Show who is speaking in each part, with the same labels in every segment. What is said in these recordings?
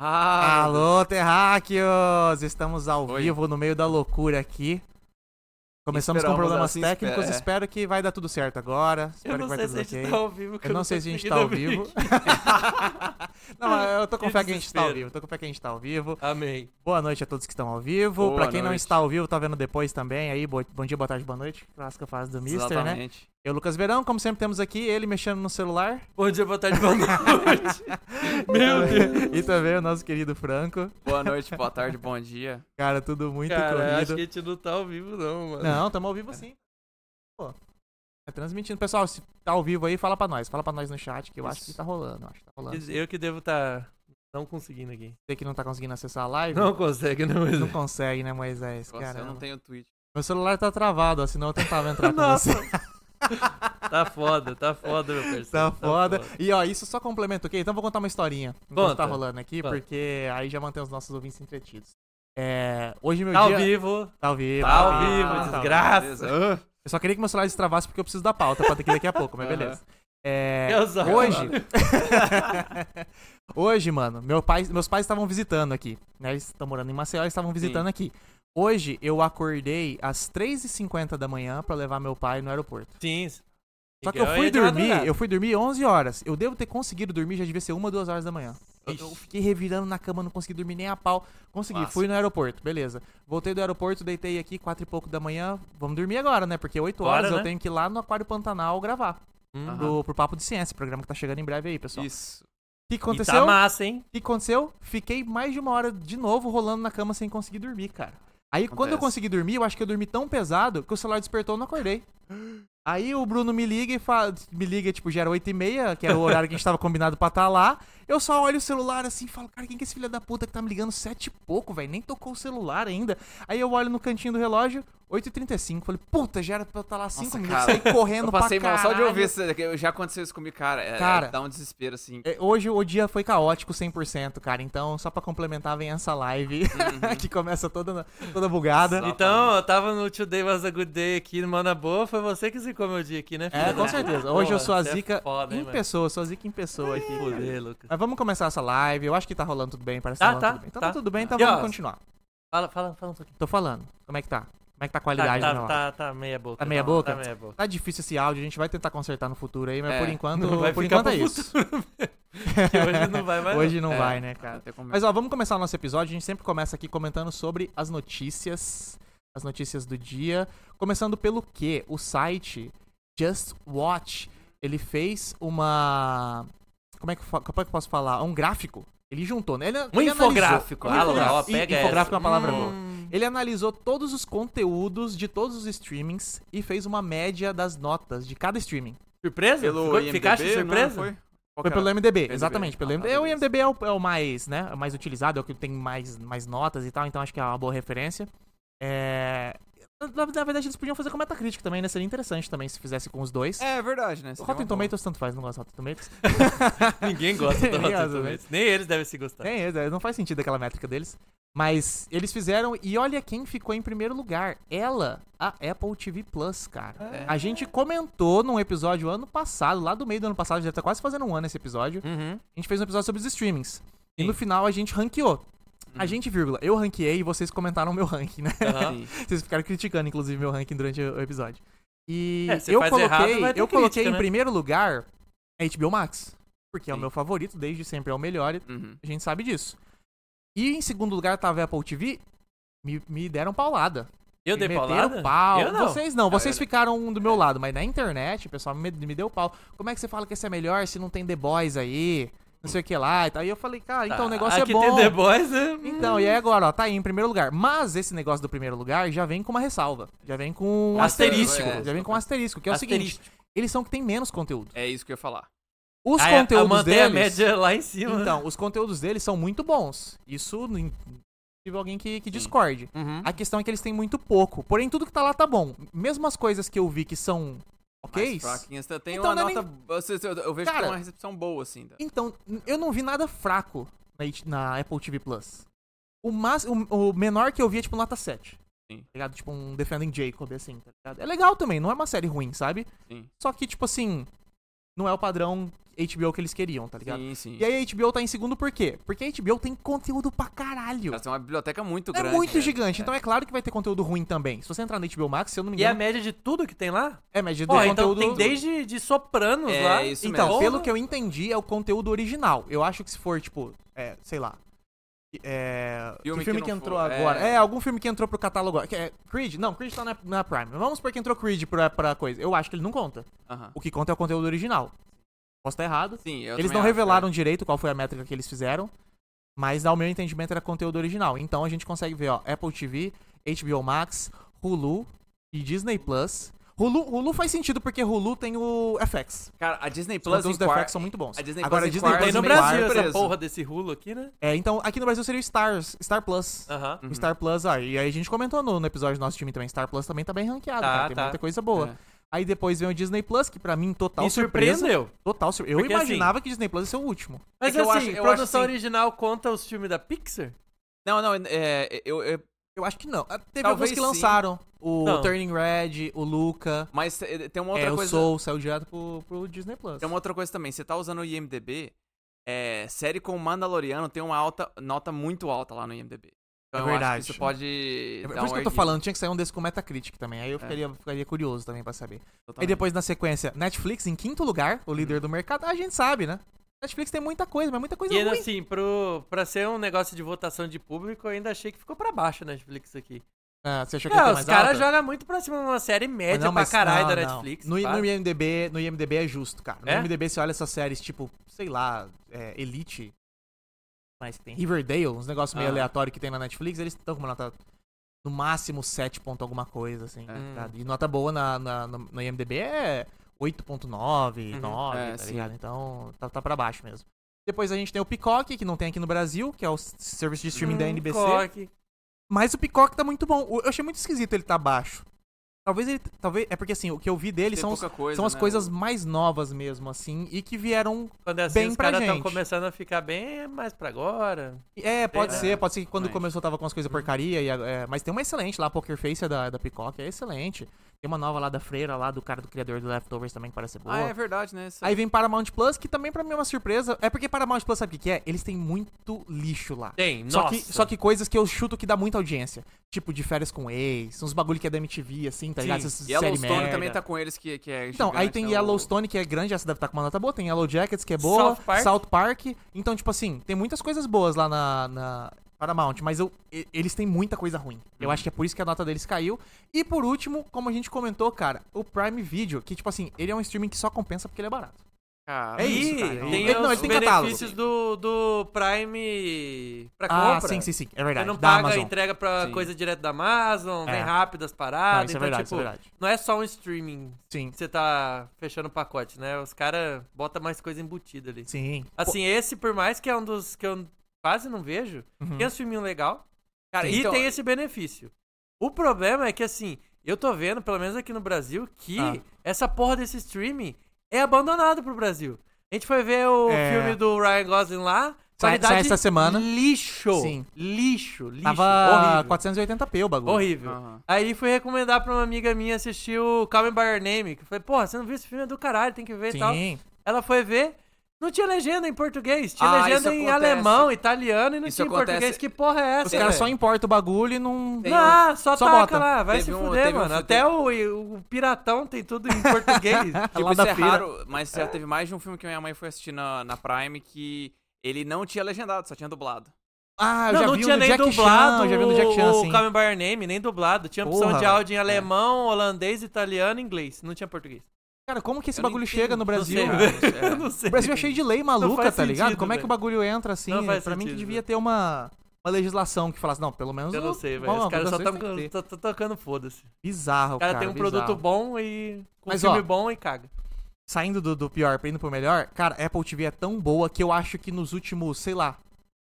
Speaker 1: Ah,
Speaker 2: Alô, terráqueos! Estamos ao
Speaker 1: Oi.
Speaker 2: vivo no meio da loucura aqui. Começamos
Speaker 1: Esperamos,
Speaker 2: com problemas
Speaker 1: assim espera,
Speaker 2: técnicos,
Speaker 1: é.
Speaker 2: espero que vai dar tudo certo agora. Espero
Speaker 3: Eu não
Speaker 2: que vai
Speaker 3: sei
Speaker 2: tudo
Speaker 3: se a gente
Speaker 2: ok.
Speaker 3: tá ao vivo. que
Speaker 2: eu não
Speaker 3: tô
Speaker 2: sei se a gente tá ao
Speaker 3: conseguindo
Speaker 2: vivo.
Speaker 3: abrir.
Speaker 2: não, mas eu tô com
Speaker 3: Que
Speaker 2: fé que a gente tá ao
Speaker 3: desespero.
Speaker 2: vivo, tô com fé que a gente tá ao vivo.
Speaker 3: Amém.
Speaker 2: Boa noite a todos que estão ao vivo.
Speaker 1: Boa
Speaker 2: pra quem não
Speaker 1: noite.
Speaker 2: está ao vivo, tá vendo depois também aí. bo- Bom dia, boa tarde, boa noite. Clássica fase do Mister, né?
Speaker 1: Exatamente.
Speaker 2: Eu, Lucas Verão, como sempre temos aqui, ele mexendo no celular.
Speaker 3: Bom dia, boa tarde, boa noite. Meu Deus.
Speaker 2: e também o nosso querido Franco.
Speaker 1: Boa noite, boa tarde, bom dia.
Speaker 2: Cara, tudo muito
Speaker 3: Cara, acho
Speaker 2: corrido.
Speaker 3: que a gente não tá ao vivo, não, mano.
Speaker 2: Não, tamo ao vivo sim. Pô. Tá transmitindo. Pessoal, se tá ao vivo aí, fala pra nós. Fala pra nós no chat, que eu acho que
Speaker 3: Isso.
Speaker 2: tá rolando. eu Acho que tá rolando.
Speaker 3: Quer dizer, Eu que devo tá- estar não conseguindo aqui.
Speaker 2: Você que não tá conseguindo acessar a live,
Speaker 3: Não consegue, não, mas...
Speaker 2: não consegue, né, Moisés?
Speaker 1: Nossa,
Speaker 2: Cara,
Speaker 1: eu não tenho Twitch.
Speaker 2: meu celular tá travado, ó, senão eu tentava entrar com
Speaker 3: Nossa.
Speaker 2: você.
Speaker 3: Tá foda, tá foda, meu parceiro.
Speaker 2: Tá foda. E ó, isso só complementa, ok? Então vou contar uma historinha enquanto tá
Speaker 3: Conta.
Speaker 2: rolando aqui,
Speaker 3: Conta.
Speaker 2: porque aí já mantém os nossos ouvintes entretidos. É. Hoje meu
Speaker 3: Tá ao
Speaker 2: dia.
Speaker 3: vivo.
Speaker 2: Tá ao vivo.
Speaker 3: Tá
Speaker 2: tá
Speaker 3: ao vivo,
Speaker 2: tá ao
Speaker 3: desgraça.
Speaker 2: Eu só queria que meu celular destravasse porque eu preciso da pauta pra ter que ir daqui a pouco, mas
Speaker 1: Aham.
Speaker 2: beleza. É,
Speaker 3: Eu só-
Speaker 2: hoje. hoje, mano, meu pai, meus pais estavam visitando aqui. Né? Eles estão morando em Maceió, eles estavam visitando aqui. Hoje eu acordei às 3h50 da manhã pra levar meu pai no aeroporto.
Speaker 3: Sim.
Speaker 2: Só que eu fui
Speaker 1: é
Speaker 3: ia é de
Speaker 2: dormir,
Speaker 3: madrugada.
Speaker 2: eu fui dormir 11 horas. Eu devo ter conseguido dormir, já devia ser uma, duas horas da manhã. Eu, eu
Speaker 3: Ixi.
Speaker 2: fiquei revirando na cama, não consegui dormir nem a pau. Consegui,
Speaker 1: Massa.
Speaker 2: fui no aeroporto, beleza. Voltei do aeroporto, deitei aqui, quatro e pouco da manhã. Vamos dormir agora, né? Porque 8
Speaker 3: Bora,
Speaker 2: horas eu
Speaker 3: né?
Speaker 2: tenho que ir lá no Aquário Pantanal gravar.
Speaker 3: Hum.
Speaker 1: Aham.
Speaker 2: Do, pro Papo de Ciência, programa que tá chegando em breve aí, pessoal. O
Speaker 1: Isso.
Speaker 2: que
Speaker 3: E
Speaker 2: aconteceu?
Speaker 3: tá massa, hein?
Speaker 2: O que aconteceu? Fiquei mais de uma hora de novo rolando na cama sem conseguir dormir, cara. Aí quando eu
Speaker 1: Acontece.
Speaker 2: consegui dormir, eu acho que eu dormi tão pesado que o celular despertou e não acordei. Aí o Bruno me liga e fala, me liga, tipo, já era 8 e meia, que era o horário que a gente tava combinado pra estar lá. Eu só olho o celular assim e falo, cara, quem que é esse filho da puta que tá me ligando sete e pouco, velho? Nem tocou o celular ainda. Aí eu olho no cantinho do relógio, 8h35. Falei, puta, já era pra eu estar lá 5
Speaker 1: Nossa,
Speaker 2: minutos.
Speaker 1: cara.
Speaker 2: Saí correndo
Speaker 1: Eu passei
Speaker 2: pra
Speaker 1: mal só de
Speaker 2: caralho.
Speaker 1: ouvir isso. que Já aconteceu isso comigo, cara. É,
Speaker 2: Cara.
Speaker 1: Dá um desespero, assim.
Speaker 2: É, Hoje o dia foi caótico 100%, cara. Então, só pra complementar, vem essa live
Speaker 3: Uhum.
Speaker 2: que começa toda, toda bugada.
Speaker 1: Exato.
Speaker 3: Então, eu tava no Today Was a Good Day aqui no Mana Boa, foi você que zicou meu dia aqui, né? é
Speaker 2: É, com certeza. Hoje eu sou a zica
Speaker 3: foda,
Speaker 2: em
Speaker 3: hein, mano?
Speaker 2: pessoa, sou a zica em pessoa aqui. cara.
Speaker 3: Foder, Lucas.
Speaker 2: Mas vamos começar essa live. Eu acho que tá rolando tudo bem, parece que
Speaker 3: Tá,
Speaker 2: rolando
Speaker 3: tá,
Speaker 2: tudo bem. Então
Speaker 3: tá.
Speaker 2: tudo bem, então
Speaker 3: E, ó,
Speaker 2: vamos continuar.
Speaker 3: Fala, fala, fala um pouquinho.
Speaker 2: Tô falando. Como é que tá? Como é que tá a
Speaker 3: Tá,
Speaker 2: qualidade do
Speaker 3: tá,
Speaker 2: meu áudio?
Speaker 3: tá, tá meia boca.
Speaker 2: Tá meia
Speaker 3: não,
Speaker 2: boca?
Speaker 3: Tá meia boca.
Speaker 2: Tá difícil esse áudio, a gente vai tentar consertar no futuro aí, mas
Speaker 1: É,
Speaker 2: por enquanto,
Speaker 3: não vai
Speaker 2: por
Speaker 3: ficar
Speaker 2: enquanto é
Speaker 3: pro
Speaker 2: isso.
Speaker 3: Que hoje não vai mais.
Speaker 2: Hoje não
Speaker 1: É.
Speaker 2: vai, né, cara?
Speaker 1: Até como-
Speaker 2: Mas ó, vamos começar o nosso episódio. A gente sempre começa aqui comentando sobre as notícias, as notícias do dia. Começando pelo que o site Just Watch ele fez uma, como é que fa- como é que eu posso falar? Um gráfico. Ele juntou, né? Ele,
Speaker 3: Um
Speaker 2: ele analisou-
Speaker 3: infográfico.
Speaker 2: Um
Speaker 3: Ah, lá, ó,
Speaker 2: infográfico.
Speaker 3: pega essa.
Speaker 2: Infográfico é uma palavra boa.
Speaker 3: Hum.
Speaker 2: Ele analisou todos os conteúdos de todos os streamings e fez uma média das notas de cada streaming.
Speaker 3: Surpresa? Ficou-
Speaker 1: IMDb,
Speaker 3: Ficaste
Speaker 1: não
Speaker 3: surpreso?
Speaker 1: né, foi? Qual
Speaker 2: Foi
Speaker 1: que
Speaker 2: pelo
Speaker 1: era?
Speaker 2: MDB,
Speaker 1: MDB.
Speaker 2: exatamente. Pelo
Speaker 1: Ah,
Speaker 2: MDB.
Speaker 1: tá,
Speaker 2: o
Speaker 1: beleza.
Speaker 2: MDB é o, é o mais, né? é o mais utilizado, é o que tem mais, mais notas e tal, então acho que é uma boa referência. É. Na, na verdade, eles podiam fazer com Metacritic também, né? Seria interessante também se fizesse com os dois.
Speaker 1: É verdade, né?
Speaker 2: O Rotten Tomatoes tanto faz, não gosto de Rotten Tomatoes.
Speaker 3: Ninguém gosta do Rotten
Speaker 2: Ninguém gosta,
Speaker 3: Tomatoes. Nem eles devem se gostar.
Speaker 2: Nem eles, né? não faz sentido aquela métrica deles. Mas eles fizeram, e olha quem ficou em primeiro lugar. Ela, a Apple TV Plus, cara.
Speaker 1: É.
Speaker 2: A gente comentou num episódio ano passado, lá do meio do ano passado, já tá quase fazendo um ano esse episódio.
Speaker 3: Uhum.
Speaker 2: a gente fez um episódio sobre os streamings. E
Speaker 3: Sim. Uhum.
Speaker 2: no final a gente ranqueou.
Speaker 1: Uhum.
Speaker 2: A gente, vírgula, eu ranqueei e vocês comentaram meu ranking, né?
Speaker 3: Aham.
Speaker 1: Sim.
Speaker 2: Vocês ficaram criticando, inclusive, meu ranking durante o episódio. E
Speaker 3: É, você
Speaker 2: eu
Speaker 3: faz
Speaker 2: coloquei,
Speaker 3: errado, vai ter
Speaker 2: eu coloquei
Speaker 3: crítica,
Speaker 2: em
Speaker 3: né?
Speaker 2: primeiro lugar a HBO Max. Porque é o
Speaker 1: Sim.
Speaker 2: meu favorito, desde sempre é o melhor, e
Speaker 1: Uhum.
Speaker 2: a gente sabe disso. E em segundo lugar tava a Apple TV. Me, me deram paulada.
Speaker 3: Eu
Speaker 2: me
Speaker 3: dei
Speaker 2: meteram
Speaker 3: paulada?
Speaker 2: pau.
Speaker 3: Eu não.
Speaker 2: Vocês não, vocês
Speaker 1: eu-
Speaker 2: ficaram um do meu lado, mas na internet o pessoal me, me deu pau. Como é que você fala que esse é melhor se não tem The Boys aí? Não sei o que lá e tal. E eu falei, cara, então o negócio
Speaker 3: Ah, Aqui
Speaker 2: é bom.
Speaker 3: tem The Boys, né?
Speaker 2: Então, e aí agora, ó, tá aí em primeiro lugar. Mas esse negócio do primeiro lugar já vem com uma ressalva. Já vem com um
Speaker 3: Com
Speaker 2: asterisco.
Speaker 1: asterisco, é.
Speaker 2: já vem com um asterisco, que é o
Speaker 3: Asterisco.
Speaker 2: seguinte: eles são que tem menos conteúdo.
Speaker 1: É isso que eu ia falar.
Speaker 2: Os
Speaker 3: Aí é, a- a
Speaker 2: conteúdos
Speaker 3: mantém
Speaker 2: deles.
Speaker 3: a média lá em cima.
Speaker 2: Então, os conteúdos deles são muito bons. Isso não tive alguém que, que discorde.
Speaker 1: Ah,
Speaker 3: Uhum.
Speaker 2: A questão é que eles têm muito pouco. Porém, tudo que tá lá tá bom. Mesmo as coisas que eu vi que são ok.
Speaker 1: Mais fraquinhas. Tem
Speaker 2: Então
Speaker 1: uma
Speaker 2: não é
Speaker 1: nota... Você- Eu eu vejo que
Speaker 2: Cara-
Speaker 1: tem uma recepção boa, assim. da-
Speaker 2: Então, n- eu não vi nada fraco na, H- na Apple TV Plus. O, mas, o, o menor que eu vi é tipo nota 7.
Speaker 1: Sim.
Speaker 2: Tá ligado? Tipo um Defending Jacob, assim, tá ligado? É legal também, não é uma série ruim, sabe?
Speaker 1: Sim.
Speaker 2: Só que, tipo assim, não é o padrão HBO que eles queriam, tá ligado?
Speaker 1: Sim, sim.
Speaker 2: E aí a HBO tá em segundo por quê? Porque a HBO tem conteúdo pra caralho.
Speaker 1: Cara, tem uma biblioteca muito
Speaker 2: é
Speaker 1: grande.
Speaker 2: muito
Speaker 1: né?
Speaker 2: gigante, então é claro que vai ter conteúdo ruim também. Se você entrar no HBO Max, se eu não me
Speaker 3: E a
Speaker 1: é
Speaker 2: engano,
Speaker 3: média de tudo que tem lá?
Speaker 2: é média do
Speaker 3: Ó, então
Speaker 2: conteúdo...
Speaker 3: tem desde de sopranos
Speaker 1: É,
Speaker 3: lá.
Speaker 1: isso
Speaker 2: Então,
Speaker 1: mesmo.
Speaker 2: pelo que eu entendi, é o conteúdo original. Eu acho que se for, tipo, é, sei lá. É.
Speaker 1: Filme
Speaker 2: que filme
Speaker 1: que
Speaker 2: que,
Speaker 1: não
Speaker 2: entrou
Speaker 1: for,
Speaker 2: agora?
Speaker 1: é.
Speaker 2: É... algum filme que entrou pro catálogo. agora. Que é Creed? Não, Creed tá na, na Prime. Vamos supor que entrou Creed pra, pra coisa. Eu acho que ele não conta.
Speaker 1: Aham.
Speaker 2: O que conta é o conteúdo original. Posso estar errado.
Speaker 1: Sim, eu
Speaker 2: eles
Speaker 1: também
Speaker 2: não
Speaker 1: acho,
Speaker 2: revelaram direito qual foi a métrica que eles fizeram. Mas, ao meu entendimento, era conteúdo original. Então a gente consegue ver, ó, Apple TV, HBO Max, Hulu e Disney Plus. Hulu, Hulu faz sentido porque Hulu tem o FX.
Speaker 1: é. Cara, a Disney
Speaker 2: Os
Speaker 1: Plus
Speaker 2: conteúdos
Speaker 1: em
Speaker 2: do
Speaker 1: quarto...
Speaker 2: FX são muito bons.
Speaker 1: a Disney
Speaker 2: Agora,
Speaker 1: Plus é em
Speaker 2: a Disney
Speaker 1: quarto
Speaker 3: Tem
Speaker 2: Plus
Speaker 3: no
Speaker 1: também
Speaker 2: em
Speaker 1: quarto.
Speaker 3: Brasil essa
Speaker 1: Surpresa.
Speaker 3: porra desse rulo aqui, né?
Speaker 2: É, então, aqui no Brasil seria o Stars, Star Plus.
Speaker 1: Ah,
Speaker 3: Aham.
Speaker 1: uhum.
Speaker 2: O Star Plus, ó, e aí a gente comentou no, no episódio do nosso time também, Star Plus também tá bem ranqueado,
Speaker 3: Tá,
Speaker 2: cara, tem
Speaker 3: tá.
Speaker 2: muita coisa boa.
Speaker 1: É.
Speaker 2: Aí depois vem o Disney Plus, que pra mim, total
Speaker 3: Me
Speaker 2: surpresa.
Speaker 3: surpreendeu.
Speaker 2: Total surpresa. Eu
Speaker 3: Porque,
Speaker 1: assim,
Speaker 2: imaginava que Disney Plus ia ser o último.
Speaker 3: Mas
Speaker 1: que eu
Speaker 3: assim,
Speaker 1: acho- eu
Speaker 3: produção
Speaker 1: acho, sim.
Speaker 3: original conta os filmes da Pixar?
Speaker 1: Não, não, é, eu, eu-
Speaker 2: Eu acho que não. Ah, Teve alguns
Speaker 1: Talvez
Speaker 2: que
Speaker 1: sim.
Speaker 2: lançaram. O
Speaker 3: Não.
Speaker 2: Turning Red, o Luca,
Speaker 1: mas eh, tem uma outra
Speaker 2: é, o
Speaker 1: coisa...
Speaker 2: Soul, saiu direto pro, pro Disney Plus.
Speaker 1: Tem uma outra coisa também, você tá usando o IMDB, é, série com Mandaloriano tem uma alta, nota muito alta lá no IMDB. Então
Speaker 2: É
Speaker 1: eu acho que
Speaker 2: verdade.
Speaker 1: isso pode
Speaker 2: É Por
Speaker 1: dar
Speaker 2: isso que eu
Speaker 1: um
Speaker 2: tô
Speaker 1: erguido,
Speaker 2: falando, tinha que sair um desse com Metacritic também.
Speaker 3: É.
Speaker 2: Aí eu ficaria, ficaria curioso também pra saber.
Speaker 3: Tá
Speaker 2: E
Speaker 1: totalmente.
Speaker 2: depois, na sequência, Netflix em quinto lugar, o líder do mercado. A gente sabe, né? Netflix tem muita coisa, mas muita coisa
Speaker 3: Hum. E
Speaker 2: ruim.
Speaker 3: assim, pro, pra ser um negócio de votação de público, eu ainda achei que ficou pra baixo a Netflix aqui.
Speaker 2: Ah, você achou que ia
Speaker 3: assim- Não,
Speaker 2: ter
Speaker 3: os
Speaker 2: mais
Speaker 3: caras
Speaker 2: alta?
Speaker 3: jogam muito pra cima uma série
Speaker 2: Mas
Speaker 3: média
Speaker 2: não,
Speaker 3: pra
Speaker 2: mas
Speaker 3: caralho
Speaker 2: não,
Speaker 3: da
Speaker 2: não.
Speaker 3: Netflix.
Speaker 2: No, I-
Speaker 3: para.
Speaker 2: no IMDB, no IMDB é justo, cara. No
Speaker 3: É?
Speaker 2: IMDB você olha essas séries tipo, sei lá, é, Elite, Riverdale, uns negócios meio
Speaker 1: Ah.
Speaker 2: aleatórios que tem na Netflix, eles estão com uma nota no máximo 7 ponto alguma coisa, assim. tá
Speaker 1: É.
Speaker 2: ligado? E nota boa na, na, no, no IMDB é 8.9,
Speaker 3: Uhum.
Speaker 2: 9,
Speaker 1: É,
Speaker 2: tá
Speaker 1: sim.
Speaker 2: ligado? Então tá, tá pra baixo mesmo. Depois a gente tem o Peacock, que não tem aqui no Brasil, que é o s- serviço de streaming da
Speaker 3: Hum,
Speaker 2: NBC.
Speaker 3: coque.
Speaker 2: Mas o Peacock tá muito bom. O- Eu achei muito esquisito ele tá baixo. Talvez ele. Talvez. É porque assim, o que eu vi dele
Speaker 1: Tem
Speaker 2: são, os-
Speaker 1: pouca coisa,
Speaker 2: são as
Speaker 1: né?
Speaker 2: coisas mais novas mesmo, assim, e que vieram.
Speaker 3: Quando é assim,
Speaker 2: Bem
Speaker 3: os
Speaker 2: pra
Speaker 3: caras estão
Speaker 2: gente.
Speaker 3: começando a ficar bem mais pra agora.
Speaker 2: É, pode
Speaker 1: É,
Speaker 2: ser, pode ser que quando
Speaker 1: realmente.
Speaker 2: começou tava com umas coisas porcaria, e, a- é, mas tem uma excelente lá, Poker Face é da, da Peacock, é excelente. Tem uma nova lá da Freira, lá do cara do criador do Leftovers também, que parece boa.
Speaker 1: Ah, é verdade, né? Isso-
Speaker 2: Aí vem Paramount Plus, que também pra mim é uma surpresa. É porque Paramount Plus sabe o que que é? Eles têm muito lixo lá.
Speaker 3: Tem,
Speaker 2: Só
Speaker 3: nossa.
Speaker 2: que, só que coisas que eu chuto que dá muita audiência. Tipo, de férias com ex, uns bagulho que é da MTV, assim, tá
Speaker 3: Sim.
Speaker 2: ligado? Essas séries
Speaker 1: Yellowstone
Speaker 2: merda.
Speaker 1: também tá com eles, que, que é
Speaker 2: Então, aí
Speaker 1: gigante,
Speaker 2: tem
Speaker 1: né, o-
Speaker 2: Yellowstone, que é grande, essa deve estar com uma nota boa. Tem Yellow Jackets, que é boa.
Speaker 3: South Park.
Speaker 2: Então, tipo assim, tem muitas coisas boas lá na, na Paramount, mas eu, e- eles têm muita coisa ruim. Eu
Speaker 3: Uhum.
Speaker 2: acho que é por isso que a nota deles caiu. E por último, como a gente comentou, cara, o Prime Video, que, tipo assim, ele é um streaming que só compensa porque ele é barato.
Speaker 1: Cara,
Speaker 2: É
Speaker 3: E
Speaker 2: isso, cara.
Speaker 3: Tem
Speaker 2: Ele- não,
Speaker 3: os
Speaker 2: ele tem catálogo.
Speaker 3: benefícios do, do Prime pra
Speaker 2: Ah,
Speaker 3: compra.
Speaker 2: sim, sim, sim. É verdade.
Speaker 3: Você não
Speaker 2: da
Speaker 3: paga a
Speaker 2: Amazon.
Speaker 3: entrega pra
Speaker 1: Sim.
Speaker 3: coisa direto da Amazon,
Speaker 2: É.
Speaker 3: vem rápido as paradas.
Speaker 2: Não, isso é
Speaker 3: então,
Speaker 2: verdade,
Speaker 3: tipo,
Speaker 2: isso é verdade.
Speaker 3: não é só um streaming
Speaker 2: Sim,
Speaker 3: que você tá fechando o pacote, né? Os caras botam mais coisa embutida ali.
Speaker 2: sim.
Speaker 3: Assim, esse, por mais que é um dos que eu quase não vejo,
Speaker 2: Uhum.
Speaker 3: tem um filminho legal.
Speaker 1: cara
Speaker 3: e
Speaker 1: então,
Speaker 2: é
Speaker 3: tem esse benefício. O problema é que, assim, eu tô vendo, pelo menos aqui no Brasil, que
Speaker 2: Ah.
Speaker 3: essa porra desse streaming é abandonado pro Brasil. A gente foi ver o
Speaker 2: É.
Speaker 3: filme do Ryan Gosling lá.
Speaker 2: Sai- sai
Speaker 3: qualidade
Speaker 2: essa semana.
Speaker 3: Lixo.
Speaker 2: Sim.
Speaker 3: Lixo, lixo.
Speaker 2: Tava
Speaker 3: horrível.
Speaker 2: 480p o bagulho.
Speaker 3: Horrível.
Speaker 1: Aham.
Speaker 3: Aí fui recomendar pra uma amiga minha assistir o Call Me By Your Name. Que eu falei, porra, você não viu esse filme? É do caralho, tem que ver e tal.
Speaker 2: Sim.
Speaker 3: Ela foi ver, não tinha legenda em português, tinha
Speaker 1: Ah, isso
Speaker 3: legenda em
Speaker 1: acontece.
Speaker 3: alemão, italiano e não
Speaker 1: Isso
Speaker 3: tinha em
Speaker 1: acontece.
Speaker 3: português. Que porra é essa?
Speaker 2: Os caras só
Speaker 3: velho?
Speaker 2: importam o bagulho e não.
Speaker 1: Tem
Speaker 3: Não, Ah, só,
Speaker 2: só
Speaker 3: taca
Speaker 2: bota.
Speaker 3: lá, vai
Speaker 1: Teve
Speaker 3: se
Speaker 1: um-
Speaker 3: fuder,
Speaker 1: teve um-
Speaker 3: mano.
Speaker 1: teve-
Speaker 3: Até o, o Piratão tem tudo em português.
Speaker 1: Tipo,
Speaker 2: lá
Speaker 1: isso
Speaker 2: da
Speaker 1: é
Speaker 2: feira.
Speaker 1: raro, mas já teve mais de um filme que minha mãe foi assistir na, na Prime que ele não tinha legendado, só tinha dublado.
Speaker 2: Ah, eu
Speaker 3: não,
Speaker 2: já
Speaker 3: não
Speaker 2: vi
Speaker 3: tinha
Speaker 2: um do
Speaker 3: nem
Speaker 2: Jack
Speaker 3: dublado
Speaker 2: Chan, eu já vi um do Jack Chan,
Speaker 3: o
Speaker 2: sim. É.
Speaker 3: Call Me By Your Name, nem dublado. Tinha opção
Speaker 2: Porra,
Speaker 3: de
Speaker 2: velho.
Speaker 3: áudio em alemão, holandês, italiano e inglês. Não tinha português.
Speaker 2: Cara, como que esse
Speaker 1: Eu não
Speaker 2: bagulho
Speaker 1: entendo,
Speaker 2: chega no Brasil?
Speaker 1: sei,
Speaker 3: Não
Speaker 2: cara?
Speaker 1: velho.
Speaker 3: sei.
Speaker 1: É.
Speaker 3: Não sei.
Speaker 2: O Brasil é cheio de lei maluca,
Speaker 3: faz
Speaker 2: tá ligado?
Speaker 3: sentido,
Speaker 2: Como é que
Speaker 3: velho.
Speaker 2: o bagulho entra assim?
Speaker 3: Não
Speaker 2: Pra
Speaker 3: faz
Speaker 2: mim que
Speaker 3: sentido,
Speaker 2: devia
Speaker 3: velho.
Speaker 2: ter uma, uma legislação que falasse, não, pelo menos.
Speaker 3: Eu não
Speaker 2: o-
Speaker 3: sei, velho.
Speaker 2: bom,
Speaker 3: Os caras só
Speaker 2: vocês têm que ter.
Speaker 3: estão tocando foda-se.
Speaker 2: Bizarro,
Speaker 3: O
Speaker 2: cara.
Speaker 3: cara tem um
Speaker 2: bizarro.
Speaker 3: produto bom e. com um
Speaker 2: Mas,
Speaker 3: filme
Speaker 2: ó,
Speaker 3: bom e caga.
Speaker 2: Saindo do, do pior pra indo pro melhor, cara, a Apple TV é tão boa que eu acho que nos últimos, sei lá,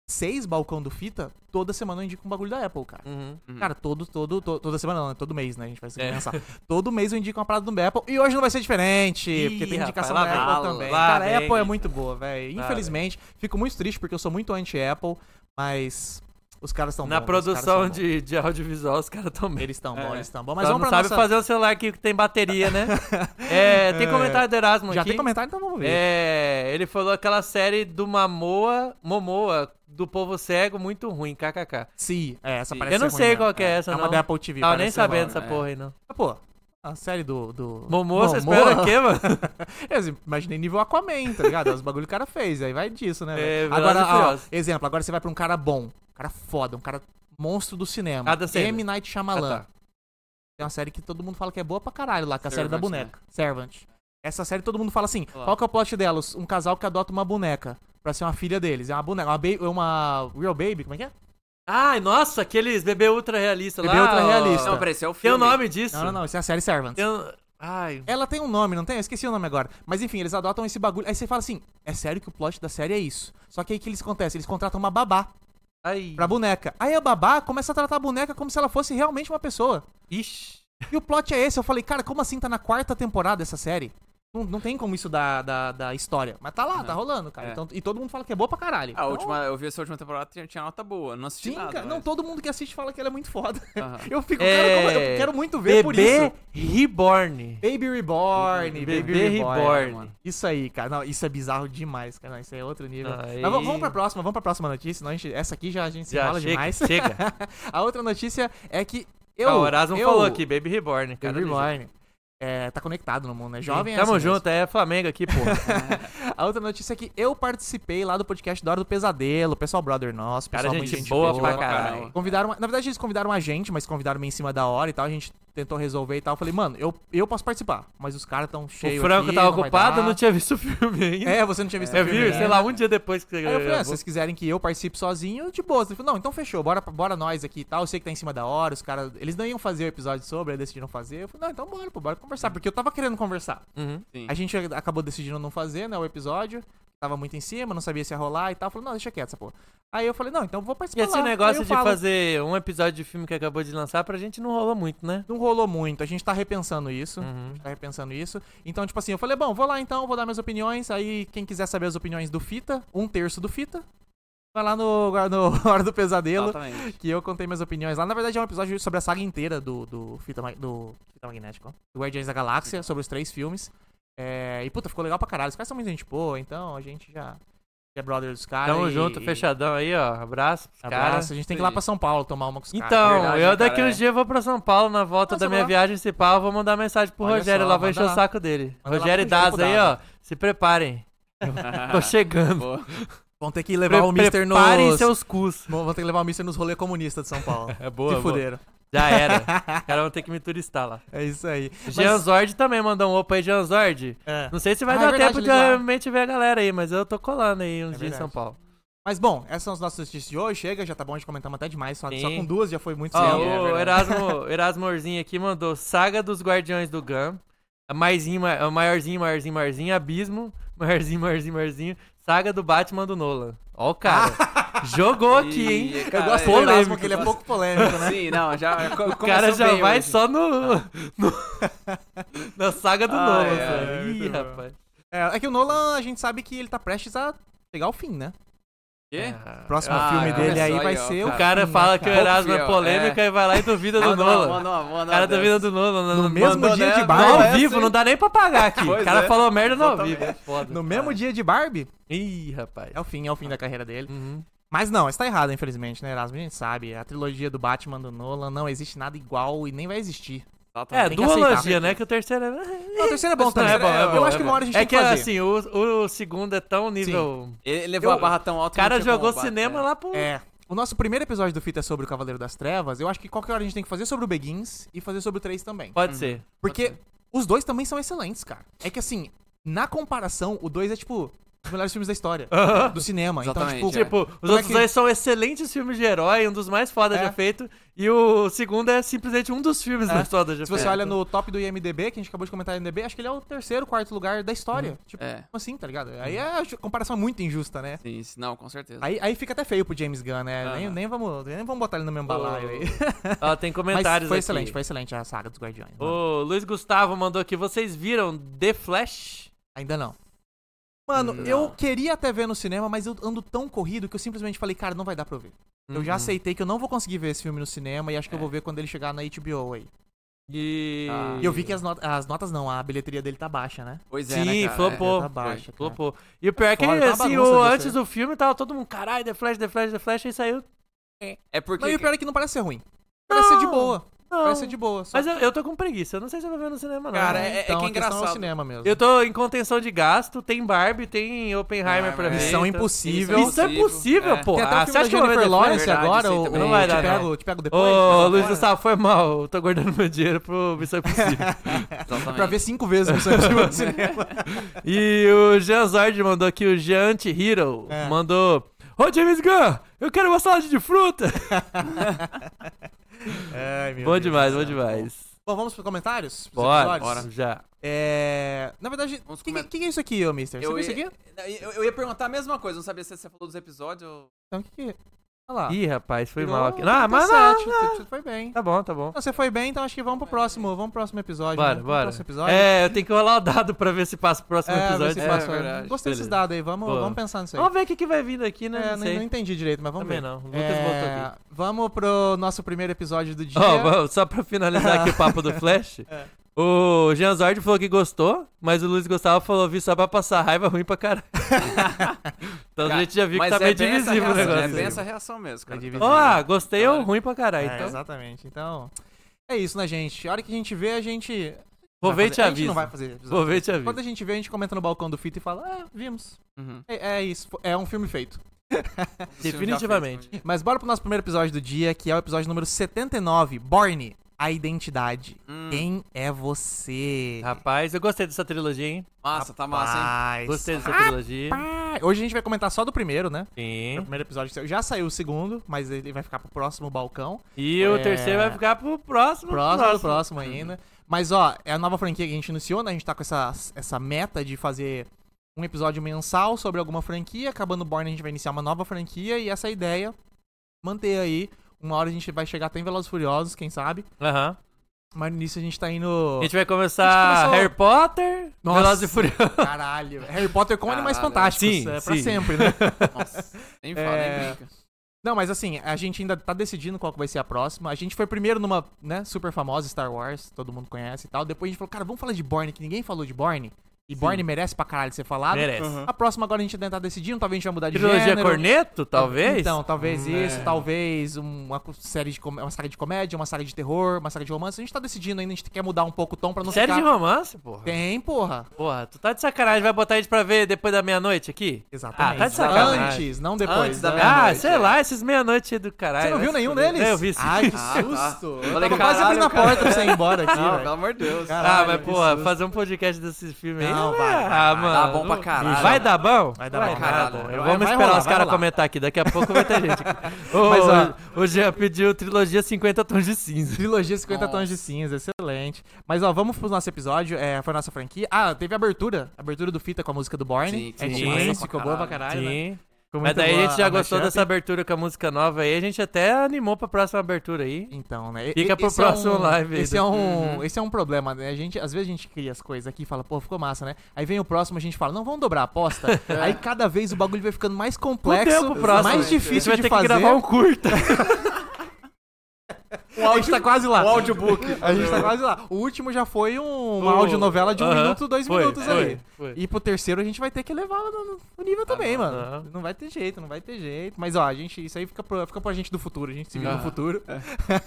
Speaker 2: seis balcão do fita, toda semana eu indico um bagulho da Apple, cara.
Speaker 3: Uhum.
Speaker 1: Uhum.
Speaker 2: Cara, todo, todo, to- toda semana, não, é todo mês, né? A gente vai se
Speaker 3: É.
Speaker 2: pensar. Todo mês eu indico uma parada do Apple. E hoje não vai ser diferente,
Speaker 3: Ih,
Speaker 2: porque tem
Speaker 3: rapaz,
Speaker 2: indicação
Speaker 3: lá
Speaker 2: da
Speaker 3: vem.
Speaker 2: Apple também.
Speaker 3: Lá
Speaker 2: Cara,
Speaker 3: vem.
Speaker 2: a Apple é muito boa, velho.
Speaker 3: Lá
Speaker 2: Infelizmente, fico muito triste porque eu sou muito anti-Apple, mas Os caras estão
Speaker 3: Na produção de, de audiovisual, os caras estão bem.
Speaker 2: Eles estão bons,
Speaker 1: É.
Speaker 2: eles estão bons.
Speaker 3: Mas
Speaker 2: Mas
Speaker 3: Só
Speaker 2: vamos
Speaker 3: não
Speaker 2: pra
Speaker 3: sabe
Speaker 2: nossa...
Speaker 3: fazer um celular que tem bateria, né? é, tem
Speaker 2: É.
Speaker 3: comentário do Erasmo
Speaker 2: Já
Speaker 3: aqui.
Speaker 2: tem comentário, então vamos ver.
Speaker 3: É, ele falou aquela série do Mamoa, Momoa, do povo cego, muito ruim, kkk.
Speaker 2: Sim, é, essa
Speaker 1: Sim.
Speaker 2: parece
Speaker 3: Eu não
Speaker 2: ser
Speaker 3: sei
Speaker 2: ruim,
Speaker 3: qual
Speaker 2: né?
Speaker 3: que é essa,
Speaker 2: É uma
Speaker 3: não.
Speaker 2: da Apple TV.
Speaker 3: Tava
Speaker 2: parece
Speaker 3: nem
Speaker 2: ser
Speaker 3: sabendo
Speaker 2: ruim.
Speaker 3: dessa
Speaker 1: né?
Speaker 3: porra aí, não.
Speaker 2: Ah, Pô, a série do... do...
Speaker 3: Momoa, você espera o quê, mano?
Speaker 2: Eu imaginei nível Aquaman, tá ligado? Os bagulho que o cara fez, aí vai disso, né?
Speaker 3: É,
Speaker 2: velho?
Speaker 3: Velozes
Speaker 2: agora,
Speaker 3: e
Speaker 2: ó,
Speaker 3: Furiosos.
Speaker 2: exemplo, agora você vai pra um cara bom, um cara foda, um cara monstro do cinema.
Speaker 3: Adam Sandler.
Speaker 2: M. Night Shyamalan.
Speaker 3: Ah, tá.
Speaker 2: Tem uma série que todo mundo fala que é boa pra caralho lá, que é a série da
Speaker 1: Servant, né?
Speaker 2: boneca. Servant. Essa série todo mundo fala assim,
Speaker 1: Olá.
Speaker 2: qual que é o plot dela? Um casal que adota uma boneca pra ser uma filha deles. É uma boneca, uma, ba- uma real baby, como é que é?
Speaker 3: Ai, nossa, aqueles bebê ultra realista lá.
Speaker 2: Bebê ultra
Speaker 3: ó.
Speaker 2: realista.
Speaker 1: Não, peraí, esse é o
Speaker 3: Tem
Speaker 1: filme.
Speaker 3: o nome disso.
Speaker 2: Não, não, não, isso é a série Servant.
Speaker 3: Tem um- Ai,
Speaker 2: Ela tem um nome, não tem? Eu esqueci o nome agora. Mas enfim, eles adotam esse bagulho. Aí você fala assim: é sério que o plot da série é isso. Só que aí o que eles acontece? Eles contratam uma babá
Speaker 3: ai.
Speaker 2: pra boneca. Aí a babá começa a tratar a boneca como se ela fosse realmente uma pessoa.
Speaker 3: Ixi.
Speaker 2: E o plot é esse. Eu falei, cara, como assim tá na quarta temporada dessa série? Não, não tem como isso da, da, da história. Mas tá lá, tá rolando, cara.
Speaker 1: É.
Speaker 2: Então, e todo mundo fala que é boa pra caralho.
Speaker 1: A
Speaker 2: Então,
Speaker 1: última, eu vi essa última temporada, tinha, tinha nota boa. Não assisti
Speaker 2: Sim,
Speaker 1: nada.
Speaker 2: cara. Não,
Speaker 1: mas-
Speaker 2: todo mundo que assiste fala que ela é muito foda.
Speaker 1: Aham.
Speaker 2: Eu fico,
Speaker 3: É.
Speaker 2: cara, como eu quero muito ver é por
Speaker 3: Bebê
Speaker 2: isso.
Speaker 3: Reborn.
Speaker 2: Baby Reborn, Baby,
Speaker 3: Bebê
Speaker 2: Reborn.
Speaker 3: Reborn.
Speaker 1: mano.
Speaker 2: Isso aí, cara. Não, isso é bizarro demais, cara. Não, isso aí é outro nível.
Speaker 3: Aí.
Speaker 2: Mas v- vamos pra próxima, vamos pra próxima notícia. senão a gente- essa aqui já a gente se
Speaker 3: Já
Speaker 2: fala
Speaker 3: chega,
Speaker 2: demais.
Speaker 3: chega.
Speaker 2: a outra notícia é que eu.
Speaker 3: Ah, o Erasmo
Speaker 2: eu-
Speaker 3: falou aqui, Baby Reborn.
Speaker 2: Baby
Speaker 3: Cara,
Speaker 2: Reborn. É, tá conectado no mundo, né? Jovem
Speaker 3: Jovem
Speaker 2: é
Speaker 3: Tamo
Speaker 2: assim mesmo.
Speaker 3: junto, é Flamengo aqui, porra.
Speaker 2: A outra notícia é que eu participei lá do podcast da Hora do Pesadelo, pessoal brother nosso,
Speaker 3: Cara,
Speaker 2: pessoal
Speaker 3: gente,
Speaker 2: muito
Speaker 3: boa,
Speaker 1: boa
Speaker 3: pra
Speaker 1: pra
Speaker 3: caralho.
Speaker 1: caralho.
Speaker 2: Convidaram, na verdade eles convidaram a gente, mas convidaram em cima da hora e tal, a gente tentou resolver e tal. Eu falei, mano, eu, eu posso participar, mas os caras tão
Speaker 3: O
Speaker 2: cheios
Speaker 3: Franco
Speaker 2: aqui,
Speaker 3: tava
Speaker 2: não vai
Speaker 3: ocupado,
Speaker 2: dar.
Speaker 3: não tinha visto o filme ainda.
Speaker 2: É, você não tinha visto
Speaker 3: eu
Speaker 2: o filme,
Speaker 3: vi,
Speaker 2: né?
Speaker 3: sei lá, um dia depois que você
Speaker 2: Aí eu falei, ah, se
Speaker 3: gravou.
Speaker 2: vocês quiserem que eu participe sozinho, de boa. Ele falou, não, então fechou, bora, bora nós aqui e tal. Eu sei que tá em cima da hora, os caras. Eles não iam fazer o episódio sobre, aí decidiram fazer. Eu falei, não, então bora, pô, bora
Speaker 3: Hum.
Speaker 2: conversar. Porque eu tava querendo conversar.
Speaker 3: Uhum.
Speaker 1: Sim.
Speaker 2: A gente acabou decidindo não fazer, né, o episódio. Tava muito em cima, não sabia se ia rolar e tal. Eu falei, não, deixa quieto essa porra. Aí eu falei, não, então vou
Speaker 3: E
Speaker 2: participar. lá.
Speaker 3: esse
Speaker 2: Aí
Speaker 3: negócio
Speaker 2: eu
Speaker 3: de
Speaker 2: falo.
Speaker 3: fazer um episódio de filme que acabou de lançar, pra gente não rolou muito, né?
Speaker 2: Não rolou muito, a gente tá repensando isso.
Speaker 3: Uhum.
Speaker 2: tá repensando isso. Então, tipo assim, eu falei, bom, vou lá então, vou dar minhas opiniões. Aí, quem quiser saber as opiniões do Fita, um terço do Fita, vai lá no, no Hora do Pesadelo,
Speaker 1: Exatamente.
Speaker 2: que eu contei minhas opiniões lá. Na verdade, é um episódio sobre a saga inteira do, do, Fita, Ma- do Fita Magnético, ó, do Guardiões da Galáxia, sobre os três filmes. É, e, puta, ficou legal pra caralho. Os caras são muito gente boa, então a gente já é brother dos caras.
Speaker 3: Tamo
Speaker 2: e-
Speaker 3: junto,
Speaker 2: e-
Speaker 3: fechadão aí, ó. Abraço pros caras.
Speaker 2: Abraço, a gente tem que ir lá pra São Paulo tomar uma com os caras.
Speaker 3: Então,
Speaker 1: verdade,
Speaker 3: eu
Speaker 1: né,
Speaker 3: daqui
Speaker 1: cara,
Speaker 3: uns
Speaker 1: é.
Speaker 3: dias vou pra São Paulo na volta
Speaker 2: Ah,
Speaker 3: da
Speaker 2: você
Speaker 3: minha
Speaker 2: vai lá?
Speaker 3: viagem se pá, eu vou mandar mensagem pro
Speaker 2: Olha
Speaker 3: Rogério
Speaker 2: só,
Speaker 3: lá, vou
Speaker 2: manda
Speaker 3: encher o
Speaker 2: lá.
Speaker 3: saco dele.
Speaker 2: Manda lá
Speaker 3: Rogério
Speaker 2: pro Rogério
Speaker 3: Daza aí, ó,
Speaker 2: Daza.
Speaker 3: se preparem. Tô chegando.
Speaker 1: Boa.
Speaker 2: Vão ter que levar o
Speaker 3: Pre-
Speaker 2: Mister nos...
Speaker 3: preparem seus cus.
Speaker 2: Vão ter que levar o Mister nos rolê comunista de São Paulo.
Speaker 3: É
Speaker 2: Se fuderam.
Speaker 3: Já era. Os caras vão ter que me turistar lá.
Speaker 2: É isso aí.
Speaker 3: Jean Zord também mandou um opa aí, Jean Zord.
Speaker 2: É.
Speaker 3: Não sei se vai
Speaker 2: Ah, é
Speaker 3: dar
Speaker 2: verdade,
Speaker 3: tempo de
Speaker 2: ele lá.
Speaker 3: realmente ver a galera aí, mas eu tô colando aí uns
Speaker 2: É
Speaker 3: dias em São
Speaker 2: verdade.
Speaker 3: Paulo.
Speaker 2: Mas bom, essas são as nossas notícias de hoje. Chega, já tá bom de comentar até demais. Só,
Speaker 3: Sim.
Speaker 2: só com duas já foi muito
Speaker 3: Ó,
Speaker 1: é
Speaker 2: cedo.
Speaker 3: o
Speaker 1: verdade.
Speaker 3: Erasmo, Erasmo Orzinho aqui mandou Saga dos Guardiões do Gun, a maisinho, ma- a maiorzinho, maiorzinho, maiorzinho, Abismo, maiorzinho, maiorzinho, maiorzinho, Saga do Batman do Nolan. Ó o cara, jogou aqui, hein?
Speaker 1: E,
Speaker 2: Eu
Speaker 1: cara,
Speaker 2: gosto do
Speaker 1: é-
Speaker 2: Erasmo, que ele é
Speaker 1: gosto-
Speaker 2: pouco polêmico, né?
Speaker 1: Sim, não, já. já co-
Speaker 3: O cara
Speaker 1: começou
Speaker 3: já
Speaker 1: bem
Speaker 3: vai
Speaker 1: hoje.
Speaker 3: só no, no- na Saga do
Speaker 1: Ai,
Speaker 3: Nolan,
Speaker 1: ai,
Speaker 3: velho.
Speaker 2: muito
Speaker 3: Ih,
Speaker 2: bom.
Speaker 3: rapaz.
Speaker 2: É, é que o Nolan, a gente sabe que ele tá prestes a pegar o fim, né?
Speaker 1: Quê?
Speaker 2: O
Speaker 3: Ah,
Speaker 2: próximo
Speaker 1: Ah,
Speaker 2: filme dele
Speaker 1: começou
Speaker 2: aí
Speaker 1: aí,
Speaker 2: vai
Speaker 1: ó,
Speaker 2: ser
Speaker 3: O
Speaker 2: o.
Speaker 1: cara.
Speaker 3: cara
Speaker 2: fim,
Speaker 3: fala
Speaker 2: né,
Speaker 3: que o
Speaker 2: cara?
Speaker 1: Pouco
Speaker 3: Erasmo é
Speaker 1: fiel,
Speaker 3: polêmica e vai lá e duvida do
Speaker 1: Mano,
Speaker 3: Nolan.
Speaker 1: mano, mano,
Speaker 3: O cara tá duvida do Nolan.
Speaker 2: No mesmo
Speaker 1: Mandou
Speaker 2: dia de
Speaker 3: Não,
Speaker 1: dessa. Não,
Speaker 2: Barbie.
Speaker 1: é
Speaker 3: ao vivo,
Speaker 1: assim.
Speaker 3: não dá nem pra pagar aqui.
Speaker 1: Pois
Speaker 3: o cara
Speaker 1: é.
Speaker 3: falou merda no ao
Speaker 1: Exatamente.
Speaker 3: vivo. é Foda.
Speaker 2: No mesmo dia de Barbie?
Speaker 3: Ih, rapaz.
Speaker 2: É o fim, é o fim da carreira dele.
Speaker 3: Uhum.
Speaker 2: Mas não, está errado, infelizmente, né, Erasmo? A gente sabe. A trilogia do Batman do Nolan não existe nada igual e nem vai existir.
Speaker 3: É,
Speaker 1: Exatamente.
Speaker 2: Tá, tem que
Speaker 3: duologia,
Speaker 2: aceitar.
Speaker 3: né? Que o terceiro é.
Speaker 2: Não, o terceiro é bom
Speaker 3: Mas não,
Speaker 2: também.
Speaker 3: é bom, é
Speaker 2: Eu
Speaker 3: bom,
Speaker 2: acho
Speaker 3: é
Speaker 2: que
Speaker 3: bom.
Speaker 2: uma hora a gente
Speaker 3: É
Speaker 2: tem
Speaker 3: que
Speaker 2: que fazer.
Speaker 3: assim, o, o segundo é tão nível.
Speaker 1: Ele levou
Speaker 3: Eu-
Speaker 1: a barra tão
Speaker 3: O
Speaker 1: alta que
Speaker 3: cara
Speaker 1: não tinha
Speaker 3: jogou
Speaker 1: como bater.
Speaker 3: cinema lá pro.
Speaker 2: É. O nosso primeiro episódio do Fita é sobre o Cavaleiro das Trevas. Eu acho que qualquer hora a gente tem que fazer sobre o Begins e fazer sobre o 3 também.
Speaker 3: Pode ser.
Speaker 2: Porque os dois também são excelentes, cara. É que assim, na comparação, o 2 é tipo um dos melhores filmes da história do cinema. Então,
Speaker 1: Exatamente,
Speaker 2: tipo,
Speaker 1: é.
Speaker 3: Tipo, os
Speaker 2: Como é
Speaker 3: outros
Speaker 2: que-
Speaker 3: dois são excelentes filmes de herói, um dos mais foda
Speaker 2: É.
Speaker 3: já feito. E o segundo é simplesmente um dos filmes
Speaker 2: É.
Speaker 3: mais foda já
Speaker 2: se você
Speaker 3: feito.
Speaker 2: olha no top do IMDB, que a gente acabou de comentar no IMDB, acho que ele é o terceiro, quarto lugar da história. Tipo,
Speaker 1: É.
Speaker 2: como assim, tá ligado? Aí é a comparação muito injusta, né?
Speaker 1: Sim, sim, não, com certeza.
Speaker 2: Aí, aí fica até feio pro James Gunn, né? Nem,
Speaker 1: Aham.
Speaker 2: nem, vamos, nem vamos botar ele no mesmo
Speaker 3: Pô,
Speaker 2: balaio aí.
Speaker 3: Ó, tem
Speaker 2: Mas
Speaker 3: comentários
Speaker 2: foi
Speaker 3: aqui.
Speaker 2: excelente, foi excelente a saga dos Guardiões.
Speaker 3: O Luiz Gustavo mandou aqui, vocês viram The Flash?
Speaker 2: Ainda não. Mano,
Speaker 1: Não.
Speaker 3: Hum,
Speaker 2: eu queria até ver no cinema, mas eu ando tão corrido que eu simplesmente falei, cara, não vai dar pra eu ver. Eu já
Speaker 3: Uhum. É.
Speaker 2: aceitei que eu não vou conseguir ver esse filme no cinema e acho que eu vou ver quando ele chegar na HBO aí.
Speaker 3: E...
Speaker 1: Ah.
Speaker 2: E eu vi que as, not- as notas não, a bilheteria dele tá baixa, né?
Speaker 1: Pois é, né,
Speaker 3: Sim,
Speaker 1: cara?
Speaker 3: flopou.
Speaker 2: tá baixa, cara.
Speaker 3: flopou. E o pior é que,
Speaker 2: Foda, tá uma
Speaker 3: assim,
Speaker 2: bagunça
Speaker 3: o,
Speaker 2: disso
Speaker 3: antes
Speaker 2: aí.
Speaker 3: do filme tava todo mundo, caralho, The Flash, The Flash, The Flash, e saiu.
Speaker 1: É, é porque...
Speaker 2: Não, e o pior é que não parece ser ruim. Parece ser de
Speaker 3: Não,
Speaker 2: boa.
Speaker 3: Não.
Speaker 2: Parece ser de boa. Só
Speaker 3: Mas é eu, eu tô com preguiça, eu não sei se eu vou ver no cinema, não.
Speaker 1: Cara, é-
Speaker 2: então,
Speaker 1: que
Speaker 2: a questão é o
Speaker 1: engraçado.
Speaker 2: cinema mesmo.
Speaker 3: Eu tô em contenção de gasto, tem Barbie, tem Oppenheimer
Speaker 1: Ah,
Speaker 3: pra ver.
Speaker 1: mas-
Speaker 2: Missão
Speaker 3: então-
Speaker 2: impossível.
Speaker 3: Missão impossível,
Speaker 1: É.
Speaker 3: pô.
Speaker 2: Tem até
Speaker 3: Ah, você
Speaker 2: o filme
Speaker 3: acha
Speaker 2: da
Speaker 3: que eu vou ver É The Flash?
Speaker 2: Jennifer Lawrence
Speaker 1: Verdade,
Speaker 2: agora?
Speaker 1: isso aí
Speaker 2: o-
Speaker 1: também.
Speaker 2: o-
Speaker 1: Não vai
Speaker 2: te
Speaker 3: dar,
Speaker 2: pego-
Speaker 3: não.
Speaker 2: Te pego depois?
Speaker 3: Ô,
Speaker 2: Então,
Speaker 3: Luiz
Speaker 2: bora.
Speaker 3: Gustavo, foi mal. Eu tô guardando meu dinheiro pro Missão Impossível.
Speaker 1: Exatamente.
Speaker 2: Pra ver cinco vezes no seu no cinema.
Speaker 3: e o Jean Zord mandou aqui, o Jean Anti-Hero
Speaker 2: É.
Speaker 3: mandou... Ô, James Gunn, eu quero uma salada de fruta.
Speaker 2: Ai, meu
Speaker 3: bom
Speaker 2: Deus
Speaker 3: demais,
Speaker 2: do
Speaker 3: bom
Speaker 2: céu.
Speaker 3: demais.
Speaker 2: Bom, vamos pros comentários? Pros
Speaker 3: Bora,
Speaker 2: episódios?
Speaker 3: bora. Já.
Speaker 2: É... Na verdade, o
Speaker 1: Vamos
Speaker 2: que,
Speaker 1: comentar.
Speaker 2: que- que é isso aqui, ô mister? Você
Speaker 1: Eu
Speaker 2: viu isso
Speaker 1: ia,
Speaker 2: aqui?
Speaker 1: eu, eu ia perguntar a mesma coisa, não sabia se você falou dos episódios ou...
Speaker 2: Então, o que que... Olha
Speaker 1: Ah.
Speaker 2: lá.
Speaker 3: Ih, rapaz, foi
Speaker 2: Virou
Speaker 3: mal aqui. Ah, mas não,
Speaker 2: 37,
Speaker 3: não.
Speaker 2: Você foi bem.
Speaker 3: Tá bom, tá bom.
Speaker 2: Não, Você foi bem, então acho que vamos pro próximo, vamos pro próximo episódio. né?
Speaker 3: Bora,
Speaker 2: Vamos pro
Speaker 3: bora.
Speaker 2: Próximo episódio.
Speaker 3: É, eu tenho que rolar o dado pra ver se passa o próximo
Speaker 2: É, ver se
Speaker 3: episódio.
Speaker 1: É,
Speaker 2: passa-
Speaker 1: verdade.
Speaker 2: Gostei desses
Speaker 3: Beleza.
Speaker 2: dados aí, vamos,
Speaker 3: Boa.
Speaker 2: vamos pensar nisso aí.
Speaker 3: Vamos ver o que, que vai vir daqui, né?
Speaker 2: É,
Speaker 3: não
Speaker 2: não,
Speaker 3: sei.
Speaker 2: não entendi direito, mas vamos
Speaker 3: Também
Speaker 2: ver.
Speaker 3: não. O Lucas
Speaker 2: É,
Speaker 3: botou aqui.
Speaker 2: Vamos pro nosso primeiro episódio do dia.
Speaker 3: Ó, vamos- só pra finalizar aqui o papo do Flash.
Speaker 2: É.
Speaker 3: O Jean Zord falou que gostou, mas o Luiz Gustavo falou vi só pra passar raiva ruim pra caralho. então a
Speaker 1: Cara,
Speaker 3: gente já viu que
Speaker 1: Mas
Speaker 3: tá
Speaker 1: é
Speaker 3: meio
Speaker 1: bem essa
Speaker 3: divisivo o
Speaker 1: reação,
Speaker 3: negócio.
Speaker 1: É bem essa reação mesmo, cara.
Speaker 2: É divisivo.
Speaker 3: Ó, ah, gostei ou
Speaker 1: Olha.
Speaker 3: ruim pra
Speaker 2: É,
Speaker 3: caralho. então,
Speaker 2: Exatamente. Então, é isso, né, gente? A hora que a gente vê, a gente.
Speaker 3: vou
Speaker 2: vai
Speaker 3: ver e te
Speaker 2: fazer- A gente
Speaker 3: aviso.
Speaker 2: não vai fazer episódio.
Speaker 3: Vou ver e te aviso.
Speaker 2: Quando a gente vê, a gente comenta no balcão do Fita e fala: Ah, vimos.
Speaker 1: Uhum.
Speaker 2: É, é isso, é um filme feito.
Speaker 3: Definitivamente.
Speaker 2: Mas bora pro nosso primeiro episódio do dia, que é o episódio número 79, Borne, a identidade.
Speaker 1: Hum,
Speaker 2: Quem é você?
Speaker 3: Rapaz, eu gostei dessa trilogia, hein?
Speaker 1: massa, tá massa, hein?
Speaker 2: Rapaz.
Speaker 3: Gostei dessa trilogia.
Speaker 2: Rapaz. Hoje a gente vai comentar só do primeiro, né? O
Speaker 3: Sim.
Speaker 2: primeiro episódio que saiu. Já saiu o segundo, mas ele vai ficar pro próximo balcão.
Speaker 3: E o
Speaker 2: É.
Speaker 3: terceiro vai ficar pro próximo.
Speaker 2: Próximo, próximo, ainda. Mas, ó, é a nova franquia que a gente iniciou, né? A gente tá com essa, essa meta de fazer um episódio mensal sobre alguma franquia. Acabando o Born, a gente vai iniciar uma nova franquia. E essa ideia, manter aí. Uma hora a gente vai chegar até em Velozes e Furiosos, quem sabe.
Speaker 3: Aham.
Speaker 2: Mas no início a gente tá indo...
Speaker 3: A gente vai
Speaker 2: A
Speaker 3: começar
Speaker 2: gente começou-
Speaker 3: Harry Potter,
Speaker 2: Nossa.
Speaker 3: Velozes e Furiosos.
Speaker 2: Caralho. Harry Potter com animais
Speaker 1: Caralho.
Speaker 2: fantásticos.
Speaker 3: Sim,
Speaker 2: é pra
Speaker 3: sim.
Speaker 2: sempre, né?
Speaker 1: Nossa, nem fala,
Speaker 2: É.
Speaker 1: nem brinca.
Speaker 2: Não, mas assim, a gente ainda tá decidindo qual que vai ser a próxima. A gente foi primeiro numa, né, super famosa Star Wars, todo mundo conhece e tal. Depois a gente falou, cara, vamos falar de Borne, que ninguém falou de Borne. E Borne merece pra caralho ser falado.
Speaker 3: Merece.
Speaker 2: A próxima agora a gente tentar decidir, talvez a gente vai mudar de
Speaker 3: Trilogia
Speaker 2: gênero.
Speaker 3: Corneto, talvez?
Speaker 2: Então, talvez
Speaker 1: Hum,
Speaker 2: isso,
Speaker 1: é.
Speaker 2: talvez um, uma co- série de com- uma saga de comédia, uma saga de terror, uma saga de romance. A gente tá decidindo ainda, a gente quer mudar um pouco o tom pra não
Speaker 3: Série
Speaker 2: ficar...
Speaker 3: de romance, porra.
Speaker 2: Tem, porra.
Speaker 3: Porra, tu tá de sacanagem, vai botar a gente pra ver depois da meia-noite aqui?
Speaker 2: Exatamente.
Speaker 3: Ah, tá de sacanagem.
Speaker 2: Antes, não depois.
Speaker 1: Antes da
Speaker 2: né?
Speaker 1: meia-noite.
Speaker 3: Ah,
Speaker 1: Meia-noite,
Speaker 3: sei
Speaker 1: é.
Speaker 3: lá, esses meia-noite do caralho.
Speaker 2: Você não viu
Speaker 3: vai se
Speaker 2: nenhum
Speaker 3: fuder.
Speaker 2: deles?
Speaker 3: É, eu vi sim.
Speaker 2: Ai, que
Speaker 1: Ah, tá.
Speaker 2: susto.
Speaker 1: Eu
Speaker 2: Eu
Speaker 1: falei,
Speaker 2: tava quase
Speaker 1: caralho,
Speaker 2: abrindo a
Speaker 1: cara.
Speaker 2: porta pra você ir embora aqui,
Speaker 1: Não,
Speaker 2: velho.
Speaker 1: pelo amor de Deus.
Speaker 2: Caralho.
Speaker 3: ah, mas
Speaker 2: que
Speaker 3: porra,
Speaker 2: susto.
Speaker 3: fazer um podcast desse filme aí.
Speaker 2: Não,
Speaker 3: né?
Speaker 2: vai, vai,
Speaker 3: ah,
Speaker 2: vai.
Speaker 3: mano.
Speaker 1: Tá bom pra caralho.
Speaker 3: Vai dar bom? Vai
Speaker 2: dar bom, vai
Speaker 1: dar bom.
Speaker 3: Eu
Speaker 2: Vai-
Speaker 3: vamos
Speaker 2: vai
Speaker 3: esperar
Speaker 2: rolar,
Speaker 3: os
Speaker 2: vai
Speaker 3: caras
Speaker 2: rolar.
Speaker 3: comentar aqui, daqui a pouco vai ter gente aqui. Ô,
Speaker 2: Mas, ó-
Speaker 3: o Jean pediu trilogia 50 tons de cinza.
Speaker 2: Trilogia 50
Speaker 1: Nossa.
Speaker 2: Tons de Cinza, excelente. Mas ó, vamos pro nosso episódio, é, foi a nossa franquia. Ah, teve a abertura, a abertura do Fita com a música do Borne.
Speaker 1: Sim,
Speaker 2: É,
Speaker 1: sim.
Speaker 2: tipo,
Speaker 3: Sim.
Speaker 2: isso, ficou boa pra caralho, né?
Speaker 3: Sim.
Speaker 2: Ficou
Speaker 3: Mas
Speaker 2: muito
Speaker 3: daí a
Speaker 2: boa
Speaker 3: gente já
Speaker 2: a
Speaker 3: gostou
Speaker 2: mashup.
Speaker 3: dessa abertura com a música nova aí, a gente até animou pra próxima abertura aí.
Speaker 2: Então, né? e-
Speaker 3: Fica pro
Speaker 2: esse é um-
Speaker 3: próximo live aí
Speaker 2: Esse
Speaker 3: do- Uhum.
Speaker 2: é, um, esse é um problema, né? A gente, às vezes a gente cria as coisas aqui e fala, pô, ficou massa, né? Aí vem o próximo, a gente fala, não, vamos dobrar a aposta. Aí cada vez o bagulho vai ficando mais complexo,
Speaker 3: pro próximo. né?
Speaker 2: mais
Speaker 3: A gente
Speaker 2: difícil
Speaker 3: vai
Speaker 2: de
Speaker 3: ter
Speaker 2: fazer.
Speaker 3: que gravar um curta.
Speaker 2: A gente tá quase lá.
Speaker 1: O audiobook.
Speaker 2: A gente tá quase lá. O último já foi um, uma
Speaker 3: O-
Speaker 2: audionovela de um
Speaker 3: Aham.
Speaker 2: minuto, dois
Speaker 3: Foi,
Speaker 2: minutos
Speaker 3: foi,
Speaker 2: ali.
Speaker 3: foi.
Speaker 2: E pro terceiro a gente vai ter que levar no, no nível também,
Speaker 3: Ah,
Speaker 1: não,
Speaker 2: mano.
Speaker 3: não.
Speaker 2: Não vai ter jeito, não vai ter jeito. Mas ó, a gente, isso aí fica pro, fica pra gente do futuro, a gente se vira no
Speaker 1: Ah.
Speaker 2: futuro.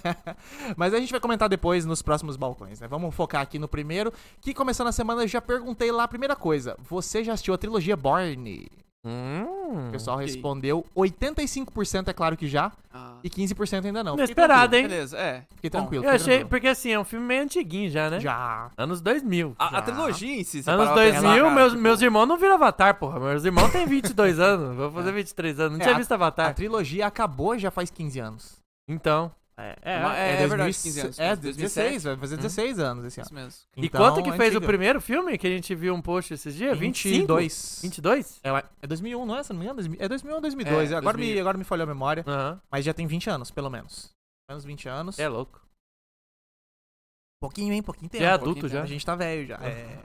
Speaker 2: Mas a gente vai comentar depois nos próximos balcões, né? Vamos focar aqui no primeiro, que começou na semana, eu já perguntei lá a primeira coisa. Você já assistiu a trilogia Borne?
Speaker 3: Hum.
Speaker 2: O pessoal
Speaker 1: ok.
Speaker 2: respondeu 85% é claro que já
Speaker 1: Ah,
Speaker 2: e 15% ainda não. Fiquei
Speaker 3: Inesperado, hein?
Speaker 1: beleza, é.
Speaker 2: Fiquei
Speaker 1: Bom,
Speaker 2: tranquilo.
Speaker 3: tá Eu
Speaker 2: fiquei
Speaker 3: achei,
Speaker 2: tranquilo.
Speaker 3: porque assim, é um filme meio antiguinho já, né?
Speaker 2: Já. Ah,
Speaker 3: Anos 2000.
Speaker 1: A, a
Speaker 2: Já.
Speaker 1: trilogia em si, se
Speaker 3: Ah. Anos
Speaker 1: parar pra pensar,
Speaker 3: 2000,
Speaker 1: cara,
Speaker 3: meus,
Speaker 1: tipo,
Speaker 3: meus irmãos não viram Avatar, porra. Meus irmãos têm 22 anos, vou fazer 23 anos, não
Speaker 2: É,
Speaker 3: tinha visto
Speaker 2: A
Speaker 3: Avatar.
Speaker 2: trilogia acabou já faz 15 anos.
Speaker 3: Então.
Speaker 1: É, é, verdade, 15 anos.
Speaker 2: É,
Speaker 1: 2007,
Speaker 2: 16, vai fazer 16 anos esse ano.
Speaker 1: isso mesmo.
Speaker 3: E
Speaker 2: Então,
Speaker 3: quanto que fez o primeiro filme que a gente viu um post esses dias? 22.
Speaker 2: 22.
Speaker 3: 22?
Speaker 2: É, ué, é 2001, não é? Se não me engano, 2000 é 2001 ou 2002.
Speaker 1: É,
Speaker 2: agora,
Speaker 1: 2000.
Speaker 2: Me, agora me falhou a memória,
Speaker 3: Aham.
Speaker 2: mas já tem 20 anos, pelo menos. Pelo menos 20 anos.
Speaker 3: É louco.
Speaker 2: Pouquinho, hein? Pouquinho tempo.
Speaker 3: Já é adulto
Speaker 1: pouquinho
Speaker 3: já.
Speaker 2: A gente tá velho já. É.
Speaker 1: É.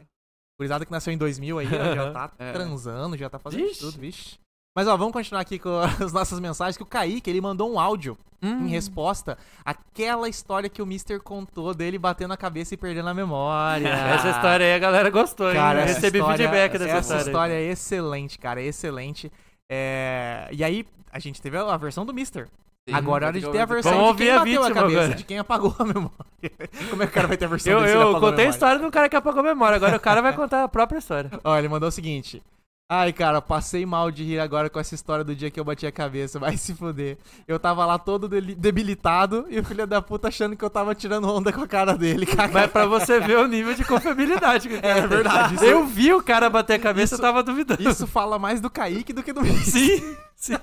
Speaker 2: Gurizada que nasceu em 2000 aí, ó, já tá
Speaker 1: É.
Speaker 2: transando, já tá fazendo
Speaker 3: Vixe.
Speaker 2: tudo, vixe. Mas ó, vamos continuar aqui com as nossas mensagens, que o Kaique, ele mandou um áudio
Speaker 3: Uhum.
Speaker 2: em resposta àquela história que o Mister contou dele batendo a cabeça e perdendo a memória.
Speaker 3: Essa história aí a galera gostou,
Speaker 2: Cara,
Speaker 3: hein?
Speaker 2: essa
Speaker 3: Recebi
Speaker 2: história-
Speaker 3: feedback dessa
Speaker 2: Essa
Speaker 3: história.
Speaker 2: história é excelente, cara, é excelente. É, E aí, a gente teve a versão do Mister.
Speaker 1: Sim,
Speaker 2: agora a
Speaker 1: vai ter
Speaker 2: gente
Speaker 1: que
Speaker 2: tem a
Speaker 1: ouvir.
Speaker 2: versão
Speaker 3: Vamos
Speaker 2: de
Speaker 3: ouvir
Speaker 2: quem
Speaker 3: a
Speaker 2: bateu a
Speaker 3: vítima
Speaker 2: cabeça,
Speaker 3: agora.
Speaker 2: de quem apagou a memória. Como é que o cara vai ter a versão
Speaker 3: Eu,
Speaker 2: dele se ele
Speaker 3: eu
Speaker 2: apagou
Speaker 3: contei a
Speaker 2: memória?
Speaker 3: história do cara que apagou a memória, agora o cara vai contar a própria história.
Speaker 2: Ó, ele mandou o seguinte. Ai, cara, passei mal de rir agora com essa história do dia que eu bati a cabeça, vai se fuder. Eu tava lá todo deli- debilitado e o filho da puta achando que eu tava tirando onda com a cara dele.
Speaker 3: Mas pra você ver o nível de confiabilidade que o cara
Speaker 2: É
Speaker 3: tem.
Speaker 2: verdade, isso-
Speaker 3: Eu vi o cara bater a cabeça,
Speaker 2: Isso-
Speaker 3: eu tava duvidando.
Speaker 2: Isso fala mais do Kaique do que do Vinícius.
Speaker 3: Sim, sim.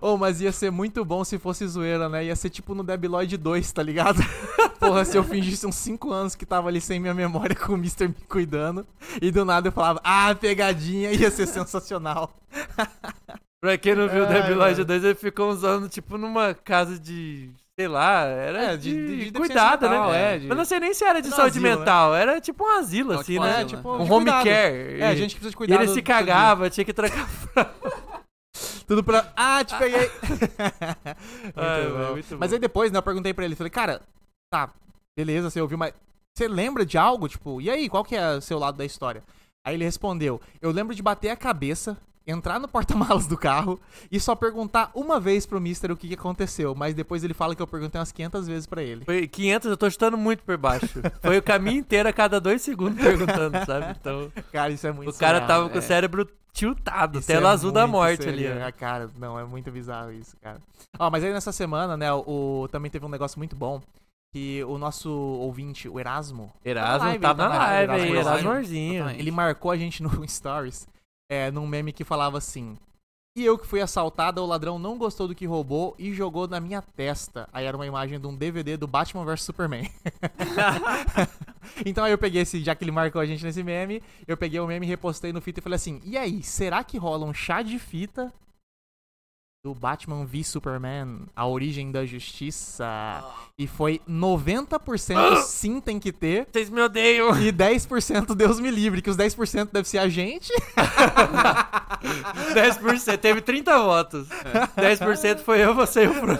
Speaker 2: Ô, mas ia ser muito bom se fosse zoeira, né? Ia ser tipo no Debiloid 2, tá ligado? Porra, se eu fingisse uns 5 anos que tava ali sem minha memória com o Mr. me cuidando e do nada eu falava, ah, pegadinha, ia ser sensacional.
Speaker 3: Pra quem não viu o
Speaker 2: Ai,
Speaker 3: Debiloid
Speaker 2: mano.
Speaker 3: 2, ele ficou uns anos, tipo, numa casa de. Sei lá, era
Speaker 2: É, de-
Speaker 3: de,
Speaker 2: de- de deficiência
Speaker 3: cuidado,
Speaker 2: mental,
Speaker 3: né?
Speaker 2: é, de-
Speaker 3: Eu não sei nem se era de
Speaker 2: Era um
Speaker 3: saúde
Speaker 2: asilo, né?
Speaker 3: mental, era tipo um asilo, assim,
Speaker 1: tipo um
Speaker 3: né?
Speaker 1: asilo, né?
Speaker 3: Um
Speaker 2: de
Speaker 3: home
Speaker 2: cuidado.
Speaker 3: care.
Speaker 2: É, gente que precisa de
Speaker 3: E
Speaker 2: cuidado.
Speaker 3: ele se
Speaker 2: todo
Speaker 3: cagava, tinha que trancar.
Speaker 2: dia. Tudo pra. Ah, te peguei! Muito
Speaker 3: Ai,
Speaker 2: bom.
Speaker 3: velho, muito
Speaker 2: Mas
Speaker 3: bom.
Speaker 2: aí depois, né, eu perguntei pra ele, falei, cara, tá, beleza, você ouviu, mas você lembra de algo? Tipo, e aí, qual que é o seu lado da história? Aí ele respondeu, eu lembro de bater a cabeça, entrar no porta-malas do carro e só perguntar uma vez pro mister o que, que aconteceu, mas depois ele fala que eu perguntei umas 500 vezes pra ele.
Speaker 3: Foi 500, eu tô chutando muito por baixo. Foi o caminho inteiro, a cada dois segundos, perguntando, sabe? Então,
Speaker 2: Cara, isso é muito
Speaker 3: o cara
Speaker 2: surreal.
Speaker 3: tava com
Speaker 1: é.
Speaker 3: o cérebro tiltado,
Speaker 2: Isso
Speaker 3: tela
Speaker 2: é
Speaker 3: azul da
Speaker 2: muito
Speaker 3: morte ali.
Speaker 2: surreal.
Speaker 3: ó.
Speaker 2: Ah, Cara, não, é muito bizarro isso, cara. Ó, mas aí nessa semana, né, o, o- também teve um negócio muito bom, que o nosso ouvinte, o Erasmo,
Speaker 3: Erasmo
Speaker 2: live,
Speaker 3: tava
Speaker 2: tá
Speaker 3: na
Speaker 2: na live,
Speaker 3: live aí,
Speaker 1: Erasmo
Speaker 3: Erasmo
Speaker 1: online.
Speaker 3: Orzinho.
Speaker 1: Totalmente.
Speaker 2: Ele marcou a gente no Stories é, num meme que falava assim: E eu que fui assaltada, o ladrão não gostou do que roubou e jogou na minha testa. Aí era uma imagem de um DVD do Batman vs Superman. então aí eu peguei esse, já que ele marcou a gente nesse meme, eu peguei o meme, repostei no fita e falei assim: E aí, será que rola um chá de fita? Do Batman v Superman, a origem da justiça. E foi 90% sim tem que ter.
Speaker 3: Vocês me odeiam.
Speaker 2: E 10% Deus me livre, que os 10% deve ser a gente.
Speaker 3: 10%, teve 30 votos. 10% foi eu, você e o Bruno.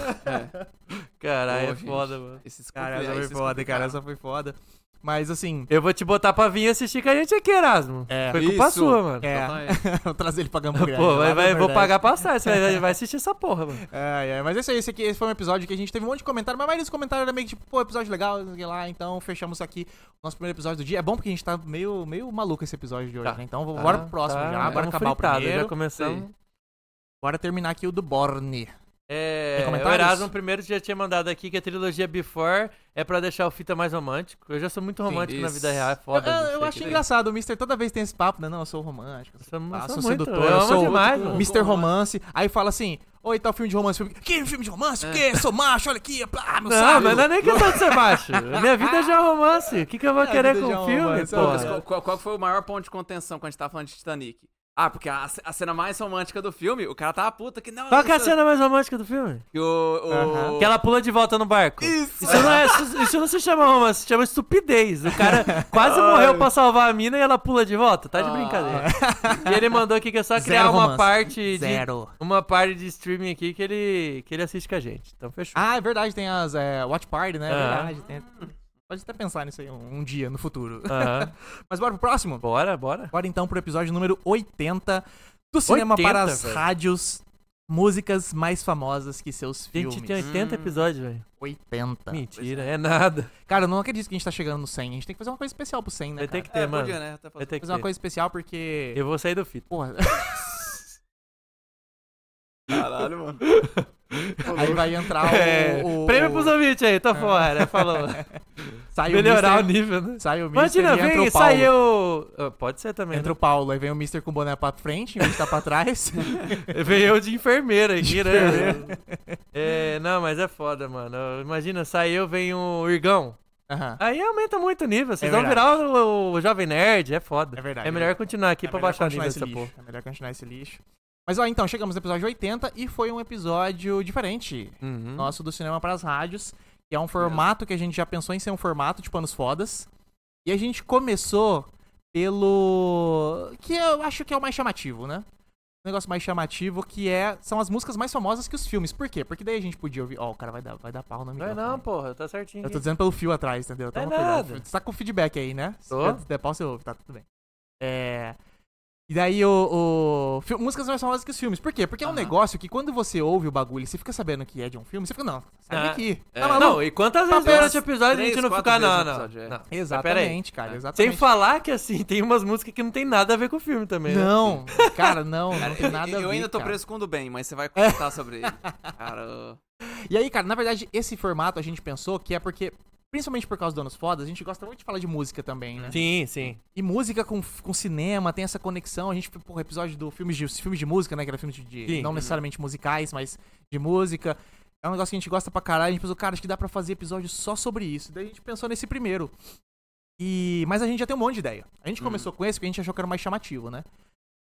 Speaker 3: Caralho,
Speaker 1: Pô,
Speaker 3: é
Speaker 1: gente.
Speaker 3: foda, mano.
Speaker 1: Esses
Speaker 2: Cara, essa
Speaker 1: compli-
Speaker 2: foi
Speaker 1: esses
Speaker 2: foda, cara,
Speaker 1: complicaram.
Speaker 2: essa foi foda. Mas assim,
Speaker 3: Eu vou te botar pra vir assistir com a gente aqui, Erasmo.
Speaker 2: É.
Speaker 3: foi culpa
Speaker 1: Isso.
Speaker 3: sua, mano.
Speaker 2: é,
Speaker 1: Totalmente.
Speaker 2: eu trazer ele pra Campo Grande.
Speaker 3: Pô, vai, vai,
Speaker 2: lá, na
Speaker 3: vou
Speaker 2: é verdade.
Speaker 3: pagar passagem, você vai, vai assistir essa porra, mano.
Speaker 2: É, é, mas esse aí, esse, aqui, esse foi um episódio que a gente teve um monte de comentário, mas a maioria dos comentários era meio que tipo, pô, episódio legal, não sei o que lá, então fechamos aqui o nosso primeiro episódio do dia. É bom porque a gente tá meio, meio maluco esse episódio de hoje,
Speaker 3: Tá.
Speaker 2: né? Então vamos- bora pro próximo É um já, bora
Speaker 3: vamos
Speaker 2: acabar o
Speaker 3: fritado,
Speaker 2: primeiro.
Speaker 3: Já começamos.
Speaker 2: Bora terminar aqui o do Borne.
Speaker 3: É,
Speaker 2: Tem
Speaker 3: o
Speaker 2: comentários?
Speaker 3: Erasmo primeiro já tinha mandado aqui que a trilogia Before é pra deixar o Fita mais romântico. Eu já sou muito romântico na
Speaker 1: isso.
Speaker 3: vida real, é
Speaker 2: Eu,
Speaker 3: foda.
Speaker 2: eu,
Speaker 3: bicho,
Speaker 2: Ah, eu
Speaker 3: é
Speaker 2: acho
Speaker 3: que-
Speaker 2: engraçado, o Mister toda vez tem esse papo, né? Não, eu sou romântico,
Speaker 3: Eu sou,
Speaker 2: Ah,
Speaker 3: eu
Speaker 2: sou
Speaker 3: sou muito,
Speaker 2: sedutor,
Speaker 3: eu
Speaker 2: eu
Speaker 3: amo
Speaker 2: sou
Speaker 3: demais,
Speaker 1: muito-
Speaker 3: mano.
Speaker 2: Mr. Romance, aí fala assim, oi, tal filme de romance, filme... que filme de romance, o quê? Sou macho, olha aqui, pá, meu
Speaker 3: É. Não,
Speaker 2: saco.
Speaker 3: mas não é nem questão de ser macho. Minha vida já é um romance. O que, que eu vou
Speaker 2: Minha
Speaker 3: querer
Speaker 2: vida
Speaker 3: com
Speaker 2: já é um
Speaker 3: o filme,
Speaker 2: romance,
Speaker 3: pô?
Speaker 2: é um
Speaker 1: Lucas, Então, qual- qual, qual foi o maior ponto de contenção quando a gente tava falando de Titanic? Ah, porque a, ce- a cena mais romântica do filme, o cara tava puta que não.
Speaker 3: Qual que é a
Speaker 1: isso-
Speaker 3: cena mais romântica do filme?
Speaker 1: que o- o-
Speaker 2: Aham.
Speaker 3: Que ela pula de volta no barco. Isso, não, é, isso- isso não se chama romance, se chama estupidez. O cara quase morreu pra salvar a mina e ela pula de volta. Tá de
Speaker 1: Ah.
Speaker 3: brincadeira. E ele mandou aqui que é só
Speaker 2: Zero
Speaker 3: criar uma
Speaker 2: romance.
Speaker 3: parte de.
Speaker 2: Zero.
Speaker 3: Uma parte de streaming aqui que ele, que ele assiste com a gente. Então fechou.
Speaker 2: Ah, é verdade, tem as é, Watch Party, né? É
Speaker 3: Ah.
Speaker 2: verdade, tem... Pode até pensar nisso aí um, um dia, no futuro.
Speaker 3: Aham.
Speaker 2: Mas bora pro próximo?
Speaker 3: Bora, bora.
Speaker 2: Bora então pro episódio número 80 do Cinema
Speaker 3: 80,
Speaker 2: para as
Speaker 3: velho.
Speaker 2: Rádios, músicas mais famosas que seus
Speaker 3: A gente
Speaker 2: filmes. Tá,
Speaker 3: tem 80 episódios, velho.
Speaker 2: 80.
Speaker 3: Mentira, é nada.
Speaker 2: Cara, eu não acredito que a gente tá chegando no 100, a gente tem que fazer uma coisa especial pro 100, né,
Speaker 3: Vai ter
Speaker 2: cara?
Speaker 3: que ter,
Speaker 1: É,
Speaker 3: mano.
Speaker 1: podia, né? Até fazer-
Speaker 3: Vai ter que
Speaker 2: Fazer uma
Speaker 3: ter.
Speaker 2: coisa especial porque...
Speaker 3: Eu vou sair do fita.
Speaker 2: Porra...
Speaker 1: Caralho, mano.
Speaker 2: Aí vai entrar o.
Speaker 3: É,
Speaker 2: o-
Speaker 3: prêmio
Speaker 2: o-
Speaker 3: pros ouvintes aí, tô fora. é, Falou.
Speaker 2: Sai
Speaker 3: Melhorar o
Speaker 2: o Mister,
Speaker 3: nível, né?
Speaker 2: Sai o Mister
Speaker 3: Imagina,
Speaker 2: e entra
Speaker 3: vem
Speaker 2: o
Speaker 3: e
Speaker 2: Paulo.
Speaker 3: saiu. Ah, Pode ser também.
Speaker 2: Entra
Speaker 3: Entrou...
Speaker 2: o Paulo, aí vem o Mister com o boné pra frente, o Mister tá pra trás.
Speaker 3: Vem eu de enfermeira aqui, né? É, não, mas é foda, mano. Imagina, saiu, vem o Irgão.
Speaker 2: Aham.
Speaker 3: Aí aumenta muito o nível. Vocês
Speaker 2: É
Speaker 3: vão
Speaker 2: verdade.
Speaker 3: virar o, o Jovem Nerd, é foda.
Speaker 2: É verdade,
Speaker 3: É
Speaker 2: é
Speaker 3: melhor
Speaker 2: verdade.
Speaker 3: continuar aqui
Speaker 2: É
Speaker 3: pra
Speaker 2: melhor
Speaker 3: baixar o nível
Speaker 2: continuar esse
Speaker 3: dessa porra.
Speaker 2: lixo. É melhor continuar esse lixo. Mas ó, então, chegamos no episódio 80 e foi um episódio diferente.
Speaker 3: Uhum.
Speaker 2: Nosso do cinema pras rádios, que é um formato que a gente já pensou em ser um formato de panos fodas. E a gente começou pelo. que eu acho que é o mais chamativo, né? negócio mais chamativo, que é são as músicas mais famosas que os filmes. Por quê? Porque daí a gente podia ouvir. Ó, o cara vai dar, vai dar pau
Speaker 3: Não
Speaker 2: no
Speaker 3: é
Speaker 2: microfone.
Speaker 3: não, porra, tá certinho.
Speaker 2: Eu tô dizendo pelo fio atrás, entendeu? Toma
Speaker 3: Não é
Speaker 2: cuidado.
Speaker 3: nada.
Speaker 2: Você tá com feedback aí, né?
Speaker 3: Tô.
Speaker 2: Se der pau, você ouve, tá tudo bem. É. E daí o. o fi- Músicas mais famosas que os filmes. Por quê? Porque é um
Speaker 1: Aham.
Speaker 2: negócio que quando você ouve o bagulho e você fica sabendo que é de um filme, você fica, não, sai
Speaker 3: Ah,
Speaker 2: daqui.
Speaker 1: é.
Speaker 2: Tá maluco?
Speaker 3: Não, e quantas vezes
Speaker 1: Papel-
Speaker 3: durante o episódio a gente
Speaker 1: Três,
Speaker 3: não
Speaker 1: quatro
Speaker 3: fica,
Speaker 1: vezes
Speaker 3: não,
Speaker 1: no
Speaker 3: não.
Speaker 1: episódio, é.
Speaker 3: não.
Speaker 2: Exatamente, cara,
Speaker 1: É.
Speaker 2: exatamente.
Speaker 3: Sem falar que, assim, tem umas músicas que não tem nada a ver com o filme também. né?
Speaker 2: Não, cara, não, não tem nada a
Speaker 1: eu
Speaker 2: ver,
Speaker 1: ainda tô
Speaker 2: cara.
Speaker 1: preso com o do bem, mas você vai contar sobre ele. Cara, eu-
Speaker 2: E aí, cara, na verdade, esse formato a gente pensou que é porque, principalmente por causa do Anos Fodas, a gente gosta muito de falar de música também, né?
Speaker 3: Sim, sim.
Speaker 2: E música com, com cinema, tem essa conexão. A gente, pô, episódio do filmes de, filmes de música, né? Que era filmes de, de-
Speaker 3: Sim.
Speaker 2: não necessariamente musicais, mas de música. É um negócio que a gente gosta pra caralho. A gente pensou, cara, acho que dá pra fazer episódio só sobre isso. Daí a gente pensou nesse primeiro. E, mas a gente já tem um monte de ideia. A gente
Speaker 3: Hum.
Speaker 1: Uhum.
Speaker 2: começou com esse porque a gente achou que era o mais chamativo, né?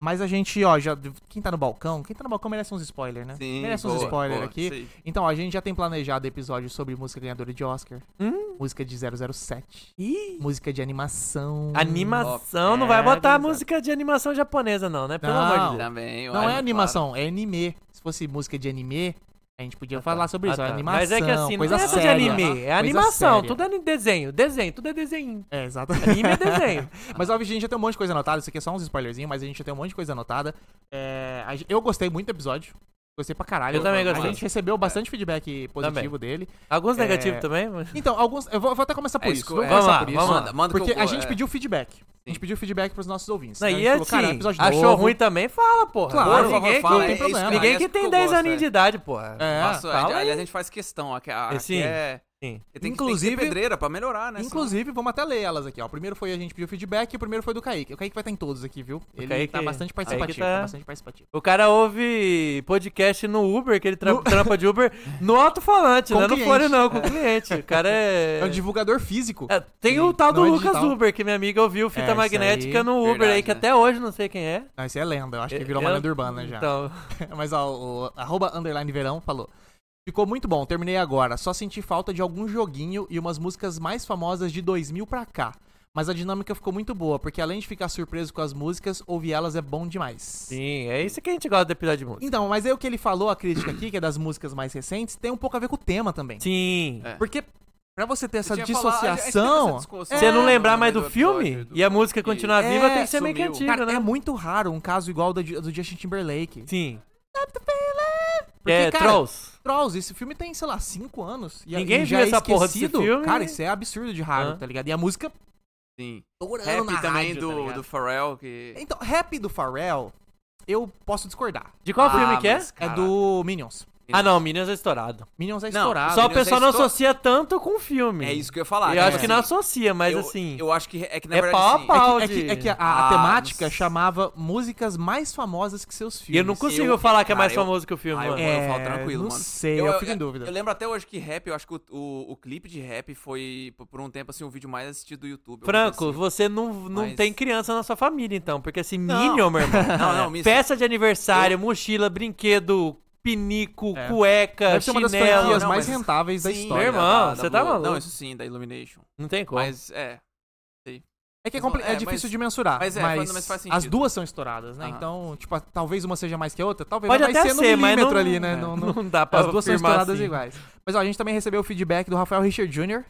Speaker 2: Mas a gente, ó, já. Quem tá no balcão, quem tá no balcão merece uns spoilers, né?
Speaker 1: sim,
Speaker 2: merece uns
Speaker 1: boa,
Speaker 2: spoilers
Speaker 1: boa,
Speaker 2: aqui.
Speaker 1: sei.
Speaker 2: Então, ó, a gente já tem planejado episódio sobre música ganhadora de Oscar,
Speaker 3: Hum.
Speaker 2: música de 007,
Speaker 3: Ih.
Speaker 2: música de animação.
Speaker 3: Animação,
Speaker 1: Ó,
Speaker 3: não vai
Speaker 2: é,
Speaker 3: botar
Speaker 2: gurizada.
Speaker 3: música de animação japonesa, não, né? Pelo
Speaker 2: Não.
Speaker 3: amor de Deus.
Speaker 1: Também,
Speaker 2: Não
Speaker 1: olha,
Speaker 2: é animação, é anime. Se fosse música de anime, a gente podia
Speaker 3: Ah, tá.
Speaker 2: falar sobre isso.
Speaker 3: Ah,
Speaker 2: É
Speaker 3: tá.
Speaker 2: animação,
Speaker 3: Mas é que assim,
Speaker 2: coisa
Speaker 3: não é
Speaker 2: séria.
Speaker 3: de anime, é
Speaker 2: coisa
Speaker 3: animação,
Speaker 2: séria.
Speaker 3: tudo é desenho, desenho, tudo é desenho.
Speaker 2: É, exato.
Speaker 3: Anime é desenho.
Speaker 2: mas óbvio, a gente já tem um monte de coisa anotada. Isso aqui é só uns spoilerzinhos, mas a gente já tem um monte de coisa anotada. É, a gen- eu gostei muito do episódio. Gostei pra caralho.
Speaker 3: Eu também
Speaker 2: A
Speaker 3: gostei. É.
Speaker 2: gente recebeu bastante feedback positivo dele.
Speaker 3: Alguns
Speaker 2: É.
Speaker 3: negativos também, mas...
Speaker 2: Então, alguns. Eu vou, vou até começar por
Speaker 1: É
Speaker 2: isso.
Speaker 1: isso que eu-
Speaker 2: Vamos
Speaker 1: é,
Speaker 2: começar
Speaker 3: vamos lá,
Speaker 2: por isso.
Speaker 3: vamos lá.
Speaker 1: Manda, manda que
Speaker 2: Porque
Speaker 1: eu
Speaker 2: a
Speaker 1: vou,
Speaker 2: gente
Speaker 1: é.
Speaker 2: pediu feedback. A gente pediu feedback pros nossos ouvintes.
Speaker 3: Não,
Speaker 2: né? A
Speaker 3: e
Speaker 2: gente
Speaker 3: assim,
Speaker 2: falou, cara, episódio
Speaker 3: achou
Speaker 2: novo.
Speaker 3: ruim também, fala, porra.
Speaker 2: Claro,
Speaker 3: Porra,
Speaker 1: Por favor,
Speaker 3: ninguém,
Speaker 1: fala,
Speaker 2: não
Speaker 1: é
Speaker 2: tem
Speaker 1: isso que
Speaker 2: problema.
Speaker 1: eu
Speaker 3: ninguém
Speaker 1: gosto,
Speaker 3: que
Speaker 1: é isso
Speaker 3: tem
Speaker 1: eu
Speaker 3: 10
Speaker 1: gosto,
Speaker 3: aninhos
Speaker 1: é.
Speaker 3: de idade, porra.
Speaker 2: É,
Speaker 1: Nossa,
Speaker 3: fala
Speaker 1: aliás,
Speaker 3: aí.
Speaker 1: a gente faz questão. Aqui, a- aqui
Speaker 3: Sim.
Speaker 1: é.
Speaker 3: Sim.
Speaker 1: Tem, que-
Speaker 2: Inclusive-
Speaker 1: tem que ter pedreira pra melhorar, né?
Speaker 2: Inclusive, vamos até ler elas aqui, ó. O primeiro foi a gente pediu feedback e o primeiro foi do Kaique. O Kaique vai estar em todos aqui, viu? Ele
Speaker 3: Kaique-
Speaker 2: tá bastante
Speaker 3: Kaique
Speaker 2: participativo.
Speaker 3: tá-
Speaker 2: Tá... bastante participativo.
Speaker 3: O cara ouve podcast no Uber, que ele tra- trampa de Uber, no alto-falante,
Speaker 2: Com
Speaker 3: né?
Speaker 2: o
Speaker 3: No
Speaker 2: cliente.
Speaker 3: fone não, com o cliente. O cara é...
Speaker 2: É um divulgador físico.
Speaker 3: É, tem o tal do
Speaker 2: não é
Speaker 3: Lucas
Speaker 2: digital.
Speaker 3: Uber, que minha amiga ouviu
Speaker 2: É,
Speaker 3: fita
Speaker 2: isso
Speaker 3: magnética
Speaker 2: aí,
Speaker 3: no Uber aí,
Speaker 1: verdade,
Speaker 3: que
Speaker 1: né?
Speaker 3: até hoje não sei quem é.
Speaker 2: Não, isso é lenda. Eu acho que
Speaker 3: Eu-
Speaker 2: virou uma
Speaker 3: eu-
Speaker 2: lenda urbana já.
Speaker 3: Então,
Speaker 2: Mas ó, o arroba underline verão falou. Ficou muito bom, terminei agora. Só senti falta de algum joguinho e umas músicas mais famosas de 2000 pra cá. Mas a dinâmica ficou muito boa, porque além de ficar surpreso com as músicas, ouvir elas é bom demais.
Speaker 3: sim, é isso que a gente gosta do episódio de música.
Speaker 2: Então, mas aí o que ele falou, a crítica aqui, que é das músicas mais recentes, tem um pouco a ver com o tema também.
Speaker 3: Sim.
Speaker 1: É.
Speaker 2: Porque pra você ter essa
Speaker 1: Você tinha falado- a gente teve essa
Speaker 2: dissociação.
Speaker 1: discussão,
Speaker 3: Você
Speaker 1: né,
Speaker 3: não
Speaker 1: no-
Speaker 3: lembrar
Speaker 1: no
Speaker 3: mais
Speaker 1: meio
Speaker 3: do
Speaker 1: episódio
Speaker 3: filme
Speaker 1: do-
Speaker 3: e a música continuar
Speaker 2: É,
Speaker 3: viva, tem que ser meio que
Speaker 1: sumiu.
Speaker 3: antiga,
Speaker 2: Cara,
Speaker 3: né?
Speaker 2: é muito raro um caso igual da, do Justin Timberlake.
Speaker 3: Sim.
Speaker 2: Porque,
Speaker 3: é,
Speaker 2: cara,
Speaker 3: Trolls.
Speaker 2: Trolls, esse filme tem, sei lá, 5 anos. E
Speaker 3: Ninguém
Speaker 2: e é
Speaker 3: viu essa porra desse filme.
Speaker 2: Cara, isso é absurdo de raro,
Speaker 3: Hã?
Speaker 2: tá ligado? E a música
Speaker 1: Sim.
Speaker 2: estourando na
Speaker 1: Rap também
Speaker 2: rádio, tá
Speaker 1: do,
Speaker 2: ligado?
Speaker 1: do Pharrell, que.
Speaker 2: Então, rap do Pharrell, eu posso discordar.
Speaker 3: De qual
Speaker 1: Ah,
Speaker 3: filme que é?
Speaker 1: mas, cara,
Speaker 2: É do Minions.
Speaker 3: Ah, não, Minions é estourado.
Speaker 2: Minions é
Speaker 1: Não,
Speaker 2: estourado.
Speaker 3: Só o
Speaker 1: Minions é
Speaker 3: pessoal não
Speaker 1: estourado.
Speaker 3: associa tanto com o filme.
Speaker 1: É isso que eu ia falar.
Speaker 3: Eu
Speaker 1: cara,
Speaker 3: acho que não
Speaker 1: assim,
Speaker 3: associa, mas
Speaker 1: eu-
Speaker 3: assim.
Speaker 1: Eu acho que é que na
Speaker 3: É
Speaker 1: verdade.
Speaker 3: pau a
Speaker 1: assim,
Speaker 3: pau.
Speaker 2: É que, é que- é que a, a
Speaker 1: Ah,
Speaker 2: temática
Speaker 1: mas-
Speaker 2: chamava músicas mais famosas que seus
Speaker 3: E
Speaker 2: filmes.
Speaker 3: eu não consigo
Speaker 1: eu-
Speaker 3: falar que é mais
Speaker 1: cara, eu-
Speaker 3: famoso que o filme,
Speaker 1: Ah, eu-
Speaker 3: mano.
Speaker 2: É,
Speaker 1: falo tranquilo,
Speaker 2: não
Speaker 1: mano.
Speaker 2: sei, eu, fico em dúvida.
Speaker 1: Eu é, lembro até hoje que rap, eu acho que o, o, o clipe de rap foi, por- por um tempo, assim, o vídeo mais assistido do YouTube. alguma coisa
Speaker 3: Franco,
Speaker 1: assim.
Speaker 3: você não, não
Speaker 1: Mas-
Speaker 3: tem criança na sua família, então, porque assim,
Speaker 2: Não.
Speaker 3: Minion, meu irmão.
Speaker 1: Não, não, me-
Speaker 3: Peça de aniversário, mochila, brinquedo, pinico,
Speaker 2: É.
Speaker 3: cueca,
Speaker 2: Deve ser uma das
Speaker 3: chinelo.
Speaker 2: franquias
Speaker 1: não,
Speaker 2: mais
Speaker 1: mas-
Speaker 2: rentáveis da
Speaker 1: assim. Sim,
Speaker 2: história.
Speaker 3: Meu irmão,
Speaker 1: da- da
Speaker 3: você tá
Speaker 1: Blue-
Speaker 3: maluco.
Speaker 1: Não, isso sim, da Illumination.
Speaker 3: Não tem como.
Speaker 1: Mas, é.
Speaker 2: É que é, compli-
Speaker 1: É,
Speaker 2: é difícil
Speaker 1: mas-
Speaker 2: de mensurar.
Speaker 1: mas
Speaker 2: Mas,
Speaker 1: é, faz- mas faz
Speaker 2: as
Speaker 1: sentido.
Speaker 2: duas são estouradas, né?
Speaker 1: Aham.
Speaker 2: Então, tipo, a- talvez uma seja mais que a outra. Talvez
Speaker 3: Pode
Speaker 2: não vai
Speaker 3: até
Speaker 2: ser no
Speaker 3: ser, mas
Speaker 2: milímetro
Speaker 3: não,
Speaker 2: ali, né?
Speaker 3: é,
Speaker 2: Não- não-
Speaker 3: não dá pra
Speaker 2: As duas são
Speaker 3: afirmar
Speaker 2: estouradas
Speaker 3: assim.
Speaker 2: iguais. Mas ó, a gente também recebeu o feedback do Rafael Richard Jr.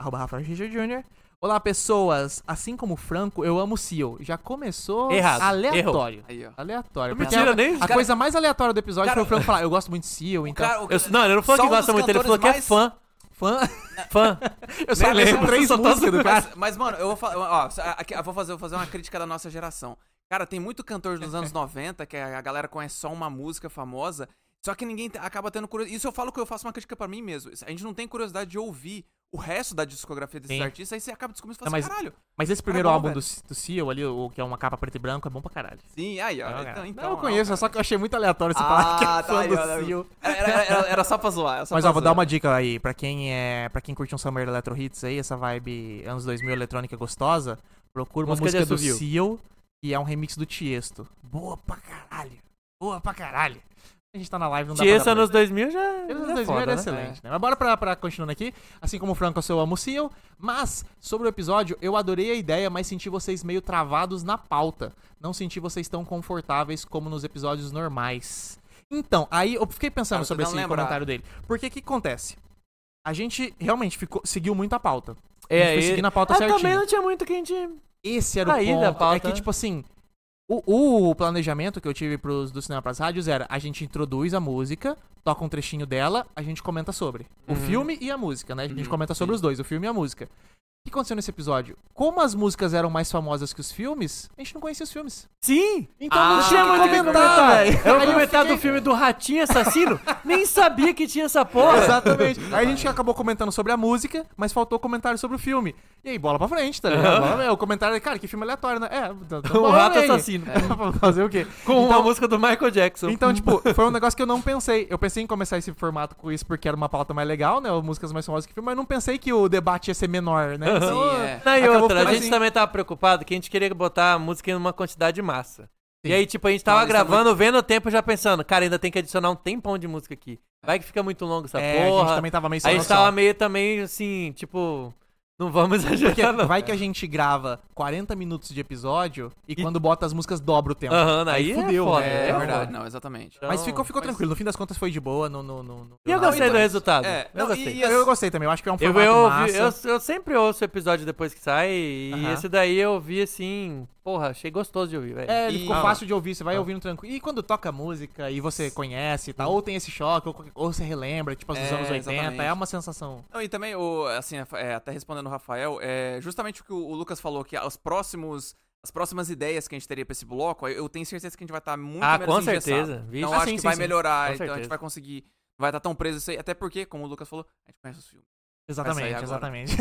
Speaker 2: Arroba Rafael Richard Jr. Olá, pessoas. Assim como o Franco, eu amo o Seal. Já começou
Speaker 3: Errado.
Speaker 2: aleatório.
Speaker 1: Aí, ó.
Speaker 2: Aleatório.
Speaker 3: Não
Speaker 2: porque
Speaker 3: mentira,
Speaker 2: a,
Speaker 3: nem-
Speaker 2: a
Speaker 3: cara-
Speaker 2: coisa mais aleatória do episódio
Speaker 1: Cara-
Speaker 2: foi o Franco falar, eu gosto muito de Seal, então...
Speaker 1: Cara, o-
Speaker 3: Eu- não, ele não falou
Speaker 1: Só
Speaker 3: que
Speaker 1: um
Speaker 3: gosta
Speaker 1: dos
Speaker 3: muito, ele falou que é
Speaker 1: cantores
Speaker 3: fã.
Speaker 2: fã...
Speaker 3: Fã.
Speaker 2: eu só
Speaker 1: Nem
Speaker 2: lembro
Speaker 1: lembro,
Speaker 2: três
Speaker 3: só tô
Speaker 2: músicas do cara.
Speaker 1: Mas, mas, mano, eu vou falar. Ó, só- aqui, eu vou fazer, vou fazer uma crítica da nossa geração. Cara, tem muito cantor dos anos 90 que a a galera conhece só uma música famosa, só que ninguém te- acaba tendo curiosidade. Isso eu falo que eu faço uma crítica pra mim mesmo. A gente não tem curiosidade de ouvir o resto da discografia desses
Speaker 2: Sim.
Speaker 1: artistas, aí você acaba descobrindo e fala
Speaker 2: Não,
Speaker 1: assim,
Speaker 2: mas-
Speaker 1: caralho.
Speaker 2: Mas esse primeiro
Speaker 1: bom,
Speaker 2: álbum do,
Speaker 1: velho.
Speaker 2: do Seal ali, o que é uma capa preto e branco, é bom pra caralho.
Speaker 1: Sim, aí, ó.
Speaker 2: Não,
Speaker 1: então,
Speaker 2: cara.
Speaker 1: então,
Speaker 2: Não, eu
Speaker 1: ó,
Speaker 2: conheço, é só que eu achei muito aleatório você
Speaker 1: Ah,
Speaker 2: falar que é
Speaker 1: tá
Speaker 2: fã
Speaker 1: aí, ó,
Speaker 2: do
Speaker 1: né?
Speaker 2: Seal.
Speaker 1: Era, era- era- era só pra zoar. era só
Speaker 2: Mas
Speaker 1: pra
Speaker 2: ó, vou
Speaker 1: zoar.
Speaker 2: dar uma dica aí, pra quem é pra quem curte um Summer Electro Hits aí, essa vibe anos 2000 eletrônica é gostosa, procura uma
Speaker 3: Música de
Speaker 2: música, do
Speaker 3: assovio.
Speaker 2: Seal, que é um remix do Tiesto. Boa pra caralho. Boa pra caralho. A gente tá na live, não dá
Speaker 3: Tia é
Speaker 2: pra dar
Speaker 3: anos
Speaker 2: play.
Speaker 3: 2000 já.
Speaker 2: Esse anos
Speaker 3: já é
Speaker 2: 2000
Speaker 3: foda,
Speaker 2: era
Speaker 3: né?
Speaker 2: excelente, né? Mas bora pra, pra continuando aqui. Assim como o Franco, eu sou eu amo o Seal. Mas, sobre o episódio, eu adorei a ideia, mas senti vocês meio travados na pauta. Não senti vocês tão confortáveis como nos episódios normais. Então, aí eu fiquei pensando
Speaker 1: Cara, tô
Speaker 3: tá
Speaker 2: sobre esse
Speaker 1: tentando lembrar.
Speaker 2: comentário dele. Porque o que acontece? A gente realmente ficou, seguiu muito a pauta. A gente
Speaker 3: É,
Speaker 2: foi
Speaker 3: e-
Speaker 2: seguindo a pauta
Speaker 3: Ah,
Speaker 2: certinho.
Speaker 3: também não tinha muito que a gente.
Speaker 2: Esse era
Speaker 3: Aí,
Speaker 2: o ponto.
Speaker 3: da pauta,
Speaker 2: é que,
Speaker 3: né?
Speaker 2: tipo assim, o, o planejamento que eu tive pros, do Cinema pras Rádios era a gente introduz a música, toca um trechinho dela, a gente comenta sobre. O filme e a música, né? A gente
Speaker 1: Uhum,
Speaker 2: comenta sobre os dois, o filme e a música. O que aconteceu nesse episódio? Como as músicas eram mais famosas que os filmes, a gente não conhecia os filmes.
Speaker 3: Sim!
Speaker 2: Então
Speaker 1: Ah,
Speaker 2: não tinha muito o que comentar,
Speaker 3: velho.
Speaker 2: velho.
Speaker 3: Eu
Speaker 2: Aí
Speaker 3: vou comentar
Speaker 2: fiquei-
Speaker 3: do filme do Ratinho Assassino? Nem sabia que tinha essa porra.
Speaker 2: Exatamente. Aí a gente acabou comentando sobre a música, mas faltou comentário sobre o filme. E aí, bola pra frente, tá ligado? Bola- O comentário é, cara, que filme aleatório, né? É, tá- tá
Speaker 3: O
Speaker 2: bom,
Speaker 3: Rato
Speaker 2: né?
Speaker 3: Assassino.
Speaker 2: Fazer o quê?
Speaker 3: Com
Speaker 2: Então-
Speaker 3: uma música do Michael Jackson.
Speaker 2: Então, tipo, foi um negócio que eu não pensei. Eu pensei em começar esse formato com isso porque era uma pauta mais legal, né? Músicas mais famosas que filme, mas não pensei que o debate ia ser menor, né? Então,
Speaker 1: Sim, é.
Speaker 3: Não, e
Speaker 2: acabou
Speaker 3: outra, a
Speaker 2: ficando
Speaker 3: gente
Speaker 2: assim.
Speaker 3: também tava preocupado que a gente queria botar a música em uma quantidade massa. E
Speaker 2: Sim.
Speaker 3: aí, tipo, a gente tava
Speaker 1: Não, isso é
Speaker 3: gravando, vendo o tempo, já pensando, cara, ainda tem que adicionar um tempão de música aqui. Vai que fica muito longo essa
Speaker 2: é, a gente
Speaker 3: porra.
Speaker 2: também tava meio sem
Speaker 3: Aí a gente
Speaker 2: noção.
Speaker 3: tava meio também, assim, tipo, não vamos
Speaker 2: Porque
Speaker 3: exagerar, não.
Speaker 2: vai que a gente grava 40 minutos de episódio e, quando bota as músicas dobra o tempo.
Speaker 3: Aham, aí,
Speaker 2: fudeu,
Speaker 3: é foda.
Speaker 2: né?
Speaker 1: É,
Speaker 2: É,
Speaker 1: verdade, não, exatamente.
Speaker 3: Então-
Speaker 2: mas ficou, ficou
Speaker 1: mas-
Speaker 2: tranquilo. No fim das contas foi de boa. Não, não, não, então, não
Speaker 3: E eu
Speaker 2: deu nada.
Speaker 3: gostei do resultado.
Speaker 1: É,
Speaker 3: eu
Speaker 1: não,
Speaker 3: gostei.
Speaker 1: e-
Speaker 2: Eu, eu gostei também. Eu acho que é um
Speaker 3: Eu,
Speaker 2: formato
Speaker 3: eu, ouvi-
Speaker 2: massa.
Speaker 3: eu- eu sempre ouço o episódio depois que sai, e
Speaker 2: Aham.
Speaker 3: esse daí eu vi assim, porra, achei gostoso de ouvir, velho.
Speaker 2: É, ele
Speaker 1: E-
Speaker 2: ficou
Speaker 1: Ah.
Speaker 2: fácil de ouvir, você vai ouvindo tranquilo. E quando toca música e você conhece, tá? Ou tem esse choque, ou, ou você relembra, tipo, dos
Speaker 1: É,
Speaker 2: anos 80,
Speaker 1: exatamente.
Speaker 2: é uma sensação.
Speaker 1: Não, e também, o, assim, é, até respondendo o Rafael, é, justamente o que o, o Lucas falou, que os próximos. As próximas ideias que a gente teria pra esse bloco, eu tenho certeza que a gente vai estar muito
Speaker 3: Ah,
Speaker 1: menos
Speaker 3: com
Speaker 1: engessado.
Speaker 3: certeza. é Vixe.
Speaker 1: Então
Speaker 2: Ah,
Speaker 1: eu acho
Speaker 2: sim,
Speaker 1: que
Speaker 2: sim,
Speaker 1: vai
Speaker 2: sim.
Speaker 1: melhorar,
Speaker 3: Com
Speaker 1: então a gente
Speaker 3: certeza.
Speaker 1: vai conseguir. Vai estar tão preso isso aí. Até porque, como o Lucas falou, a gente conhece os filmes sair
Speaker 2: Exatamente,
Speaker 1: agora.
Speaker 2: exatamente.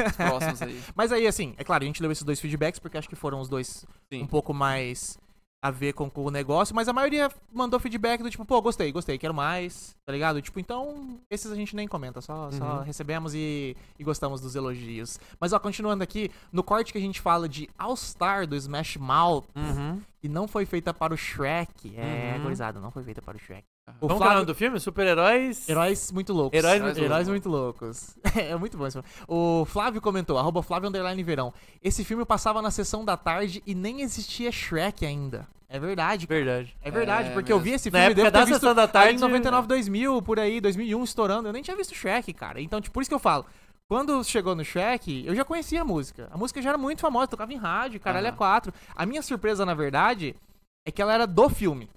Speaker 1: próximos aí.
Speaker 2: Mas aí, assim, é claro, a gente leu esses dois feedbacks, porque acho que foram os dois
Speaker 1: Sim.
Speaker 2: um pouco mais a ver com, com o negócio, mas a maioria mandou feedback do tipo, pô, gostei, gostei, quero mais, tá ligado? Tipo, então, esses a gente nem comenta, só, só
Speaker 3: Uhum.
Speaker 2: recebemos e, e gostamos dos elogios. Mas ó, continuando aqui, no corte que a gente fala de All Star do Smash Mouth,
Speaker 3: Uhum.
Speaker 2: e não foi feita para o Shrek. É,
Speaker 3: Uhum.
Speaker 2: coisada, não foi feita para o Shrek. O
Speaker 3: Vamos falar o nome do filme? Super-heróis?
Speaker 2: Heróis muito loucos.
Speaker 3: Heróis
Speaker 1: muito
Speaker 2: Heróis muito loucos. é muito bom esse filme. O Flávio comentou, arroba Flávio Underline Verão. Esse filme passava na sessão da tarde e nem existia Shrek ainda. É verdade. cara.
Speaker 3: Verdade.
Speaker 2: É verdade,
Speaker 1: É
Speaker 2: porque eu vi esse
Speaker 3: Na
Speaker 2: filme
Speaker 3: época
Speaker 2: devo ter
Speaker 3: da
Speaker 2: visto
Speaker 3: Sessão da
Speaker 2: aí em
Speaker 3: Tarde- né?
Speaker 2: 99, 2000, por aí, 2001 estourando. Eu nem tinha visto Shrek, cara. Então, tipo, por isso que eu falo. Quando chegou no Shrek, eu já conhecia a música. A música já era muito famosa, tocava em rádio, caralho, é
Speaker 1: Aham.
Speaker 2: 4. A minha surpresa, na verdade, é que ela era do filme.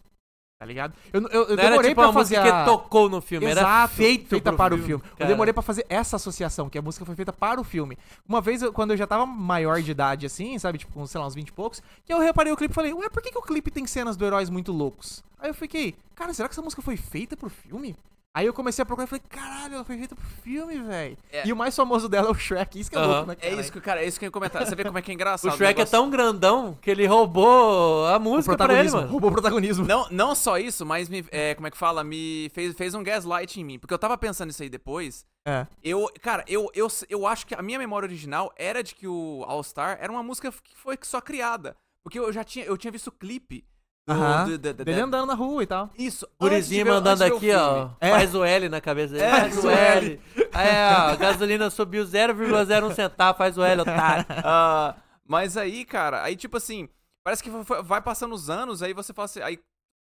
Speaker 2: Tá ligado? Eu, eu, eu
Speaker 3: Não era
Speaker 2: demorei
Speaker 3: tipo
Speaker 2: pra
Speaker 3: uma
Speaker 2: fazer.
Speaker 3: música
Speaker 2: a-
Speaker 3: que tocou no filme, era
Speaker 2: Exato,
Speaker 3: feito
Speaker 2: feita
Speaker 3: pro
Speaker 2: para o filme. Eu
Speaker 3: cara.
Speaker 2: demorei pra fazer essa associação, que a música foi feita para o filme. Uma vez, eu- quando eu já tava maior de idade, assim, sabe, tipo, com, sei lá, uns 20 e poucos, que eu reparei o clipe e falei, ué, por que, que o clipe tem cenas do heróis muito loucos? Aí eu fiquei, cara, será que essa música foi feita pro filme? Aí eu comecei a procurar e falei, caralho, ela foi feita pro filme, velho.
Speaker 1: É.
Speaker 2: E o mais famoso dela é o Shrek, isso que é
Speaker 3: Aham.
Speaker 2: louco, né,
Speaker 1: É
Speaker 2: cara?
Speaker 1: isso que, cara, é isso que eu ia comentar. Você vê como é que é engraçado.
Speaker 3: O Shrek é
Speaker 1: negócio.
Speaker 3: tão grandão que ele roubou a
Speaker 2: o
Speaker 3: música pra ele,
Speaker 2: protagonismo,
Speaker 3: mano.
Speaker 2: roubou o protagonismo.
Speaker 1: Não, não só isso, mas me, é, como é que fala? Me fez, fez um gaslight em mim. Porque eu tava pensando isso aí depois.
Speaker 2: É.
Speaker 1: Eu, cara, eu, eu, eu acho que a minha memória original era de que o All Star era uma música que foi só criada. Porque eu já tinha, eu tinha visto o clipe do,
Speaker 2: Aham.
Speaker 1: do- do- do-
Speaker 2: Dele andando na rua e tal.
Speaker 1: Isso. antes de
Speaker 3: Gurizinho
Speaker 1: ver-
Speaker 3: mandando
Speaker 1: antes de
Speaker 3: aqui,
Speaker 1: ver o
Speaker 3: ó.
Speaker 1: filme.
Speaker 2: É.
Speaker 3: Faz o L na cabeça dele.
Speaker 1: É,
Speaker 3: faz o L. Aí, ó, a gasolina subiu 0,01 centavo, faz o L, otário.
Speaker 1: Ah, mas aí, cara, aí tipo assim, parece que foi- foi- vai passando os anos, aí você fala assim, aí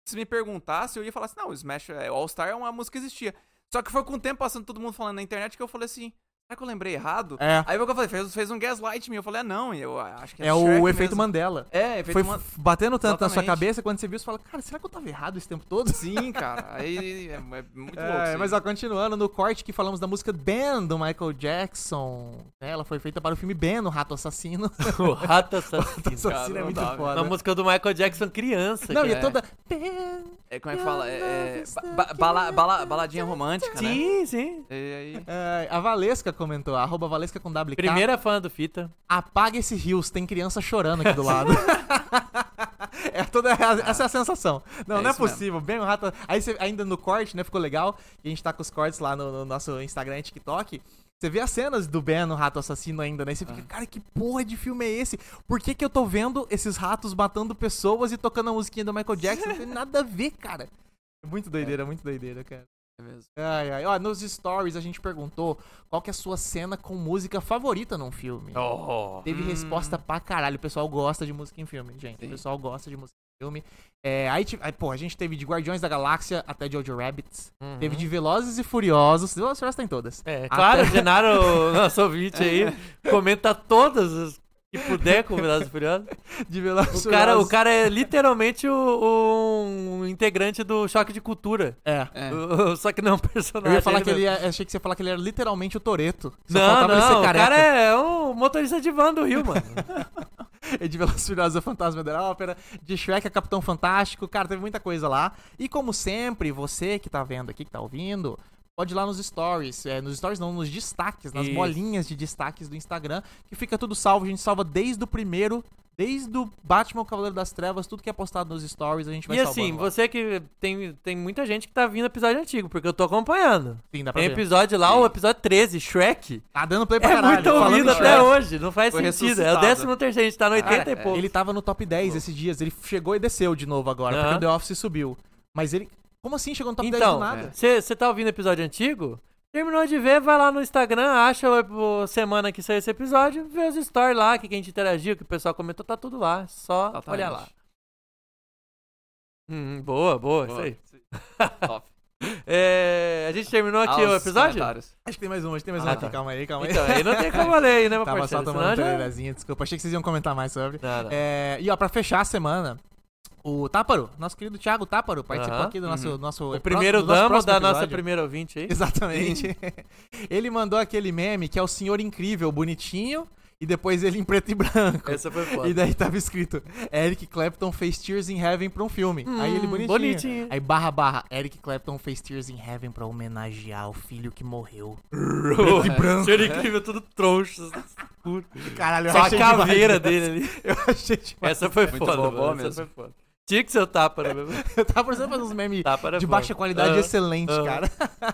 Speaker 1: se me perguntasse, eu ia falar assim, não, Smash é, All Star é uma música que existia. Só que foi com o tempo passando, todo mundo falando na internet, que eu falei assim, será que eu lembrei errado?
Speaker 2: É.
Speaker 1: Aí eu falei, fez, fez um gaslight em mim, eu falei, ah, não, eu acho que é
Speaker 2: É o
Speaker 1: Shrek
Speaker 2: efeito
Speaker 1: mesmo.
Speaker 2: Mandela.
Speaker 1: É, efeito
Speaker 2: Foi
Speaker 1: Man-
Speaker 2: f- batendo tanto na sua
Speaker 1: Exatamente.
Speaker 2: cabeça, quando você viu, você fala, cara, será que eu tava errado esse tempo todo?
Speaker 1: Sim, cara, aí é, é muito
Speaker 2: É,
Speaker 1: louco. assim. isso aí.
Speaker 2: mas ó, continuando no corte que falamos da música Ben do Michael Jackson. né? Ela foi feita para o filme Ben, o Rato Assassino.
Speaker 3: O rato
Speaker 2: Rato
Speaker 3: assassino.
Speaker 2: Assassino é
Speaker 1: não
Speaker 2: muito
Speaker 1: dá, né? velho.
Speaker 2: foda.
Speaker 3: Uma música do Michael Jackson criança.
Speaker 2: Não,
Speaker 3: cara.
Speaker 2: e é toda. Ben.
Speaker 1: É, como é que fala? É, é, ba- bala- bala- baladinha romântica, né?
Speaker 3: Sim, sim.
Speaker 1: E aí...
Speaker 2: É, a Valesca comentou, arroba Valesca com WK.
Speaker 3: Primeira fã do Fita.
Speaker 2: Apaga esse rios, tem criança chorando aqui do lado. é toda essa é a sensação. Não,
Speaker 1: É
Speaker 2: não é
Speaker 1: isso mesmo.
Speaker 2: possível. Bem, o rato. Aí você, ainda no corte, né? Ficou legal. E a gente tá com os cortes lá no, no nosso Instagram e TikTok. Você vê as cenas do Ben no rato assassino ainda, né? E Você
Speaker 1: É.
Speaker 2: fica, cara, que porra de filme é esse? Por que, que eu tô vendo esses ratos matando pessoas e tocando a musiquinha do Michael Jackson? Não tem nada a ver, cara. É Muito doideira, muito doideira, cara.
Speaker 1: É mesmo.
Speaker 2: Ai, ai. Ó, nos stories a gente perguntou qual que é a sua cena com música favorita num filme.
Speaker 3: Oh.
Speaker 2: Teve
Speaker 1: Hum.
Speaker 2: resposta pra caralho. O pessoal gosta de música em filme, gente.
Speaker 1: Sim.
Speaker 2: O pessoal gosta de música em filme. É, aí, ti- aí, pô, a gente teve de Guardiões da Galáxia até Jojo Rabbit.
Speaker 3: Uhum.
Speaker 2: Teve de Velozes e Furiosos. Velozes e Furiosos tem todas.
Speaker 3: É, claro,
Speaker 2: Até-
Speaker 3: Genaro, nosso ouvinte aí, comenta todas as que puder com o Velozes e Furiosos.
Speaker 2: De Velozes
Speaker 3: O
Speaker 2: e
Speaker 3: cara, o
Speaker 2: Furiosos.
Speaker 3: cara é literalmente o, o- um integrante do Choque de Cultura.
Speaker 2: É.
Speaker 1: É.
Speaker 3: O- Só que não é um personagem.
Speaker 2: Eu ia falar que
Speaker 3: mesmo.
Speaker 2: ele é- achei que você ia falar que ele era literalmente o Toreto.
Speaker 3: Não, não, o cara é um motorista de van do Rio, mano.
Speaker 2: é... De Velozes e Furiosos, o Fantasma da Ópera. De Shrek, a Capitão Fantástico. Cara, teve muita coisa lá. E como sempre, você que tá vendo aqui, que tá ouvindo... Pode ir lá nos stories, é, nos stories não, nos destaques, nas
Speaker 3: Isso.
Speaker 2: bolinhas de destaques do Instagram, que fica tudo salvo, a gente salva desde o primeiro, desde o Batman, o Cavaleiro das Trevas, tudo que é postado nos stories, a gente vai
Speaker 3: E assim,
Speaker 2: salvando lá.
Speaker 3: você que tem, tem muita gente que tá vindo episódio antigo, porque eu tô acompanhando.
Speaker 2: Sim, dá pra
Speaker 3: Tem
Speaker 2: ver.
Speaker 3: episódio lá, o episódio 13, Shrek.
Speaker 2: Tá dando play pra
Speaker 3: É
Speaker 2: caralho.
Speaker 3: muito
Speaker 2: falando
Speaker 3: ouvido
Speaker 2: em
Speaker 3: até
Speaker 2: Shrek.
Speaker 3: hoje, não faz
Speaker 1: Foi
Speaker 3: sentido. É o
Speaker 1: ressuscitado.
Speaker 3: 13 terceiro, a gente tá no 80
Speaker 2: Cara,
Speaker 3: e pouco.
Speaker 2: Ele tava no top 10 esses dias, ele chegou e desceu de novo agora,
Speaker 3: Aham.
Speaker 2: porque o The Office subiu. Mas ele. Como assim chegou no top 10 do
Speaker 3: Então,
Speaker 2: nada?
Speaker 3: Você tá ouvindo episódio antigo? Terminou de ver, vai lá no Instagram, acha o, o semana que saiu esse episódio, vê os stories lá, que quem te interagiu, que o pessoal comentou, tá tudo lá. Só
Speaker 2: tá,
Speaker 1: Exatamente.
Speaker 3: olhar lá. Hum, boa, boa, isso aí.
Speaker 1: Top.
Speaker 3: É, a gente terminou aqui
Speaker 1: Ah,
Speaker 3: o
Speaker 1: os
Speaker 3: episódio?
Speaker 1: comentários.
Speaker 2: Acho que tem mais um, acho que tem mais um
Speaker 3: Ah,
Speaker 2: aqui,
Speaker 3: tá.
Speaker 2: calma aí, calma aí. Tá,
Speaker 3: Então, aí não tem como ler aí, né, meu
Speaker 2: Tava
Speaker 3: parceiro?
Speaker 2: só tomando
Speaker 3: Senão já- Tá.
Speaker 2: pereirazinha, desculpa. Achei que vocês iam comentar mais sobre.
Speaker 3: Não, não.
Speaker 2: É, e ó, pra fechar a semana, o Táparo, nosso querido Thiago Táparo, participou
Speaker 3: Aham.
Speaker 2: aqui do nosso.
Speaker 1: Uhum.
Speaker 2: nosso
Speaker 3: O primeiro
Speaker 2: do nosso
Speaker 3: damo
Speaker 2: próximo
Speaker 3: da nossa
Speaker 2: episódio.
Speaker 3: primeira ouvinte aí.
Speaker 2: Exatamente. ele mandou aquele meme que é o senhor incrível, bonitinho, e depois ele em preto e branco.
Speaker 3: Essa foi foda.
Speaker 2: E daí tava escrito: Eric Clapton fez Tears in Heaven pra um filme. Aí ele
Speaker 3: Hum,
Speaker 2: bonitinho.
Speaker 3: bonitinho.
Speaker 2: Aí barra barra, Eric Clapton fez Tears in Heaven pra homenagear o filho que morreu.
Speaker 3: Preto
Speaker 2: e branco.
Speaker 3: Senhor incrível, tudo troncho.
Speaker 2: Caralho, eu
Speaker 3: Só a
Speaker 2: achei demais.
Speaker 3: caveira dele ali.
Speaker 2: Eu achei demais.
Speaker 3: Essa foi
Speaker 1: Muito
Speaker 3: foda,
Speaker 1: boa,
Speaker 3: mano.
Speaker 1: boa
Speaker 3: Essa
Speaker 1: mesmo.
Speaker 3: foi foda. Tinha que ser o tapa, né? mesmo?
Speaker 2: Eu tava precisando fazer uns memes
Speaker 3: Tapa era
Speaker 2: É, de
Speaker 3: foda.
Speaker 2: baixa qualidade
Speaker 3: Tá, Ah.
Speaker 2: excelente,
Speaker 3: ah.
Speaker 2: cara.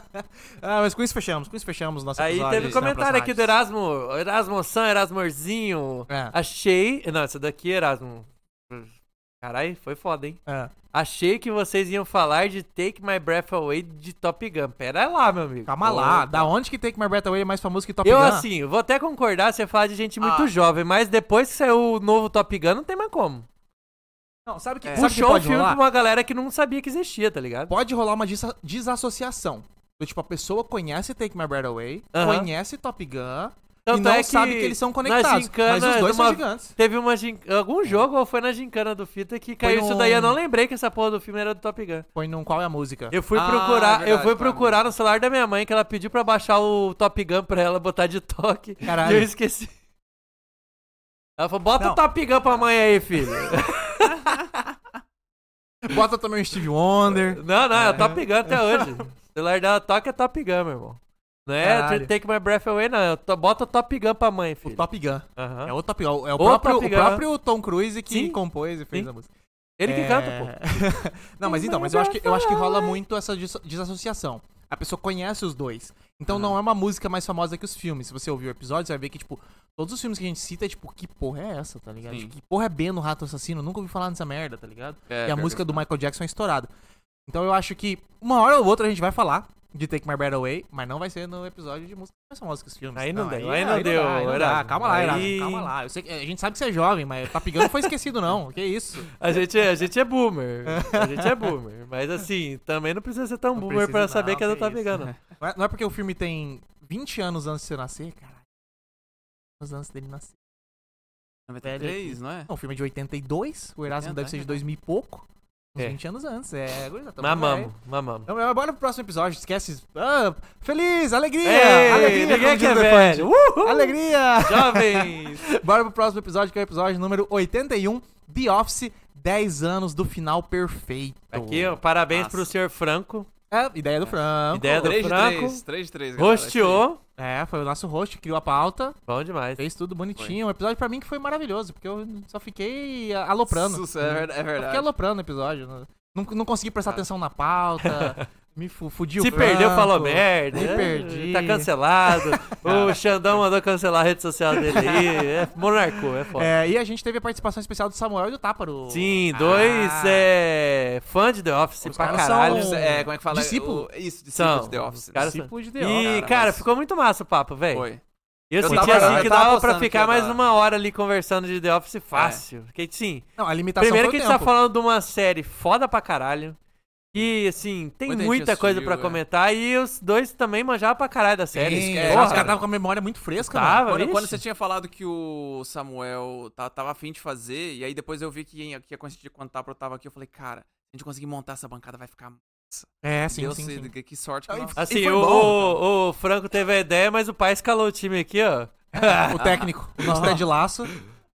Speaker 2: ah, mas com isso fechamos, com isso fechamos né, nossa
Speaker 3: Aí teve um comentário aqui do Erasmo, Erasmo San, Erasmorzinho.
Speaker 2: É,
Speaker 3: Achei. Não, essa daqui é Erasmo. Carai, foi foda, hein?
Speaker 2: é.
Speaker 3: Achei que vocês iam falar de Take My Breath Away de Top Gun. Pera lá, meu amigo.
Speaker 2: Calma lá, da onde que Take My Breath Away é mais famoso que Top
Speaker 3: Eu,
Speaker 2: Gun?
Speaker 3: assim, eu vou até concordar, você fala de gente muito
Speaker 1: Ah.
Speaker 3: jovem, mas depois que saiu o novo Top Gun, não tem mais como.
Speaker 2: Não, sabe que,
Speaker 1: É.
Speaker 2: sabe que
Speaker 3: Puxou o
Speaker 2: pode
Speaker 3: Um filme
Speaker 2: rolar?
Speaker 3: pra uma galera que não sabia que existia, tá ligado?
Speaker 2: pode rolar uma desa- desassociação. Do tipo, a pessoa conhece Take My Breath Away,
Speaker 3: Aham.
Speaker 2: conhece Top Gun
Speaker 3: Tanto
Speaker 2: e não
Speaker 3: é que
Speaker 2: sabe que eles são
Speaker 3: na
Speaker 2: conectados. Mas
Speaker 3: gincana
Speaker 2: os dois
Speaker 3: numa-
Speaker 2: são gigantes.
Speaker 3: Teve é uma gin- algum jogo ou foi na gincana do Fita que caiu isso
Speaker 2: num-
Speaker 3: daí. Eu não lembrei que essa porra do filme era do Top Gun.
Speaker 2: Põe num qual é a música.
Speaker 3: Eu fui
Speaker 1: Ah,
Speaker 2: é
Speaker 3: procurar, eu
Speaker 1: verdade,
Speaker 3: fui
Speaker 1: tá,
Speaker 3: procurar no celular da minha mãe que ela pediu pra baixar o Top Gun pra ela botar de toque.
Speaker 2: Caralho.
Speaker 3: E eu esqueci. Ela falou: "Bota
Speaker 2: Não.
Speaker 3: o Top Gun pra mãe aí, filho".
Speaker 2: Bota também o Steve Wonder.
Speaker 3: não, não, é
Speaker 1: É.
Speaker 3: Top Gun até hoje. O celular dela toca é Top Gun, meu irmão. Não é
Speaker 2: Caralho.
Speaker 3: Take My Breath Away, não. É to- Bota o Top Gun pra mãe,
Speaker 2: O
Speaker 3: filho.
Speaker 2: Top Gun.
Speaker 3: Aham.
Speaker 2: É o Top Gun. É o,
Speaker 3: O
Speaker 2: próprio,
Speaker 3: Top
Speaker 2: o
Speaker 3: Gun.
Speaker 2: próprio Tom Cruise que
Speaker 3: Sim.
Speaker 2: compôs e fez
Speaker 3: Sim.
Speaker 2: a música.
Speaker 3: Ele que
Speaker 2: É.
Speaker 3: canta, pô.
Speaker 2: não, mas então, mas eu acho que, eu acho que rola muito essa dis- desassociação. A pessoa conhece os dois. Então não é uma música mais famosa que os filmes. Se você ouvir o episódio, você vai ver que, tipo, todos os filmes que a gente cita é tipo, que porra é essa, tá ligado?
Speaker 1: Sim.
Speaker 2: Tipo, que porra é B no Rato Assassino? Nunca ouvi falar nessa merda, tá ligado?
Speaker 1: É,
Speaker 2: e a
Speaker 1: pior
Speaker 2: música
Speaker 1: que-
Speaker 2: do Michael Jackson é estourada. Então eu acho que uma hora ou outra a gente vai falar de Take My Breath Away, mas não vai ser no episódio de música mais famosa que os filmes.
Speaker 3: Aí não deu, aí não deu,
Speaker 2: dá, aí não dá.
Speaker 3: Erasmo.
Speaker 2: Calma lá, Erasmo,
Speaker 3: Aí-
Speaker 2: calma lá. Eu sei que- a gente sabe que você é jovem, mas Top Gun não foi esquecido não, que isso.
Speaker 3: A gente, é, a gente é boomer. A gente é boomer. Mas assim, também não precisa ser tão
Speaker 2: Não
Speaker 3: boomer pra
Speaker 2: precisa,
Speaker 3: saber
Speaker 2: não,
Speaker 3: que ela
Speaker 2: que
Speaker 3: tá
Speaker 2: isso.
Speaker 3: pegando.
Speaker 2: Não é, não é porque o filme tem 20 anos antes de você nascer, caralho. Os anos dele nascer.
Speaker 1: 93, não é?
Speaker 2: Não, o filme é de 82, o Erasmo
Speaker 1: 80,
Speaker 2: deve ser de
Speaker 1: é
Speaker 2: 2000 e pouco. Uns
Speaker 3: É.
Speaker 2: 20 anos antes, é. gurizada, tamo velho.
Speaker 3: Mamamos, mamamos.
Speaker 2: Então, mas bora pro próximo episódio, esquece. Ah, feliz, alegria!
Speaker 3: Ei,
Speaker 2: alegria,
Speaker 3: É, ninguém
Speaker 2: como diz
Speaker 3: quer
Speaker 2: o elefante.
Speaker 3: velho. Uhul!
Speaker 2: Alegria!
Speaker 3: Jovens!
Speaker 2: Bora pro próximo episódio, que é o episódio número 81, The Office, 10 anos do final perfeito.
Speaker 3: Aqui, ó, parabéns
Speaker 1: Massa.
Speaker 3: pro senhor Franco.
Speaker 2: É, ideia do Franco.
Speaker 3: Ideia do
Speaker 1: 3 de
Speaker 3: Franco.
Speaker 1: 3, 3 de 3.
Speaker 3: Rosteou.
Speaker 2: É, foi o nosso host, criou a pauta,
Speaker 3: Bom demais.
Speaker 2: fez tudo bonitinho. Um episódio pra mim que foi maravilhoso, porque eu só fiquei ah, aloprando.
Speaker 1: Sucesso, é verdade.
Speaker 2: né? Eu fiquei aloprando o episódio. Não, não, não consegui prestar atenção na pauta. Me fu- fudiu.
Speaker 3: Ah. Se
Speaker 2: Franco.
Speaker 3: perdeu, falou merda.
Speaker 2: me
Speaker 3: Ah,
Speaker 2: perdi.
Speaker 3: Tá cancelado. o Xandão mandou cancelar a rede social dele aí. É, monarcou, é foda.
Speaker 2: É, e a gente teve a participação especial do Samuel e do Táparo.
Speaker 3: Sim, dois
Speaker 2: Ah.
Speaker 3: é, fã de The Office
Speaker 2: Os
Speaker 3: pra
Speaker 2: caras
Speaker 3: caralho.
Speaker 2: são-
Speaker 1: Os- é, como é que fala?
Speaker 2: Discípulo?
Speaker 1: O- isso, discípulo
Speaker 3: São.
Speaker 1: de The Office.
Speaker 3: Os caras são-
Speaker 2: Tipo de The Office.
Speaker 3: E,
Speaker 1: Cara,
Speaker 3: cara,
Speaker 1: mas-
Speaker 3: ficou muito massa o papo, velho.
Speaker 1: Foi.
Speaker 3: Eu,
Speaker 1: Eu
Speaker 3: senti
Speaker 1: tava-
Speaker 3: assim
Speaker 1: eu
Speaker 3: que
Speaker 1: tava
Speaker 3: dava pra
Speaker 1: pensando que
Speaker 3: ficar
Speaker 1: ia
Speaker 3: mais
Speaker 1: dar.
Speaker 3: uma hora ali conversando de The Office fácil. Porque, sim,
Speaker 2: Não, a limitação
Speaker 3: Primeiro que
Speaker 2: foi
Speaker 3: a
Speaker 2: o
Speaker 3: gente
Speaker 2: tempo.
Speaker 3: tá falando de uma série foda pra caralho. E, assim, tem
Speaker 1: Muita
Speaker 3: muita,
Speaker 1: gente
Speaker 3: coisa
Speaker 1: assistiu,
Speaker 3: pra
Speaker 1: é.
Speaker 3: comentar. E os dois também manjavam pra caralho da série.
Speaker 2: Sim,
Speaker 1: é,
Speaker 2: nossa,
Speaker 3: Porra,
Speaker 2: os caras tava com a memória muito fresca,
Speaker 3: Tava.
Speaker 1: Quando,
Speaker 3: Ixi.
Speaker 1: quando você tinha falado que o Samuel tá- tava afim de fazer, e aí depois eu vi que, que ia coincidir quando o Tapro tava aqui, eu falei, cara, se a gente conseguir montar essa bancada, vai ficar.
Speaker 2: É, sim,
Speaker 1: Deus
Speaker 2: sim,
Speaker 1: sei-
Speaker 2: sim.
Speaker 1: Que, que sorte que
Speaker 2: Aí,
Speaker 1: nós-
Speaker 3: Assim,
Speaker 2: E foi
Speaker 3: o,
Speaker 2: bom.
Speaker 3: o- o Franco teve a ideia, mas o pai escalou o time aqui, ó.
Speaker 2: O técnico, o nosso Ted Laço.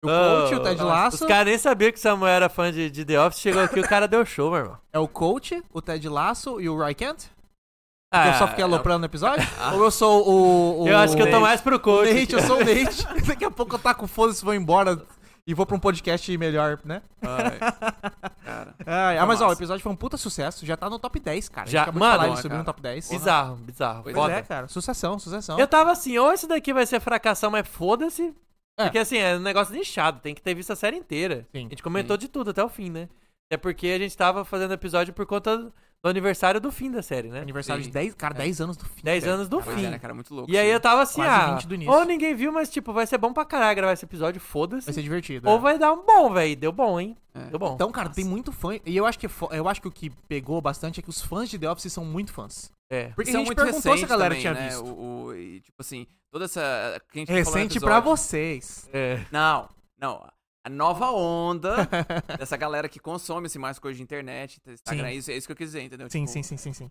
Speaker 2: O coach, o Ted
Speaker 3: Ah, Os
Speaker 2: Laço.
Speaker 3: caras nem sabiam que o Samuel era fã de, de The Office. Chegou aqui o cara deu show, meu irmão.
Speaker 2: É o coach, o Ted Laço e o Roy Kent.
Speaker 3: Ah,
Speaker 2: eu só fiquei aloprando no episódio? Ou eu sou o. o-
Speaker 3: eu acho que eu tô
Speaker 2: o
Speaker 3: mais pro coach. assim.
Speaker 2: Nate, eu
Speaker 3: aqui.
Speaker 2: sou o Nate. Daqui a pouco eu taco foda-se, vou embora e vou pra um podcast melhor, né?
Speaker 1: Ai, cara.
Speaker 2: Ai, ah,
Speaker 1: Foi
Speaker 2: mas ó, o
Speaker 1: massa.
Speaker 2: episódio foi um puta sucesso. Já tá no top 10, cara.
Speaker 3: Já-
Speaker 2: a gente acabou
Speaker 3: mano,
Speaker 2: de falar, ele
Speaker 1: ó,
Speaker 2: subiu no
Speaker 1: cara.
Speaker 2: top 10.
Speaker 3: Bizarro, bizarro.
Speaker 1: Pois
Speaker 2: né? Pois
Speaker 3: foda.
Speaker 2: é, cara. Sucessão, sucessão.
Speaker 3: Eu tava assim, ou esse daqui vai ser fracassão, mas foda-se.
Speaker 2: É.
Speaker 3: Porque assim, é um negócio nichado, tem que ter visto a série inteira.
Speaker 2: Sim.
Speaker 3: a gente comentou de tudo até o fim, né? Até porque a gente tava fazendo episódio por conta do aniversário do fim da série, né?
Speaker 2: Aniversário
Speaker 1: Sim.
Speaker 2: de 10, cara, 10 anos do fim.
Speaker 3: 10 anos do
Speaker 1: Pois
Speaker 3: fim.
Speaker 1: é, né, cara? Muito louco.
Speaker 3: e aí
Speaker 1: sim.
Speaker 3: eu tava assim,
Speaker 2: Quase
Speaker 3: ah,
Speaker 2: 20 do início.
Speaker 3: ou ninguém viu, mas tipo, vai ser bom pra caralho gravar esse episódio, foda-se.
Speaker 2: Vai ser divertido.
Speaker 3: Ou
Speaker 2: é.
Speaker 3: vai dar um bom, velho. Deu bom, hein?
Speaker 1: É.
Speaker 3: Deu bom.
Speaker 2: Então, cara, tem muito fã. E eu acho, que, é fo- eu acho que o que pegou bastante é que os fãs de The Office são muito fãs.
Speaker 3: é.
Speaker 2: Porque
Speaker 1: Isso
Speaker 2: a
Speaker 1: é
Speaker 2: gente
Speaker 1: muito
Speaker 2: perguntou se
Speaker 1: recente
Speaker 2: a galera
Speaker 1: também,
Speaker 2: tinha
Speaker 1: né?
Speaker 2: visto.
Speaker 1: O, o- e, tipo assim, toda essa. que a gente falou no
Speaker 2: Recente pra
Speaker 1: episódio.
Speaker 2: vocês.
Speaker 3: É.
Speaker 1: Não, não. A nova onda dessa galera que consome assim, mais coisa de internet, Instagram,
Speaker 2: Sim.
Speaker 1: isso, é isso que eu quis dizer, entendeu?
Speaker 2: Sim,
Speaker 1: Tipo,
Speaker 2: sim, sim, sim, sim.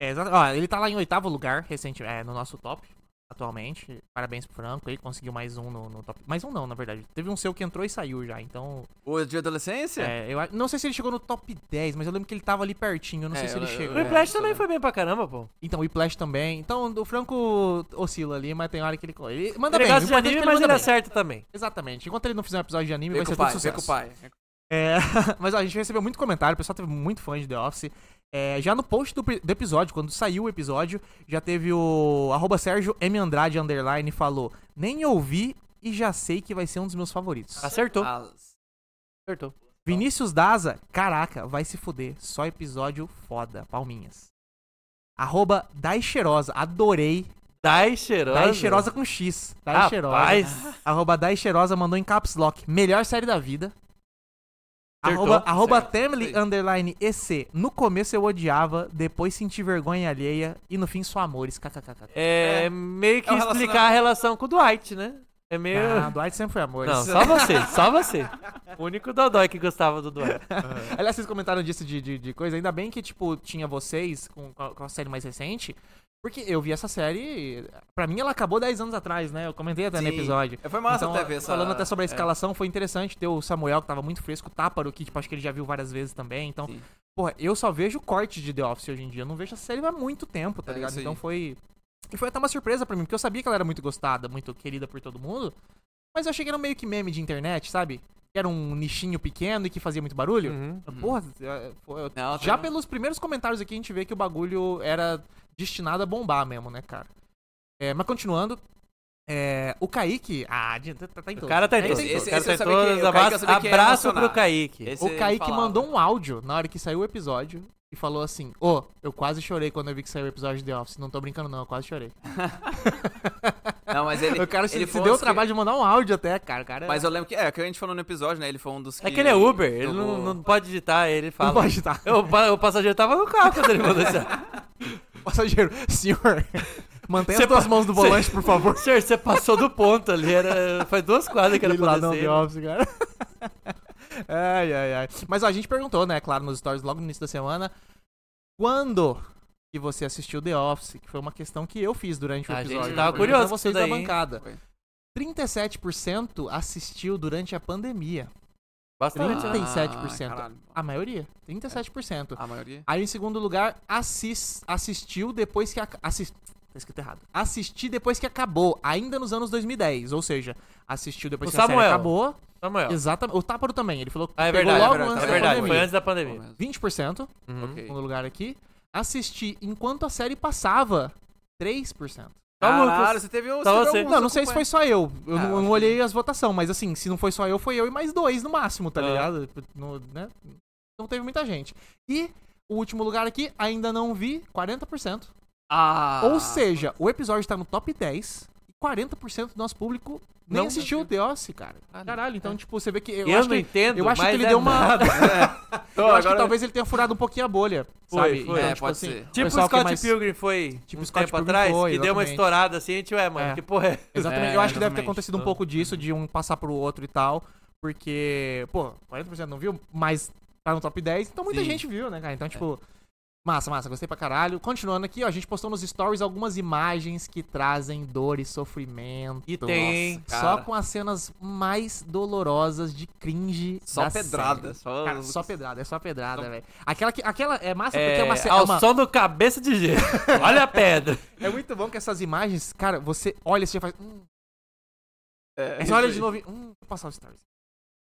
Speaker 2: É, exa- ó, ele tá lá em oitavo lugar recente, é, no nosso top atualmente. Parabéns pro Franco aí, conseguiu mais um no, no top. Mais um não, na verdade. Teve um seu que entrou e saiu já, então.
Speaker 1: O de adolescência?
Speaker 2: é, eu a- não sei se ele chegou no top 10, mas eu lembro que ele tava ali pertinho. Eu não
Speaker 1: É,
Speaker 2: sei se ele
Speaker 1: eu- eu-
Speaker 2: chegou.
Speaker 3: O Whiplash
Speaker 1: isso
Speaker 3: também
Speaker 2: né?
Speaker 1: mesmo.
Speaker 3: foi bem pra caramba, pô.
Speaker 2: Então, o Whiplash também. Então, o Franco oscila ali, mas tem hora que ele. ele manda
Speaker 3: Ele
Speaker 2: bem,
Speaker 3: gosta de
Speaker 2: o importante é
Speaker 3: anime,
Speaker 2: que
Speaker 3: mas
Speaker 2: manda
Speaker 3: ele
Speaker 2: bem.
Speaker 3: acerta também.
Speaker 2: Exatamente. Enquanto ele não fizer um episódio de anime,
Speaker 1: Vem
Speaker 2: vai
Speaker 1: com
Speaker 2: ser
Speaker 1: o
Speaker 2: tudo
Speaker 1: pai, vem
Speaker 2: sucesso.
Speaker 1: com o pai.
Speaker 2: É, mas ó, a gente recebeu muito comentário, o pessoal teve muito fã de The Office. É, já no post do, pri- do episódio, quando saiu o episódio, já teve o arroba Sérgio M. Andrade underline falou: Nem ouvi e já sei que vai ser um dos meus favoritos.
Speaker 3: Acertou,
Speaker 1: Ah,
Speaker 3: acertou.
Speaker 2: Vinícius Daza, caraca, vai se fuder. Só episódio foda, palminhas. Arroba Dai Cheirosa, adorei.
Speaker 3: Dai cheirosa.
Speaker 2: Dai Cheirosa com X. Dai Cheirosa.
Speaker 3: Rapaz.
Speaker 2: Arroba Dai Cheirosa mandou em caps lock. Melhor série da vida.
Speaker 3: Acertou.
Speaker 2: Arroba, arroba
Speaker 1: Certo.
Speaker 2: Temly
Speaker 1: Isso aí.
Speaker 2: underline EC. No começo eu odiava, depois senti vergonha alheia e no fim só amores. KKKK.
Speaker 3: É,
Speaker 1: É.
Speaker 3: meio que
Speaker 1: É um
Speaker 3: explicar a relação com o Dwight, né? É meio.
Speaker 2: Ah, Dwight sempre foi amores.
Speaker 3: Não, só você, só você. O único Dodói que gostava do Dwight.
Speaker 2: Aliás, vocês comentaram disso de, de, de coisa. Ainda bem que, tipo, tinha vocês com, com a- com a série mais recente. Porque eu vi essa série. Pra mim, ela acabou 10 anos atrás, né? Eu comentei até no
Speaker 1: Sim. É,
Speaker 2: episódio.
Speaker 1: Foi massa
Speaker 2: Então,
Speaker 1: até ver essa...
Speaker 2: Falando até sobre a
Speaker 1: é.
Speaker 2: escalação, foi interessante ter o Samuel, que tava muito fresco, o Táparo, que, tipo, acho que ele já viu várias vezes também. Então,
Speaker 1: Sim.
Speaker 2: porra, eu só vejo corte de The Office hoje em dia. Eu não vejo a série há muito tempo, tá
Speaker 1: É,
Speaker 2: ligado?
Speaker 1: isso aí.
Speaker 2: Então foi. E foi até uma surpresa pra mim, porque eu sabia que ela era muito gostada, muito querida por todo mundo. Mas eu achei que era um meio que meme de internet, sabe? Que era um nichinho pequeno e que fazia muito barulho.
Speaker 1: Hum.
Speaker 3: Uhum.
Speaker 2: Porra, é, foi- eu-
Speaker 1: Não,
Speaker 2: já
Speaker 3: né?
Speaker 1: tá-
Speaker 2: pelos primeiros comentários aqui a gente vê que o bagulho era destinado a bombar mesmo, né, cara? É, mas continuando, é, o Kaique. Ah, de- tá, tá em
Speaker 3: O
Speaker 2: todos.
Speaker 3: cara tá em
Speaker 1: Esse-
Speaker 3: todos.
Speaker 1: esse-
Speaker 3: o cara
Speaker 1: esse
Speaker 3: tá
Speaker 1: eu
Speaker 3: em
Speaker 1: sabia que-
Speaker 3: todos.
Speaker 1: o Kaique eu
Speaker 3: Abraço,
Speaker 1: sabia que
Speaker 2: é
Speaker 1: ia
Speaker 3: abraço pro
Speaker 1: emocionar.
Speaker 3: Kaique.
Speaker 1: Esse
Speaker 2: O Kaique
Speaker 1: falava.
Speaker 2: mandou
Speaker 3: né?
Speaker 2: um áudio na hora que saiu o episódio e falou assim: Ô, eu quase chorei quando eu vi que saiu o episódio de The Office. Não tô brincando, não, eu quase chorei.
Speaker 1: Não, mas ele...
Speaker 2: o cara se,
Speaker 1: ele
Speaker 2: se
Speaker 1: foi um
Speaker 2: deu
Speaker 3: assim-
Speaker 2: o
Speaker 1: dos que-
Speaker 2: trabalho de mandar um áudio até, cara. O cara
Speaker 1: Mas eu lembro que... É, que a gente falou no episódio, né? Ele foi um dos que...
Speaker 3: É que ele é Uber, ele
Speaker 1: jogou-
Speaker 3: não, não pode digitar, ele
Speaker 2: não
Speaker 3: fala.
Speaker 2: pode tá? estar.
Speaker 3: Eu- O, pa- o passageiro tava no carro quando ele mandou isso.
Speaker 2: Passageiro, senhor, mantenha
Speaker 3: Você
Speaker 2: as duas
Speaker 3: pa-
Speaker 2: mãos do volante, por favor.
Speaker 3: Senhor, você passou do ponto ali, era, foi duas quadras que era
Speaker 2: Ele lá
Speaker 3: pra
Speaker 2: não
Speaker 3: descer.
Speaker 2: The Office, cara. ai, ai, ai. Mas ó, a gente perguntou, né, claro, nos stories logo no início da semana, quando que você assistiu The Office, que foi uma questão que eu fiz durante o
Speaker 3: A gente
Speaker 2: episódio.
Speaker 1: tava
Speaker 2: Eu perguntei pra
Speaker 3: curioso com isso
Speaker 2: vocês da
Speaker 3: daí, hein?
Speaker 2: bancada.
Speaker 1: Foi.
Speaker 2: 37% assistiu durante a pandemia.
Speaker 3: Bastante, né?
Speaker 2: 37%.
Speaker 1: Ah, caralho.
Speaker 2: A maioria, 37%.
Speaker 1: A maioria?
Speaker 2: Aí em segundo lugar, assis- assistiu depois que a, assis- tá escrito errado. Assisti depois que acabou, ainda nos anos 2010, ou seja, assistiu
Speaker 3: O
Speaker 2: depois que a série
Speaker 3: Samuel.
Speaker 2: acabou.
Speaker 3: Samuel.
Speaker 2: Exatamente. O Táparo também. Ele falou que
Speaker 3: Então. Ah, é
Speaker 2: pegou
Speaker 3: verdade,
Speaker 2: logo
Speaker 1: é verdade,
Speaker 2: antes
Speaker 3: É
Speaker 1: Tá
Speaker 2: da
Speaker 3: verdade,
Speaker 1: bom.
Speaker 2: pandemia.
Speaker 3: foi antes da pandemia.
Speaker 2: 20%,
Speaker 3: Uhum.
Speaker 1: Ok.
Speaker 2: segundo lugar aqui. assisti enquanto a série passava 3%.
Speaker 3: Tá, Lucas?
Speaker 1: Caralho, você teve, você
Speaker 3: Tá,
Speaker 1: teve
Speaker 3: você-
Speaker 1: alguns,
Speaker 2: Então, Não, não sei se foi
Speaker 1: acompanha.
Speaker 2: só eu. Eu
Speaker 1: Ah,
Speaker 2: não,
Speaker 1: eu
Speaker 2: eu não
Speaker 1: acho
Speaker 2: olhei as votações, mas assim, se não foi só eu, foi eu e mais dois no máximo, tá
Speaker 3: Ah.
Speaker 2: ligado? No- né? Não teve muita gente. E o último lugar aqui, ainda não vi, 40%.
Speaker 1: Ah,
Speaker 2: Ou seja, o episódio tá no top 10 e 40% do nosso público nem
Speaker 3: Não Ah,
Speaker 2: assistiu o The Office, cara. Caralho, então, tipo, você vê que. Eu,
Speaker 3: É. Eu,
Speaker 2: acho
Speaker 3: não
Speaker 2: que,
Speaker 3: entendo,
Speaker 2: eu acho que
Speaker 3: mas
Speaker 2: ele
Speaker 3: é
Speaker 2: deu uma.
Speaker 3: nada.
Speaker 1: Tô,
Speaker 2: eu acho que
Speaker 1: Então, agora-
Speaker 2: talvez ele tenha furado um pouquinho a bolha.
Speaker 3: Foi,
Speaker 2: sabe? Então,
Speaker 3: foi.
Speaker 2: assim,
Speaker 1: É, pode ser.
Speaker 2: o
Speaker 3: Tipo o
Speaker 2: pessoal que
Speaker 3: Scott
Speaker 2: mais-
Speaker 3: Pilgrim foi
Speaker 2: Tipo
Speaker 3: um
Speaker 2: Scott
Speaker 3: tempo
Speaker 2: Pilgrim
Speaker 3: atrás,
Speaker 2: foi,
Speaker 3: que deu uma
Speaker 2: exatamente.
Speaker 3: estourada assim, a gente, ué, mano,
Speaker 2: É.
Speaker 3: que porra é?
Speaker 2: Exatamente.
Speaker 1: É,
Speaker 2: eu acho que deve ter
Speaker 1: exatamente.
Speaker 2: acontecido um pouco disso, de um passar pro outro e tal. Porque, pô, 40% não viu, mas tá no top 10. Então muita
Speaker 1: Sim.
Speaker 2: gente viu, né, cara? Então, tipo. Massa, massa, gostei pra caralho. Continuando aqui, ó, a gente postou nos stories algumas imagens que trazem dor e sofrimento.
Speaker 3: E tem,
Speaker 2: Nossa,
Speaker 1: cara.
Speaker 2: Só com as cenas mais dolorosas de cringe.
Speaker 1: Só
Speaker 2: da série.
Speaker 1: pedrada. Só,
Speaker 2: Cara, só pedrada, é só pedrada, velho. Aquela, que, aquela é massa porque é
Speaker 3: É,
Speaker 2: uma, ce- é
Speaker 3: ao
Speaker 2: uma,
Speaker 3: som do cabeça de gelo. Olha a pedra.
Speaker 2: é muito bom que essas imagens, cara, você olha e você já faz. "Hum,
Speaker 1: É,
Speaker 2: Aí você olha de novo e. Hum, vou passar o stories.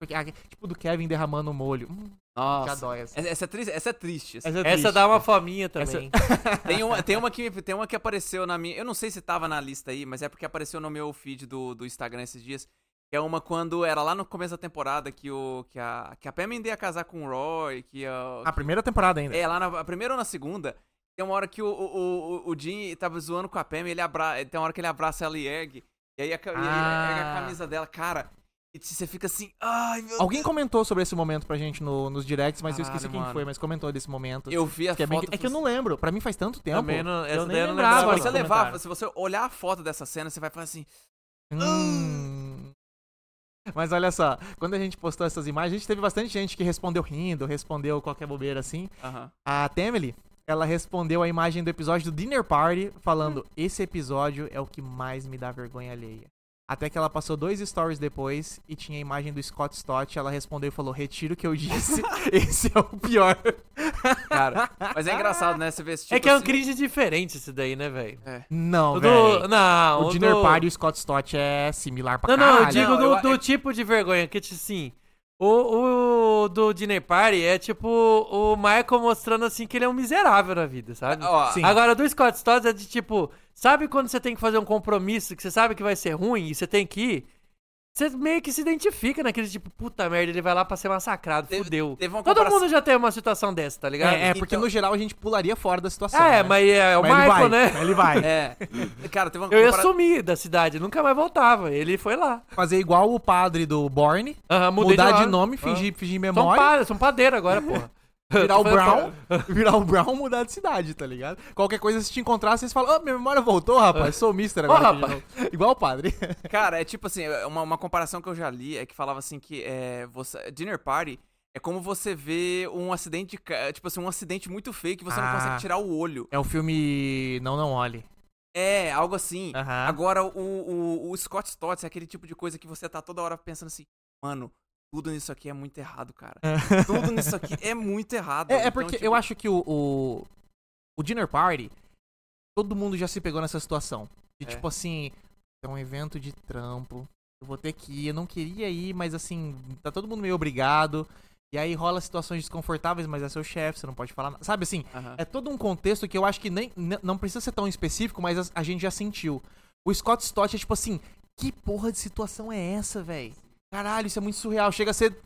Speaker 2: Porque, ah, tipo do Kevin derramando o molho. Hum, já
Speaker 1: Nossa.
Speaker 2: dói assim.
Speaker 1: Essa, essa é triste, essa é triste. assim.
Speaker 3: Essa dá uma fominha também.
Speaker 2: é
Speaker 1: Tem, uma, tem, uma que, tem uma que apareceu na minha. Eu não sei se tava na lista aí, mas é porque apareceu no meu feed do, do Instagram esses dias. Que é uma quando era lá no começo da temporada que, o, que, a, que a Pam ia casar com o Roy, que a,
Speaker 2: A primeira temporada ainda.
Speaker 1: É, lá na a primeira ou na segunda, tem uma hora que o, o, o, o Jim tava zoando com a Pam, ele abra... tem uma hora que ele abraça ela e ergue, e aí a, ca- e aí
Speaker 2: Ah.
Speaker 1: ergue a camisa dela, cara, e você fica assim, ai meu
Speaker 2: Alguém comentou sobre esse momento pra gente no- nos directs, mas eu
Speaker 1: Caralho,
Speaker 2: esqueci quem
Speaker 1: mano.
Speaker 2: foi, mas comentou desse momento.
Speaker 1: Deus. Eu vi a
Speaker 2: que é, bem-
Speaker 1: foto.
Speaker 2: é que eu não lembro, pra mim faz tanto tempo.
Speaker 3: Também não-
Speaker 2: que
Speaker 3: essa
Speaker 2: um eu nem
Speaker 3: daí eu não
Speaker 2: lembrava.
Speaker 3: lembrava,
Speaker 1: se
Speaker 3: agora
Speaker 1: você
Speaker 3: no
Speaker 1: levar,
Speaker 3: comentário.
Speaker 1: se você olhar a foto dessa cena, você vai falar assim,
Speaker 2: Hum. Mas olha só, quando a gente postou essas imagens, a gente teve bastante gente que respondeu rindo, respondeu qualquer bobeira assim.
Speaker 1: aham.
Speaker 2: A Temely, ela respondeu a imagem do episódio do Dinner Party, falando:
Speaker 3: Hum.
Speaker 2: Esse episódio é o que mais me dá vergonha alheia. Até que ela passou dois stories depois e tinha a imagem do Scott Stott. Ela respondeu e falou: Retiro o que eu disse, esse é o pior.
Speaker 1: cara. Mas é engraçado, né, você vê esse tipo
Speaker 3: é que é um
Speaker 1: assim- É.
Speaker 3: cringe diferente esse daí, né, velho?
Speaker 2: Não,
Speaker 3: O
Speaker 2: velho.
Speaker 3: do- Não,
Speaker 2: O
Speaker 3: o
Speaker 2: Dinner
Speaker 3: do-
Speaker 2: Party e o Scott Stott é similar pra
Speaker 3: Não, não, eu
Speaker 2: caralho.
Speaker 3: digo
Speaker 1: Não,
Speaker 3: do,
Speaker 1: eu-
Speaker 3: do
Speaker 1: é-
Speaker 3: tipo de vergonha, que tipo assim. O, o do Dinner Party é tipo o Michael mostrando assim que ele é um miserável na vida, sabe?
Speaker 1: Ó,
Speaker 2: Sim.
Speaker 3: Agora, do Scott Stoddard é de tipo, sabe quando você tem que fazer um compromisso que você sabe que vai ser ruim e você tem que ir? Você meio que se identifica naquele tipo, puta merda, ele vai lá pra ser massacrado,
Speaker 1: Teve-
Speaker 3: fudeu.
Speaker 1: teve uma
Speaker 3: Todo
Speaker 1: comparação-
Speaker 3: mundo já teve uma situação dessa, tá ligado?
Speaker 2: É, é, porque
Speaker 1: Então-
Speaker 2: no geral a gente pularia fora da situação.
Speaker 3: Ah, é,
Speaker 2: né?
Speaker 3: mas é, o
Speaker 2: Mas ele
Speaker 3: Michael,
Speaker 2: vai,
Speaker 3: né?
Speaker 2: mas Ele vai.
Speaker 1: É. Cara, teve uma
Speaker 3: Eu ia
Speaker 1: compara-
Speaker 3: sumir da cidade, nunca mais voltava. Ele foi lá.
Speaker 2: Fazer igual o padre do Borne,
Speaker 3: Aham, mudei
Speaker 2: mudar de,
Speaker 3: nome.
Speaker 2: nome, fingir, fingir
Speaker 3: Sou um,
Speaker 2: memória.
Speaker 3: pa... sou um padeiro agora, porra.
Speaker 2: Virar
Speaker 3: Tô
Speaker 2: o Brown,
Speaker 3: falando-
Speaker 2: virar o Brown, mudar de cidade, tá ligado? Qualquer coisa, se te encontrar, vocês falam, ah, minha memória voltou, rapaz, sou o Mister agora.
Speaker 3: Ó,
Speaker 2: aqui de novo." Igual o padre.
Speaker 1: Cara, é tipo assim, é uma, uma comparação que eu já li é que falava assim que é, você, dinner party é como você vê um acidente, de ca- é, tipo assim, um acidente muito feio que você
Speaker 2: Ah.
Speaker 1: não consegue tirar o olho.
Speaker 2: É o filme Não Não Olhe.
Speaker 1: É, algo assim.
Speaker 3: Ah.
Speaker 2: Aham.
Speaker 1: Agora, o, o, o Scott Stotts é aquele tipo de coisa que você tá toda hora pensando assim, mano, tudo nisso aqui é muito errado, cara. tudo nisso aqui é muito errado.
Speaker 2: É, é
Speaker 1: Então,
Speaker 2: porque
Speaker 1: tipo,
Speaker 2: eu acho que o, o, o Dinner Party, todo mundo já se pegou nessa situação. De
Speaker 1: É.
Speaker 2: tipo assim, é um evento de trampo, eu vou ter que ir, eu não queria ir, mas assim, tá todo mundo meio obrigado. E aí rola situações desconfortáveis, mas é seu chefe, você não pode falar nada. Sabe assim,
Speaker 1: aham.
Speaker 2: É todo um contexto que eu acho que nem n- não precisa ser tão específico, mas a, a gente já sentiu. O Scott Stott é tipo assim, que porra de situação é essa, velho? Caralho, isso é muito surreal. Chega a ser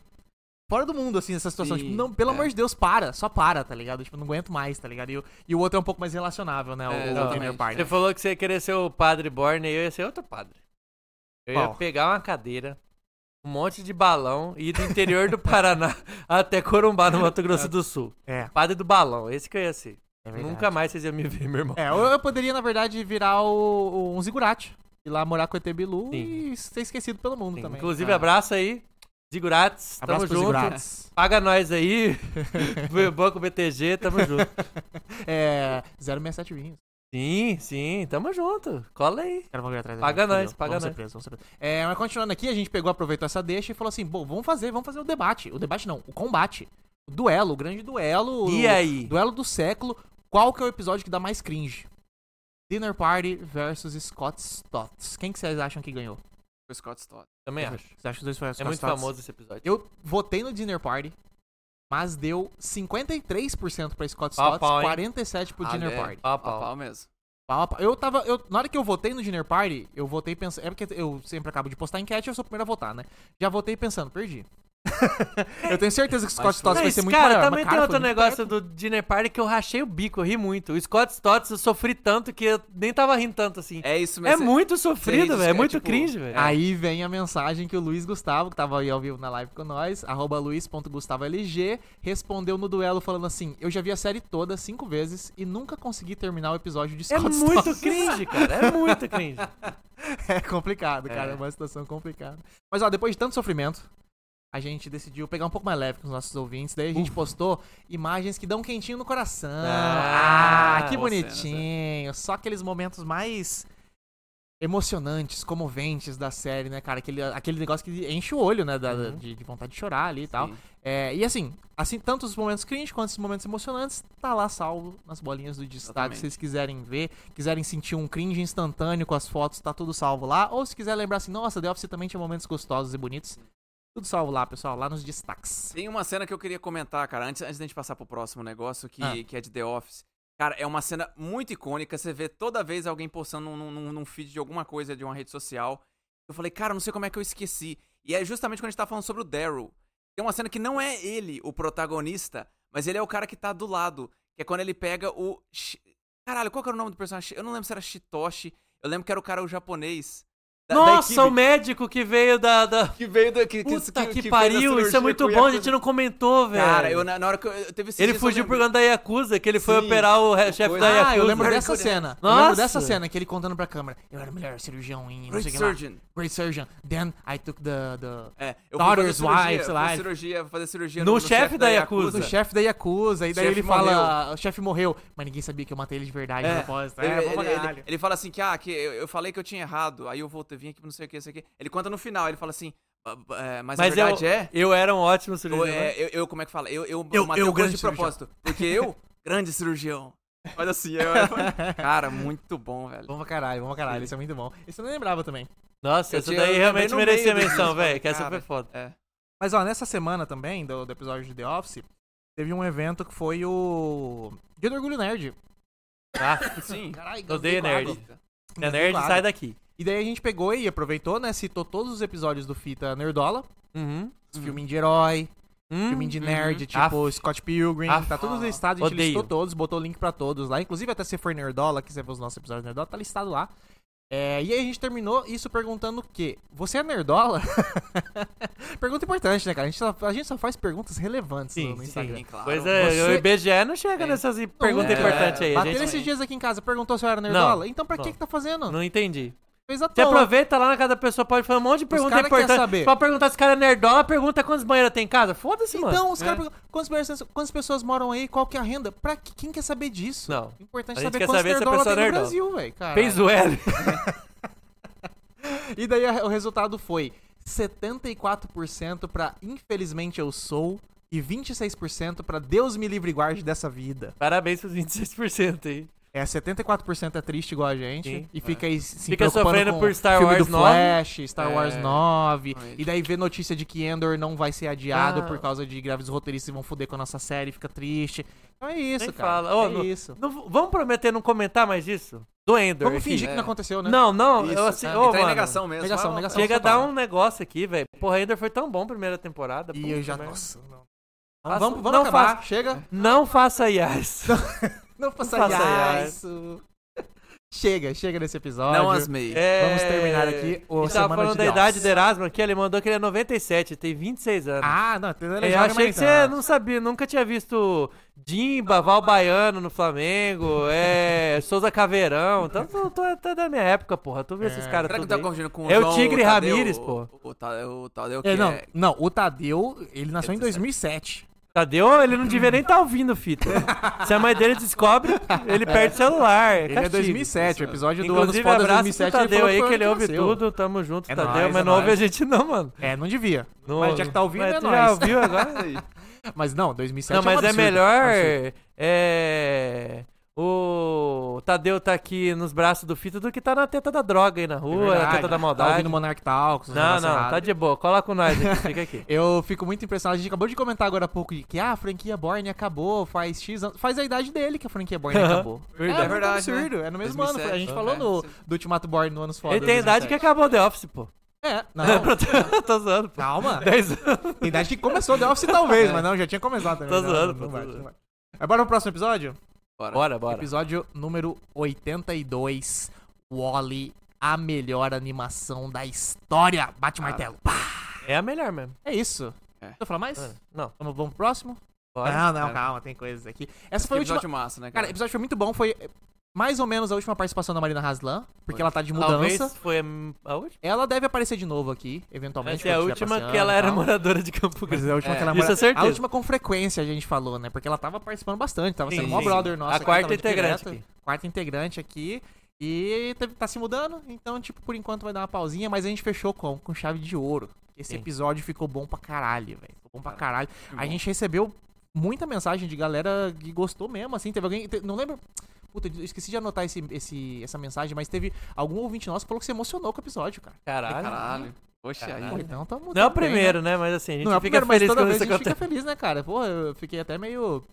Speaker 2: fora do mundo, assim, essa situação.
Speaker 1: Sim,
Speaker 2: tipo, não, pelo
Speaker 1: é.
Speaker 2: amor de Deus, para, só para, tá ligado? Tipo, não aguento mais, tá ligado? E, o- e o outro é um pouco mais relacionável, né? O,
Speaker 1: É,
Speaker 2: o
Speaker 1: exatamente.
Speaker 2: Dinner Party.
Speaker 3: Você falou que você ia querer ser o padre Borne e eu ia ser outro padre. Eu ia
Speaker 2: Qual?
Speaker 3: pegar uma cadeira, um monte de balão e ir do interior do Paraná até Corumbá, no Mato Grosso do Sul.
Speaker 2: É,
Speaker 3: Padre do balão, esse que eu ia ser.
Speaker 2: é verdade.
Speaker 3: Nunca mais vocês iam me ver, meu irmão.
Speaker 2: É, eu, eu poderia, na verdade, virar o, o, um zigurate. Ir lá morar com o ET Bilu
Speaker 3: Sim.
Speaker 2: e ser esquecido pelo mundo
Speaker 3: Sim,
Speaker 2: também.
Speaker 3: Inclusive,
Speaker 2: Ah,
Speaker 3: abraço aí. Zigurates, tamo
Speaker 2: abraço pros
Speaker 3: junto.
Speaker 2: zigurates.
Speaker 3: Paga nós aí. Banco BTG, tamo junto.
Speaker 2: É, 067 vinhos.
Speaker 3: Sim, sim, tamo junto. Cola aí.
Speaker 2: Cara, vamos ir atrás da
Speaker 3: Paga
Speaker 2: gente,
Speaker 3: nós,
Speaker 2: fudeu.
Speaker 3: paga
Speaker 2: Vamos ser
Speaker 3: nós.
Speaker 2: presos, vamos ser presos. É, mas continuando aqui, a gente pegou, aproveitou essa deixa e falou assim: bom, vamos fazer, vamos fazer o debate. O debate não, o combate. O duelo, o grande duelo.
Speaker 3: E
Speaker 2: o
Speaker 3: aí?
Speaker 2: Duelo do século. Qual que é o episódio que dá mais cringe? Dinner Party versus Scott Stotts. Quem que vocês acham que ganhou?
Speaker 1: o Scott Stotts.
Speaker 3: Também acho.
Speaker 2: É, Vocês acham que os dois foram
Speaker 3: É
Speaker 2: Scott
Speaker 3: muito
Speaker 2: Stotts?
Speaker 3: famoso esse episódio.
Speaker 2: Eu votei no Dinner Party. Mas deu 53% pra Scott
Speaker 3: Pau a
Speaker 2: Stotts,
Speaker 3: pau, hein?
Speaker 2: 47% pro Dinner
Speaker 1: Ah, é.
Speaker 2: Party.
Speaker 3: Pau a
Speaker 1: Pau a
Speaker 3: pau.
Speaker 1: pau mesmo.
Speaker 2: Pau a pau. Eu tava. Eu, na hora que eu votei no Dinner Party, eu votei pensando. É porque eu sempre acabo de postar enquete, eu sou o primeiro a votar, né? Já votei pensando, perdi. eu tenho certeza que o Scott
Speaker 1: Mas
Speaker 2: Stotts vai ser muito
Speaker 3: cara,
Speaker 2: maior, mas,
Speaker 3: também tem
Speaker 2: cara, foi
Speaker 3: outro
Speaker 2: muito
Speaker 3: negócio do Dinner Party que eu rachei o bico, eu ri muito. O Scott Stotts eu sofri tanto que eu nem tava rindo tanto assim. É,
Speaker 1: É isso mesmo.
Speaker 3: muito sofrido,
Speaker 1: dos
Speaker 3: velho. É
Speaker 1: que-
Speaker 3: muito
Speaker 1: tipo,
Speaker 3: cringe, velho.
Speaker 2: Aí vem a mensagem que o Luiz Gustavo, que tava aí ao vivo na live com nós, arroba luiz.gustavolg, respondeu no duelo falando assim, eu já vi a série toda cinco vezes e nunca consegui terminar o episódio de
Speaker 3: É
Speaker 2: Scott
Speaker 3: muito
Speaker 2: Stahl."
Speaker 3: cringe, cara. É muito cringe.
Speaker 2: É complicado, cara,
Speaker 3: É.
Speaker 2: é uma situação complicada. Mas ó, depois de tanto sofrimento, a gente decidiu pegar um pouco mais leve com os nossos ouvintes, daí a gente postou imagens que dão um quentinho no coração.
Speaker 3: Ah,
Speaker 2: Ah, que
Speaker 1: boas cenas,
Speaker 2: bonitinho. Só aqueles momentos mais emocionantes, comoventes da série, né, cara? Aquele, aquele negócio que enche o olho, né? da- da-
Speaker 3: Uhum.
Speaker 2: de, de vontade de chorar ali e tal.
Speaker 1: Sim.
Speaker 2: É, e assim, assim, tanto os momentos cringe quanto os momentos emocionantes, tá lá salvo nas bolinhas do destaque.
Speaker 1: Exatamente.
Speaker 2: Se vocês quiserem ver, quiserem sentir um cringe instantâneo com as fotos, tá tudo salvo lá. Ou se quiser lembrar assim, nossa, The Office também tinha momentos gostosos e bonitos. Tudo salvo lá, pessoal, lá nos destaques.
Speaker 1: Tem uma cena que eu queria comentar, cara, antes, antes da gente passar pro próximo negócio, que,
Speaker 2: Ah.
Speaker 1: que é de The Office. Cara, é uma cena muito icônica. Você vê toda vez alguém postando num, num, num feed de alguma coisa de uma rede social. Eu falei, cara, não sei como é que eu esqueci. E é justamente quando a gente tá falando sobre o Daryl. Tem uma cena que não é ele o protagonista, mas ele é o cara que tá do lado. Que é quando ele pega o. Shi- Caralho, qual que era o nome do personagem? Eu não lembro se era Shitoshi. Eu lembro que era o cara o japonês. da- da
Speaker 3: Nossa, o
Speaker 1: equipe.
Speaker 3: médico que veio da. da...
Speaker 1: que veio da. Que,
Speaker 3: Puta que, pariu, isso é muito bom, a gente não comentou, velho.
Speaker 1: Cara, eu, na, na hora que eu, eu teve esse
Speaker 3: Ele fugiu por conta da Yakuza, que ele foi
Speaker 1: Sim.
Speaker 3: operar o re- chefe da Yakuza.
Speaker 2: Ah, eu lembro
Speaker 1: Mercury
Speaker 2: dessa
Speaker 1: Rex.
Speaker 2: cena. Eu lembro
Speaker 3: Nossa!
Speaker 2: dessa cena que ele contando pra câmera. Eu era o melhor cirurgião em não sei o que lá.
Speaker 1: Surgeon.
Speaker 2: Great surgeon. Then I took the. the...
Speaker 1: É, eu
Speaker 2: Daughter's
Speaker 1: fui fazer cirurgia,
Speaker 2: wife, sei
Speaker 1: fui
Speaker 2: lá.
Speaker 1: cirurgia, fui fazer cirurgia
Speaker 3: No chefe da Yakuza.
Speaker 2: O chefe da Yakuza, e daí
Speaker 1: Chefe
Speaker 2: ele fala, o chefe morreu, mas ninguém sabia que eu matei ele de verdade de
Speaker 1: É,
Speaker 2: propósito.
Speaker 1: ele,
Speaker 2: É, bom pra
Speaker 1: ele- ele-
Speaker 2: caralho.
Speaker 1: ele fala assim que, ah, que eu, eu falei que eu tinha errado, aí eu voltei, vim aqui pra não sei o que, isso aqui. Ele conta no final, ele fala assim, "Ah, b- é, mas, a
Speaker 3: Mas eu,
Speaker 1: verdade é,
Speaker 3: eu era um ótimo
Speaker 1: eu,
Speaker 3: cirurgião.
Speaker 1: é, eu, eu- como é que fala? Eu, eu,
Speaker 2: Eu-
Speaker 1: matei
Speaker 2: eu,
Speaker 1: o coisa
Speaker 2: grande
Speaker 1: de propósito, porque eu, grande cirurgião. Mas assim, eu, eu- cara, muito bom, velho.
Speaker 2: Bom pra caralho, bom pra caralho, isso é muito bom. Isso eu não lembrava também.
Speaker 3: Nossa,
Speaker 1: eu
Speaker 3: isso
Speaker 1: tinha-
Speaker 3: daí
Speaker 1: eu
Speaker 3: realmente
Speaker 1: também no meio
Speaker 3: merecia
Speaker 1: disso,
Speaker 3: menção,
Speaker 1: falei,
Speaker 3: velho, que essa
Speaker 1: cara.
Speaker 3: foi foda.
Speaker 1: É.
Speaker 2: Mas ó, nessa semana também, do, do episódio de The Office, teve um evento que foi o. Dia do Orgulho Nerd.
Speaker 3: Ah,
Speaker 1: Sim.
Speaker 2: Caralho,
Speaker 3: Odeio
Speaker 2: gostei do
Speaker 3: nerd.
Speaker 2: quadro.
Speaker 3: é nerd, sai daqui.
Speaker 2: E daí a gente pegou e aproveitou, né? Citou todos os episódios do Fita Nerdola.
Speaker 3: Uhum.
Speaker 2: Os filminhos de herói,
Speaker 3: Hum.
Speaker 2: filminho de nerd,
Speaker 1: uhum.
Speaker 2: tipo Scott Pilgrim,
Speaker 3: Aff.
Speaker 2: tá tudo listado, a gente
Speaker 3: Odeio.
Speaker 2: listou todos, botou o link pra todos lá. Inclusive, até se for Nerdola, quiser ver os nossos episódios de Nerdola, tá listado lá. É, e aí a gente terminou isso perguntando o quê? Você é nerdola? Pergunta importante, né, cara? A gente só, a gente só faz perguntas relevantes
Speaker 3: Sim,
Speaker 2: no, no
Speaker 3: sim,
Speaker 2: Instagram.
Speaker 1: Sim, claro.
Speaker 3: Pois é,
Speaker 2: Você-
Speaker 3: o IBGE não chega
Speaker 2: É.
Speaker 3: nessas perguntas
Speaker 1: É,
Speaker 3: importantes aí. A
Speaker 2: Bateu
Speaker 3: gente
Speaker 2: esses dias aqui em casa, perguntou se eu era nerdola? então pra
Speaker 3: não.
Speaker 2: que que tá fazendo?
Speaker 3: não entendi.
Speaker 2: Fez à
Speaker 3: Você é
Speaker 2: toa.
Speaker 3: aproveita lá na casa da pessoa, pode fazer um monte de pergunta
Speaker 2: cara quer
Speaker 3: importante.
Speaker 2: saber.
Speaker 3: Só perguntar se o cara é nerdola, pergunta quantas banheiras tem em casa. Foda-se, mano.
Speaker 2: Então, os
Speaker 3: É.
Speaker 2: caras perguntam, quantas pessoas, quantas pessoas moram aí? Qual que é a renda? Pra que- quem quer saber disso?
Speaker 3: Não.
Speaker 2: Importante
Speaker 3: A gente
Speaker 2: saber
Speaker 3: quer
Speaker 2: quantos
Speaker 3: saber se a
Speaker 2: nerdola
Speaker 3: pessoa
Speaker 2: tem
Speaker 3: é
Speaker 2: no
Speaker 3: nerdola.
Speaker 2: Brasil, velho. caralho.
Speaker 3: Fez o L.
Speaker 2: E daí a- o resultado foi 74% pra Infelizmente Eu Sou e 26% pra Deus Me Livre e Guarde dessa vida.
Speaker 3: Parabéns pros 26% aí.
Speaker 2: É, 74% é triste igual a gente
Speaker 3: Sim. é.
Speaker 2: e fica aí se
Speaker 3: Fica
Speaker 2: preocupando
Speaker 3: sofrendo
Speaker 2: com
Speaker 3: por Star
Speaker 2: filme
Speaker 3: Wars
Speaker 2: do
Speaker 3: 9.
Speaker 2: Flash, Star
Speaker 1: É,
Speaker 2: Wars 9, e
Speaker 1: realmente.
Speaker 2: daí vê notícia de que Endor não vai ser adiado
Speaker 3: Ah.
Speaker 2: por causa de graves roteiristas e vão foder com a nossa série, fica triste. Então é isso,
Speaker 3: Nem
Speaker 2: cara.
Speaker 3: fala. Ô,
Speaker 2: é
Speaker 3: não-
Speaker 2: isso.
Speaker 3: Não- vamos prometer não comentar mais isso? Do Endor.
Speaker 2: Vamos
Speaker 3: aqui.
Speaker 2: fingir que não
Speaker 1: É.
Speaker 2: aconteceu, né? Então
Speaker 3: Não, não.
Speaker 1: Isso,
Speaker 3: eu assim,
Speaker 1: tá.
Speaker 3: ô,
Speaker 2: é
Speaker 1: Entrar em
Speaker 3: mano,
Speaker 1: negação mesmo.
Speaker 2: Negação,
Speaker 1: vai lá,
Speaker 2: negação.
Speaker 3: Chega a
Speaker 2: Só
Speaker 3: dar
Speaker 2: fala.
Speaker 3: um negócio aqui, velho. Porra, Endor foi tão bom primeira temporada.
Speaker 2: E
Speaker 3: puta
Speaker 2: eu já.
Speaker 3: merda.
Speaker 2: Nossa, não.
Speaker 3: Faça-
Speaker 2: Vamos, vamos
Speaker 3: não
Speaker 2: acabar.
Speaker 3: faça- É.
Speaker 2: Chega.
Speaker 3: Não faça IAS.
Speaker 2: Não faça,
Speaker 3: faça
Speaker 2: isso. Chega, chega nesse episódio.
Speaker 1: Não as meias.
Speaker 3: É,
Speaker 2: Vamos terminar aqui o
Speaker 3: ele tava
Speaker 2: Semana
Speaker 3: falando
Speaker 2: de
Speaker 3: da
Speaker 2: Deus.
Speaker 3: idade de Erasmo aqui, ele mandou que ele é 97, tem 26 anos.
Speaker 2: Ah, não, tem
Speaker 3: É, eu achei que você não sabia, nunca tinha visto Dimba, Val Baiano no Flamengo, é, Souza Caveirão, tanto tô até da minha época, porra. Tu vê esses
Speaker 2: É.
Speaker 3: caras
Speaker 1: Será que
Speaker 3: tudo
Speaker 1: tá
Speaker 3: aí.
Speaker 1: confundindo com
Speaker 3: É o
Speaker 1: João
Speaker 3: Tigre
Speaker 1: Tadeu,
Speaker 3: Ramírez,
Speaker 1: o-
Speaker 3: pô.
Speaker 1: O, Tadeu- o Tadeu que
Speaker 2: É, não,
Speaker 1: é-
Speaker 2: não, o Tadeu, ele nasceu em
Speaker 1: 17.
Speaker 2: 2007.
Speaker 3: É Tadeu, ele não devia nem estar ouvindo fita. Se a mãe dele descobre, ele perde o celular.
Speaker 2: Ele é 2007, o episódio do Anos
Speaker 3: Inclusive,
Speaker 2: Fodas
Speaker 3: abraço pro
Speaker 2: 2007
Speaker 3: Tadeu
Speaker 2: falou
Speaker 3: aí,
Speaker 2: foi
Speaker 3: que ele
Speaker 2: onde
Speaker 3: ouve
Speaker 2: é nasceu.
Speaker 3: tudo. Tamo junto,
Speaker 2: É
Speaker 3: Tadeu.
Speaker 2: nóis,
Speaker 3: mas
Speaker 2: é
Speaker 3: não ouve a
Speaker 2: nóis.
Speaker 3: gente não, mano.
Speaker 2: É, não devia.
Speaker 3: Não
Speaker 2: mas
Speaker 3: ouve.
Speaker 2: já que tá ouvindo,
Speaker 3: Mas
Speaker 2: é
Speaker 3: tu já
Speaker 2: nóis.
Speaker 3: ouviu agora?
Speaker 2: Mas não, 2007
Speaker 3: Não,
Speaker 2: é um
Speaker 3: mas é
Speaker 2: absurdo.
Speaker 3: melhor
Speaker 2: Absurdo.
Speaker 3: é, O Tadeu tá aqui nos braços do Fita do que tá na teta da droga aí na rua, na
Speaker 2: É verdade.
Speaker 3: teta da
Speaker 2: Tá
Speaker 3: maldade.
Speaker 2: ouvindo Monark Talks, os
Speaker 3: não,
Speaker 2: negócios
Speaker 3: não,
Speaker 2: errados.
Speaker 3: tá de boa. Cola com nós aqui, fica aqui.
Speaker 2: Eu fico muito impressionado. A gente acabou de comentar agora há pouco de que ah, a franquia Borne acabou, faz X anos. Faz a idade dele que a franquia Borne acabou.
Speaker 1: Verdade.
Speaker 2: É, muito
Speaker 1: Verdade, né?
Speaker 2: absurdo. É no mesmo ano.
Speaker 1: 2007,
Speaker 2: A gente falou no,
Speaker 1: né? Sim.
Speaker 2: do Ultimato Borne no Anos Foda.
Speaker 3: Ele tem a idade que acabou The Office, pô.
Speaker 2: É, não.
Speaker 3: tô zoando, pô.
Speaker 2: Calma.
Speaker 3: 10 anos.
Speaker 2: Tem idade que começou The Office talvez, mas não, já tinha começado também.
Speaker 3: Tô
Speaker 2: Não,
Speaker 3: zoando,
Speaker 2: não
Speaker 3: pô, tô
Speaker 2: bate, não
Speaker 3: zoando.
Speaker 2: bate. Mas bora pro próximo episódio?
Speaker 1: Bora.
Speaker 3: Bora, bora.
Speaker 2: Episódio número 82. Wally, a melhor animação da história. Bate o
Speaker 1: Ah.
Speaker 2: martelo. Pá!
Speaker 3: É a melhor mesmo. Ah,
Speaker 2: É isso.
Speaker 1: É.
Speaker 2: Deixa eu falar mais?
Speaker 3: Não,
Speaker 2: Vamos, vamos pro próximo?
Speaker 3: bora.
Speaker 2: não, não,
Speaker 1: É.
Speaker 2: calma, tem coisas aqui. Essa
Speaker 1: Que
Speaker 2: foi a última.
Speaker 1: episódio massa, né,
Speaker 2: Cara, o
Speaker 1: cara?
Speaker 2: episódio foi muito bom. Foi eh, mais ou menos a última participação da Marina Haslan, porque
Speaker 1: Foi.
Speaker 2: ela tá de mudança.
Speaker 3: Talvez foi a m- a última.
Speaker 2: Ela deve aparecer de novo aqui, eventualmente.
Speaker 3: Essa é a
Speaker 2: quando estiver
Speaker 3: última
Speaker 2: passeando
Speaker 3: que ela
Speaker 2: e
Speaker 3: era
Speaker 2: tal.
Speaker 3: moradora de Campo
Speaker 2: Mas
Speaker 3: Grande.
Speaker 2: é a última
Speaker 1: É,
Speaker 2: que ela
Speaker 3: isso é
Speaker 2: mora-
Speaker 3: certeza.
Speaker 2: A última com frequência a gente falou, né? Porque ela tava participando bastante, tava
Speaker 3: Sim,
Speaker 2: sendo mó
Speaker 3: sim.
Speaker 2: brother nossa.
Speaker 3: A
Speaker 2: aqui,
Speaker 3: quarta
Speaker 2: tava de
Speaker 3: integrante
Speaker 2: direto,
Speaker 3: aqui.
Speaker 2: Quarta integrante aqui. E teve- tá se mudando, então, tipo, por enquanto vai dar uma pausinha, mas a gente fechou com, com chave de ouro. Esse
Speaker 3: Sim.
Speaker 2: episódio ficou bom pra caralho, velho. Ficou bom pra caralho.
Speaker 1: Que
Speaker 2: A
Speaker 1: bom.
Speaker 2: gente recebeu muita mensagem de galera que gostou mesmo, assim. Teve alguém. te- Não lembro. Puta, eu esqueci de anotar esse, esse- essa mensagem, mas teve algum ouvinte nosso que falou que se emocionou com o episódio, cara.
Speaker 3: Caralho.
Speaker 1: Caralho. Poxa, aí.
Speaker 2: Pô, então tá mudando.
Speaker 3: Não é o
Speaker 2: bem, né?
Speaker 3: primeiro, né? Mas assim, a gente
Speaker 2: Não é o
Speaker 3: fica
Speaker 2: primeiro, mas
Speaker 3: feliz
Speaker 2: toda
Speaker 3: quando
Speaker 2: vez
Speaker 3: isso
Speaker 2: a gente
Speaker 3: acontece.
Speaker 2: fica feliz, né, cara? Porra, eu fiquei até meio.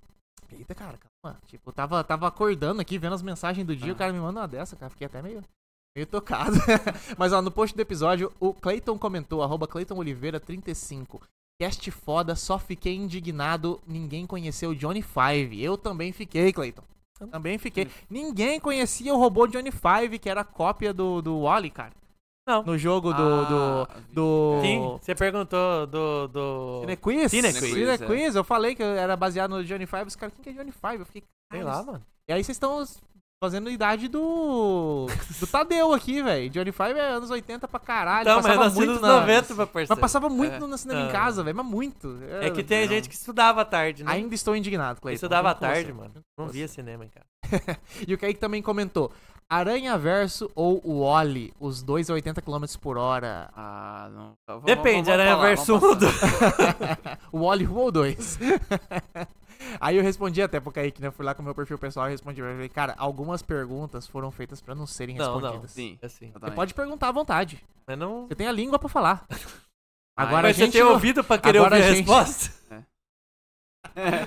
Speaker 2: Eita, cara, calma. Tipo, tava, tava acordando aqui, vendo as mensagens do dia,
Speaker 1: Ah.
Speaker 2: o cara me manda uma dessa, cara. Fiquei até meio. Meio tocado. mas ó, no post do episódio, o Clayton comentou, arroba Clayton Oliveira35. Cast foda, só fiquei indignado. Ninguém conheceu o Johnny Five. Eu também fiquei, Clayton. Eu Também fiquei. Ninguém conhecia o robô Johnny Five, que era a cópia do, do Wally, cara.
Speaker 3: Não.
Speaker 2: No jogo do. do.
Speaker 1: Ah, vi.
Speaker 2: do...
Speaker 3: Sim, você perguntou do. do...
Speaker 2: Cinequiz?
Speaker 3: Cinequiz,
Speaker 1: é.
Speaker 2: Cinequiz, eu falei que eu era baseado no Johnny Five, os caras, quem que é Johnny Five? Eu fiquei,
Speaker 3: Sei
Speaker 2: "Caralho,
Speaker 3: lá,
Speaker 2: isso-
Speaker 3: mano.
Speaker 2: E aí vocês estão fazendo idade do do Tadeu aqui, velho. Johnny Five é anos 80 pra caralho,
Speaker 3: Não, mas
Speaker 2: Ah, passava
Speaker 3: nós
Speaker 2: muito
Speaker 3: nos
Speaker 2: na-
Speaker 3: 90, meu parceiro.
Speaker 2: Mas passava muito
Speaker 1: É.
Speaker 2: no cinema em
Speaker 3: Ah.
Speaker 2: casa, velho, mas muito.
Speaker 3: É
Speaker 2: Eu-
Speaker 3: que tem gente que estudava à tarde, né?
Speaker 2: né? Ainda é estou indignado, Cleiton.
Speaker 3: estudava à
Speaker 2: junto com
Speaker 3: tarde,
Speaker 2: você.
Speaker 3: mano. Não via cinema, hein, cara.
Speaker 2: E o Kaique também comentou, Aranha Verso ou o Oli, os dois a 80 km por hora.
Speaker 1: Ah, não. Tá, vamos- vamos-
Speaker 2: né?
Speaker 3: Depende,
Speaker 1: vamos
Speaker 3: Aranha
Speaker 1: falar,
Speaker 3: versus
Speaker 1: vamos
Speaker 3: Mundo.
Speaker 1: passar.
Speaker 2: O Oli 1 ou 2? Aí eu respondi até pro Kaique, né? Eu Fui lá com o meu perfil pessoal e respondi. Eu falei, cara, algumas perguntas foram feitas pra não serem
Speaker 3: Não, não.
Speaker 2: respondidas.
Speaker 1: Sim,
Speaker 3: Assim.
Speaker 2: Você
Speaker 1: exatamente.
Speaker 2: pode perguntar à vontade.
Speaker 3: Mas não.
Speaker 2: Tá. Você tem a língua pra falar. Agora a
Speaker 3: Mas
Speaker 2: gente.
Speaker 3: você tem
Speaker 2: não-
Speaker 3: ouvido pra querer
Speaker 2: Agora
Speaker 3: ouvir a
Speaker 2: a gente-
Speaker 3: resposta?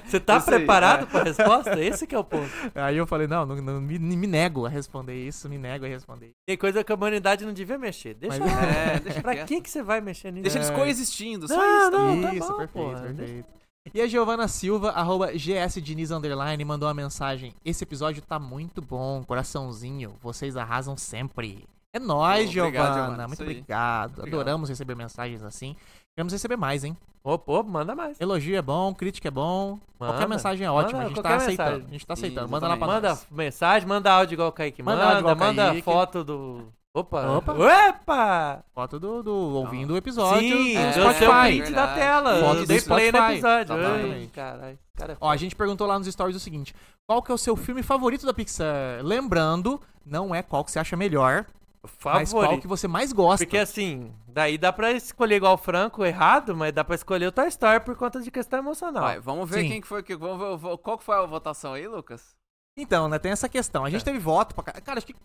Speaker 3: Você tá
Speaker 1: Isso aí,
Speaker 3: preparado
Speaker 1: é.
Speaker 3: pra resposta? Esse que é o ponto.
Speaker 2: Aí eu falei, não, não, não- me, me nego a responder isso, me nego a responder isso.
Speaker 3: Tem coisa que a humanidade não devia mexer. Deixa
Speaker 2: Mas-
Speaker 3: lá.
Speaker 1: É, deixa
Speaker 3: Pra
Speaker 1: quieto.
Speaker 3: que que você vai mexer nisso?
Speaker 1: Deixa eles
Speaker 2: É.
Speaker 1: coexistindo, só
Speaker 3: Não,
Speaker 1: isso. tá
Speaker 3: não,
Speaker 1: bom?
Speaker 3: tá
Speaker 2: isso,
Speaker 3: bom,
Speaker 2: perfeito,
Speaker 3: porra.
Speaker 2: perfeito. E a Giovana Silva, arroba GS Diniz Underline, mandou uma mensagem. Esse episódio tá muito bom, coraçãozinho. Vocês arrasam sempre. É nóis,
Speaker 1: Obrigado,
Speaker 2: Giovana.
Speaker 1: Giovana,
Speaker 2: Muito
Speaker 1: isso aí.
Speaker 2: obrigado.
Speaker 1: Obrigado.
Speaker 2: Adoramos receber mensagens assim. Queremos receber mais, hein?
Speaker 3: Opa, opa, manda mais.
Speaker 2: Elogio é bom, crítica é bom. qualquer
Speaker 3: Manda.
Speaker 2: mensagem é ótima. a
Speaker 3: Manda
Speaker 2: gente tá
Speaker 3: qualquer
Speaker 2: aceitando.
Speaker 3: mensagem.
Speaker 2: A gente tá
Speaker 1: Sim,
Speaker 2: aceitando. Manda lá pra
Speaker 1: exatamente.
Speaker 3: Manda
Speaker 2: nós.
Speaker 3: mensagem, manda áudio igual o Kaique
Speaker 2: Manda
Speaker 3: manda.
Speaker 2: áudio
Speaker 3: Manda,
Speaker 2: igual o Kaique.
Speaker 3: foto do. Opa!
Speaker 2: Opa.
Speaker 3: Opa!
Speaker 2: Foto do, do ouvindo o episódio.
Speaker 3: Sim,
Speaker 2: do
Speaker 1: é,
Speaker 3: do seu
Speaker 2: Spotify.
Speaker 3: print da
Speaker 1: Verdade.
Speaker 3: tela.
Speaker 2: Foto
Speaker 3: eu
Speaker 2: do
Speaker 3: dei play no
Speaker 2: Spotify.
Speaker 3: episódio. Ai,
Speaker 2: Exatamente.
Speaker 3: Caralho. Cara,
Speaker 2: Ó, a gente perguntou lá nos stories o seguinte: qual que é o seu filme favorito da Pixar? Lembrando, não é qual que você acha melhor, mas qual que
Speaker 3: favorito.
Speaker 2: você mais gosta.
Speaker 3: Porque assim, daí dá pra escolher igual o Franco, errado, mas dá pra escolher o Toy Story por conta de questão emocional.
Speaker 1: Vai, vamos ver
Speaker 2: Sim.
Speaker 1: quem que foi que. Vamos ver, vo- qual que foi a votação aí, Lucas?
Speaker 2: Então, né, tem essa questão. A
Speaker 3: É.
Speaker 2: gente teve voto pra. ca- Cara, acho que.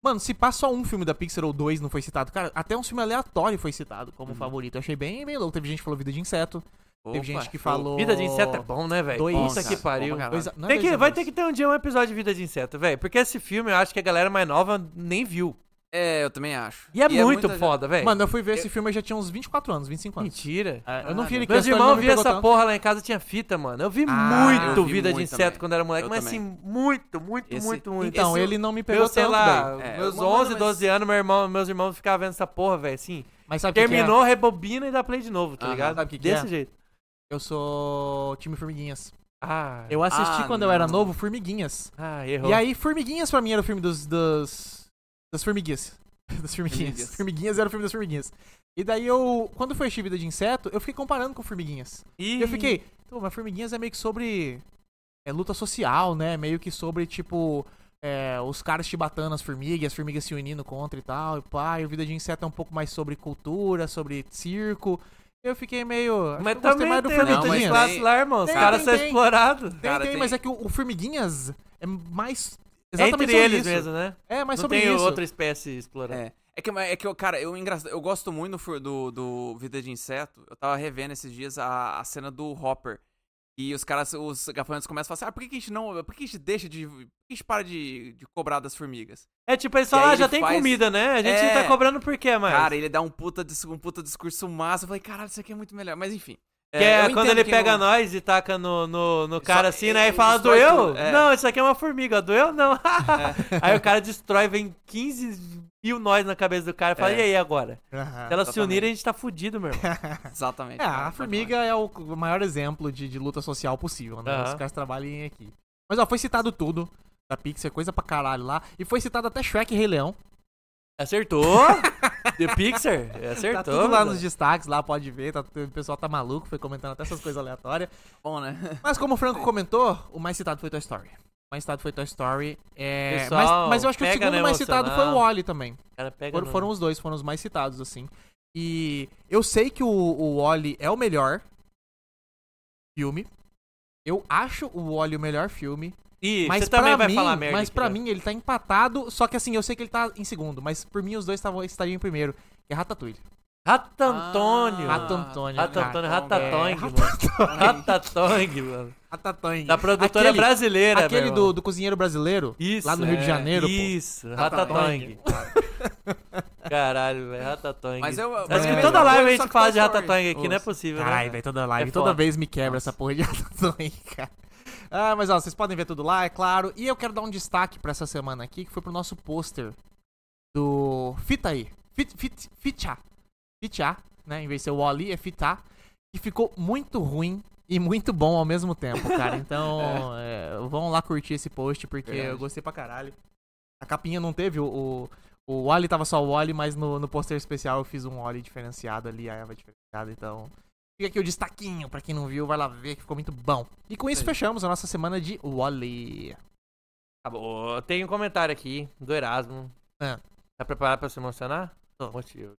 Speaker 2: Mano, se passa só um filme da Pixar ou dois não foi citado, cara, até um filme aleatório foi citado como
Speaker 3: Uhum.
Speaker 2: favorito. Eu achei bem, bem louco. Teve gente que falou Vida de Inseto, teve gente que falou.
Speaker 3: Vida de inseto é bom, né, velho?
Speaker 2: Dois.
Speaker 3: Puta
Speaker 2: Bom,
Speaker 3: que
Speaker 1: cara,
Speaker 3: pariu.
Speaker 1: bom pra
Speaker 2: Dois a- não é
Speaker 3: Tem que,
Speaker 2: dois
Speaker 3: vai
Speaker 2: amores.
Speaker 3: ter que ter um dia um episódio de Vida de Inseto, velho. Porque esse filme eu acho que a galera mais nova nem viu.
Speaker 1: É, eu também acho.
Speaker 3: E é muito
Speaker 1: muita gente-
Speaker 3: foda, velho.
Speaker 2: Mano, eu fui ver esse filme, eu já tinha uns 24 anos, 25 anos.
Speaker 3: mentira.
Speaker 2: Ah, eu não vi ele
Speaker 3: Meus
Speaker 2: criança, ele
Speaker 3: irmãos
Speaker 2: não me
Speaker 3: viam
Speaker 2: pegou
Speaker 3: essa
Speaker 2: tanto.
Speaker 3: porra lá em casa, tinha fita, mano. Eu vi
Speaker 2: Ah,
Speaker 3: muito
Speaker 1: eu vi
Speaker 3: Vida de
Speaker 1: muito
Speaker 3: Inseto
Speaker 1: também.
Speaker 3: quando era moleque,
Speaker 1: Eu
Speaker 3: mas
Speaker 1: também.
Speaker 3: assim, muito, muito,
Speaker 1: Esse-
Speaker 3: muito, muito.
Speaker 2: Então,
Speaker 1: Esse-
Speaker 2: ele não me pegou
Speaker 3: Meu, sei
Speaker 2: tanto,
Speaker 3: lá,
Speaker 2: velho.
Speaker 1: velho. É,
Speaker 3: meus
Speaker 1: uma hora,
Speaker 3: 11,
Speaker 1: mas-
Speaker 3: 12 anos, meu irmão, meus irmãos ficavam vendo essa porra, velho, assim.
Speaker 2: Mas sabe o que que é?
Speaker 3: Terminou, rebobina e dá play de novo, tá
Speaker 1: Aham.
Speaker 3: ligado?
Speaker 2: Sabe o que que
Speaker 3: Desse
Speaker 2: é?
Speaker 3: jeito.
Speaker 2: Eu sou time Formiguinhas.
Speaker 3: Ah,
Speaker 2: Eu assisti
Speaker 1: Ah,
Speaker 2: quando eu era
Speaker 1: não.
Speaker 2: novo Formiguinhas.
Speaker 3: ah errou.
Speaker 2: E aí, Formiguinhas pra mim era o filme dos. dos das formiguinhas. Das formiguinhas.
Speaker 1: Formiguinhas.
Speaker 2: Formiguinhas era o filme das formiguinhas. E daí eu. Quando foi a Vida de Inseto, eu fiquei comparando com Formiguinhas. E
Speaker 3: Ih,
Speaker 2: eu fiquei. Pô, mas Formiguinhas é meio que sobre. É luta social, né? Meio que sobre, tipo. é, os caras chibatando as formigas, as formigas se unindo contra e tal. E pá, e o Vida de Inseto é um pouco mais sobre cultura, sobre circo. Eu fiquei meio. acho que
Speaker 3: Mas
Speaker 2: eu gostei
Speaker 3: também
Speaker 2: mais do
Speaker 3: tem né, luta
Speaker 1: Não,
Speaker 3: de
Speaker 1: mas
Speaker 2: Formiguinhas.
Speaker 3: classe
Speaker 1: tem-
Speaker 3: lá, irmão. Os
Speaker 2: tem,
Speaker 3: caras
Speaker 2: tem,
Speaker 3: são
Speaker 2: tem.
Speaker 3: explorados.
Speaker 2: Tem,
Speaker 1: Cara,
Speaker 2: tem,
Speaker 1: tem-
Speaker 2: mas é que o, o Formiguinhas É mais.
Speaker 3: É
Speaker 2: Exatamente
Speaker 3: entre
Speaker 2: sobre
Speaker 3: eles
Speaker 2: isso.
Speaker 3: mesmo, né?
Speaker 2: É, mais
Speaker 3: Não
Speaker 2: sobre
Speaker 3: tem
Speaker 2: isso.
Speaker 3: outra espécie explorada.
Speaker 1: É. É que, é que eu, cara, eu, engra... eu gosto muito no fur- do, do Vida de Inseto. Eu tava revendo esses dias a, a cena do Hopper. E os caras, os gafanhotos começam a falar assim, ah, por que, que a gente não. Por que a gente deixa de. Por que a gente para de, de cobrar das formigas?
Speaker 3: É, tipo, eles
Speaker 1: E aí
Speaker 3: falam, ah,
Speaker 1: ele
Speaker 3: já tem
Speaker 1: faz-
Speaker 3: comida, né? A gente
Speaker 1: É.
Speaker 3: não tá cobrando por quê, mais?
Speaker 1: Cara, ele dá um puta, dis- um puta discurso massa. Eu falei, caralho, isso aqui é muito melhor. Mas enfim.
Speaker 3: que é,
Speaker 1: eu
Speaker 3: quando
Speaker 1: entendo
Speaker 3: ele
Speaker 1: quem
Speaker 3: pega
Speaker 1: não-
Speaker 3: nós e taca no, no, no cara assim, né?
Speaker 1: ele
Speaker 3: E fala,
Speaker 1: destrói
Speaker 3: doeu?
Speaker 1: tudo, é.
Speaker 3: Não, isso aqui é uma formiga, doeu? Não. Aí o cara destrói, vem 15 mil nós na cabeça do cara e fala,
Speaker 1: É.
Speaker 3: e aí agora?
Speaker 2: Aham.
Speaker 3: Se elas se
Speaker 1: Exatamente.
Speaker 3: unirem, a gente tá fudido, meu irmão.
Speaker 1: Exatamente.
Speaker 2: É,
Speaker 1: cara,
Speaker 2: a
Speaker 1: pode
Speaker 2: formiga é o maior exemplo de, de luta social possível, né?
Speaker 3: Aham.
Speaker 2: Os caras trabalham em equipe. Mas ó, foi citado tudo da Pixar, coisa pra caralho lá. E foi citado até Shrek e Rei Leão.
Speaker 3: Acertou! The Pixar? Acertou.
Speaker 2: Tá tudo lá
Speaker 3: mano.
Speaker 2: nos destaques, lá pode ver. tá- o pessoal tá maluco, foi comentando até essas coisas aleatórias.
Speaker 1: falar. Bom, né?
Speaker 2: Mas como o Franco comentou, o mais citado foi Toy Story. O mais citado foi Toy Story. é,
Speaker 3: Pessoal,
Speaker 2: mas, mas eu acho que o
Speaker 3: pega
Speaker 2: segundo
Speaker 3: no
Speaker 2: mais citado foi o
Speaker 3: emocional.
Speaker 2: Wally também.
Speaker 3: O cara pega
Speaker 2: Foram,
Speaker 3: no-
Speaker 2: foram os dois, foram os mais citados, assim. E eu sei que o, o Wally é o melhor filme. Eu acho o Wally o melhor filme.
Speaker 3: Ih,
Speaker 2: Mas
Speaker 3: você também
Speaker 2: pra
Speaker 3: vai
Speaker 2: mim,
Speaker 3: falar merda.
Speaker 2: mas
Speaker 3: aqui,
Speaker 2: pra
Speaker 3: né?
Speaker 2: mim ele tá empatado. Só que assim, eu sei que ele tá em segundo. Mas por mim os dois estavam, estariam em primeiro. Que é Ratatouille.
Speaker 3: Rato Antônio.
Speaker 1: Ah,
Speaker 2: Rato Antônio,
Speaker 3: Rato
Speaker 2: cara.
Speaker 3: Antônio,
Speaker 1: Ratatouille.
Speaker 3: Ratatong, mano. Ratatong, mano.
Speaker 2: Ratatouille.
Speaker 3: Da produtora
Speaker 2: Aquele-
Speaker 3: brasileira,
Speaker 2: Aquele
Speaker 3: meu
Speaker 2: do,
Speaker 3: irmão.
Speaker 2: do cozinheiro brasileiro.
Speaker 3: Isso,
Speaker 2: lá no Rio de
Speaker 3: é,
Speaker 2: Janeiro, pô.
Speaker 3: Isso,
Speaker 2: Ratatouille.
Speaker 3: Ratatong. Caralho, velho, Ratatong.
Speaker 1: Mas eu-
Speaker 3: Acho
Speaker 1: mas
Speaker 3: que
Speaker 2: é-
Speaker 3: toda live a
Speaker 1: só
Speaker 3: gente
Speaker 1: que
Speaker 3: fala
Speaker 1: Toy
Speaker 3: de
Speaker 1: Story.
Speaker 3: Ratatong aqui,
Speaker 1: Ô,
Speaker 3: não é possível,
Speaker 2: Caralho,
Speaker 3: né?
Speaker 2: velho, toda live,
Speaker 3: É
Speaker 2: toda
Speaker 3: foda.
Speaker 2: vez me quebra essa porra de Ratatouille, cara. Ah, mas ó, vocês podem ver tudo lá, é claro. E eu quero dar um destaque pra essa semana aqui, que foi pro nosso pôster do Fita aí. Fit, fit, fitcha. Fitcha, né? Em vez de ser o Wally, é Fitá. E ficou muito ruim e muito bom ao mesmo tempo, cara. Então, é, vão lá curtir esse post, porque
Speaker 1: Verdade.
Speaker 2: eu gostei pra caralho. A capinha não teve o... o o Wally tava só o Wally, mas no, no pôster especial eu fiz um Wally diferenciado ali, a Eva diferenciada, então Fica aqui o destaquinho, pra quem não viu, vai lá ver que ficou muito bom. E com isso
Speaker 1: Aí.
Speaker 2: fechamos a nossa semana de Wally.
Speaker 3: Acabou. Tem um comentário aqui do Erasmo.
Speaker 2: Ah.
Speaker 3: Tá preparado pra se emocionar?
Speaker 2: Tô.
Speaker 3: Motivo.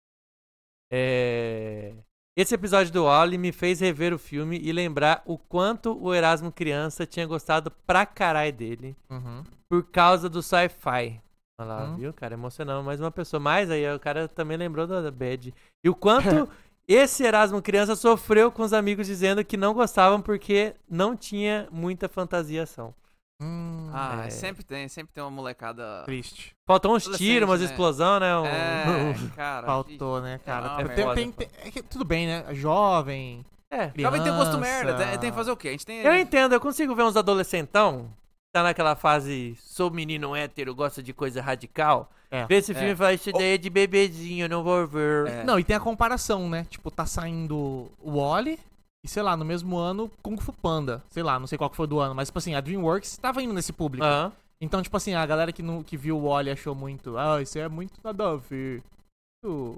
Speaker 3: É... Esse episódio do Wally me fez rever o filme e lembrar o quanto o Erasmo criança tinha gostado pra caralho dele
Speaker 2: Uhum.
Speaker 3: por causa do sci-fi. Olha lá,
Speaker 2: Hum.
Speaker 3: viu, cara? Emocionou mais uma pessoa. Mas aí o cara também lembrou da da Bad. E o quanto esse Erasmo criança sofreu com os amigos dizendo que não gostavam porque não tinha muita fantasiação.
Speaker 2: Hum,
Speaker 1: Ah,
Speaker 3: É.
Speaker 1: sempre tem, sempre tem uma molecada.
Speaker 2: Triste.
Speaker 3: Faltou uns
Speaker 1: Adolescente,
Speaker 3: tiros, umas
Speaker 1: né?
Speaker 3: explosão, né? Um-
Speaker 1: É, cara.
Speaker 2: Faltou, né, cara?
Speaker 1: não,
Speaker 2: Tem-
Speaker 1: é
Speaker 2: tem-
Speaker 3: foda,
Speaker 2: tem- é que tudo bem, né? Jovem,
Speaker 3: é.
Speaker 2: criança...
Speaker 1: Jovem tem gosto merda, tem, tem que fazer o quê? A gente tem.
Speaker 3: Eu entendo, eu consigo ver uns adolescentão que tá naquela fase, sou menino hétero, gosto de coisa radical.
Speaker 2: É.
Speaker 3: Vê esse
Speaker 1: É.
Speaker 3: filme e fala, isso daí é de bebezinho, não vou ver.
Speaker 1: É.
Speaker 2: Não, e tem a comparação, né? Tipo, tá saindo o Wally e, sei lá, no mesmo ano, Kung Fu Panda. Sei lá, não sei qual que foi do ano, mas, tipo assim, a DreamWorks tava indo nesse público.
Speaker 3: Aham.
Speaker 2: Então, tipo assim, a galera que, não, que viu o Wally achou muito... Ah, isso é muito nada a ver. Muito,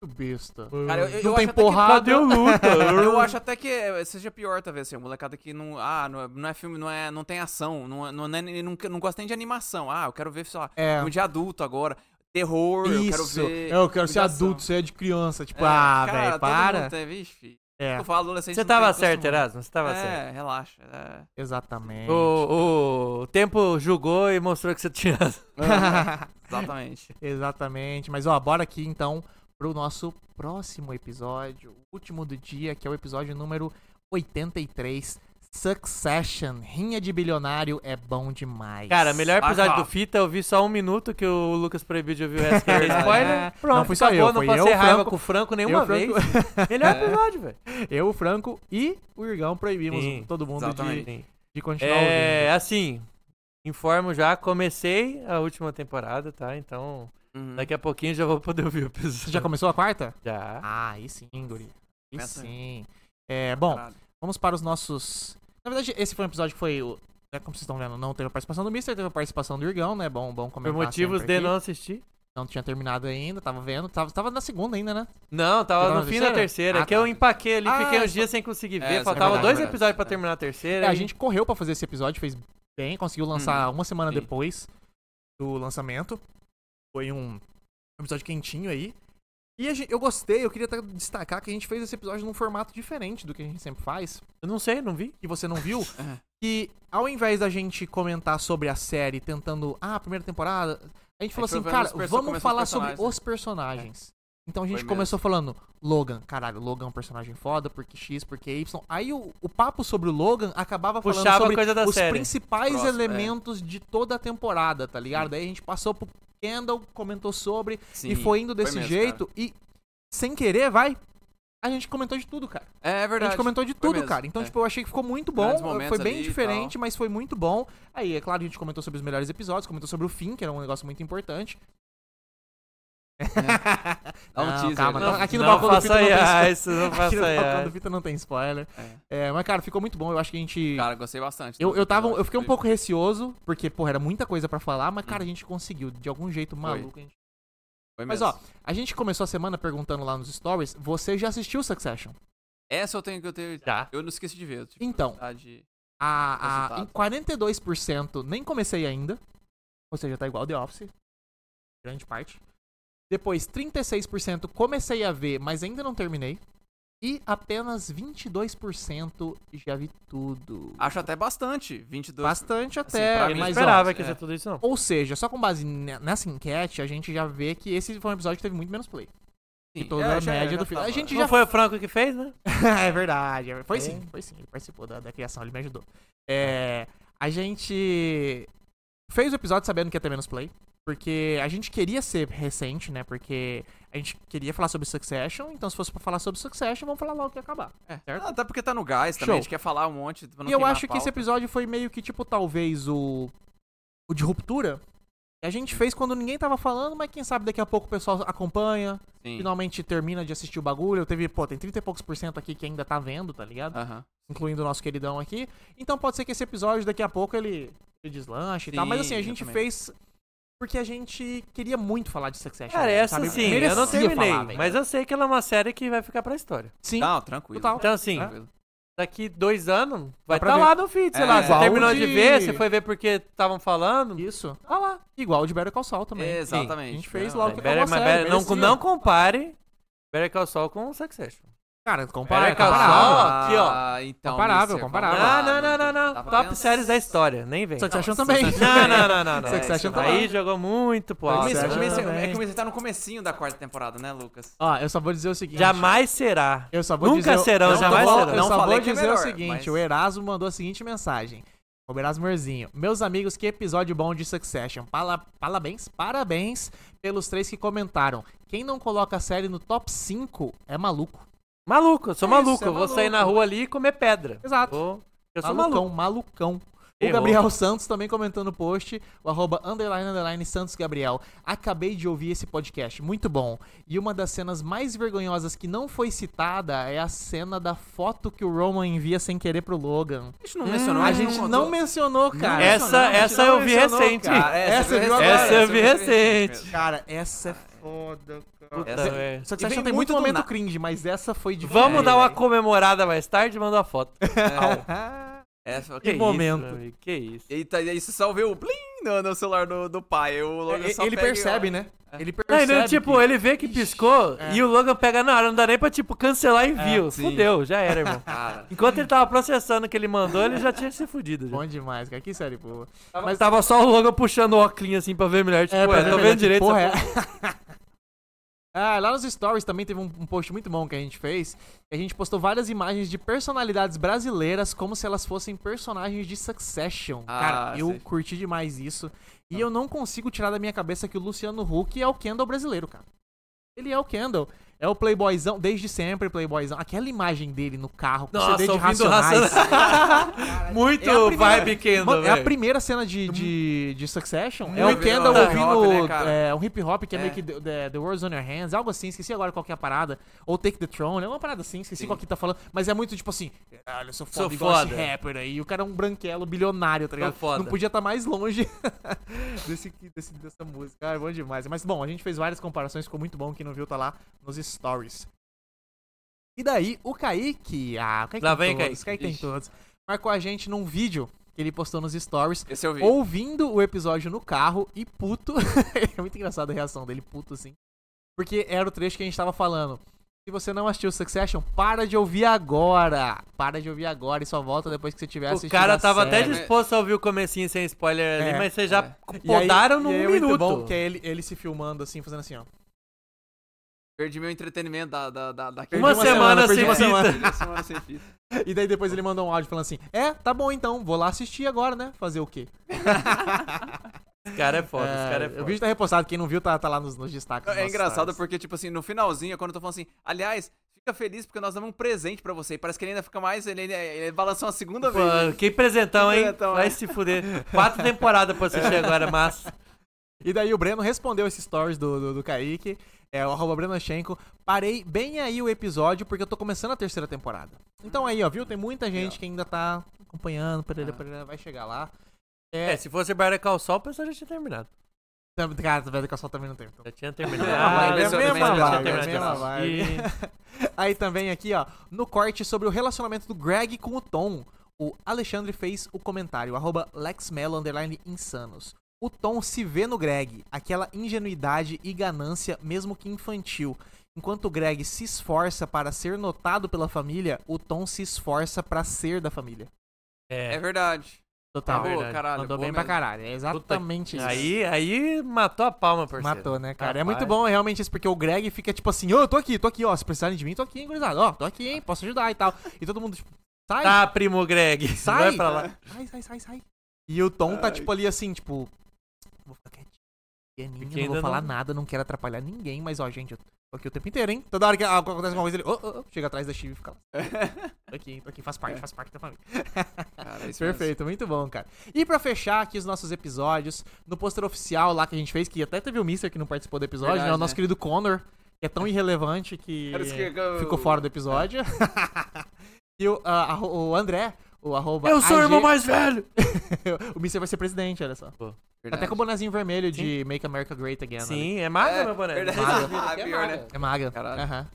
Speaker 2: muito besta.
Speaker 3: Hum.
Speaker 1: Cara, eu, eu,
Speaker 2: não
Speaker 1: eu
Speaker 2: tem
Speaker 1: acho até que-
Speaker 2: porrada.
Speaker 3: Cadê o Luca?
Speaker 1: Eu acho até que eh, seja pior, talvez, assim, a molecada que não. Ah, não é, não é filme, não é. Não tem ação. Não, é- não, é- nem- não, não gosta nem de animação. Ah, eu quero ver, sei lá,
Speaker 2: É.
Speaker 1: filme de adulto agora. Terror, eu quero
Speaker 2: Isso.
Speaker 1: ver.
Speaker 2: Eu quero
Speaker 1: filme de
Speaker 2: ser
Speaker 1: ação.
Speaker 2: adulto, você é de criança. Tipo,
Speaker 1: É,
Speaker 2: ah,
Speaker 1: cara,
Speaker 2: velho,
Speaker 1: todo
Speaker 2: para.
Speaker 1: mundo tem, vixe,
Speaker 2: É,
Speaker 1: Eu falo adolescente.
Speaker 3: Você
Speaker 1: não tem
Speaker 3: tava
Speaker 1: gosto
Speaker 3: certo,
Speaker 1: muito.
Speaker 2: né?
Speaker 3: Erasmo, você tava certo.
Speaker 1: É, relaxa. é.
Speaker 2: exatamente.
Speaker 3: O, o tempo julgou e mostrou que você tinha.
Speaker 1: exatamente.
Speaker 2: exatamente. Mas, ó, bora aqui então pro nosso próximo episódio, o último do dia, que é o episódio número 83. Succession, rinha de bilionário é bom demais.
Speaker 3: Cara, melhor
Speaker 1: Vai
Speaker 3: episódio
Speaker 1: lá.
Speaker 3: do Fita, eu vi só um minuto que o Lucas proibiu de ouvir o resto que era spoiler. Pronto,
Speaker 2: Não fui só
Speaker 3: acabou,
Speaker 2: eu,
Speaker 3: É. não
Speaker 2: foi
Speaker 3: passei
Speaker 2: eu,
Speaker 3: raiva
Speaker 2: Franco-
Speaker 3: com o Franco É. nenhuma
Speaker 2: eu, Franco-
Speaker 3: vez. Melhor episódio, velho.
Speaker 2: eu, o Franco e o Irgão proibimos
Speaker 3: Sim,
Speaker 2: todo mundo de,
Speaker 1: exatamente.
Speaker 3: Sim.
Speaker 2: de continuar ouvindo.
Speaker 3: É, assim, informo já, comecei a última temporada, tá? Então,
Speaker 1: Uhum.
Speaker 3: daqui a pouquinho já vou poder ouvir o
Speaker 2: Você
Speaker 3: episódio.
Speaker 2: já começou a quarta?
Speaker 3: Já.
Speaker 2: Ah, aí sim, Guri. Aí
Speaker 1: Começa aí.
Speaker 2: sim. É, bom,
Speaker 1: Caralho.
Speaker 2: Vamos para os nossos. Na verdade, esse foi um episódio que foi. o- Né, como vocês estão vendo, não teve a participação do Mister, teve a participação do Irgão, né? Bom, bom
Speaker 3: Por
Speaker 2: comentar.
Speaker 3: motivos
Speaker 2: sempre
Speaker 3: de
Speaker 2: aqui.
Speaker 3: não assistir.
Speaker 2: Não tinha terminado ainda, tava vendo. Tava, tava na segunda ainda, né?
Speaker 3: Não,
Speaker 2: Você
Speaker 3: tava
Speaker 2: tava
Speaker 3: no
Speaker 2: na
Speaker 3: fim da
Speaker 2: terceira?
Speaker 3: terceira.
Speaker 2: Ah,
Speaker 3: é que eu
Speaker 2: tá.
Speaker 3: empaquei ali,
Speaker 2: Ah,
Speaker 3: fiquei uns
Speaker 2: só-
Speaker 3: dias sem conseguir
Speaker 1: É,
Speaker 3: ver.
Speaker 1: isso é
Speaker 3: Faltava
Speaker 2: verdade,
Speaker 3: dois
Speaker 1: verdade.
Speaker 3: episódios pra
Speaker 1: É.
Speaker 3: terminar a terceira.
Speaker 2: É, a
Speaker 3: e-
Speaker 2: gente correu pra fazer esse episódio, fez bem, conseguiu lançar uma semana
Speaker 1: Uhum. sim.
Speaker 2: depois do lançamento. Foi um episódio quentinho aí. E a gente- eu gostei, eu queria até destacar que a gente fez esse episódio num formato diferente do que a gente sempre faz,
Speaker 3: Eu não sei, não vi.
Speaker 2: que você não viu.
Speaker 1: É.
Speaker 2: que ao invés da gente comentar sobre a série, tentando. Ah, a primeira temporada. A gente falou
Speaker 1: foi
Speaker 2: assim,
Speaker 1: vendo
Speaker 2: cara,
Speaker 1: os perso-
Speaker 2: vamos
Speaker 1: começando
Speaker 2: falar
Speaker 1: os
Speaker 2: sobre
Speaker 1: personagens, né?
Speaker 2: os personagens. Então a gente
Speaker 1: Foi
Speaker 2: começou falando, Logan, caralho, Logan é um personagem foda, porque X, porque Y. Aí o, o papo sobre o Logan acabava falando
Speaker 3: Puxava
Speaker 2: sobre
Speaker 3: coisa da
Speaker 2: os
Speaker 3: série.
Speaker 2: principais
Speaker 1: Próximo,
Speaker 2: elementos de toda a temporada, tá ligado? Daí a gente passou pro Kendall, comentou sobre,
Speaker 1: Sim,
Speaker 2: e foi indo desse
Speaker 1: mesmo,
Speaker 2: jeito. E sem querer, vai, a gente comentou de tudo, cara.
Speaker 1: É, é
Speaker 2: A
Speaker 1: verdade.
Speaker 2: gente comentou de
Speaker 1: Foi
Speaker 2: tudo,
Speaker 1: mesmo,
Speaker 2: cara. Então,
Speaker 1: é.
Speaker 2: tipo, eu achei que ficou muito bom.
Speaker 1: Grandes momentos
Speaker 2: Foi bem
Speaker 1: ali e
Speaker 2: diferente, mas foi muito bom. Aí, é claro, a gente comentou sobre os melhores episódios, comentou sobre o fim, que era um negócio muito importante.
Speaker 1: É. Dá um
Speaker 2: Não,
Speaker 1: teaser,
Speaker 2: calma,
Speaker 1: né?
Speaker 2: não, aqui no
Speaker 3: não
Speaker 2: balcão do Fita
Speaker 3: faça
Speaker 2: não tem spoiler.
Speaker 3: isso, não
Speaker 2: Aqui no
Speaker 3: faça
Speaker 2: balcão do
Speaker 3: isso.
Speaker 2: Fita não tem spoiler.
Speaker 1: É.
Speaker 2: É, mas, cara, ficou muito bom. Eu acho que a gente.
Speaker 1: Cara, gostei bastante.
Speaker 2: eu,
Speaker 1: dos
Speaker 2: eu, tava, eu
Speaker 1: episódios,
Speaker 2: fiquei um
Speaker 1: inclusive.
Speaker 2: pouco receoso, porque, porra, era muita coisa pra falar, mas, cara, a gente conseguiu. De algum jeito maluco. a gente-
Speaker 1: Foi
Speaker 2: Mas,
Speaker 1: mesmo.
Speaker 2: ó, a gente começou a semana perguntando lá nos stories: você já assistiu Succession?
Speaker 1: Essa eu tenho que eu tenho.
Speaker 3: Já.
Speaker 1: Eu não esqueci de ver. eu tive
Speaker 2: Então,
Speaker 1: vontade de-
Speaker 2: A, a, em
Speaker 1: Resultado.
Speaker 2: 42% nem comecei ainda. Ou seja, tá igual The Office. Grande parte. Depois, 36% comecei a ver, mas ainda não terminei. E apenas 22% já vi tudo. Assim,
Speaker 1: Acho até bastante. 22.
Speaker 2: Bastante
Speaker 1: pra
Speaker 2: até,
Speaker 1: mim,
Speaker 3: Eu não
Speaker 2: mas
Speaker 3: esperava
Speaker 1: ó,
Speaker 3: que ia
Speaker 1: é.
Speaker 3: ser tudo isso, não.
Speaker 2: ó, Ou seja, só com base ne- nessa enquete, a gente já vê que esse foi um episódio que teve muito menos play.
Speaker 1: Sim, É,
Speaker 2: que toda a
Speaker 1: já-
Speaker 2: tipo, média
Speaker 1: já
Speaker 2: do filme.
Speaker 1: tava-
Speaker 2: A gente
Speaker 3: Não
Speaker 2: já
Speaker 3: foi o Franco que fez, né?
Speaker 2: é verdade. Foi
Speaker 3: É.
Speaker 2: sim, foi sim. Ele participou da, da criação, ele me ajudou. É, a gente fez o episódio sabendo que ia ter menos play. Porque a gente queria ser recente, né? Porque a gente queria falar sobre Succession. Então, se fosse pra falar sobre Succession, vamos falar logo que acabar.
Speaker 1: Ah, Até porque tá no gás também. A gente
Speaker 2: Show.
Speaker 1: quer falar um monte. pra não
Speaker 2: e eu
Speaker 1: queimar a
Speaker 2: acho que esse
Speaker 1: pauta.
Speaker 2: episódio foi meio que, tipo, talvez o. O de ruptura. que A gente fez quando ninguém tava falando, mas quem sabe daqui a pouco o pessoal acompanha,
Speaker 1: Sim.
Speaker 2: finalmente termina de assistir o bagulho. Teve, pô, tem 30 e poucos por cento aqui que ainda tá vendo, tá
Speaker 3: Ah.
Speaker 2: ligado?
Speaker 1: Aham.
Speaker 2: incluindo o nosso queridão aqui. Então pode ser que esse episódio daqui a pouco ele, ele deslanche e tal. Mas assim, a
Speaker 1: Sim,
Speaker 2: gente
Speaker 1: exatamente.
Speaker 2: fez porque a gente queria muito falar de Succession.
Speaker 3: Cara,
Speaker 2: né,
Speaker 3: essa
Speaker 2: sabe?
Speaker 3: sim, eu não
Speaker 2: Merecia
Speaker 3: terminei.
Speaker 2: falar, velho.
Speaker 3: mas eu sei que ela é uma série que vai ficar pra história.
Speaker 2: Sim,
Speaker 1: Não, tranquilo.
Speaker 2: Total.
Speaker 3: Então, assim,
Speaker 1: Tranquilo.
Speaker 3: daqui dois anos, vai
Speaker 2: pra
Speaker 3: estar
Speaker 2: ver.
Speaker 3: lá no feed, sei
Speaker 1: É,
Speaker 3: lá. Você
Speaker 2: igual
Speaker 3: terminou
Speaker 2: de-
Speaker 3: de ver, você foi ver porque estavam falando.
Speaker 2: isso. Ah lá, igual o de Better Call Saul também.
Speaker 1: Exatamente.
Speaker 2: A gente fez
Speaker 1: É,
Speaker 2: logo
Speaker 1: é
Speaker 2: que
Speaker 3: Better-
Speaker 2: acabou a
Speaker 3: mas
Speaker 2: série,
Speaker 3: Better- não,
Speaker 2: merecia.
Speaker 3: não compare Better Call Saul com Succession.
Speaker 2: Cara, compara,
Speaker 3: Better Call Saul,
Speaker 2: comparável.
Speaker 3: ó, aqui, ó.
Speaker 1: Tá, Ah, Então,
Speaker 2: Comparável,
Speaker 1: mister,
Speaker 2: comparável.
Speaker 1: vamos lá,
Speaker 3: Ah, não, não, não, não.
Speaker 1: Dá pra
Speaker 3: Top
Speaker 1: pensar.
Speaker 3: séries da história, nem vem.
Speaker 2: Succession
Speaker 1: Não,
Speaker 2: também.
Speaker 3: Não, não, não, não, não.
Speaker 2: Succession tá
Speaker 3: Aí
Speaker 2: lá.
Speaker 3: jogou muito pro
Speaker 1: Eu
Speaker 3: alto.
Speaker 1: comecei- eu
Speaker 2: Succession
Speaker 1: comecei-
Speaker 2: também.
Speaker 1: É que você tá no comecinho da quarta temporada, né, Lucas?
Speaker 2: Ó, eu só vou dizer o seguinte.
Speaker 3: Jamais será.
Speaker 2: Eu só vou
Speaker 3: Nunca
Speaker 2: dizer,
Speaker 3: serão,
Speaker 2: eu só
Speaker 3: jamais
Speaker 2: vou-
Speaker 3: serão.
Speaker 2: Eu
Speaker 1: Não
Speaker 2: só
Speaker 1: falei
Speaker 2: vou
Speaker 1: que é
Speaker 2: dizer o
Speaker 1: melhor,
Speaker 2: seguinte:
Speaker 1: mas-
Speaker 2: o Erasmo mandou a seguinte mensagem. O Erasmo Erzinho. Meus amigos, que episódio bom de Succession. Pala- parabéns, parabéns pelos três que comentaram. Quem não coloca a série no top 5 é maluco.
Speaker 3: Maluco, eu sou
Speaker 2: É
Speaker 3: maluco.
Speaker 2: isso, é
Speaker 3: eu vou sair na
Speaker 2: maluco.
Speaker 3: rua ali e comer pedra.
Speaker 2: Exato.
Speaker 3: Vou- Eu sou
Speaker 2: malucão,
Speaker 3: maluco.
Speaker 2: malucão. O
Speaker 3: Errou.
Speaker 2: Gabriel Santos também comentando o post, o arroba underline underline Santos Gabriel. Acabei de ouvir esse podcast, muito bom. E uma das cenas mais vergonhosas que não foi citada é a cena da foto que o Roman envia sem querer pro Logan.
Speaker 1: A gente não mencionou.
Speaker 2: A gente não
Speaker 1: mencionou.
Speaker 2: mencionou, cara.
Speaker 1: mencionou,
Speaker 3: Hum, Essa,
Speaker 1: a gente
Speaker 3: essa
Speaker 2: não
Speaker 3: eu vi
Speaker 2: mencionou,
Speaker 3: recente.
Speaker 1: Cara,
Speaker 2: Essa eu vi
Speaker 1: recente
Speaker 2: agora,
Speaker 1: mesmo,
Speaker 3: essa eu vi
Speaker 1: recente
Speaker 3: recente.
Speaker 1: mesmo.
Speaker 2: Cara, essa é foda, cara.
Speaker 3: Puta,
Speaker 1: Essa-
Speaker 3: velho.
Speaker 2: Só que
Speaker 1: E
Speaker 2: você acha
Speaker 1: vem
Speaker 2: que tem
Speaker 1: muito
Speaker 2: muito
Speaker 1: do
Speaker 2: momento
Speaker 1: na-
Speaker 2: cringe, mas essa foi de
Speaker 3: Vamos
Speaker 1: É,
Speaker 3: dar uma
Speaker 1: velho.
Speaker 3: comemorada mais tarde e manda a foto.
Speaker 1: É,
Speaker 2: Ah,
Speaker 1: essa-
Speaker 3: Que
Speaker 1: isso,
Speaker 3: momento.
Speaker 1: amigo.
Speaker 3: que isso.
Speaker 1: Eita, e isso só vê o plim no, no celular do, do pai. Eu, logo,
Speaker 2: ele
Speaker 1: só
Speaker 2: É, ele
Speaker 1: pega e
Speaker 2: percebe,
Speaker 1: olha.
Speaker 2: né? Ele
Speaker 3: Não,
Speaker 2: percebe.
Speaker 3: e não, tipo,
Speaker 2: que-
Speaker 3: ele vê que
Speaker 2: Ixi,
Speaker 3: piscou
Speaker 2: é.
Speaker 3: e o Logan pega na hora, não dá nem pra, tipo, cancelar envio.
Speaker 1: É, sim.
Speaker 3: Fudeu, já era, irmão.
Speaker 2: né?
Speaker 1: Cara.
Speaker 3: Enquanto ele tava processando o que ele mandou, ele já tinha se fudido. Já.
Speaker 2: é Bom demais, cara. Que série boa.
Speaker 3: então, Mas tava só o Logan puxando o óculos assim pra ver melhor. Tipo, é,
Speaker 2: pra
Speaker 3: tô
Speaker 2: ver
Speaker 3: vendo
Speaker 2: que
Speaker 3: direito.
Speaker 2: porra
Speaker 3: essa porra.
Speaker 2: é. ah, lá nos stories também teve um, um post muito bom que a gente fez. A gente postou várias imagens de personalidades brasileiras como se elas fossem personagens de Succession.
Speaker 1: Ah,
Speaker 2: Cara, eu
Speaker 1: sei.
Speaker 2: curti demais isso. E
Speaker 3: Tá.
Speaker 2: eu não consigo tirar da minha cabeça que o Luciano Huck é o Kendall brasileiro, cara. Ele é o Kendall. É o Playboyzão, desde sempre Playboyzão. Aquela imagem dele no carro com
Speaker 3: Nossa,
Speaker 2: CD de
Speaker 3: ouvindo
Speaker 2: Racionais.
Speaker 3: Muito
Speaker 2: É a primeira-
Speaker 3: vibe Kendall,
Speaker 2: Mano, é a
Speaker 3: velho.
Speaker 2: primeira cena de, de, de Succession. é
Speaker 1: Muito
Speaker 2: o Kendall
Speaker 1: legal.
Speaker 2: ouvindo
Speaker 1: Hip hop, né, cara?
Speaker 2: é, um hip hop que é,
Speaker 1: É.
Speaker 2: meio que the, the, the World's on Your Hands, algo assim, esqueci agora qual que é a parada. Ou Take the Throne, é uma parada assim, esqueci
Speaker 1: Sim.
Speaker 2: qual que tá falando. Mas é muito tipo assim, olha, eu sou foda,
Speaker 3: Sou
Speaker 2: igual esse
Speaker 3: foda."
Speaker 2: rapper aí. O cara é um branquelo bilionário, tá
Speaker 3: Sou
Speaker 2: ligado?
Speaker 3: foda.
Speaker 2: Não podia estar mais longe desse, desse- dessa música. Ah, é bom demais. Mas bom, a gente fez várias comparações, ficou muito bom. Quem não viu tá lá nos stories. E daí, o Kaique. Ah, o Kaique
Speaker 3: Lá
Speaker 2: tem
Speaker 3: vem, Kaique.
Speaker 2: todos. Kaique tem
Speaker 1: Ixi.
Speaker 2: todos. Marcou a gente num vídeo que ele postou nos stories,
Speaker 1: Esse eu vi.
Speaker 2: ouvindo o episódio no carro e puto. é muito engraçado a reação dele, puto assim. Porque era o trecho que a gente tava falando. Se você não assistiu Succession, para de ouvir agora. Para de ouvir agora e só volta depois que você tiver
Speaker 3: o
Speaker 2: assistido.
Speaker 3: cara
Speaker 2: Tá a
Speaker 3: tava
Speaker 2: série.
Speaker 3: até disposto a ouvir o comecinho sem spoiler ali,
Speaker 2: É,
Speaker 3: mas vocês já
Speaker 2: E aí-
Speaker 3: podaram num
Speaker 2: e aí é muito
Speaker 3: minuto.
Speaker 2: bom que é ele, ele se filmando assim, fazendo assim, ó.
Speaker 1: Perdi meu entretenimento da, da, da, daquele.
Speaker 2: Perdi
Speaker 3: uma,
Speaker 2: uma
Speaker 3: semana,
Speaker 2: semana, perdi
Speaker 3: sem
Speaker 2: uma
Speaker 3: fita.
Speaker 2: semana.
Speaker 1: Uma semana sem fita.
Speaker 2: E daí depois ele mandou um áudio falando assim: É, tá bom então, vou lá assistir agora, né? Fazer o quê?
Speaker 3: Esse cara é foda, esse cara é
Speaker 2: o
Speaker 3: foda.
Speaker 2: vídeo tá repostado, quem não viu tá, tá lá nos, nos destaques.
Speaker 1: É
Speaker 2: dos nossos
Speaker 1: engraçado
Speaker 2: stories.
Speaker 1: porque, tipo assim, no finalzinho, quando eu tô falando assim, aliás, fica feliz porque nós damos um presente pra você. E parece que ele ainda fica mais. Ele, ele, ele balançou uma segunda vez.
Speaker 3: Pô, que presentão, hein?
Speaker 1: Presentão,
Speaker 3: Vai
Speaker 1: é.
Speaker 3: se fuder. Quatro temporadas pra assistir agora, mas.
Speaker 2: E daí o Breno respondeu esses stories do, do, do Kaique, é o arroba Brenoshenko. Parei bem aí o episódio porque eu tô começando a terceira temporada. Então aí, ó, Ah. viu? Tem muita gente que ainda tá acompanhando, parará, parará, vai chegar lá.
Speaker 3: É, se fosse Barbacoa Sol, o pessoal já tinha terminado.
Speaker 2: Tam- Cara, tá vendo que eu só também não tenho. então.
Speaker 3: Já tinha terminado.
Speaker 1: Ah,
Speaker 3: já
Speaker 1: mas
Speaker 3: tinha
Speaker 1: é a mesma
Speaker 3: terminado, já
Speaker 1: vibe,
Speaker 3: tinha
Speaker 1: é a
Speaker 3: terminado.
Speaker 2: mesma vibe.
Speaker 3: E-
Speaker 2: Aí também aqui, ó, no corte sobre o relacionamento do Greg com o Tom, o Alexandre fez o comentário, arroba LexMelo, underline, insanos. O Tom se vê no Greg, aquela ingenuidade e ganância, mesmo que infantil. Enquanto o Greg se esforça para ser notado pela família, o Tom se esforça para ser da família.
Speaker 1: É
Speaker 3: É,
Speaker 1: verdade.
Speaker 2: Total.
Speaker 1: É boa,
Speaker 3: verdade.
Speaker 1: caralho.
Speaker 2: Tá Mandou
Speaker 1: boa
Speaker 2: bem pra
Speaker 1: mesmo.
Speaker 2: caralho. É exatamente isso.
Speaker 3: aí, aí matou a palma, parceiro.
Speaker 2: Matou, né, cara? É
Speaker 3: Rapaz.
Speaker 2: muito bom realmente isso, porque o Greg fica tipo assim, ô, eu tô aqui, tô aqui, ó. Se precisarem de mim, tô aqui, hein, gurizada. Ó, tô aqui, hein, posso ajudar e tal. E todo mundo, tipo, sai,
Speaker 3: Tá, primo Greg.
Speaker 2: sai.
Speaker 3: Vai pra lá.
Speaker 2: Sai, sai, sai, sai. E o Tom tá, tipo, ali assim, tipo. Vou ficar quietinho,
Speaker 3: Porque
Speaker 2: pianinho, não vou
Speaker 3: ainda
Speaker 2: falar
Speaker 3: não-
Speaker 2: nada, não quero atrapalhar ninguém, mas, ó, gente, eu tô aqui o tempo inteiro, hein? Toda hora que acontece uma coisa, ele, ô, ô, ô, chega atrás da Chive e fica lá. Tô aqui, hein, tô aqui, faz parte, É. faz parte da família.
Speaker 1: Cara, é isso mesmo.
Speaker 2: Perfeito, muito bom, cara. E pra fechar aqui os nossos episódios, no pôster oficial lá que a gente fez, que até teve o Mister que não participou do episódio,
Speaker 1: Verdade,
Speaker 2: né? O nosso
Speaker 1: né?
Speaker 2: querido Connor, que é tão irrelevante que,
Speaker 1: Cara, isso que- que eu-
Speaker 2: É. ficou fora do episódio. e o, ah, arro- o André, o arroba
Speaker 3: Eu sou o
Speaker 2: AG
Speaker 3: irmão mais velho!
Speaker 2: o Mister vai ser presidente, olha só. Tá
Speaker 1: Verdade.
Speaker 2: Até com o bonezinho vermelho de Make America Great Again. olha.
Speaker 3: Sim, é magra,
Speaker 1: É,
Speaker 3: meu boné.
Speaker 1: verdade.
Speaker 3: Vocês viram
Speaker 1: Ah,
Speaker 3: que é
Speaker 1: pior, né?
Speaker 3: magra.
Speaker 2: É maga.
Speaker 1: Caralho.
Speaker 2: Aham.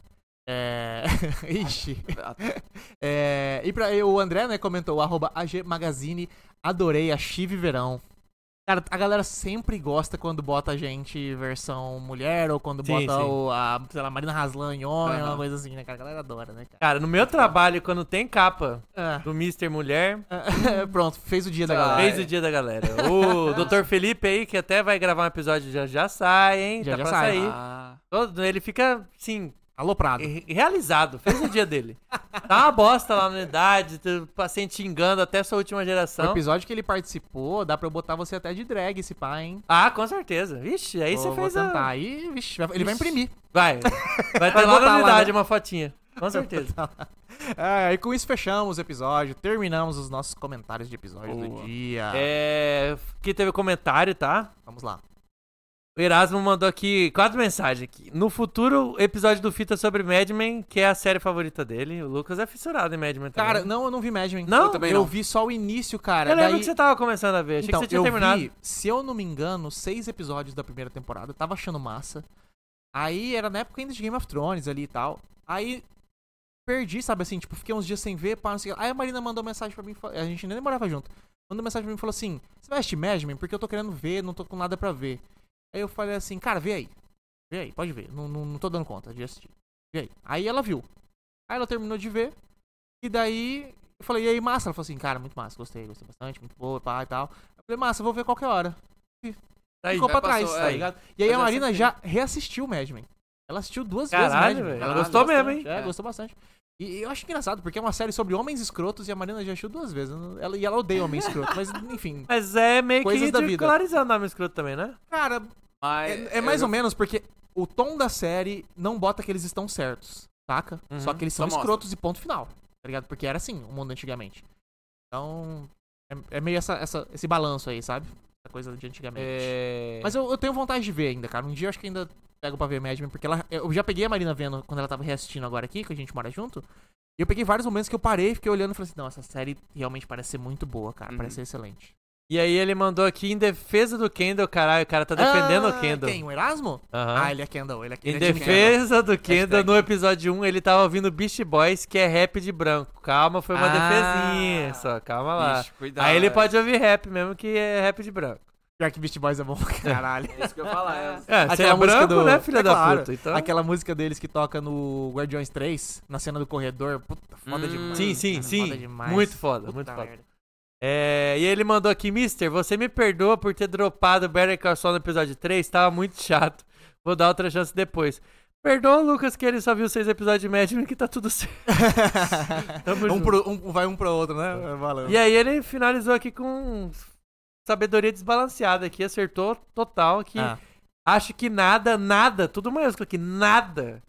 Speaker 2: É. Ixi.
Speaker 3: tá.
Speaker 1: Ah,
Speaker 2: É, E pra, e o André, né, comentou, arroba AG Magazine, adorei a Chive Verão. Cara, a galera sempre gosta quando bota a gente versão mulher ou quando
Speaker 3: Sim,
Speaker 2: bota
Speaker 3: sim.
Speaker 2: o, a, sei lá, Marina Raslan em homem,
Speaker 1: Aham.
Speaker 2: uma coisa assim, né, cara? A galera adora, né, cara?
Speaker 3: Cara, no meu trabalho, quando tem capa
Speaker 2: Ah,
Speaker 3: do Mr. Mulher,
Speaker 2: ah, Pronto, fez o dia da
Speaker 1: Ah,
Speaker 2: galera.
Speaker 1: é.
Speaker 3: É. Tá. fez o dia da galera. O Dr. Felipe aí, que até vai gravar um episódio, já já sai, hein?
Speaker 2: Já
Speaker 3: tá
Speaker 2: já
Speaker 3: pra
Speaker 2: sai.
Speaker 3: sair.
Speaker 1: ah,
Speaker 3: Todo- Ele fica, assim,
Speaker 2: Aloprado.
Speaker 3: re- realizado. Fez o dia dele. Tá uma bosta lá na unidade, tu- paciente xingando até sua última
Speaker 2: O
Speaker 3: geração.
Speaker 2: episódio que ele participou, dá pra eu botar você até de drag, esse pá, hein?
Speaker 3: Ah, com certeza. Vixe, aí
Speaker 2: vou,
Speaker 3: você fez
Speaker 2: vou
Speaker 3: a...
Speaker 2: tentar. Aí, vixe, vai- ele vai
Speaker 3: Vixe.
Speaker 2: imprimir.
Speaker 3: Vai. Vai ter lá
Speaker 2: botar
Speaker 3: na
Speaker 2: lá,
Speaker 3: unidade
Speaker 2: né?
Speaker 3: uma fotinha. Com certeza.
Speaker 2: É, e com isso fechamos o episódio, terminamos os nossos comentários de episódio do
Speaker 1: Boa.
Speaker 2: dia.
Speaker 3: É. Que teve comentário, tá?
Speaker 2: Vamos lá.
Speaker 3: O Erasmo mandou aqui quatro mensagens aqui. No futuro, episódio do Fita sobre Mad Men, que é a série favorita dele. O Lucas é fissurado em Mad Men também.
Speaker 2: Cara, não, eu Tá não vi Mad Men.
Speaker 3: Não?
Speaker 2: eu,
Speaker 3: Eu
Speaker 1: também não.
Speaker 2: vi só o início, cara.
Speaker 3: eu lembro
Speaker 2: Daí-
Speaker 3: que você tava começando a ver. Achei
Speaker 2: então,
Speaker 3: que você tinha
Speaker 2: eu
Speaker 3: terminado.
Speaker 2: vi, se eu não me engano, seis episódios da primeira temporada. Eu tava achando massa. Aí era na época ainda de Game of Thrones ali e tal. Aí perdi, sabe assim? Tipo, fiquei uns dias sem ver, pá, não sei o que. lá. Aí a Marina mandou mensagem pra mim. fa- A gente nem morava junto. Mandou mensagem pra mim e falou assim: Você vai assistir Mad Men? Porque eu tô querendo ver, não tô com nada pra ver. Aí eu falei assim: Cara, vê aí. Vê aí, pode ver. Não, não, não tô dando conta de assistir. Vê aí. Aí ela viu. Aí ela terminou de ver. E daí eu falei: E aí, massa? Ela falou assim: Cara, muito massa, gostei, gostei bastante, muito boa, pá e tal. Eu falei: Massa, vou ver qualquer hora.
Speaker 3: Tá aí.
Speaker 2: Ficou pra
Speaker 1: já passou,
Speaker 2: trás,
Speaker 1: é.
Speaker 2: tá ligado? E aí
Speaker 1: Mas
Speaker 2: a
Speaker 1: eu
Speaker 2: Marina
Speaker 1: assisti.
Speaker 2: já reassistiu Mad Men. Ela assistiu duas
Speaker 3: Caralho,
Speaker 2: vezes Mad Men.
Speaker 3: velho.
Speaker 1: Ela gostou
Speaker 2: bastante,
Speaker 3: mesmo,
Speaker 2: É,
Speaker 1: É.
Speaker 2: gostou bastante. E e eu acho engraçado, porque é uma série sobre homens escrotos e a Marina já assistiu duas vezes. Eu não- Ela, e ela odeia homens escrotos, mas enfim.
Speaker 3: Mas é meio
Speaker 2: Coisas
Speaker 3: que
Speaker 2: da vida.
Speaker 3: ridicularizando o nome escroto também, né?
Speaker 2: Cara,
Speaker 1: mas-
Speaker 2: é, é mais ou menos porque o tom da série não bota que eles estão certos, saca?
Speaker 3: Uhum.
Speaker 2: Só que eles
Speaker 1: Só
Speaker 2: são
Speaker 1: mostra.
Speaker 2: escrotos e ponto final, tá ligado? Porque era assim o mundo antigamente. Então, é, é meio essa, essa- esse balanço aí, sabe? Essa coisa de antigamente.
Speaker 3: É.
Speaker 2: Mas eu, eu tenho vontade de ver ainda, cara. Um dia eu acho que ainda pego pra ver Mad Men, porque ela, eu já peguei a Marina vendo quando ela tava reassistindo agora aqui, que a gente mora junto. E eu peguei vários momentos que eu parei, fiquei olhando e falei assim, não, essa série realmente parece ser muito boa, cara.
Speaker 1: Uhum.
Speaker 2: Parece ser excelente.
Speaker 3: E aí ele mandou aqui em defesa do Kendall, caralho. O cara tá defendendo
Speaker 2: Ah,
Speaker 3: o Kendall.
Speaker 2: Quem? O Erasmo?
Speaker 3: Aham.
Speaker 2: Ah, ele é Kendall, ele é
Speaker 3: Em
Speaker 2: ele é Jimmy Kendall.
Speaker 3: defesa do Kendall,
Speaker 1: Hashtag.
Speaker 3: no episódio 1, ele tava ouvindo Beast Boys, que é rap de branco. Calma, foi uma
Speaker 2: Ah.
Speaker 3: defesinha só, calma lá.
Speaker 1: Ixi, cuidado.
Speaker 3: Aí ele pode ouvir rap mesmo, que é rap de branco.
Speaker 2: Pior que Beast Boys é bom pra caralho.
Speaker 1: É isso que eu ia falar. é-
Speaker 3: É, você é branco, né, filha
Speaker 2: é
Speaker 3: da
Speaker 2: claro,
Speaker 3: puta? Então...
Speaker 2: Aquela música deles que toca no Guardiões 3, na cena do corredor. Puta, foda
Speaker 1: Hum.
Speaker 2: demais.
Speaker 3: Sim, sim,
Speaker 2: cara,
Speaker 3: sim.
Speaker 2: é Foda demais.
Speaker 3: Muito foda,
Speaker 2: Puta
Speaker 3: muito foda.
Speaker 2: merda.
Speaker 3: É, e ele mandou aqui, Mister, você me perdoa por ter dropado Better Call Saul no episódio 3, tava muito chato. Vou dar outra chance depois. Perdoa, Lucas, que ele só viu seis episódios de Mad Men, que tá tudo certo. Tamo
Speaker 2: um,
Speaker 3: junto.
Speaker 2: pro, um vai um pro outro, né? Valeu.
Speaker 3: E aí ele finalizou aqui com sabedoria desbalanceada aqui, acertou total que
Speaker 2: Ah.
Speaker 3: acho que nada, nada, tudo maiúsculo aqui, nada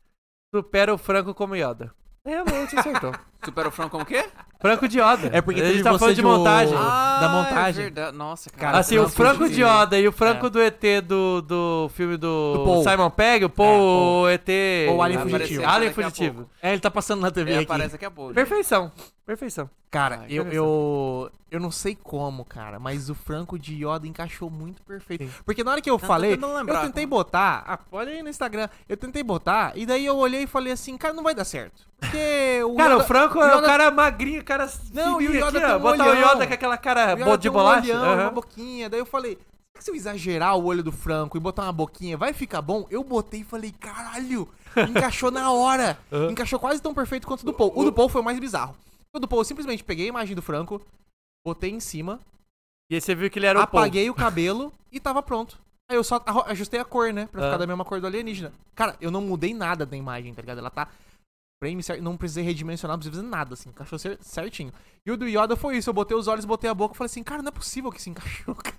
Speaker 3: supera o Franco como Yoda. Realmente acertou.
Speaker 1: Supera o Franco como o quê?
Speaker 3: Franco de Yoda.
Speaker 2: É porque
Speaker 3: ele
Speaker 2: teve
Speaker 3: tá
Speaker 2: você
Speaker 3: falando de
Speaker 2: de o-
Speaker 3: montagem.
Speaker 2: da
Speaker 1: é
Speaker 2: montagem.
Speaker 1: verdade. Nossa, cara.
Speaker 2: Cara,
Speaker 3: assim, o
Speaker 2: Franco
Speaker 3: Franco
Speaker 2: de-
Speaker 3: de Yoda e o Franco
Speaker 2: É.
Speaker 3: do ET do, do filme do,
Speaker 2: Do Paul. É,
Speaker 3: Simon Pegg, o Ah, Paul ET.
Speaker 2: Paul Alien
Speaker 3: Aparece-
Speaker 2: Fugitivo.
Speaker 3: Alien
Speaker 1: Daqui a
Speaker 3: Fugitivo.
Speaker 2: É, ele tá passando na TV
Speaker 1: Ele
Speaker 2: aqui.
Speaker 1: aparece daqui a pouco.
Speaker 3: Perfeição. Perfeição.
Speaker 2: Cara,
Speaker 1: Ah,
Speaker 2: eu,
Speaker 3: interessante.
Speaker 2: eu, eu não sei como, cara, mas o Franco de Yoda encaixou muito perfeito.
Speaker 3: Sim.
Speaker 2: Porque na hora que eu
Speaker 1: tô
Speaker 2: falei,
Speaker 1: tentando lembrar
Speaker 2: eu tentei
Speaker 1: como.
Speaker 2: botar, ah, olha aí no Instagram, eu tentei botar, e daí eu olhei e falei assim, cara, não vai dar certo. Porque o
Speaker 3: Cara,
Speaker 2: Yoda-
Speaker 3: o Franco é o
Speaker 2: Yoda-
Speaker 3: cara magrinho, o cara.
Speaker 2: Não, e o
Speaker 3: fininho
Speaker 2: Yoda
Speaker 3: ó,
Speaker 2: tem um
Speaker 3: Botar o
Speaker 2: olhão.
Speaker 3: Yoda com aquela cara
Speaker 2: o Yoda
Speaker 3: bo- de
Speaker 2: tem um
Speaker 3: bolacha.
Speaker 2: olhão,
Speaker 3: Aham.
Speaker 2: uma boquinha, daí eu falei... "Será que Se eu exagerar o olho do Franco e botar uma boquinha, vai ficar bom? Eu botei e falei, caralho, encaixou na hora.
Speaker 3: Aham.
Speaker 2: Encaixou quase tão perfeito quanto o do Paul. O do Paul foi o mais bizarro. O do Paul, eu simplesmente peguei a imagem do Franco, botei em cima,
Speaker 3: E aí você viu que ele era o Paul.
Speaker 2: apaguei o cabelo e tava pronto. Aí eu só arro- ajustei a cor, né? Pra
Speaker 3: Ah.
Speaker 2: ficar da mesma cor do alienígena. Cara, eu não mudei nada da imagem, tá ligado? Ela tá. Frame certo, não precisei redimensionar, não precisei fazer nada, assim, encaixou cer- certinho. E o do Yoda foi isso, eu botei os olhos, botei a boca e falei assim, cara, não é possível que se encaixou, cara.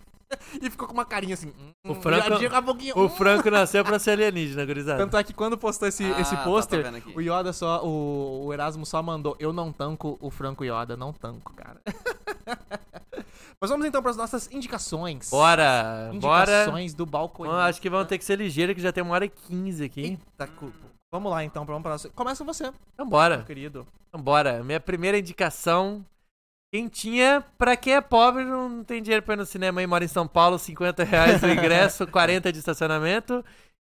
Speaker 2: E ficou com uma carinha assim, hum,
Speaker 3: O Franco-
Speaker 2: viadinho com a boquinha,
Speaker 3: O
Speaker 2: hum.
Speaker 3: Franco nasceu pra ser alienígena, gurizada.
Speaker 2: Tanto é que quando postou esse,
Speaker 1: Ah,
Speaker 2: esse
Speaker 1: tá, tô
Speaker 2: pôster,
Speaker 1: vendo aqui.
Speaker 2: o Yoda só, o, o Erasmo só mandou, eu não tanco o Franco Yoda, não tanco, cara. Mas vamos então para as nossas indicações.
Speaker 3: Bora, Ah, bora.
Speaker 2: Indicações é. do balcão.
Speaker 3: Bom, acho que vão ter que ser ligeiro, que já tem uma hora e quinze aqui.
Speaker 2: Eita, cu- Vamos lá então, vamos pra nossa. Começa você,
Speaker 3: Então bora.
Speaker 2: meu querido.
Speaker 3: Então bora. Minha primeira indicação. Quem tinha, pra quem é pobre, não tem dinheiro pra ir no cinema e mora em São Paulo, 50 reais o ingresso, 40 de estacionamento.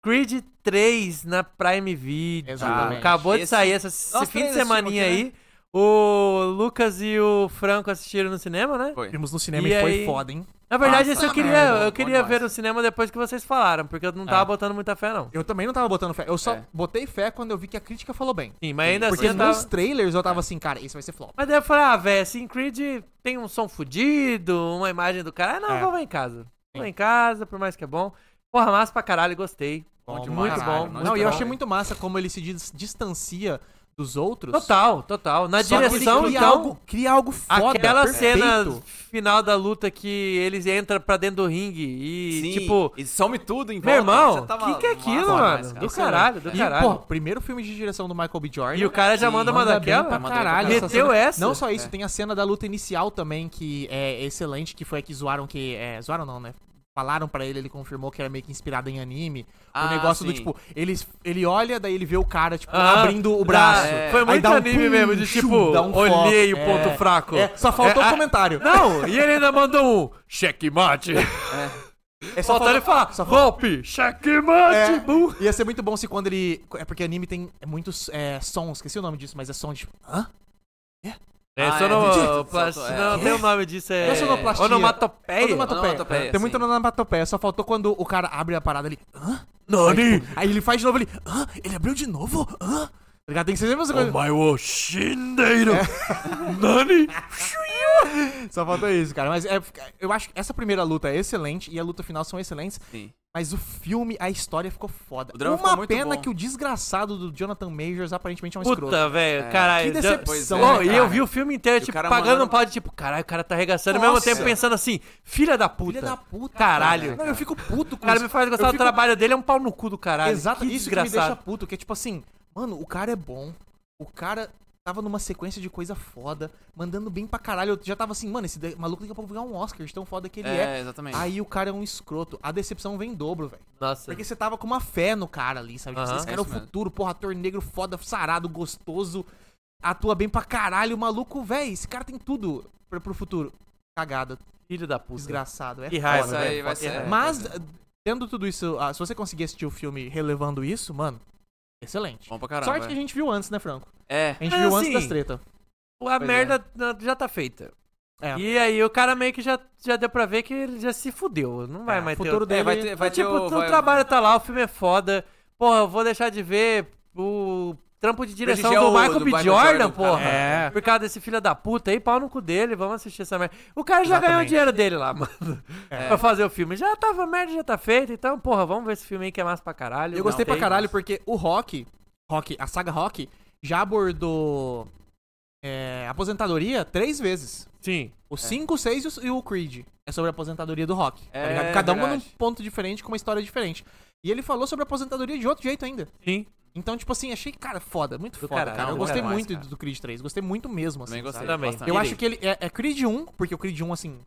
Speaker 3: Creed 3 na Prime Video.
Speaker 2: Exatamente.
Speaker 3: Acabou de
Speaker 1: Esse-
Speaker 3: sair essa, esse
Speaker 1: Nós
Speaker 3: fim de
Speaker 1: três assistimos
Speaker 3: semaninha
Speaker 1: aqui, né?
Speaker 3: aí. O Lucas e o Franco assistiram no cinema, né?
Speaker 1: Foi.
Speaker 2: Vimos no cinema
Speaker 3: E
Speaker 2: e,
Speaker 3: aí?
Speaker 2: foi foda, hein?
Speaker 3: Na verdade,
Speaker 1: Nossa,
Speaker 3: esse eu queria,
Speaker 1: merda,
Speaker 3: eu
Speaker 1: bom
Speaker 3: queria
Speaker 1: demais.
Speaker 3: ver no cinema depois que vocês falaram, porque eu não tava
Speaker 2: Ah.
Speaker 3: botando muita fé, não.
Speaker 2: Eu também não tava botando fé. Eu só
Speaker 1: É.
Speaker 2: botei fé quando eu vi que a crítica falou bem.
Speaker 3: Sim, mas ainda assim
Speaker 2: Porque
Speaker 3: eu tava...
Speaker 2: nos trailers eu tava assim, cara, esse vai ser flop.
Speaker 3: Mas daí eu falei, ah, velho, assim, Creed tem um som fudido, uma imagem do cara. Ah, não,
Speaker 2: É.
Speaker 3: vou ver em casa. Vou ver
Speaker 2: Sim.
Speaker 3: em casa, por mais que é bom. Porra, massa pra caralho, gostei.
Speaker 1: Bom
Speaker 3: demais,
Speaker 2: muito
Speaker 3: cara,
Speaker 2: bom.
Speaker 3: muito
Speaker 2: não, e eu
Speaker 3: bom.
Speaker 2: achei muito massa como ele se dis- distancia dos outros.
Speaker 3: Total, total. Na
Speaker 2: Só que ele
Speaker 3: direção,
Speaker 2: cria
Speaker 3: então,
Speaker 2: algo, cria algo foda.
Speaker 3: aquela cena
Speaker 2: perfeito.
Speaker 3: final da luta que eles entram pra dentro do ringue e,
Speaker 1: Sim,
Speaker 3: tipo...
Speaker 1: E some tudo em volta.
Speaker 3: Meu irmão,
Speaker 1: Você
Speaker 3: o
Speaker 1: tava
Speaker 3: que, que é aquilo,
Speaker 1: massa
Speaker 3: mano?
Speaker 1: demais, cara.
Speaker 3: do caralho, do
Speaker 2: E,
Speaker 3: caralho.
Speaker 2: pô, primeiro filme de direção do Michael B. Jordan.
Speaker 3: E o cara já
Speaker 1: Sim,
Speaker 3: manda uma
Speaker 2: Manda bem
Speaker 3: daquela.
Speaker 2: pra
Speaker 1: Manda bem pra
Speaker 2: caralho.
Speaker 1: caralho.
Speaker 3: Meteu
Speaker 2: cena.
Speaker 3: essa.
Speaker 2: Não só isso,
Speaker 1: É.
Speaker 2: tem a cena da luta inicial também, que é excelente, que foi a que zoaram que. É, zoaram não, né? Falaram pra ele, ele confirmou que era meio que inspirado em anime.
Speaker 1: Ah,
Speaker 2: o negócio do
Speaker 1: sim.
Speaker 2: tipo, ele, ele olha, daí ele vê o cara, tipo,
Speaker 3: Ah,
Speaker 2: abrindo
Speaker 3: ah,
Speaker 2: o braço.
Speaker 1: é.
Speaker 3: Foi
Speaker 2: Aí
Speaker 3: muito
Speaker 2: dá um
Speaker 3: anime
Speaker 2: pum,
Speaker 3: mesmo, de
Speaker 2: chum,
Speaker 3: tipo,
Speaker 2: dá um
Speaker 3: olhei
Speaker 2: foco.
Speaker 3: o ponto
Speaker 2: É.
Speaker 3: fraco.
Speaker 2: É, só faltou
Speaker 3: É,
Speaker 2: o
Speaker 3: a-
Speaker 2: comentário.
Speaker 3: Não, e ele ainda mandou um checkmate.
Speaker 2: é
Speaker 3: Só faltou ele falar,
Speaker 2: só faltou-
Speaker 3: golpe, checkmate.
Speaker 2: É.
Speaker 3: bum.
Speaker 2: Ia ser muito bom se quando ele. É porque anime tem muitos é, sons, esqueci o nome disso, mas é som de. Tipo, hã?
Speaker 3: É,
Speaker 1: Ah, é,
Speaker 3: sonoplast-
Speaker 1: soltou, é.
Speaker 3: Não, tem o nome disso, é...
Speaker 2: Não é sonoplastia.
Speaker 3: Onomatopeia.
Speaker 2: Onomatopeia.
Speaker 1: Onomatopeia,
Speaker 2: Tem muita
Speaker 1: sim.
Speaker 2: onomatopeia, só faltou quando o cara abre a parada ali. Hã?
Speaker 3: Nani,
Speaker 2: Aí ele faz de novo ali. Hã? Ele abriu de novo? Hã? Tá ligado? Tem que ser sempre essa coisa.
Speaker 3: omae wo shindeiro. Nani.
Speaker 2: Só faltou isso, cara. Mas é- eu acho que essa primeira luta é excelente e a luta final são excelentes.
Speaker 1: Sim.
Speaker 2: Mas o filme, a história ficou foda.
Speaker 1: O drama
Speaker 2: Uma
Speaker 1: ficou muito
Speaker 2: pena
Speaker 1: bom.
Speaker 2: que o desgraçado do Jonathan Majors aparentemente é um escroto.
Speaker 3: Puta, velho,
Speaker 1: É.
Speaker 3: caralho.
Speaker 2: Que
Speaker 3: já-
Speaker 2: decepção. né,
Speaker 1: Pois
Speaker 3: Ô,
Speaker 1: é,
Speaker 3: e
Speaker 1: cara.
Speaker 3: eu vi o filme inteiro,
Speaker 1: E o
Speaker 3: tipo,
Speaker 1: cara
Speaker 3: pagando
Speaker 1: mandando-
Speaker 3: um pau de tipo, caralho, o cara tá arregaçando, ao mesmo
Speaker 2: Nossa.
Speaker 3: tempo pensando assim, filha da puta.
Speaker 2: Filha da puta.
Speaker 3: Caralho.
Speaker 2: cara. Não, eu fico puto com
Speaker 3: O cara
Speaker 2: isso.
Speaker 3: me faz gostar
Speaker 2: Eu
Speaker 3: do
Speaker 2: fico-
Speaker 3: trabalho dele, é um pau no cu do caralho.
Speaker 2: Exato,
Speaker 3: que
Speaker 2: isso
Speaker 3: desgraçado.
Speaker 2: que me deixa puto, que é tipo assim, mano, o cara é bom, o cara tava numa sequência de coisa foda, mandando bem pra caralho, eu já tava assim, mano, esse da- maluco daqui a pouco vai ganhar um Oscar, de tão foda que ele é.
Speaker 1: É, exatamente.
Speaker 2: Aí o cara é um escroto, a decepção vem em dobro, velho.
Speaker 3: Nossa.
Speaker 2: Porque você tava com uma fé no cara ali, sabe? Tipo,
Speaker 3: Aham.
Speaker 2: Esse
Speaker 1: É
Speaker 2: cara é o
Speaker 1: isso mesmo.
Speaker 2: futuro, porra, ator negro foda, sarado, gostoso, atua bem pra caralho, maluco, velho, esse cara tem tudo pra, pro futuro. Cagada,
Speaker 3: Filho da puta.
Speaker 2: desgraçado, é
Speaker 3: Que
Speaker 1: Essa
Speaker 3: raiva,
Speaker 1: aí
Speaker 3: velho.
Speaker 1: vai
Speaker 3: Que
Speaker 1: ser-
Speaker 3: raiva.
Speaker 2: mas,
Speaker 1: É, pois
Speaker 2: tendo tudo isso, ah, se você conseguir assistir o filme relevando isso, mano, excelente.
Speaker 1: Bom pra caramba.
Speaker 2: Sorte que a gente viu antes, né, Franco?
Speaker 1: É.
Speaker 2: A gente
Speaker 3: Mas
Speaker 2: viu
Speaker 3: assim,
Speaker 2: antes das treta.
Speaker 3: A
Speaker 1: Pois
Speaker 3: merda na- já tá feita.
Speaker 2: É.
Speaker 3: E aí o cara meio que já, já deu pra ver que ele já se fudeu. Não vai
Speaker 2: É,
Speaker 3: mais
Speaker 2: o
Speaker 3: ter
Speaker 2: futuro
Speaker 3: outro-
Speaker 2: dele-
Speaker 1: vai ter, vai ter
Speaker 3: tipo,
Speaker 1: o,
Speaker 3: o
Speaker 1: vai-
Speaker 3: trabalho tá lá, o filme é foda. Porra, eu vou deixar de ver o trampo de direção
Speaker 1: Prestigiar
Speaker 3: do
Speaker 1: o-
Speaker 3: Michael B.
Speaker 1: do Michael
Speaker 3: Jordan,
Speaker 1: Jordan,
Speaker 3: porra.
Speaker 1: cara.
Speaker 2: É.
Speaker 3: Por causa desse filho da puta aí, pau no cu dele, vamos assistir essa merda. O cara já ganhou o
Speaker 2: Exatamente. É.
Speaker 3: dinheiro dele lá, mano. Pra fazer o filme. Já tava, a merda já tá feita, então, porra, vamos ver esse filme aí que é massa pra caralho.
Speaker 2: Eu gostei
Speaker 3: Não,
Speaker 2: pra
Speaker 3: tem-
Speaker 2: caralho porque o Rock, Rock, a saga Rock, já abordou é, aposentadoria três vezes.
Speaker 3: Sim.
Speaker 1: É.
Speaker 2: O 5, o 6 e o Creed. É sobre a aposentadoria do Rock. tá
Speaker 1: É,
Speaker 2: ligado? Cada uma num
Speaker 1: verdade.
Speaker 2: ponto diferente, com uma história diferente. E ele falou sobre a aposentadoria de outro jeito ainda.
Speaker 3: Sim.
Speaker 2: Então, tipo assim, achei, cara, foda. Muito
Speaker 3: Do
Speaker 2: foda,
Speaker 3: caralho,
Speaker 2: cara. Eu
Speaker 3: do
Speaker 2: gostei
Speaker 1: caralho.
Speaker 2: muito
Speaker 1: Demais,
Speaker 2: do Creed 3. Gostei muito mesmo, assim.
Speaker 1: Também
Speaker 2: sabe?
Speaker 1: gostei.
Speaker 3: Também.
Speaker 1: bastante.
Speaker 2: Eu
Speaker 3: Irei.
Speaker 2: acho que ele é, é Creed 1, porque o Creed 1, assim,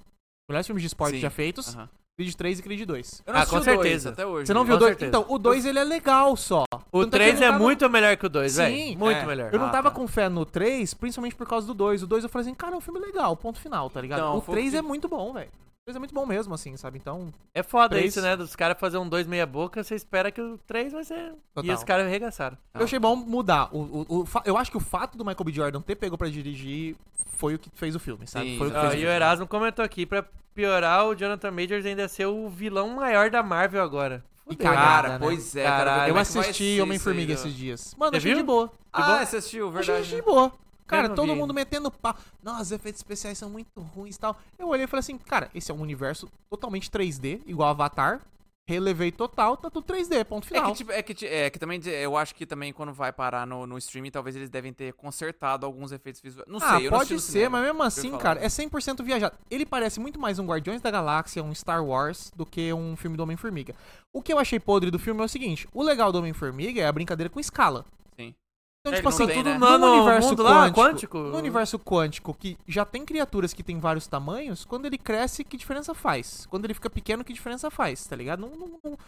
Speaker 2: melhores filmes de esporte
Speaker 1: Sim.
Speaker 2: já feitos.
Speaker 1: Aham.
Speaker 2: Creed 3 e Creed 2.
Speaker 1: Eu não
Speaker 3: Ah, com
Speaker 1: assisti o dois
Speaker 3: certeza.
Speaker 1: até hoje.
Speaker 2: Você não
Speaker 1: né?
Speaker 2: viu o 2?
Speaker 3: certeza.
Speaker 2: Então, o 2 ele é legal só.
Speaker 3: O
Speaker 2: Tanto que eu
Speaker 3: 3 é
Speaker 2: não tava-
Speaker 3: muito melhor que o 2,
Speaker 2: Sim,
Speaker 3: velho. Muito
Speaker 1: é.
Speaker 3: melhor.
Speaker 2: Eu não
Speaker 1: Ah,
Speaker 2: tava
Speaker 1: tá.
Speaker 2: com fé no 3, principalmente por causa do 2. O 2 eu falei assim, cara, é um filme legal, ponto final, tá ligado?
Speaker 1: Então,
Speaker 2: o
Speaker 1: foi o
Speaker 2: 3 é
Speaker 1: que-
Speaker 2: muito bom, velho. O 3 é muito bom mesmo, assim, sabe? Então,
Speaker 3: É foda
Speaker 2: Três.
Speaker 3: isso, né? Dos caras fazer um 2 meia boca, você espera que o 3 vai ser. E
Speaker 2: Total.
Speaker 3: os caras arregaçaram.
Speaker 1: Ah.
Speaker 2: eu achei bom mudar. O, o- o fa- eu acho que o fato do Michael B. Jordan ter pego pra dirigir foi o que fez o filme, sabe?
Speaker 1: Sim,
Speaker 2: foi o que
Speaker 3: Ó,
Speaker 1: exatamente.
Speaker 2: fez
Speaker 3: Ah, e
Speaker 2: o
Speaker 3: o
Speaker 2: filme.
Speaker 3: Erasmo comentou aqui, pra piorar, o Jonathan Majors ainda é ser o vilão maior da Marvel agora.
Speaker 2: E
Speaker 3: Fudeu.
Speaker 2: cagada,
Speaker 1: Cara,
Speaker 2: né?
Speaker 1: pois é,
Speaker 3: Caralho,
Speaker 2: Eu
Speaker 1: cara. como é que vai ser
Speaker 2: assisti
Speaker 1: isso
Speaker 2: Homem-Formiga
Speaker 1: aí,
Speaker 2: esses
Speaker 1: né?
Speaker 2: dias. Mano,
Speaker 3: Você
Speaker 2: achei de
Speaker 3: viu?
Speaker 2: boa.
Speaker 1: Ah, você assistiu,
Speaker 2: Achei
Speaker 1: verdade.
Speaker 2: de
Speaker 1: né?
Speaker 2: boa.
Speaker 3: Eu
Speaker 2: Cara,
Speaker 3: não
Speaker 2: todo
Speaker 3: vi
Speaker 2: mundo
Speaker 3: ainda.
Speaker 2: metendo papo. Nossa, os efeitos especiais são muito ruins e tal. Eu olhei e falei assim, cara, esse é um universo totalmente 3D, igual Avatar. Relevei total, tá tudo 3D, ponto
Speaker 1: É
Speaker 2: final.
Speaker 1: que, tipo, é, que, ti- é que também de- eu acho que também quando vai parar no, no streaming, talvez eles devem ter consertado alguns efeitos visuais. Não
Speaker 2: ah,
Speaker 1: sei, eu não
Speaker 2: pode
Speaker 1: assisti no
Speaker 2: ser,
Speaker 1: cinema.
Speaker 2: mas mesmo assim,
Speaker 1: falar. né?
Speaker 2: cara, é 100% viajado. Ele parece muito mais um Guardiões da Galáxia, um Star Wars, do que um filme do Homem-Formiga. O que eu achei podre do filme é o seguinte: o legal do Homem-Formiga é a brincadeira com escala.
Speaker 1: Sim.
Speaker 2: Então,
Speaker 1: É,
Speaker 2: tipo
Speaker 1: ele não
Speaker 2: assim,
Speaker 1: tem,
Speaker 3: tudo
Speaker 1: né?
Speaker 2: no
Speaker 3: nano,
Speaker 2: universo
Speaker 3: mundo lá,
Speaker 2: quântico,
Speaker 3: quântico.
Speaker 2: No universo quântico, que já tem criaturas que tem vários tamanhos, quando ele cresce, que diferença faz? Quando ele fica pequeno, que diferença faz? Tá ligado? Não, não- não-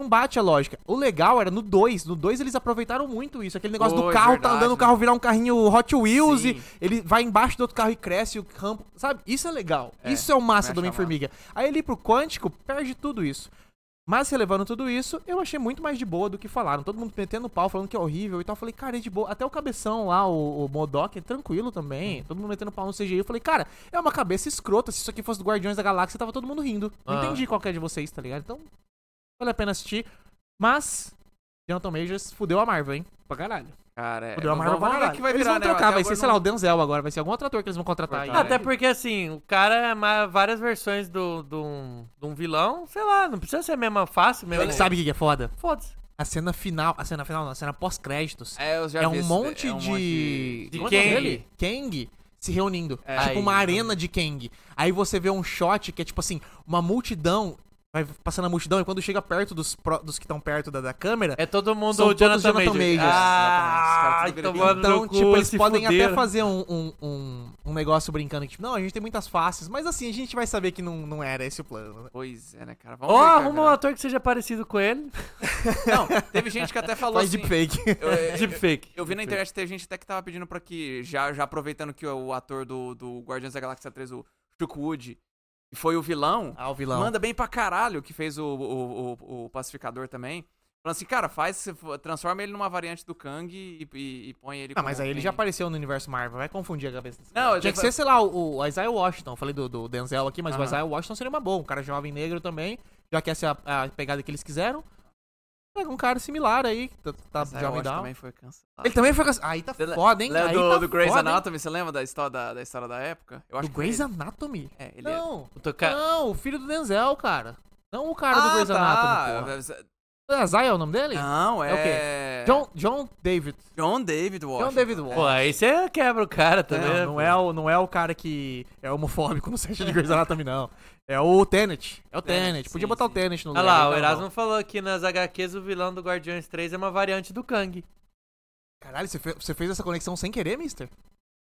Speaker 2: não bate a lógica. O legal era no 2. No 2 eles aproveitaram muito isso. Aquele negócio do
Speaker 1: Foi,
Speaker 2: carro tá
Speaker 1: verdade,
Speaker 2: andando, o
Speaker 1: né?
Speaker 2: carro virar um carrinho Hot Wheels
Speaker 1: Sim.
Speaker 2: e ele vai embaixo do outro carro e cresce o campo. Sabe? Isso é legal.
Speaker 1: É,
Speaker 2: isso é o massa
Speaker 1: também
Speaker 2: do
Speaker 1: acho
Speaker 2: Homem-Formiga. Aí ele pro quântico perde tudo isso. Mas relevando tudo isso, eu achei muito mais de boa do que falaram. Todo mundo metendo pau, falando que é horrível e tal. Eu falei, cara, é de boa. Até o cabeção lá, o, o Modok, é tranquilo também. Todo mundo metendo pau no CGI. Eu falei, cara, é uma cabeça escrota. Se isso aqui fosse do Guardiões da Galáxia, tava todo mundo rindo. Não
Speaker 3: Ah.
Speaker 2: entendi qual que é de vocês, tá ligado? Então, vale a pena assistir. Mas, Jonathan Majors fudeu a Marvel, hein? Pra caralho.
Speaker 1: Cara, é.
Speaker 2: Fudeu a Marvel pra
Speaker 1: vamos ver
Speaker 2: caralho.
Speaker 1: o que vai
Speaker 2: eles
Speaker 1: virar,
Speaker 2: vão
Speaker 1: né?
Speaker 2: trocar,
Speaker 1: Até
Speaker 2: vai ser,
Speaker 1: agora
Speaker 2: sei
Speaker 1: não-
Speaker 2: lá, o Denzel agora. Vai ser algum outro ator que eles vão contratar aí.
Speaker 1: Cortar,
Speaker 2: né?
Speaker 3: Até porque, assim, o cara é ma- várias versões do, do, um- de um vilão, sei lá, não precisa ser a mesma face, mesmo.
Speaker 2: Ele sabe o que que é foda?
Speaker 3: Foda-se.
Speaker 2: A cena final, a cena final não, a cena pós-créditos.
Speaker 1: É, eu já
Speaker 2: é
Speaker 1: vi
Speaker 2: um
Speaker 1: esse-
Speaker 2: monte
Speaker 1: é um
Speaker 2: de.
Speaker 1: monte
Speaker 3: de
Speaker 2: como é o nome
Speaker 3: Kang.
Speaker 2: dele? Kang se reunindo.
Speaker 1: É.
Speaker 2: tipo
Speaker 3: Aí.
Speaker 2: uma arena de Kang. Aí você vê um shot que é tipo assim, uma multidão. Vai passando a multidão e quando chega perto dos, pró- dos que estão perto da, da câmera.
Speaker 3: É todo mundo
Speaker 2: São
Speaker 3: o Jonathan,
Speaker 2: todos Jonathan
Speaker 3: Majors.
Speaker 2: Majors.
Speaker 3: Ah,
Speaker 1: Exatamente, os caras tudo
Speaker 3: tomando
Speaker 1: viram-
Speaker 2: então,
Speaker 3: no cu,
Speaker 2: tipo, eles
Speaker 3: se
Speaker 2: podem até
Speaker 3: fuderam.
Speaker 2: fazer um, um, um, um negócio brincando que, tipo, não, a gente tem muitas faces, mas assim, a gente vai saber que não, não era esse o plano. né?
Speaker 1: Pois é, né, cara? Vamos
Speaker 3: Ó,
Speaker 1: ver, cara,
Speaker 3: arruma um ator que seja parecido com ele.
Speaker 1: Não, teve gente que até falou
Speaker 2: Faz
Speaker 1: assim...
Speaker 2: deepfake.
Speaker 1: Eu, eu-
Speaker 3: Deepfake.
Speaker 1: eu vi na internet, teve gente até que tava pedindo pra que, já, já aproveitando que o, o ator do, do Guardiões da Galáxia 3, o Chuck Wood, que foi o vilão,
Speaker 2: Ah, o vilão.
Speaker 1: manda bem pra caralho, que fez o, o, o, o Pacificador também. Falando assim, cara, faz, transforma ele numa variante do Kang e, e- e põe ele
Speaker 2: Ah, mas
Speaker 1: como
Speaker 2: aí ele
Speaker 1: Kang.
Speaker 2: já apareceu no universo Marvel, vai confundir a cabeça. desse
Speaker 1: Não,
Speaker 2: cara. tinha que ser, sei lá, o, o Isaiah Washington. Eu Falei do, do Denzel aqui, mas o
Speaker 1: Aham.
Speaker 2: Isaiah Washington seria uma boa. Um cara jovem negro também, já que essa é a, a pegada que eles quiseram. Pega um cara similar aí, que tá, tá
Speaker 1: Mas aí eu
Speaker 2: jovem
Speaker 1: acho que
Speaker 2: down.
Speaker 1: também foi cancelado.
Speaker 2: Ele também foi. canc- Aí tá
Speaker 1: Você le-
Speaker 2: foda, hein?
Speaker 1: Lembra
Speaker 2: Aí
Speaker 1: do,
Speaker 2: tá
Speaker 1: do Grey's
Speaker 2: foda, hein?
Speaker 1: Anatomy? Você lembra da história da, da, história da época? Eu
Speaker 2: Do Grey's
Speaker 1: foi
Speaker 2: Anatomy?
Speaker 1: ele. É, ele é.
Speaker 2: Não,
Speaker 3: Eu tô ca-
Speaker 2: não, o filho do Denzel, cara. Não o cara do
Speaker 1: Ah,
Speaker 2: Grey's
Speaker 1: tá.
Speaker 2: Anatomy, porra. É Isaiah o nome dele?
Speaker 1: Não, é...
Speaker 2: É o quê? John, John David.
Speaker 1: John David Washington. É.
Speaker 2: John David
Speaker 3: Pô,
Speaker 2: Washington.
Speaker 3: aí você quebra o cara também.
Speaker 2: É. Não,
Speaker 3: né,
Speaker 2: não
Speaker 3: pô?
Speaker 2: é o, não é o cara que é homofóbico no set de Grey's Anatomy, não. É o Tenet. É o Tenet.
Speaker 1: Tenet,
Speaker 2: Podia
Speaker 1: sim,
Speaker 2: botar o
Speaker 1: sim.
Speaker 2: Tenet no
Speaker 3: Olha
Speaker 2: lugar.
Speaker 3: lá,
Speaker 2: dele,
Speaker 3: o
Speaker 2: tá
Speaker 3: Erasmo
Speaker 2: bom.
Speaker 3: falou aqui nas HQs o vilão do Guardiões 3 é uma variante do Kang.
Speaker 2: Caralho, você fe- você fez, essa conexão sem querer, mister?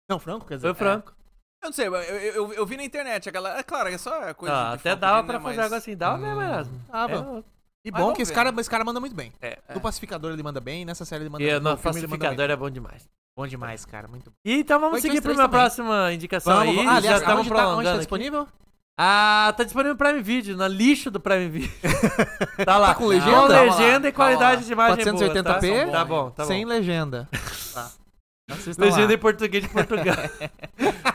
Speaker 2: Não, Franco, quer dizer. é.
Speaker 3: Foi o Franco.
Speaker 1: Eu não sei, eu, eu, eu- eu vi na internet, a galera. É claro, é só coisa.
Speaker 3: Ah,
Speaker 1: de
Speaker 3: até
Speaker 1: fofoquinha,
Speaker 3: dava pra
Speaker 1: né,
Speaker 3: fazer
Speaker 1: mas-
Speaker 3: algo assim. Dava mesmo, Erasmo.
Speaker 2: É. Ah, bom.
Speaker 3: É,
Speaker 2: E
Speaker 1: Mas
Speaker 2: bom
Speaker 1: vamos
Speaker 2: que esse
Speaker 1: ver,
Speaker 2: cara, esse cara manda muito bem.
Speaker 3: É.
Speaker 2: No Pacificador ele manda bem, nessa série ele manda
Speaker 3: E
Speaker 2: bem.
Speaker 3: o
Speaker 2: no filme ele manda bem.
Speaker 3: pacificador é bom demais.
Speaker 2: Bom demais, cara, muito bom.
Speaker 3: E então vamos
Speaker 2: Guardiões
Speaker 3: seguir pra
Speaker 2: 3
Speaker 3: minha
Speaker 2: também.
Speaker 3: próxima indicação aí.
Speaker 2: Ah, aliás,
Speaker 3: já estamos
Speaker 2: onde tá, onde
Speaker 3: prolongando.
Speaker 2: tá
Speaker 3: aqui.
Speaker 2: disponível?
Speaker 3: Ah, tá disponível no Prime Video, na lixo do Prime Video. tá lá.
Speaker 2: Tá com legenda?
Speaker 3: Com
Speaker 2: Calma
Speaker 3: legenda
Speaker 1: lá,
Speaker 3: e qualidade
Speaker 1: calma
Speaker 3: de imagem boa, tá?
Speaker 2: 480p?
Speaker 3: Tá bom, tá bom.
Speaker 2: Sem legenda. Assistam lá.
Speaker 3: Legenda em português de Portugal.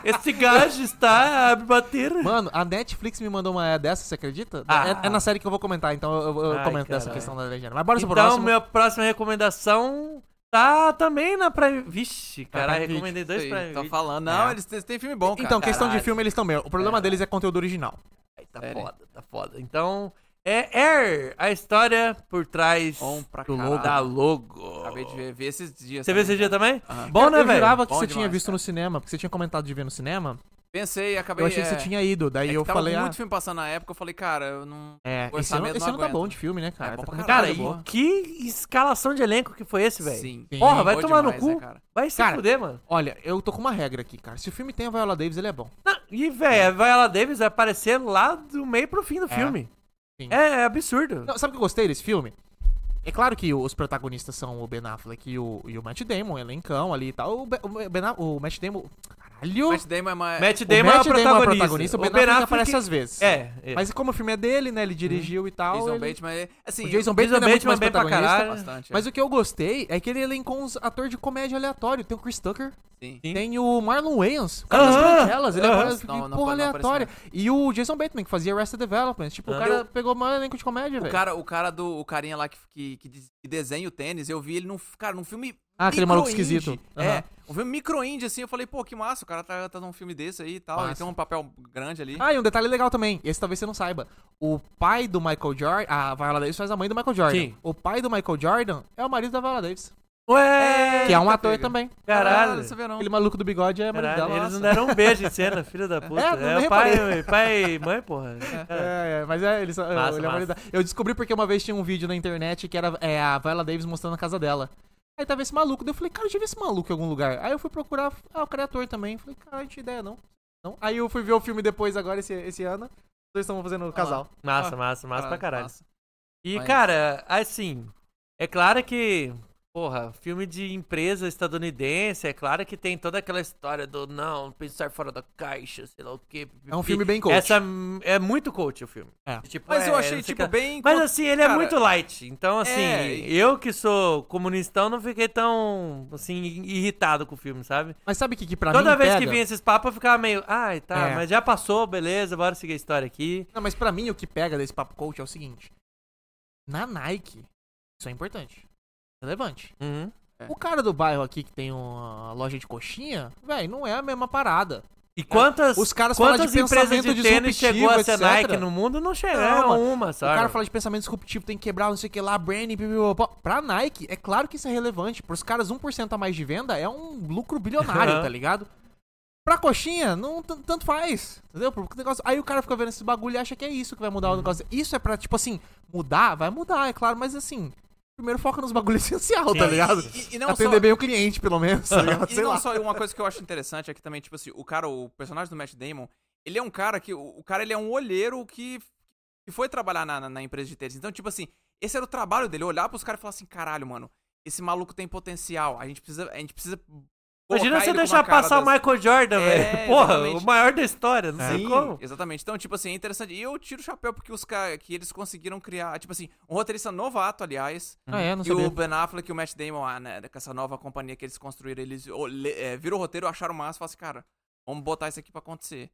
Speaker 3: Esse gajo está a me bater.
Speaker 2: Mano, a Netflix me mandou uma dessa, você acredita?
Speaker 3: Ah.
Speaker 2: É, é na série que eu vou comentar, então eu, eu
Speaker 3: Ai,
Speaker 2: comento dessa
Speaker 3: caralho.
Speaker 2: questão da legenda. Mas bora pro
Speaker 3: então,
Speaker 2: próximo.
Speaker 3: minha próxima recomendação tá também na Prime. Vixe,
Speaker 2: Tá
Speaker 3: cara,
Speaker 2: na Prime
Speaker 3: recomendei dois Prime.
Speaker 1: Estão
Speaker 3: Video.
Speaker 1: falando. Não,
Speaker 2: É.
Speaker 1: eles eles têm filme bom, cara.
Speaker 2: Então, questão de
Speaker 3: caralho.
Speaker 2: filme, eles estão mesmo. O problema
Speaker 3: É.
Speaker 2: deles é conteúdo original.
Speaker 3: Ai, tá
Speaker 1: Sério?
Speaker 3: foda, tá foda. Então, é Air, a história por trás
Speaker 1: Bom pra
Speaker 3: do
Speaker 1: caralho.
Speaker 3: logo, da logo.
Speaker 1: Acabei de ver, ver esses dias.
Speaker 3: Você viu esse
Speaker 1: também.
Speaker 3: dia também?
Speaker 1: Aham.
Speaker 3: Bom, né,
Speaker 2: eu
Speaker 3: velho?
Speaker 2: jurava que
Speaker 1: Bom
Speaker 2: você tinha
Speaker 1: demais,
Speaker 2: visto
Speaker 1: cara.
Speaker 2: no cinema, porque você tinha comentado de ver no cinema.
Speaker 1: Pensei e acabei...
Speaker 2: Eu achei que
Speaker 1: é,
Speaker 2: você tinha ido, daí
Speaker 1: é que
Speaker 2: eu
Speaker 1: tava
Speaker 2: falei,
Speaker 1: com
Speaker 2: ah,
Speaker 1: muito filme passando na época, eu falei, cara, eu não...
Speaker 2: é,
Speaker 1: o
Speaker 2: esse ano,
Speaker 1: orçamento
Speaker 2: esse
Speaker 1: não
Speaker 2: ano tá
Speaker 1: aguenta.
Speaker 2: bom de filme, né, cara?
Speaker 1: É bom
Speaker 2: Tá
Speaker 1: pra
Speaker 2: com-
Speaker 3: Cara,
Speaker 1: Caralho,
Speaker 3: e
Speaker 1: boa.
Speaker 3: que escalação de elenco que foi esse, velho?
Speaker 1: Sim.
Speaker 3: Porra, vai
Speaker 1: Boa
Speaker 3: tomar no
Speaker 1: demais,
Speaker 3: cu.
Speaker 1: né, cara?
Speaker 3: Vai se
Speaker 2: Cara,
Speaker 3: fuder, mano.
Speaker 2: Olha, eu tô com uma regra aqui, cara. Se o filme tem a Viola Davis, ele é bom.
Speaker 3: Não, e, velho, a Viola Davis vai aparecer lá do meio pro fim do filme.
Speaker 2: Sim.
Speaker 3: É, é absurdo.
Speaker 2: Não, sabe o que eu gostei desse filme? É claro que os protagonistas são o Ben Affleck e o, e o Matt Damon, elencão ali e tal. O, Be- o, ben, A- o Matt Damon... Caralho!
Speaker 1: Matt Damon é mais...
Speaker 3: Matt
Speaker 2: O
Speaker 3: Damon é o protagonista.
Speaker 2: o Ben Affleck, aparece às vezes.
Speaker 3: É, é.
Speaker 2: Mas como o filme é dele, né, ele dirigiu e tal...
Speaker 1: Jason
Speaker 2: ele-
Speaker 1: Bateman é... Assim,
Speaker 2: O Jason
Speaker 3: Jason
Speaker 2: Bateman, é muito
Speaker 3: Bateman
Speaker 2: mais
Speaker 3: bem pra
Speaker 2: protagonista.
Speaker 3: caralho.
Speaker 1: bastante.
Speaker 2: Mas o que eu gostei é que ele elencou uns atores de comédia aleatório. Tem o Chris Tucker,
Speaker 1: Sim.
Speaker 3: Sim. Ah!
Speaker 2: tem o Marlon Wayans, o cara das
Speaker 3: Aham,
Speaker 2: branquelas, ele é
Speaker 3: aham.
Speaker 2: mais- que
Speaker 1: Não, não
Speaker 2: porra
Speaker 1: pa- não
Speaker 2: aleatória. E o Jason Bateman, que fazia Arrested Development. Tipo, o
Speaker 3: Ah.
Speaker 2: cara
Speaker 3: Eu-
Speaker 2: pegou um elenco de comédia,
Speaker 1: O
Speaker 2: velho.
Speaker 1: cara, o cara do. O carinha lá que, que, que des- que desenha o tênis, eu vi ele num. Cara, num filme.
Speaker 2: Ah, aquele
Speaker 1: micro
Speaker 2: maluco
Speaker 1: indie.
Speaker 2: esquisito.
Speaker 1: É,
Speaker 2: Aham.
Speaker 1: um filme micro-indie, assim, eu falei, pô, que massa, o cara tá, tá num filme desse aí e tal. Ele
Speaker 2: Massa.
Speaker 1: tem um papel grande ali.
Speaker 2: Ah, e um detalhe legal também, esse talvez você não saiba. O pai do Michael Jordan, a Viola Davis faz a mãe do Michael Jordan.
Speaker 3: Sim.
Speaker 2: O pai do Michael Jordan é o marido da Viola Davis,
Speaker 3: Ué!
Speaker 2: que é um
Speaker 1: Eita,
Speaker 2: ator
Speaker 1: pega.
Speaker 2: também.
Speaker 3: Caralho.
Speaker 1: você vê não.
Speaker 2: Aquele maluco do bigode é marido
Speaker 3: Caralho,
Speaker 2: dela.
Speaker 3: eles
Speaker 2: nossa.
Speaker 3: não deram um beijo em cena, filho da puta.
Speaker 2: É, não
Speaker 3: É,
Speaker 2: me
Speaker 3: pai,
Speaker 2: reparei.
Speaker 3: pai e mãe, porra. Cara,
Speaker 2: É, é, mas é, eles, são-
Speaker 3: Massa,
Speaker 2: ele é
Speaker 3: massa.
Speaker 2: marido da- Eu descobri porque uma vez tinha um vídeo na internet que era é, a Viola Davis mostrando a casa dela. Aí tava esse maluco, daí eu falei, cara, eu tive esse maluco em algum lugar. Aí eu fui procurar, ah, o cara é ator também. Falei, cara, não tinha ideia, não. não. Aí eu fui ver o filme depois, agora, esse, esse ano. Os dois estão fazendo casal.
Speaker 3: Massa,
Speaker 1: Ah,
Speaker 3: massa, massa pra caralho.
Speaker 1: massa.
Speaker 3: E,
Speaker 1: Mas-
Speaker 3: cara, assim, é claro que, porra, filme de empresa estadunidense, é claro que tem toda aquela história do não, pensar fora da caixa, sei lá o quê.
Speaker 2: É um filme bem coach.
Speaker 3: Essa m- é muito coach o filme.
Speaker 2: É.
Speaker 3: Tipo,
Speaker 1: Mas eu
Speaker 3: é,
Speaker 1: achei,
Speaker 3: não sei
Speaker 1: tipo,
Speaker 3: que-
Speaker 1: bem.
Speaker 3: Mas
Speaker 1: co-
Speaker 3: assim, ele é
Speaker 1: cara,
Speaker 3: muito light. Então, assim,
Speaker 1: é, e-
Speaker 3: eu que sou comunistão não fiquei tão, assim, irritado com o filme, sabe?
Speaker 2: Mas sabe o que, que pra mim
Speaker 3: Toda vez que
Speaker 2: pega?
Speaker 3: vinha esses papos, eu ficava meio, ai, tá,
Speaker 2: É.
Speaker 3: mas já passou, beleza, bora seguir a história aqui.
Speaker 2: Não, mas pra mim o que pega desse papo coach é o seguinte. Na Nike, isso é importante. Relevante.
Speaker 3: Uhum.
Speaker 1: É.
Speaker 2: O cara do bairro aqui que tem uma loja de coxinha, velho, não é a mesma parada.
Speaker 3: E quantas,
Speaker 2: Os caras falam
Speaker 3: quantas
Speaker 2: de
Speaker 3: empresas
Speaker 2: pensamento
Speaker 3: de tênis
Speaker 2: disruptivo,
Speaker 3: chegou a ser
Speaker 2: etc.
Speaker 3: Nike no mundo? Não
Speaker 2: Não,
Speaker 3: chegaram a
Speaker 2: mano.
Speaker 3: uma,
Speaker 2: O
Speaker 3: sabe?
Speaker 2: cara fala de pensamento disruptivo, tem que quebrar, não sei o que lá, branding, pipipopó. Pra Nike, é claro que isso é relevante. Pros caras, 1% a mais de venda é um lucro bilionário,
Speaker 3: Aham.
Speaker 2: tá ligado? Pra coxinha, não t- tanto faz. Entendeu? Pro negócio- Aí o cara fica vendo esse bagulho e acha que é isso que vai mudar o negócio. Isso é pra, tipo assim, mudar? Vai mudar, é claro, mas assim, primeiro foca nos bagulhos essencial, tá
Speaker 3: Sim.
Speaker 2: ligado?
Speaker 1: E, e não
Speaker 2: Atender
Speaker 1: só,
Speaker 2: bem o cliente, pelo menos, tá ligado?
Speaker 1: E
Speaker 2: Sei
Speaker 1: não
Speaker 2: lá.
Speaker 1: só, uma coisa que eu acho interessante é que também, tipo assim, o cara, o personagem do Matt Damon, ele é um cara que, o, o cara, ele é um olheiro que, que foi trabalhar na, na- na empresa de tênis. Então, tipo assim, esse era o trabalho dele, olhar pros caras e falar assim, caralho, mano, esse maluco tem potencial, a gente precisa, a gente precisa
Speaker 3: Imagina
Speaker 1: colocar
Speaker 3: você
Speaker 1: ele como
Speaker 3: deixar
Speaker 1: a cara
Speaker 3: passar
Speaker 1: das-
Speaker 3: o Michael Jordan,
Speaker 1: É,
Speaker 3: velho. Porra,
Speaker 1: exatamente.
Speaker 3: o maior da história, não sei
Speaker 1: Sim,
Speaker 3: como.
Speaker 1: exatamente. Então, tipo assim, é interessante. E eu tiro o chapéu porque os caras que eles conseguiram criar, tipo assim, um roteirista novato, aliás,
Speaker 2: Ah, é, não
Speaker 1: e o
Speaker 2: sabia.
Speaker 1: Ben Affleck e o Matt Damon, ah, né, com essa nova companhia que eles construíram, eles olhe- é, viram o roteiro, acharam massa e falaram assim, cara, vamos botar isso aqui pra acontecer.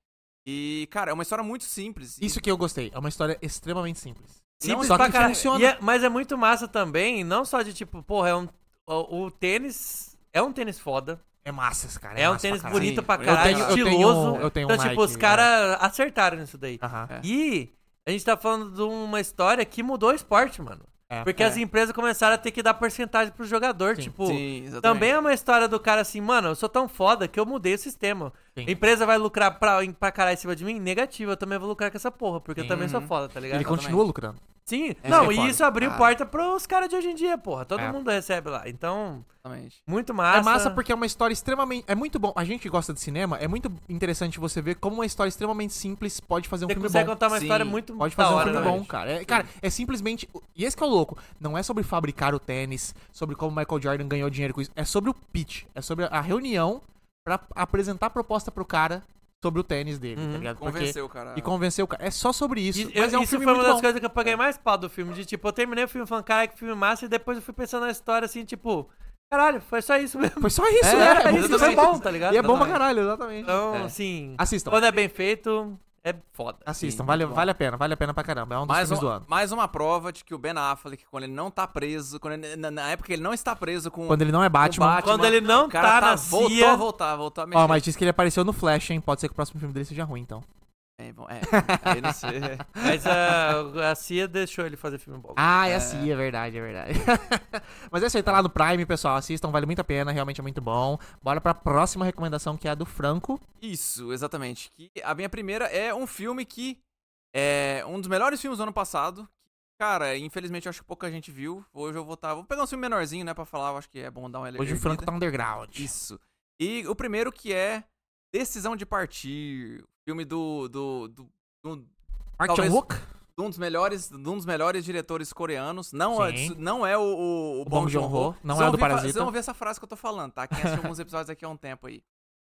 Speaker 1: E, cara, é uma história muito simples. E
Speaker 2: Isso que eu gostei. É uma história extremamente simples.
Speaker 3: Simples
Speaker 2: só
Speaker 3: pra
Speaker 2: que
Speaker 3: caralho.
Speaker 2: funciona.
Speaker 3: E é- mas é muito massa também, não só de tipo, porra, é um, o, o tênis é um tênis foda,
Speaker 2: É massa, esse cara.
Speaker 3: é, um
Speaker 2: massa pra
Speaker 3: tênis
Speaker 2: caralho.
Speaker 3: bonito
Speaker 1: Sim,
Speaker 3: pra
Speaker 1: eu
Speaker 3: caralho,
Speaker 1: tenho- eu
Speaker 2: tenho-
Speaker 3: estiloso.
Speaker 2: eu tenho um
Speaker 3: então, tipo,
Speaker 2: Nike, é.
Speaker 3: os caras acertaram nisso daí.
Speaker 2: Aham.
Speaker 1: É.
Speaker 3: E a gente tá falando de uma história que mudou o esporte, mano.
Speaker 2: É.
Speaker 3: Porque
Speaker 1: É.
Speaker 3: as empresas começaram a ter que dar porcentagem pro jogador,
Speaker 2: Sim.
Speaker 3: tipo...
Speaker 1: Sim, exatamente.
Speaker 3: Também é uma história do cara assim, mano, eu sou tão foda que eu mudei o sistema.
Speaker 2: Sim.
Speaker 3: A empresa vai lucrar pra, pra caralho em cima de mim? Negativo, eu também vou lucrar com essa porra, porque eu também sou
Speaker 1: Uhum.
Speaker 3: foda, tá ligado?
Speaker 2: Ele continua lucrando.
Speaker 3: Sim,
Speaker 1: É,
Speaker 3: não,
Speaker 1: é
Speaker 3: e
Speaker 1: foda.
Speaker 3: isso abriu
Speaker 1: Ah.
Speaker 3: porta pros caras de hoje em dia, porra. Todo
Speaker 2: É.
Speaker 3: mundo recebe lá. Então,
Speaker 1: Exatamente.
Speaker 3: muito massa.
Speaker 2: É massa porque é uma história extremamente. É muito bom. A gente que gosta de cinema, é muito interessante você ver como uma história extremamente simples pode fazer um
Speaker 3: você
Speaker 2: filme
Speaker 3: consegue
Speaker 2: bom.
Speaker 3: contar uma
Speaker 1: Sim.
Speaker 3: história muito
Speaker 2: Pode
Speaker 3: da
Speaker 2: fazer um
Speaker 3: hora,
Speaker 2: filme
Speaker 3: né,
Speaker 2: bom,
Speaker 3: velho?
Speaker 2: cara. É, cara, é simplesmente. E esse que é o louco. Não é sobre fabricar o tênis, sobre como Michael Jordan ganhou dinheiro com isso. É sobre o pitch. É sobre a reunião pra apresentar a proposta pro cara sobre o tênis dele,
Speaker 3: Uhum.
Speaker 2: tá ligado? Porque-
Speaker 1: Convenceu, o cara.
Speaker 2: E convencer o cara. É só sobre isso.
Speaker 3: E-
Speaker 2: mas
Speaker 3: eu-
Speaker 2: é um
Speaker 3: isso
Speaker 2: filme
Speaker 3: foi
Speaker 2: muito
Speaker 3: uma das
Speaker 2: bom.
Speaker 3: coisas que eu paguei mais pau do filme. De tipo, eu terminei o filme falando, cara, que filme massa, e depois eu fui pensando na história, assim, tipo, Caralho, foi só isso mesmo.
Speaker 2: Foi só isso,
Speaker 3: é,
Speaker 2: né?
Speaker 3: é,
Speaker 2: bom,
Speaker 3: isso
Speaker 2: pra
Speaker 3: foi
Speaker 2: caralho.
Speaker 3: bom, tá ligado?
Speaker 2: E é bom pra
Speaker 3: Exatamente.
Speaker 2: caralho, exatamente.
Speaker 3: Então,
Speaker 1: É.
Speaker 3: assim,
Speaker 2: Assistam.
Speaker 3: quando é bem feito, é foda.
Speaker 2: Assistam,
Speaker 3: Sim,
Speaker 2: vale,
Speaker 3: muito bom.
Speaker 2: vale a pena, vale a pena pra caramba. É um dos
Speaker 1: Mais,
Speaker 2: filmes
Speaker 1: um-
Speaker 2: do ano.
Speaker 1: mais uma prova de que o Ben Affleck, quando ele não tá preso, quando ele- na, na época que ele não está preso com
Speaker 2: Quando ele não é Batman.
Speaker 1: Batman,
Speaker 3: Tipo, Quando ele não
Speaker 1: o cara
Speaker 3: tá
Speaker 1: tá,
Speaker 3: na
Speaker 1: voltou,
Speaker 3: CIA.
Speaker 1: voltar, voltou a mexer.
Speaker 2: Ó, mas diz que ele apareceu no Flash, hein? Pode ser que o próximo filme dele seja ruim, então.
Speaker 1: É, bom, é, aí não sei.
Speaker 3: Mas a, a CIA deixou ele fazer filme bom.
Speaker 2: Ah, é
Speaker 1: É.
Speaker 2: assim, é verdade, é verdade. Mas é isso aí, tá lá no Prime, pessoal. Assistam, vale muito a pena, realmente é muito bom. Bora pra próxima recomendação, que é a do Franco.
Speaker 1: Isso, exatamente. Que a minha primeira é um filme que é um dos melhores filmes do ano passado. Cara, infelizmente eu acho que pouca gente viu. Hoje eu vou estar. Vou pegar um filme menorzinho, né, pra falar. Eu acho que é bom dar uma
Speaker 2: Hoje o
Speaker 1: erguida.
Speaker 2: Franco tá underground.
Speaker 1: Isso. E o primeiro que é Decisão de Partir. Filme do. do, do, do-
Speaker 2: Park
Speaker 1: talvez-
Speaker 2: Chan-wook?
Speaker 1: de um dos melhores, de um dos melhores diretores coreanos. Não, é-
Speaker 2: Sim.
Speaker 1: não é o, o, o
Speaker 2: Bong
Speaker 1: Bong Joon-ho.
Speaker 2: Joon-ho, não é
Speaker 1: Vocês
Speaker 2: o
Speaker 1: vão
Speaker 2: do
Speaker 1: ouvir fa-
Speaker 2: Parasita.
Speaker 1: Vocês vão ver essa frase que eu tô falando, tá? Quem assistiu alguns episódios aqui há um tempo aí.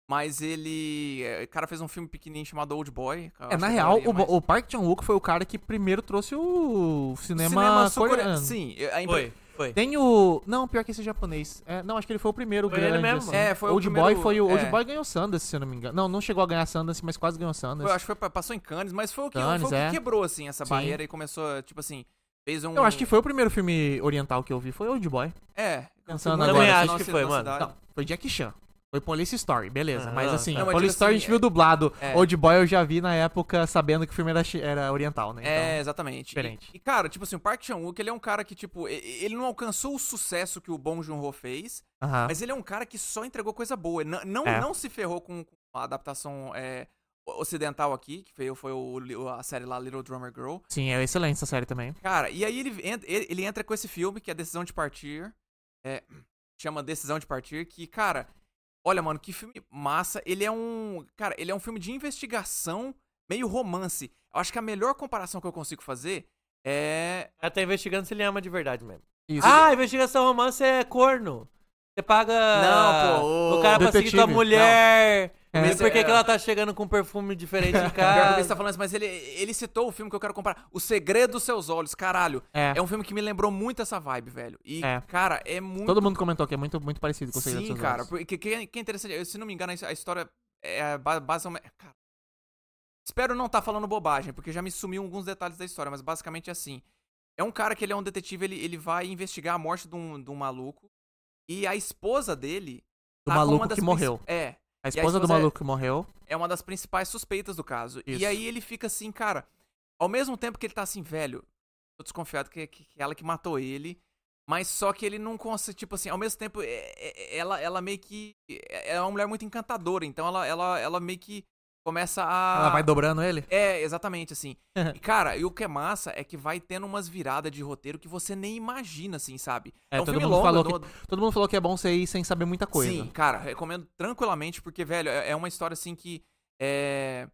Speaker 1: Mas ele... é, O cara fez um filme pequenininho chamado Old Boy. que eu
Speaker 2: É,
Speaker 1: acho
Speaker 2: na
Speaker 1: que
Speaker 2: real,
Speaker 1: daria
Speaker 2: o,
Speaker 1: mais-
Speaker 2: Bo- o Park Chan-wook foi o cara que primeiro trouxe o cinema,
Speaker 1: sul-coreano.
Speaker 2: coreano.
Speaker 1: Sim. eu- a impre-
Speaker 3: Foi, foi.
Speaker 2: Tem o... Não, pior que esse é japonês. É, não, acho que ele foi o primeiro
Speaker 3: Foi ele
Speaker 2: grande.
Speaker 3: mesmo.
Speaker 2: assim.
Speaker 1: É, foi o
Speaker 2: Old
Speaker 1: primeiro-
Speaker 2: Boy foi o... Old
Speaker 1: é.
Speaker 2: Boy ganhou Sundance, se eu não me engano. Não, não chegou a ganhar Sundance, mas quase ganhou Sundance.
Speaker 1: foi- acho que foi pra- passou em Cannes, mas foi o que,
Speaker 2: Cannes,
Speaker 1: foi o que
Speaker 2: é.
Speaker 1: quebrou, assim, essa
Speaker 2: Sim.
Speaker 1: barreira e começou, tipo assim... Fez um...
Speaker 2: Eu acho que foi o primeiro filme oriental que eu vi, foi Old Boy.
Speaker 1: É.
Speaker 2: Pensando agora.
Speaker 1: foi muito na
Speaker 3: Também acho que
Speaker 1: nossa-
Speaker 3: foi,
Speaker 1: nossa
Speaker 3: mano.
Speaker 1: idade.
Speaker 2: Não, foi Jack Chan. Foi Police Story, beleza.
Speaker 3: Ah,
Speaker 2: mas
Speaker 3: não,
Speaker 2: assim,
Speaker 1: tá. Não, mas
Speaker 2: Police
Speaker 1: digo
Speaker 2: Story a
Speaker 1: assim,
Speaker 2: gente viu dublado.
Speaker 1: é.
Speaker 2: Old Boy eu já vi na época sabendo que o filme era, chi- era oriental, né?
Speaker 1: É, exatamente.
Speaker 2: diferente.
Speaker 1: E, e, cara, tipo assim, o Park Chan-wook, ele é um cara que, tipo, e- e- ele não alcançou o sucesso que o Bong Joon-ho fez,
Speaker 2: Então, aham.
Speaker 1: mas ele é um cara que só entregou coisa boa. Ele Não, não,
Speaker 2: É.
Speaker 1: não se ferrou com, com a adaptação é, o- ocidental aqui, que foi, foi o li- a série lá Little Drummer Girl.
Speaker 2: Sim, é excelente essa série também.
Speaker 1: Cara, e aí ele entra, ele, ele entra com esse filme, que é Decisão de Partir. é, chama Decisão de Partir, que, cara, olha, mano, que filme massa. Ele é um. Cara, ele é um filme de investigação, meio romance. Eu acho que a melhor comparação que eu consigo fazer é.
Speaker 3: Ela tá investigando se ele ama de verdade mesmo.
Speaker 2: Isso.
Speaker 3: Ah, investigação romance é corno. Você paga
Speaker 1: Não, pô,
Speaker 3: o cara pra seguir
Speaker 2: detetive.
Speaker 3: tua mulher.
Speaker 2: Não.
Speaker 3: Por
Speaker 2: É.
Speaker 3: que que ela tá chegando com um perfume diferente em
Speaker 1: Pior que você
Speaker 3: casa?
Speaker 1: tá falando isso, mas ele, ele citou o filme que eu quero comparar. O Segredo dos Seus Olhos, caralho.
Speaker 2: É.
Speaker 1: É um filme que me lembrou muito essa vibe, velho. E,
Speaker 2: É.
Speaker 1: cara, é muito.
Speaker 2: Todo mundo comentou que é muito, muito parecido com o Segredo
Speaker 1: Sim,
Speaker 2: dos
Speaker 1: cara,
Speaker 2: Olhos.
Speaker 1: porque que, que é interessante, eu, se não me engano, a história é ba- basicamente. Cara, espero não estar falando bobagem, porque já me sumiu alguns detalhes da história, mas basicamente é assim. É um cara que ele é um detetive, ele, ele vai investigar a morte de um, de um maluco. E a esposa dele.
Speaker 2: Do
Speaker 1: tá com uma
Speaker 2: maluco
Speaker 1: das
Speaker 2: que
Speaker 1: princi-
Speaker 2: morreu.
Speaker 1: É.
Speaker 2: A esposa do
Speaker 1: esposa é-
Speaker 2: maluco que morreu.
Speaker 1: É uma das principais suspeitas do caso.
Speaker 2: Isso.
Speaker 1: E aí ele fica assim, cara. Ao mesmo tempo que ele tá assim, velho, tô desconfiado que, que, que ela que matou ele. Mas só que ele não consegue, tipo assim, ao mesmo tempo, é- é- é- ela, ela meio que. É é uma mulher muito encantadora, então ela, ela, ela meio que começa a.
Speaker 2: Ela vai dobrando ele.
Speaker 1: É, exatamente, assim. E, cara, e o que é massa é que vai tendo umas viradas de roteiro que você nem imagina, assim, sabe?
Speaker 2: É,
Speaker 1: um
Speaker 2: todo
Speaker 1: filme
Speaker 2: mundo
Speaker 1: longo,
Speaker 2: falou
Speaker 1: eu dou-
Speaker 2: Todo mundo falou que é bom você ir sem saber muita coisa.
Speaker 1: Sim, cara, recomendo tranquilamente, porque, velho, é, é uma história assim que. É...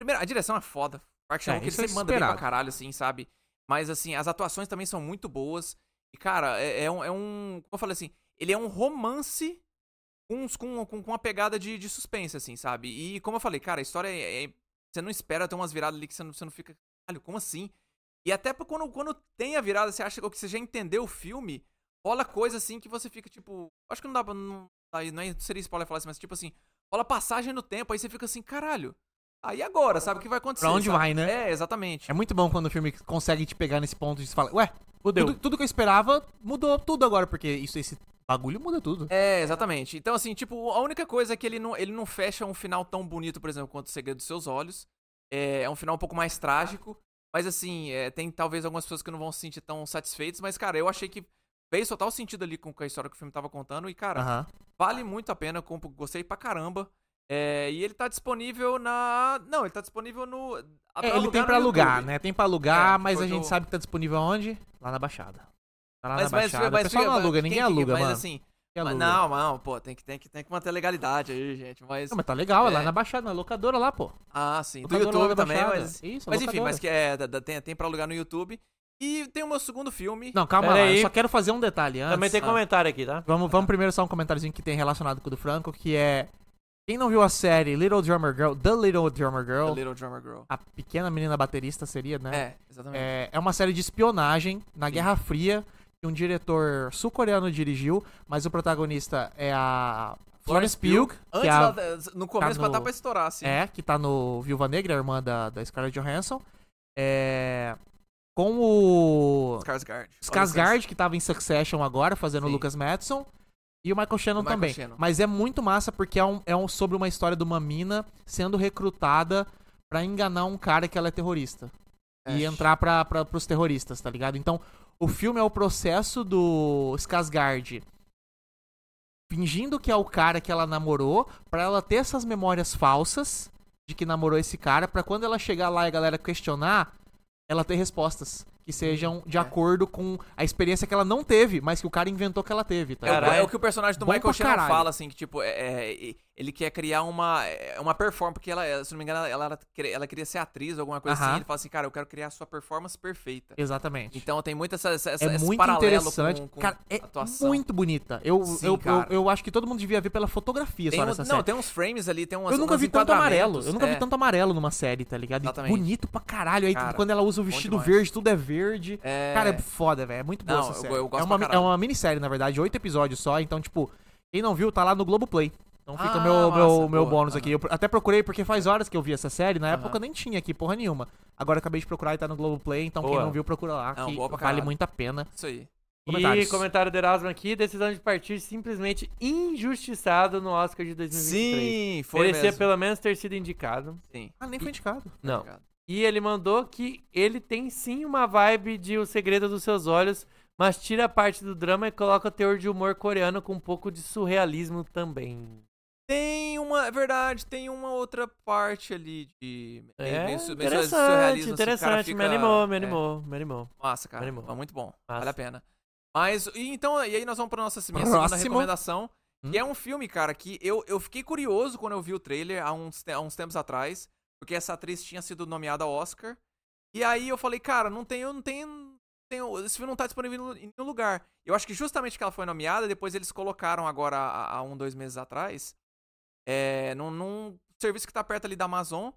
Speaker 1: Primeiro, a direção é foda. Park
Speaker 2: É,
Speaker 1: Chan-wook ele
Speaker 2: isso é
Speaker 1: sempre manda bem pra
Speaker 2: esperado.
Speaker 1: caralho, assim, sabe? Mas, assim, as atuações também são muito boas. E, cara, é, é um, é um- Como eu falei assim, ele é um romance com, uns- com, com, com uma pegada de, de suspense, assim, sabe? E, como eu falei, cara, a história é. é- você não espera ter umas viradas ali que você não, você não fica. Caralho, como assim? E até pra quando, quando tem a virada, você acha que você já entendeu o filme, rola coisa assim que você fica tipo. Acho que não dá pra. Não, aí não é- seria spoiler falar assim, mas tipo assim, rola passagem no tempo, aí você fica assim, caralho. Aí agora, sabe o que vai acontecer?
Speaker 2: Pra onde
Speaker 1: sabe?
Speaker 2: vai, né?
Speaker 1: É, exatamente.
Speaker 2: É muito bom quando o filme consegue te pegar nesse ponto de você falar, ué,
Speaker 3: Fudeu.
Speaker 2: tudo, tudo que eu esperava mudou tudo agora, porque isso, esse bagulho muda tudo.
Speaker 1: É, exatamente. Então, assim, tipo, a única coisa é que ele não, ele não fecha um final tão bonito, por exemplo, quanto O Segredo dos Seus Olhos. É, é um final um pouco mais trágico. Mas, assim, é, tem talvez algumas pessoas que não vão se sentir tão satisfeitas. Mas, cara, eu achei que fez total sentido ali com a história que o filme tava contando. E, cara,
Speaker 2: Aham.
Speaker 1: Vale muito a pena, eu compro, gostei pra caramba. É, e ele tá disponível na. Não, ele tá disponível no. a-
Speaker 2: É, ele tem
Speaker 1: no
Speaker 2: pra alugar,
Speaker 1: YouTube.
Speaker 2: né? Tem pra alugar,
Speaker 1: É,
Speaker 2: mas
Speaker 1: foi
Speaker 2: a gente
Speaker 1: do-
Speaker 2: sabe que tá disponível onde? Lá na Baixada. Tá lá
Speaker 1: Mas,
Speaker 2: na
Speaker 1: mas,
Speaker 2: Baixada.
Speaker 1: mas
Speaker 2: o pessoal não
Speaker 1: mas-
Speaker 2: aluga,
Speaker 1: quem
Speaker 2: ninguém
Speaker 1: que-
Speaker 2: aluga,
Speaker 1: mas,
Speaker 2: mano.
Speaker 1: assim,
Speaker 2: Ninguém
Speaker 1: mas
Speaker 2: aluga.
Speaker 1: não, não, pô, tem que, tem, que, tem que manter a legalidade aí, gente. Mas.
Speaker 2: Não, mas tá legal, é lá
Speaker 1: É.
Speaker 2: na Baixada, na locadora lá, pô.
Speaker 1: Ah, sim. Do
Speaker 2: Locadora lá
Speaker 1: YouTube
Speaker 2: da
Speaker 1: também,
Speaker 2: Baixada.
Speaker 1: mas.
Speaker 2: Isso,
Speaker 1: Mas enfim,
Speaker 2: locadora.
Speaker 1: mas que é, da- da- tem, tem pra alugar no YouTube. E tem o meu segundo filme.
Speaker 2: Não, calma
Speaker 3: Pera
Speaker 2: lá,
Speaker 3: aí.
Speaker 2: eu só quero fazer um detalhe antes.
Speaker 3: Também tem
Speaker 1: Ah.
Speaker 3: comentário aqui, tá?
Speaker 2: Vamos, vamos primeiro só um comentáriozinho que tem relacionado com o do Franco, que é... Quem não viu a série Little Drummer Girl, The Little Drummer
Speaker 1: The
Speaker 2: Girl,
Speaker 1: Little Drummer Girl.
Speaker 2: a pequena menina baterista seria, né?
Speaker 1: É, exatamente.
Speaker 2: É, é uma série de espionagem na Guerra Fria que um diretor sul-coreano dirigiu, mas o protagonista é a Florence Pugh, que
Speaker 1: Antes,
Speaker 2: é, a-
Speaker 1: ela- no começo,
Speaker 2: tá
Speaker 1: ela tá
Speaker 2: no-
Speaker 1: pra estourar, assim.
Speaker 2: é, que tá no Viúva Negra, a irmã da, da Scarlett Johansson. É, com o
Speaker 1: Skarsgård.
Speaker 2: Skarsgård, que tava em Succession agora, fazendo o
Speaker 1: Sim.
Speaker 2: Lucas Madison. E o Michael Shannon
Speaker 1: O Michael
Speaker 2: também.
Speaker 1: Shannon.
Speaker 2: Mas é muito massa porque é, um, é um- sobre uma história de uma mina sendo recrutada pra enganar um cara que ela é terrorista.
Speaker 1: É.
Speaker 2: E entrar pra, pra, pros terroristas, tá ligado? Então, o filme é o processo do Skarsgård fingindo que é o cara que ela namorou pra ela ter essas memórias falsas de que namorou esse cara pra quando ela chegar lá e a galera questionar, ela ter respostas que sejam de
Speaker 1: É.
Speaker 2: acordo com a experiência que ela não teve, mas que o cara inventou que ela teve, tá?
Speaker 1: É o,
Speaker 2: ligado?
Speaker 3: Caralho.
Speaker 1: é o que o personagem do
Speaker 2: Bom pra
Speaker 1: Michael Shannon
Speaker 2: caralho.
Speaker 1: fala, assim, que tipo, é- é- é- ele quer criar uma, é, uma performance, porque ela, é, se não me engano, ela, ela, queria- ela queria ser atriz, alguma coisa
Speaker 2: Aham.
Speaker 1: assim. Ele fala assim, cara, eu quero criar a sua performance perfeita.
Speaker 2: Exatamente.
Speaker 1: Então tem muito essa, essa, essa-
Speaker 2: é
Speaker 1: esse
Speaker 2: muito
Speaker 1: paralelo
Speaker 2: interessante.
Speaker 1: com, com
Speaker 2: cara, é
Speaker 1: atuação.
Speaker 2: muito bonita. Eu,
Speaker 1: Sim,
Speaker 2: eu, eu-
Speaker 1: cara.
Speaker 2: Eu, acho que todo mundo devia ver pela fotografia
Speaker 1: Tem
Speaker 2: só
Speaker 1: um-
Speaker 2: nessa
Speaker 1: não,
Speaker 2: série.
Speaker 1: tem uns frames ali, tem umas
Speaker 2: eu nunca
Speaker 1: uns
Speaker 2: vi tanto amarelo. Eu
Speaker 1: enquadramentos,
Speaker 2: nunca
Speaker 1: é.
Speaker 2: vi tanto amarelo numa série, tá ligado? E
Speaker 1: Exatamente.
Speaker 2: bonito pra caralho. Aí
Speaker 1: Cara,
Speaker 2: quando ela usa o
Speaker 1: bom
Speaker 2: vestido
Speaker 1: demais.
Speaker 2: verde, tudo é verde.
Speaker 1: É,
Speaker 2: Cara, é foda, velho. É muito boa
Speaker 1: Não,
Speaker 2: essa
Speaker 1: eu-
Speaker 2: série.
Speaker 1: eu gosto
Speaker 2: é, uma,
Speaker 1: pra
Speaker 2: é
Speaker 1: caralho.
Speaker 2: uma minissérie, na verdade, oito episódios só. Então, tipo, quem não viu, tá lá no Globoplay. Então fica o
Speaker 1: Ah,
Speaker 2: meu, meu,
Speaker 1: massa,
Speaker 2: meu
Speaker 1: boa.
Speaker 2: bônus
Speaker 1: Aham.
Speaker 2: aqui. Eu até procurei porque faz horas que eu vi essa série. Na época
Speaker 1: Aham.
Speaker 2: nem tinha aqui porra nenhuma. Agora acabei de procurar e tá no Globoplay. Então quem
Speaker 3: Boa.
Speaker 2: não viu, procura lá.
Speaker 1: Não,
Speaker 2: que
Speaker 1: boa pra
Speaker 2: vale
Speaker 1: caralho.
Speaker 2: muito a pena.
Speaker 1: isso aí.
Speaker 2: Comentários.
Speaker 3: E comentário do Erasmo aqui, decisão de partir simplesmente injustiçado no Oscar de 2023.
Speaker 1: Sim, foi
Speaker 3: Merecia
Speaker 1: mesmo.
Speaker 3: pelo menos ter sido indicado.
Speaker 1: Sim. tá
Speaker 2: Ah, nem foi indicado.
Speaker 3: Não.
Speaker 1: Obrigado.
Speaker 3: E ele mandou que ele tem sim uma vibe de O Segredo dos Seus Olhos, mas tira a parte do drama e coloca teor de humor coreano com um pouco de surrealismo também.
Speaker 1: Tem uma, é verdade, tem uma outra parte ali de... meio-
Speaker 3: É,
Speaker 1: meio su- meio
Speaker 3: interessante,
Speaker 1: surrealismo, assim, o cara
Speaker 3: interessante. Me
Speaker 1: fica-
Speaker 3: animou, me
Speaker 1: é.
Speaker 3: animou, me animou.
Speaker 1: Massa, cara.
Speaker 3: Animal.
Speaker 1: Foi muito bom.
Speaker 3: Massa.
Speaker 1: Vale a pena. Mas, e então, e aí nós vamos pra nossa minha segunda
Speaker 2: Próximo.
Speaker 1: recomendação.
Speaker 2: Hum.
Speaker 1: Que é um filme, cara, que eu, eu fiquei curioso quando eu vi o trailer há uns, te- há uns tempos atrás. Porque essa atriz tinha sido nomeada ao Oscar. E aí eu falei, cara, não tem, não tem, não tem- esse filme não tá disponível em nenhum lugar. Eu acho que justamente que ela foi nomeada, depois eles colocaram agora há, há um, dois meses atrás, é, num, num serviço que tá perto ali da Amazon.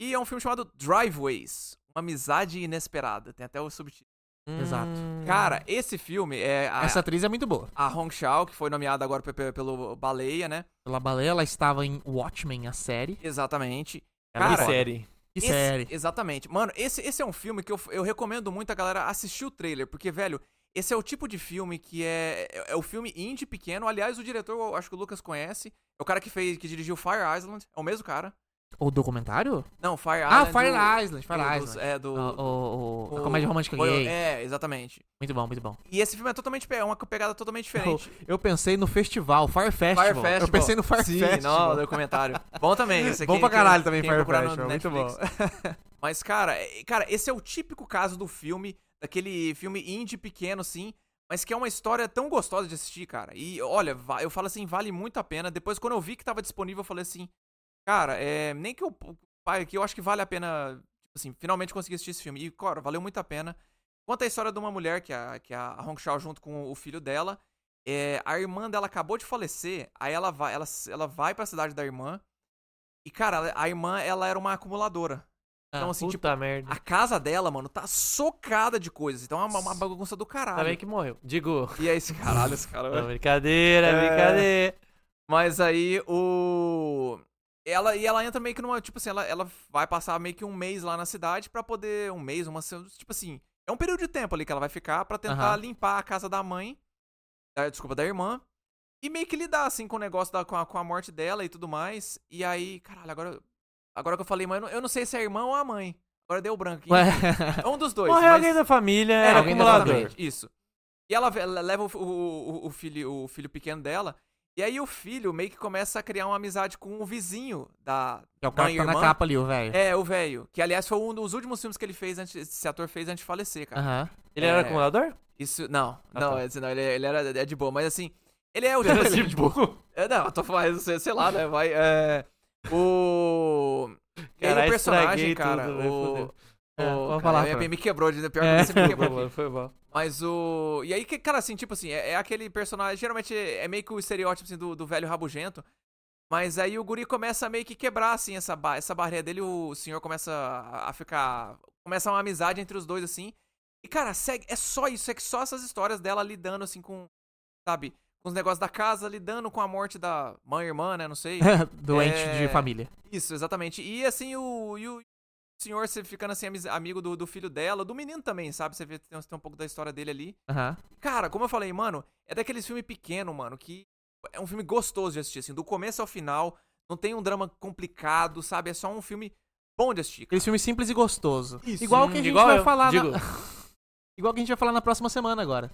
Speaker 1: E é um filme chamado Driveways, Uma Amizade Inesperada. Tem até o subtítulo.
Speaker 2: Exato.
Speaker 3: Hum.
Speaker 1: Cara, esse filme é a,
Speaker 2: Essa atriz é muito boa.
Speaker 1: a Hong Shao, que foi nomeada agora pe- pe- pelo Baleia, né?
Speaker 2: Pela baleia, ela estava em Watchmen, a série.
Speaker 1: Exatamente.
Speaker 3: Ela
Speaker 1: Cara,
Speaker 3: é série.
Speaker 2: Que
Speaker 1: Esse-
Speaker 2: série.
Speaker 1: Exatamente. Mano, esse, esse é um filme que eu, eu recomendo muito a galera assistir o trailer, porque, velho, esse é o tipo de filme que é. É, é o filme indie pequeno. Aliás, o diretor, eu acho que o Lucas conhece. É o cara que fez, que dirigiu Fire Island. É o mesmo cara.
Speaker 2: O documentário?
Speaker 1: Não, Fire
Speaker 2: Ah,
Speaker 1: Island.
Speaker 2: Fire
Speaker 1: do-
Speaker 2: Island, Fire
Speaker 1: do- dos-
Speaker 2: Island. Ah,
Speaker 1: É, do.
Speaker 2: O- o- o- a
Speaker 1: o-
Speaker 2: comédia romântica
Speaker 1: foi-
Speaker 2: gay.
Speaker 1: É, exatamente.
Speaker 2: Muito bom, muito bom.
Speaker 1: E esse filme é totalmente. pe- É uma pegada totalmente diferente.
Speaker 2: Eu pensei no festival, Fire Festival.
Speaker 1: Fire Festival.
Speaker 2: Oh, é Eu pensei no Fire
Speaker 1: Sim,
Speaker 2: Festival.
Speaker 1: não, documentário. Bom também. Esse
Speaker 2: Bom
Speaker 1: aqui,
Speaker 2: pra
Speaker 1: quem-
Speaker 2: caralho também,
Speaker 1: quem
Speaker 2: Fire
Speaker 1: procurar no
Speaker 2: Festival. Muito bom.
Speaker 1: Netflix. Mas, cara, é- cara, esse é o típico caso do filme, daquele filme indie pequeno, sim, mas que é uma história tão gostosa de assistir, cara. E, olha, va- eu falo assim, vale muito a pena. Depois, quando eu vi que tava disponível, eu falei assim, cara, é, nem que eu pai aqui, eu acho que vale a pena, tipo assim, finalmente conseguir assistir esse filme. E, cara, valeu muito a pena. Conta a história de uma mulher, que é a, que é a Hong Shao junto com o filho dela. É, a irmã dela acabou de falecer, aí ela vai, ela, ela vai pra cidade da irmã. E, cara, a irmã, ela era uma acumuladora. Então, assim,
Speaker 3: Puta
Speaker 1: tipo,
Speaker 3: merda.
Speaker 1: a casa dela, mano, tá socada de coisas. Então é uma, uma bagunça do
Speaker 3: Tá bem
Speaker 1: caralho.
Speaker 3: que Tá morreu. Digo,
Speaker 1: E é esse caralho, esse cara.
Speaker 3: não, brincadeira,
Speaker 1: É.
Speaker 3: brincadeira.
Speaker 1: Mas aí o. Ela, e ela entra meio que numa. Tipo assim, ela, ela vai passar meio que um mês lá na cidade pra poder. Um mês, uma. se- Tipo assim. É um período de tempo ali que ela vai ficar pra tentar
Speaker 2: Aham.
Speaker 1: limpar a casa da mãe. da- desculpa, da irmã. E meio que lidar, assim, com o negócio da, com, a, com a morte dela e tudo mais. E aí, caralho, agora. Agora que eu falei, mãe, eu não, eu não sei se é a irmã ou a mãe. Agora deu branco. aqui.
Speaker 2: Ué.
Speaker 1: É um dos dois.
Speaker 3: Morreu
Speaker 1: mas-
Speaker 3: alguém da família,
Speaker 1: é,
Speaker 3: era
Speaker 2: alguém da
Speaker 3: acumulador.
Speaker 2: família.
Speaker 1: exatamente, Isso. E ela ve- ela leva o, fi- o- o- o filho, o filho pequeno dela. E aí o filho meio que começa a criar uma amizade com o vizinho da.
Speaker 2: Que é o cara que
Speaker 1: mãe e
Speaker 2: tá na
Speaker 1: irmã.
Speaker 2: capa ali, o velho.
Speaker 1: É, o velho. Que aliás foi um dos últimos filmes que ele fez antes. Esse ator fez antes de falecer, cara.
Speaker 2: Aham.
Speaker 3: Ele era
Speaker 1: É.
Speaker 3: acumulador?
Speaker 1: Isso. Não,
Speaker 3: Ah,
Speaker 1: não,
Speaker 3: tá.
Speaker 1: esse não, ele, ele era é de boa, mas assim. Ele é o tipo assim,
Speaker 3: burro.
Speaker 1: é, Não, eu tô falando, sei, sei lá, né? Vai. É, o. e aí
Speaker 3: Caralho,
Speaker 1: o personagem,
Speaker 3: estraguei
Speaker 1: cara.
Speaker 3: tudo, velho,
Speaker 1: o.
Speaker 3: fudeu.
Speaker 1: o-
Speaker 3: É, pode
Speaker 1: cara,
Speaker 3: falar,
Speaker 1: eu-
Speaker 3: Fran.
Speaker 1: me quebrou, de pior
Speaker 2: É.
Speaker 1: que você me
Speaker 3: Foi
Speaker 1: quebrou aqui.
Speaker 3: bom, foi bom.
Speaker 1: Mas o. E aí, que, cara, assim, tipo assim, é, é aquele personagem. Geralmente é meio que o estereótipo assim, do, do velho rabugento. Mas aí o guri começa a meio que quebrar, assim, essa, ba- essa barreira dele. O senhor começa a, a ficar. Começa uma amizade entre os dois, assim. E, cara, segue, é só isso, é que só essas histórias dela lidando, assim, com, sabe, com os negócios da casa, lidando com a morte da mãe, irmã, né, não sei.
Speaker 2: Doente
Speaker 1: É.
Speaker 2: de família.
Speaker 1: Isso, exatamente. E assim, o, e o senhor se ficando assim, amiz- amigo do, do filho dela, do menino também, sabe? Você vê tem, tem um pouco da história dele ali.
Speaker 2: Aham.
Speaker 1: Cara, como eu falei, mano, é daqueles filme pequeno, mano, que é um filme gostoso de assistir, assim, do começo ao final, não tem um drama complicado, sabe? É só um filme bom de assistir. cara.
Speaker 2: Aquele filme simples e gostoso.
Speaker 1: Isso.
Speaker 2: Igual o
Speaker 3: Hum,
Speaker 2: que a gente
Speaker 3: igual
Speaker 2: vai
Speaker 3: eu,
Speaker 2: falar
Speaker 3: digo.
Speaker 2: na... Igual que a gente vai falar na próxima semana agora.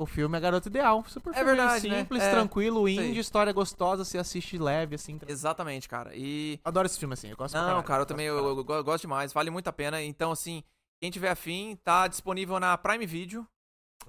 Speaker 2: O filme é Garota Ideal. Super
Speaker 1: É
Speaker 2: filme
Speaker 1: verdade, né?
Speaker 2: simples,
Speaker 1: É.
Speaker 2: tranquilo,
Speaker 1: Isso aí.
Speaker 2: indie, história gostosa, você assiste leve, assim. tranquilo.
Speaker 1: Exatamente, cara. E
Speaker 2: Adoro esse filme, assim. Eu gosto pra
Speaker 1: Não,
Speaker 2: caralho,
Speaker 1: cara, eu
Speaker 2: gosto
Speaker 1: também
Speaker 2: pra
Speaker 1: eu, eu go- gosto demais, vale muito a pena. Então, assim, quem tiver afim, tá disponível na Prime Video.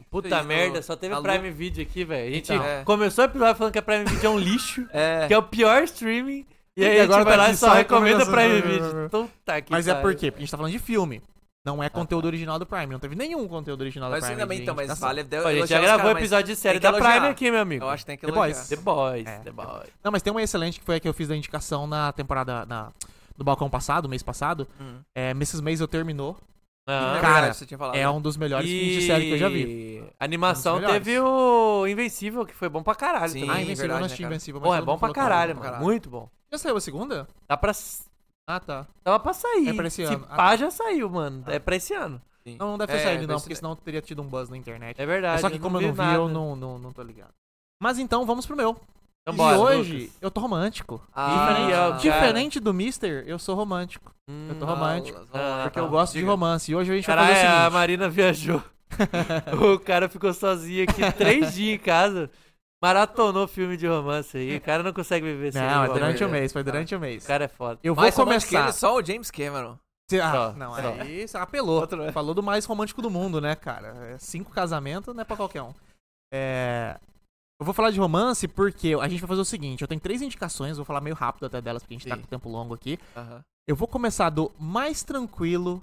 Speaker 3: Puta
Speaker 1: Isso,
Speaker 3: merda, só teve
Speaker 1: alô?
Speaker 3: Prime Video aqui, velho. A gente
Speaker 2: Então.
Speaker 1: É.
Speaker 3: começou o episódio falando que a Prime Video é um lixo,
Speaker 1: É.
Speaker 3: que é o pior streaming. E
Speaker 2: E
Speaker 3: aí agora
Speaker 2: agora
Speaker 3: a gente vai lá
Speaker 2: tá
Speaker 3: e
Speaker 2: aqui
Speaker 3: só
Speaker 2: só
Speaker 3: recomenda Prime
Speaker 2: recomendação.
Speaker 3: Video. Puta que
Speaker 2: Mas é
Speaker 3: pariu.
Speaker 2: por quê? Porque a gente tá falando de filme. Não é conteúdo original do Prime. Não teve nenhum conteúdo original
Speaker 1: Mas
Speaker 2: do Prime.
Speaker 1: sim, também,
Speaker 2: de
Speaker 1: então, mas
Speaker 2: indicação.
Speaker 1: vale.
Speaker 3: Pô, a gente
Speaker 1: elogiar
Speaker 3: já
Speaker 1: os
Speaker 3: gravou
Speaker 1: caras, mas
Speaker 3: episódio de série
Speaker 1: tem
Speaker 3: da
Speaker 1: que
Speaker 3: Prime
Speaker 1: elogiar.
Speaker 3: aqui, meu amigo.
Speaker 1: Eu acho que tem que
Speaker 2: The
Speaker 1: elogiar.
Speaker 2: Boys.
Speaker 3: The Boys,
Speaker 2: É.
Speaker 3: The Boys.
Speaker 2: Não, mas tem uma excelente que foi a que eu fiz da indicação na temporada. Na, do balcão passado, mês passado.
Speaker 1: Hum.
Speaker 2: É, Mrs. Maisel terminou.
Speaker 1: É
Speaker 3: Ah.
Speaker 2: Cara,
Speaker 1: verdade, você tinha falado. né?
Speaker 2: É um dos melhores filmes de série que eu já vi.
Speaker 3: A animação
Speaker 2: Um dos melhores.
Speaker 3: teve o Invencível, que foi bom pra caralho
Speaker 1: Sim.
Speaker 3: também.
Speaker 2: Ah, Invencível, eu
Speaker 1: verdade,
Speaker 2: não
Speaker 1: né,
Speaker 2: assisti
Speaker 1: cara?
Speaker 2: Invencível. mas
Speaker 3: Pô, é
Speaker 2: todo
Speaker 3: bom
Speaker 2: mundo
Speaker 3: pra
Speaker 2: colocou. né?
Speaker 3: caralho, mano.
Speaker 1: caralho.
Speaker 3: Muito bom.
Speaker 2: Já saiu a segunda?
Speaker 3: Dá pra...
Speaker 2: Ah, tá.
Speaker 3: Dava pra sair.
Speaker 2: É pra esse
Speaker 3: Se
Speaker 2: ano. Ah,
Speaker 3: pá,
Speaker 2: tá.
Speaker 3: já saiu, mano. É pra esse ano.
Speaker 1: Sim.
Speaker 2: Não, não deve ter
Speaker 1: É,
Speaker 2: saído, não,
Speaker 1: deve
Speaker 2: porque
Speaker 1: ser-
Speaker 2: senão teria tido um buzz na internet.
Speaker 3: É verdade.
Speaker 2: Só que como eu não vi,
Speaker 3: nada.
Speaker 2: eu não, não, não tô ligado. Mas então, vamos pro meu.
Speaker 3: Então
Speaker 2: e
Speaker 3: bora,
Speaker 2: hoje,
Speaker 3: Lucas.
Speaker 2: eu tô romântico.
Speaker 1: Ah,
Speaker 3: Ih, ó,
Speaker 1: cara.
Speaker 2: Diferente do Mister, eu sou romântico. eu tô
Speaker 3: Hum,
Speaker 2: romântico.
Speaker 3: Ah,
Speaker 2: Porque
Speaker 3: tá.
Speaker 2: eu gosto de
Speaker 1: Diga. é,
Speaker 2: romance. E hoje a gente vai fazer o
Speaker 3: Caralho, é, a
Speaker 2: seguinte.
Speaker 3: Marina viajou. o cara ficou sozinho aqui três dias em casa. Maratonou filme de romance aí. O cara não consegue viver sem
Speaker 2: Não, é
Speaker 3: romance.
Speaker 2: durante o
Speaker 1: Romance.
Speaker 2: mês, foi durante o
Speaker 3: O
Speaker 2: mês.
Speaker 3: cara é foda.
Speaker 2: Eu vou
Speaker 1: Mais romântico que
Speaker 2: começar.
Speaker 1: ele, é só o James Cameron.
Speaker 2: Se- Ah,
Speaker 3: Só,
Speaker 2: não,
Speaker 3: só.
Speaker 2: aí você apelou.
Speaker 1: é.
Speaker 2: Falou do mais romântico do mundo, né, cara? É, Cinco casamentos não é pra qualquer um. É, Eu vou falar de romance porque a gente vai fazer o seguinte: eu tenho três indicações, vou falar meio rápido até delas, porque a gente tá
Speaker 1: Sim.
Speaker 2: com tempo longo aqui.
Speaker 1: Aham.
Speaker 2: Eu vou começar do mais tranquilo,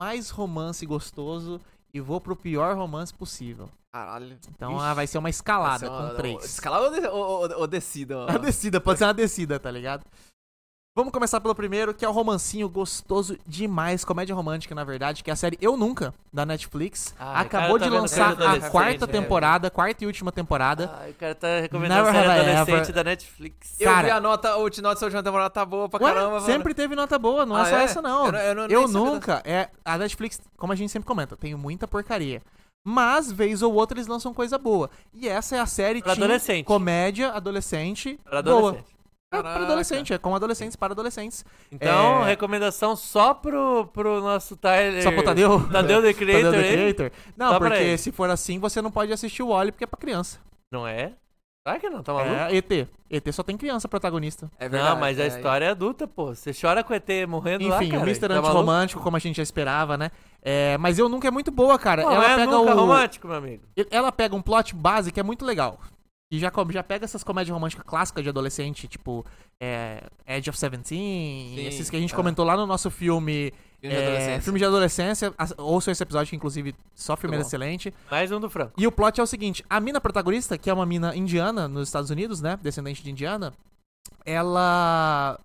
Speaker 2: mais romance gostoso, e vou pro pior romance possível.
Speaker 1: Caralho.
Speaker 2: Então
Speaker 1: Ixi,
Speaker 2: ah, vai ser uma escalada
Speaker 1: Vai ser uma-
Speaker 2: com três.
Speaker 1: Escalada ou de- ou, ou, ou descida? ó?
Speaker 2: Uma descida, pode ser uma descida, tá ligado? Vamos começar pelo primeiro, que é o romancinho gostoso demais, comédia romântica, na verdade, que é a série Eu Nunca, da Netflix.
Speaker 3: Ai,
Speaker 2: Acabou
Speaker 3: cara, tá
Speaker 2: de
Speaker 3: vendo
Speaker 2: lançar
Speaker 3: série
Speaker 2: a
Speaker 3: adolescente,
Speaker 2: quarta
Speaker 3: né,
Speaker 2: temporada, quarta e última temporada.
Speaker 3: Ai, o cara tá recomendando
Speaker 2: Never
Speaker 3: série
Speaker 2: have I
Speaker 3: adolescente
Speaker 2: ever.
Speaker 3: da Netflix.
Speaker 1: Eu
Speaker 2: cara-
Speaker 1: vi a nota, a última nota da última temporada tá boa pra
Speaker 2: Ué,
Speaker 1: caramba. mano.
Speaker 2: sempre teve nota boa, não é
Speaker 1: Ah,
Speaker 2: só
Speaker 1: é?
Speaker 2: essa não.
Speaker 1: Eu não- eu não- nem sabia
Speaker 2: Nunca, é a Netflix, como a gente sempre comenta, tem muita porcaria. Mas, vez ou outra, eles lançam coisa boa. E essa é a série
Speaker 3: Pra
Speaker 2: teen
Speaker 3: adolescente.
Speaker 2: comédia adolescente
Speaker 3: Pra
Speaker 2: boa.
Speaker 3: adolescente.
Speaker 2: É pra
Speaker 1: Caraca.
Speaker 2: adolescente, é com adolescentes para adolescentes.
Speaker 3: Então,
Speaker 2: É.
Speaker 3: recomendação só pro, pro nosso Tyler.
Speaker 2: Só pro Tadeu?
Speaker 3: Tadeu The
Speaker 2: Cadê
Speaker 3: Creator,
Speaker 2: o The
Speaker 3: hein?
Speaker 2: Creator? Não,
Speaker 3: Só pra
Speaker 2: porque
Speaker 3: ele.
Speaker 2: se for assim, você não pode assistir o Wally porque é pra criança.
Speaker 3: Não é? Claro que não, tá maluco?
Speaker 2: É ET. ET só tem criança protagonista.
Speaker 1: É verdade.
Speaker 3: Não, mas a
Speaker 1: é,
Speaker 3: história é adulta, pô. Você chora com o ET morrendo lá,
Speaker 2: Enfim,
Speaker 3: cara.
Speaker 2: o Mr.
Speaker 3: tá maluco?
Speaker 2: Antiromântico, como a gente já esperava, né? É, mas eu nunca é muito boa, cara.
Speaker 3: Não,
Speaker 2: ela,
Speaker 3: é
Speaker 2: pega
Speaker 3: nunca
Speaker 2: o-
Speaker 3: romântico, meu amigo.
Speaker 2: ela pega um plot base que é muito legal. E já, co- já pega essas comédias românticas clássicas de adolescente, tipo é, Edge of Seventeen,
Speaker 1: Sim,
Speaker 2: esses que a gente
Speaker 1: é.
Speaker 2: comentou lá no nosso filme
Speaker 1: Filme de
Speaker 2: é,
Speaker 1: adolescência.
Speaker 2: filme de adolescência. As- Ouçam esse episódio, que inclusive só filme
Speaker 1: Muito bom.
Speaker 2: excelente.
Speaker 3: Mais um do Franco.
Speaker 2: E o plot é o seguinte: a mina protagonista, que é uma mina indiana nos Estados Unidos, né? Descendente de indiana, ela.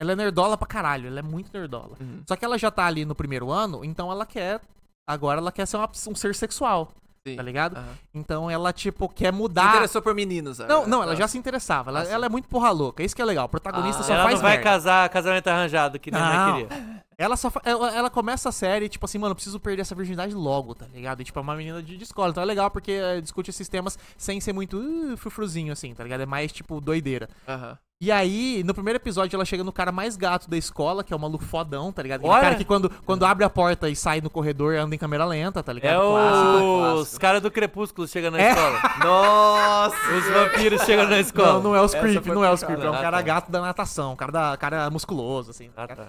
Speaker 2: Ela é nerdola pra caralho, ela é muito nerdola.
Speaker 1: Uhum.
Speaker 2: Só que ela já tá ali no primeiro ano, então ela quer. Agora ela quer ser uma- um ser sexual,
Speaker 1: Sim. Ah.
Speaker 2: tá ligado?
Speaker 1: Aham.
Speaker 2: Então ela, tipo, quer
Speaker 1: Se
Speaker 2: mudar.
Speaker 1: interessou por meninos. é, tá.
Speaker 2: Não, não, ela já se interessava. Ela, ela é muito porra louca, isso que é legal. O protagonista
Speaker 1: Ah,
Speaker 2: só
Speaker 3: ela
Speaker 2: faz
Speaker 3: não vai
Speaker 2: merda.
Speaker 3: casar casamento arranjado, que nem
Speaker 2: Não.
Speaker 3: ela queria.
Speaker 2: Ela só fa- ela, ela começa a série, tipo assim, mano, eu preciso perder essa virgindade logo, tá ligado? E, tipo, é uma menina de, de escola, então é legal porque eh, discute esses temas sem ser muito uh, frufruzinho, assim, tá ligado? É mais, tipo, doideira.
Speaker 1: Aham.
Speaker 2: E aí, no primeiro episódio, ela chega no cara mais gato da escola, que é o maluco fodão, tá ligado? Aquele
Speaker 3: Olha!
Speaker 2: cara que quando, quando abre a porta e sai no corredor, anda em câmera lenta, tá ligado?
Speaker 3: É
Speaker 1: clássico,
Speaker 3: o- os
Speaker 1: clássico.
Speaker 3: caras do Crepúsculo chegando na
Speaker 2: É.
Speaker 3: escola.
Speaker 1: Nossa!
Speaker 3: Os vampiros chegando na escola.
Speaker 2: Não, não é os
Speaker 1: Essa
Speaker 2: creep,
Speaker 1: foi
Speaker 2: não é os
Speaker 1: puxada.
Speaker 2: creep, é um
Speaker 3: Ah,
Speaker 2: cara
Speaker 3: tá.
Speaker 2: gato da natação, um cara, da, cara musculoso, assim.
Speaker 3: Ah, tá.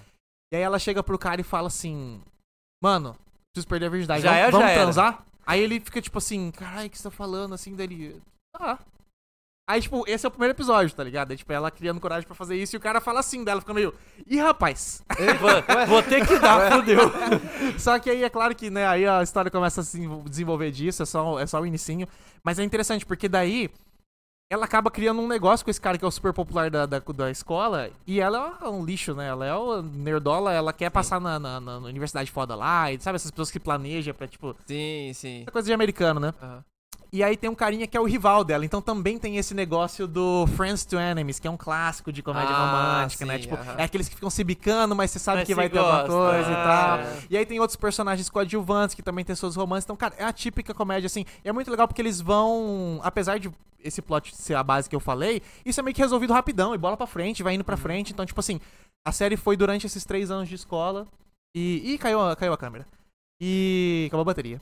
Speaker 2: E aí ela chega pro cara e fala assim: Mano, preciso perder a virgindade.
Speaker 3: Já
Speaker 2: vamos,
Speaker 3: é, já
Speaker 2: vamos
Speaker 3: era.
Speaker 2: transar? Aí ele fica tipo assim: Caralho, o que você tá falando assim dele? Tá. Aí, tipo, esse é o primeiro episódio, tá ligado? É, tipo, ela criando coragem pra fazer isso e o cara fala assim dela, fica meio. Ih, rapaz!
Speaker 3: Vou, vou ter que dar, fudeu.
Speaker 2: só que aí é claro que, né, aí a história começa a se desenvol- desenvolver disso, é só, é só o inicinho. Mas é interessante, porque daí ela acaba criando um negócio com esse cara que é o super popular da, da, da escola. E ela é um lixo, né? Ela é o nerdola, ela quer passar na, na, na- na universidade foda lá. E sabe essas pessoas que planejam pra, tipo...
Speaker 4: Sim, sim.
Speaker 2: Essa coisa de americano, né?
Speaker 4: Aham.
Speaker 2: E aí tem um carinha que é o rival dela. Então também tem esse negócio do Friends to Enemies, que é um clássico de comédia
Speaker 4: Ah,
Speaker 2: romântica, né?
Speaker 4: sim,
Speaker 2: Tipo,
Speaker 4: aham.
Speaker 2: é aqueles que ficam se bicando, mas você sabe
Speaker 3: Mas
Speaker 2: que
Speaker 3: se
Speaker 2: vai ter alguma
Speaker 3: gosta,
Speaker 2: coisa e
Speaker 3: é.
Speaker 2: tal. E aí tem outros personagens coadjuvantes que também tem seus romances. Então, cara, é a típica comédia, assim. E é muito legal porque eles vão. Apesar de esse plot ser a base que eu falei, isso é meio que resolvido rapidão. E bola pra frente, vai indo pra frente. Então, tipo assim, a série foi durante esses três anos de escola. E. Ih, caiu, a- caiu a câmera. E. Acabou a bateria.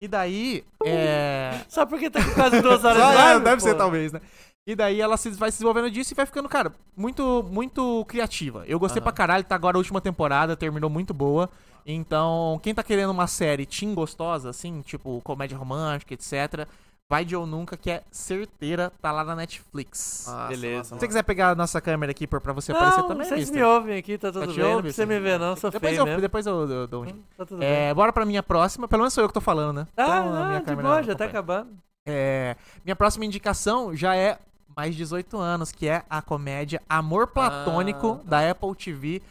Speaker 2: E daí. É.
Speaker 3: Só porque tá com quase duas horas de
Speaker 2: Ah, é,
Speaker 3: live,
Speaker 2: deve ser,
Speaker 3: pô.
Speaker 2: talvez, né? E daí ela se, vai se desenvolvendo disso e vai ficando, cara, muito muito criativa. Eu gostei pra caralho, tá agora a última temporada, terminou muito boa. Então, quem tá querendo uma série teen gostosa, assim, tipo comédia romântica, etc., vai de ou nunca, que é certeira, tá lá na Netflix.
Speaker 4: Nossa,
Speaker 3: Beleza.
Speaker 4: nossa,
Speaker 2: Se você
Speaker 4: nossa.
Speaker 2: quiser pegar a nossa câmera aqui pra, pra você aparecer
Speaker 3: Ah, tá. Não,
Speaker 2: também,
Speaker 3: vocês
Speaker 2: mister.
Speaker 3: me ouvem aqui, tá
Speaker 2: Tá
Speaker 3: tudo
Speaker 2: te
Speaker 3: bem. Não
Speaker 2: ouve,
Speaker 3: precisa
Speaker 2: sim.
Speaker 3: me ver, não, eu sou
Speaker 2: depois,
Speaker 3: feio
Speaker 2: eu,
Speaker 3: mesmo.
Speaker 2: depois eu, eu dou um jeito.
Speaker 3: Tá tudo bem.
Speaker 2: É, bora pra minha próxima. Pelo menos sou eu que tô falando, né?
Speaker 3: Ah,
Speaker 2: Então, a
Speaker 3: não,
Speaker 2: minha
Speaker 3: de
Speaker 2: câmera
Speaker 3: boa,
Speaker 2: não
Speaker 3: já tá
Speaker 2: acompanha.
Speaker 3: acabando.
Speaker 2: É, minha próxima indicação já é mais de 18 anos, que é a comédia Amor Platônico da Apple TV.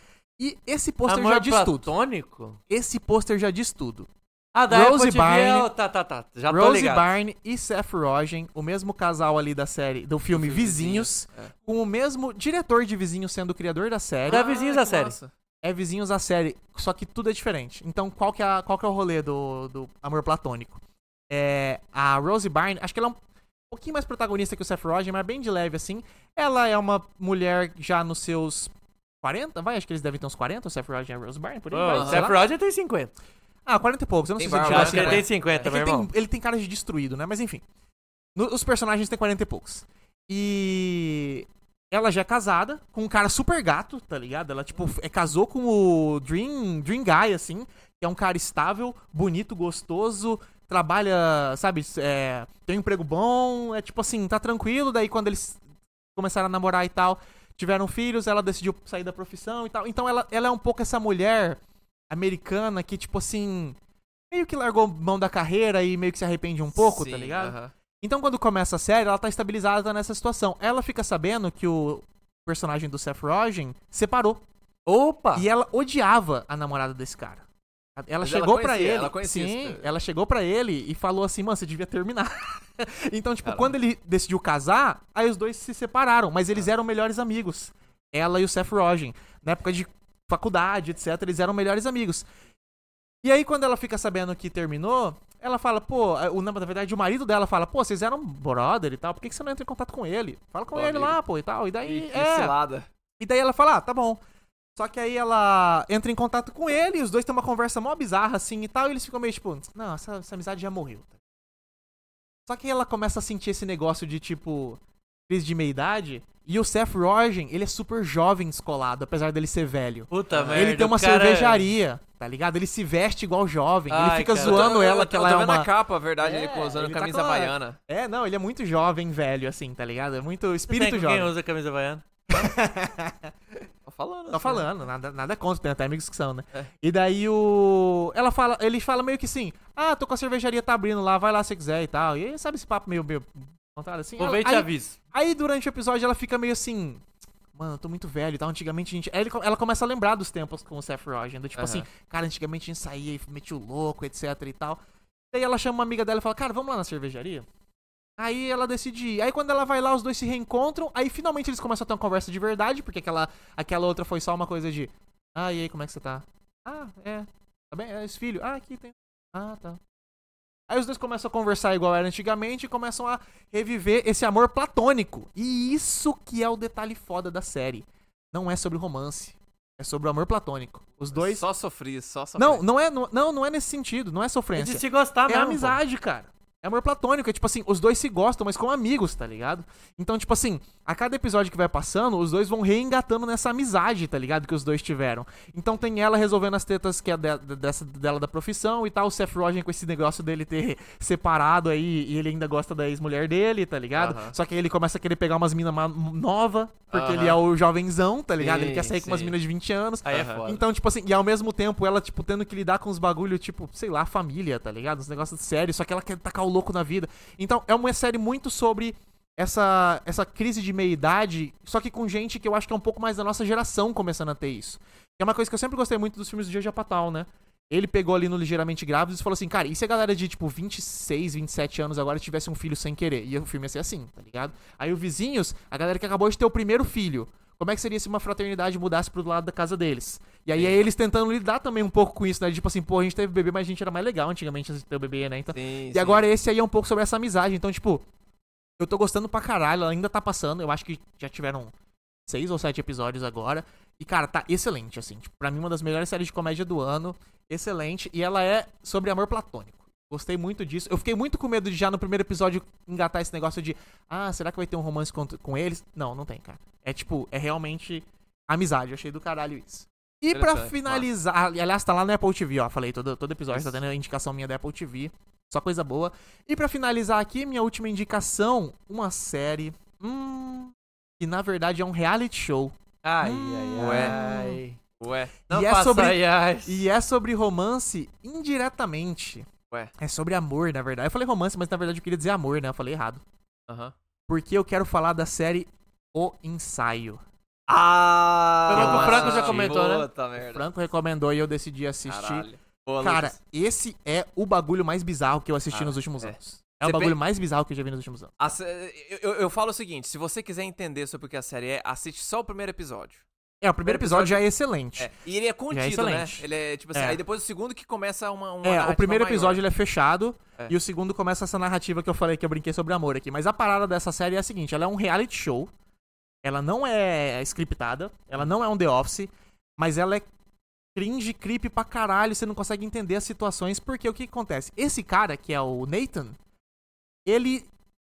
Speaker 2: E esse pôster
Speaker 3: Ah, tá. Amor
Speaker 2: já diz tudo.
Speaker 3: platônico?
Speaker 2: Esse pôster já diz tudo.
Speaker 3: Ah, da
Speaker 2: Rose
Speaker 3: Apple TV é
Speaker 2: Byrne.
Speaker 3: o- Tá, tá, tá. Já tô
Speaker 2: Rose
Speaker 3: ligado.
Speaker 2: Byrne e Seth Rogen, o mesmo casal ali da série, do filme Vizinhos,
Speaker 3: É.
Speaker 2: com o mesmo diretor de Vizinhos sendo o criador da série.
Speaker 3: Da Vizinhos
Speaker 4: Ah,
Speaker 3: da
Speaker 4: que
Speaker 3: série.
Speaker 4: massa.
Speaker 2: É Vizinhos a série, só que tudo é diferente. Então, qual que é, a- qual que é o rolê do, do Amor Platônico? É, a Rose Byrne, acho que ela é um pouquinho mais protagonista que o Seth Rogen, mas bem de leve, assim. Ela é uma mulher já nos seus 40, vai? Acho que eles devem ter uns 40, o Seth Rogen e a Rose Byrne, por aí. vai,
Speaker 3: Pô,
Speaker 2: sei
Speaker 3: Seth
Speaker 2: lá.
Speaker 3: Rogen tem 50.
Speaker 2: Ah, 40 e poucos, eu não
Speaker 4: Tem
Speaker 2: sei se
Speaker 4: barba,
Speaker 2: ele
Speaker 3: Acho
Speaker 4: acho
Speaker 3: que ele
Speaker 4: que
Speaker 3: tem
Speaker 4: é.
Speaker 3: 50,
Speaker 2: é que
Speaker 3: meu
Speaker 2: ele,
Speaker 3: irmão.
Speaker 2: tem, ele tem cara de destruído, né? Mas enfim. No- os personagens têm 40 e poucos. E. Ela já é casada com um cara super gato, tá ligado? Ela, tipo, é, casou com o Dream, Dream Guy, assim, que é um cara estável, bonito, gostoso, trabalha, sabe, é, tem um emprego bom, é tipo assim, tá tranquilo. Daí quando eles começaram a namorar e tal, tiveram filhos, ela decidiu sair da profissão e tal. Então ela, ela é um pouco essa mulher americana que, tipo assim, meio que largou mão da carreira e meio que se arrepende um pouco, tá
Speaker 4: Sim,
Speaker 2: ligado?
Speaker 4: aham.
Speaker 2: Então quando começa a série, ela tá estabilizada nessa situação. Ela fica sabendo que o personagem do Seth Rogen separou.
Speaker 3: Opa!
Speaker 2: E ela odiava a namorada desse cara. Ela
Speaker 4: Mas ela
Speaker 2: chegou pra
Speaker 4: conhecia,
Speaker 2: ele.
Speaker 4: ela conhecia
Speaker 2: sim,
Speaker 4: esse-
Speaker 2: ela chegou pra ele e falou assim: "Mano, você devia terminar". então, tipo,
Speaker 4: Caramba.
Speaker 2: quando ele decidiu casar, aí os dois se separaram, mas
Speaker 4: Ah.
Speaker 2: eles eram melhores amigos. Ela e o Seth Rogen, na época de faculdade, etc, eles eram melhores amigos. E aí quando ela fica sabendo que terminou, ela fala, pô, eh, o na na verdade o marido dela fala, pô, vocês eram brother e tal, por que que você não entra em contato com ele? Fala com
Speaker 4: Pô,
Speaker 2: ele
Speaker 4: amigo.
Speaker 2: lá, pô, e tal. E daí
Speaker 4: Que- que
Speaker 2: é,
Speaker 4: cilada.
Speaker 2: e daí ela fala, ah, tá bom. Só que aí ela entra em contato com ele, os dois têm uma conversa mó bizarra, assim, e tal, e eles ficam meio tipo, não, essa, essa amizade já morreu. Só que aí ela começa a sentir esse negócio de, tipo, crise de meia-idade, e o Seth Rogen, ele é super jovem descolado, apesar dele ser velho.
Speaker 3: Puta
Speaker 4: Ah,
Speaker 3: merda.
Speaker 2: ele tem
Speaker 3: o
Speaker 2: uma
Speaker 3: cara-
Speaker 2: cervejaria, tá ligado? Ele se veste igual jovem, ele
Speaker 3: Ai,
Speaker 2: fica
Speaker 3: cara.
Speaker 2: zoando
Speaker 4: Eu tô- eu-
Speaker 2: ela
Speaker 4: eu
Speaker 2: que
Speaker 4: tô
Speaker 2: ela é
Speaker 4: vendo
Speaker 2: uma...
Speaker 4: a capa, a verdade, ele
Speaker 2: É,
Speaker 4: com- usando
Speaker 2: ele tá
Speaker 4: camisa
Speaker 2: com a-
Speaker 4: baiana.
Speaker 2: É, não, ele é muito jovem, velho, assim, tá ligado? É muito
Speaker 3: Não tem
Speaker 2: espírito
Speaker 3: com
Speaker 2: jovem.
Speaker 3: Quem usa camisa baiana?
Speaker 4: Tô falando.
Speaker 2: Tô
Speaker 4: assim.
Speaker 2: Tá falando, nada, nada contra, tem até amigos que são, né?
Speaker 4: É.
Speaker 2: E daí o. Ela fala, ele fala meio que assim, ah, tô com a cervejaria, tá abrindo lá, vai lá se quiser e tal. E aí, sabe esse papo meio, meio contrário assim? Ela-
Speaker 3: Aproveite e
Speaker 2: aí,
Speaker 3: aviso.
Speaker 2: aí durante o episódio ela fica meio assim. Mano, eu tô muito velho e tal. Antigamente a gente. Aí ele co- ela começa a lembrar dos tempos com o Seth Rogen. Do tipo
Speaker 4: Aham.
Speaker 2: assim, cara, antigamente a gente saía e metia o louco, etc e tal. Daí ela chama uma amiga dela e fala, cara, vamos lá na cervejaria? Aí ela decide ir. Aí quando ela vai lá, os dois se reencontram. Aí finalmente eles começam a ter uma conversa de verdade, porque aquela, aquela outra foi só uma coisa de. Ah, e aí, como é que você tá? Ah, é. Tá bem? É esse filho? Ah, aqui tem. Ah, tá. Aí os dois começam a conversar igual era antigamente e começam a reviver esse amor platônico. E isso que é o detalhe foda da série. Não é sobre romance. É sobre o amor platônico. Os dois.
Speaker 4: Só sofri, só sofri.
Speaker 2: Não, não é, não, não é nesse sentido. Não é sofrência.
Speaker 3: De se gostar
Speaker 2: É
Speaker 4: um
Speaker 3: mesmo.
Speaker 2: amizade, cara. É amor platônico. É tipo assim, os dois se gostam, mas como amigos, tá ligado? Então, tipo assim, a cada episódio que vai passando, os dois vão reengatando nessa amizade, tá ligado? Que os dois tiveram. Então tem ela resolvendo as tetas que é de- de- dessa, dela da profissão e tal. O Seth Rogen com esse negócio dele ter separado aí e ele ainda gosta da ex-mulher dele, tá ligado?
Speaker 4: Aham.
Speaker 2: Só que aí ele começa a querer pegar umas minas nova, porque
Speaker 4: Aham.
Speaker 2: ele é o jovenzão, tá ligado? ele
Speaker 4: Sim,
Speaker 2: quer sair com umas
Speaker 4: sim.
Speaker 2: minas de 20 anos.
Speaker 3: Aí é
Speaker 4: Aham.
Speaker 3: foda.
Speaker 2: Então, tipo assim, e ao mesmo tempo ela, tipo, tendo que lidar com uns bagulho, tipo, sei lá, família, tá ligado? Uns negócios sérios, só que ela quer tacar o louco na vida. Então, é uma série muito sobre essa, essa crise de meia-idade, só que com gente que eu acho que é um pouco mais da nossa geração começando a ter isso. Que é uma coisa que eu sempre gostei muito dos filmes do Jojo Patal, né? Ele pegou ali no Ligeiramente Grávidos e falou assim, cara, e se a galera de, tipo, 26, 27 anos agora tivesse um filho sem querer? E o filme ia ser assim, tá ligado? Aí o Vizinhos, a galera que acabou de ter o primeiro filho. Como é que seria se uma fraternidade mudasse pro lado da casa deles? E aí é eles tentando lidar também um pouco com isso, né? Tipo assim, pô, a gente teve bebê, mas a gente era mais legal antigamente antes de ter o bebê, né? Então,
Speaker 4: Sim,
Speaker 2: e agora esse aí é um pouco sobre essa amizade. Então, tipo, eu tô gostando pra caralho. Ela ainda tá passando. Eu acho que já tiveram seis ou sete episódios agora. E, cara, tá excelente, assim. Tipo, pra mim, uma das melhores séries de comédia do ano. Excelente. E ela é sobre amor platônico. Gostei muito disso. Eu fiquei muito com medo de já no primeiro episódio engatar esse negócio de. Ah, será que vai ter um romance com, com eles? Não, não tem, cara. É tipo, é realmente amizade. Eu achei do caralho isso. E pra
Speaker 4: Interessante,
Speaker 2: finalizar. ali- Aliás, tá lá no Apple TV, ó. Falei, todo, todo episódio tá tendo a indicação minha da Apple TV. Só coisa boa. E pra finalizar aqui, minha última indicação: uma série. Hum. Que na verdade é um reality show.
Speaker 3: Ai,
Speaker 2: Hum.
Speaker 3: ai,
Speaker 4: Ué.
Speaker 3: ai.
Speaker 4: Ué,
Speaker 3: Não
Speaker 2: E é
Speaker 3: faça
Speaker 2: sobre-
Speaker 3: ai, ai.
Speaker 2: E é sobre romance indiretamente.
Speaker 4: Ué.
Speaker 2: É sobre amor, na verdade. Eu falei romance, mas na verdade eu queria dizer amor, né? Eu falei errado.
Speaker 4: aham.
Speaker 2: Porque eu quero falar da série O Ensaio.
Speaker 4: Ah!
Speaker 3: Foi o que o Franco já
Speaker 4: assisti.
Speaker 3: comentou, né?
Speaker 4: Puta
Speaker 2: O
Speaker 4: merda.
Speaker 2: Franco recomendou e eu decidi assistir.
Speaker 4: Caralho. Boa,
Speaker 2: Cara,
Speaker 4: Lucas.
Speaker 2: esse é o bagulho mais bizarro que eu assisti
Speaker 4: Ah,
Speaker 2: nos últimos
Speaker 4: é.
Speaker 2: anos. É o
Speaker 4: Você
Speaker 2: bagulho
Speaker 4: pe-
Speaker 2: mais bizarro que eu já vi nos últimos anos.
Speaker 4: Ass- eh, eu, eu- eu falo o seguinte, se você quiser entender sobre o que a série é, assiste só o primeiro episódio.
Speaker 2: É, o
Speaker 4: Primeiro
Speaker 2: primeiro episódio
Speaker 4: episódio-
Speaker 2: já é excelente.
Speaker 4: É, E ele é contido, né?
Speaker 2: excelente.
Speaker 4: Ele é tipo assim,
Speaker 2: É.
Speaker 4: aí depois o segundo que começa uma, uma
Speaker 2: É, o
Speaker 4: narrativa
Speaker 2: primeiro
Speaker 4: maior.
Speaker 2: episódio ele é fechado
Speaker 4: É.
Speaker 2: e o segundo começa essa narrativa que eu falei que eu brinquei sobre amor aqui. Mas a parada dessa série é a seguinte: ela é um reality show, ela não é scriptada, ela não é um The Office, mas ela é cringe, creepy pra caralho, você não consegue entender as situações, porque o que que acontece? Esse cara, que é o Nathan, ele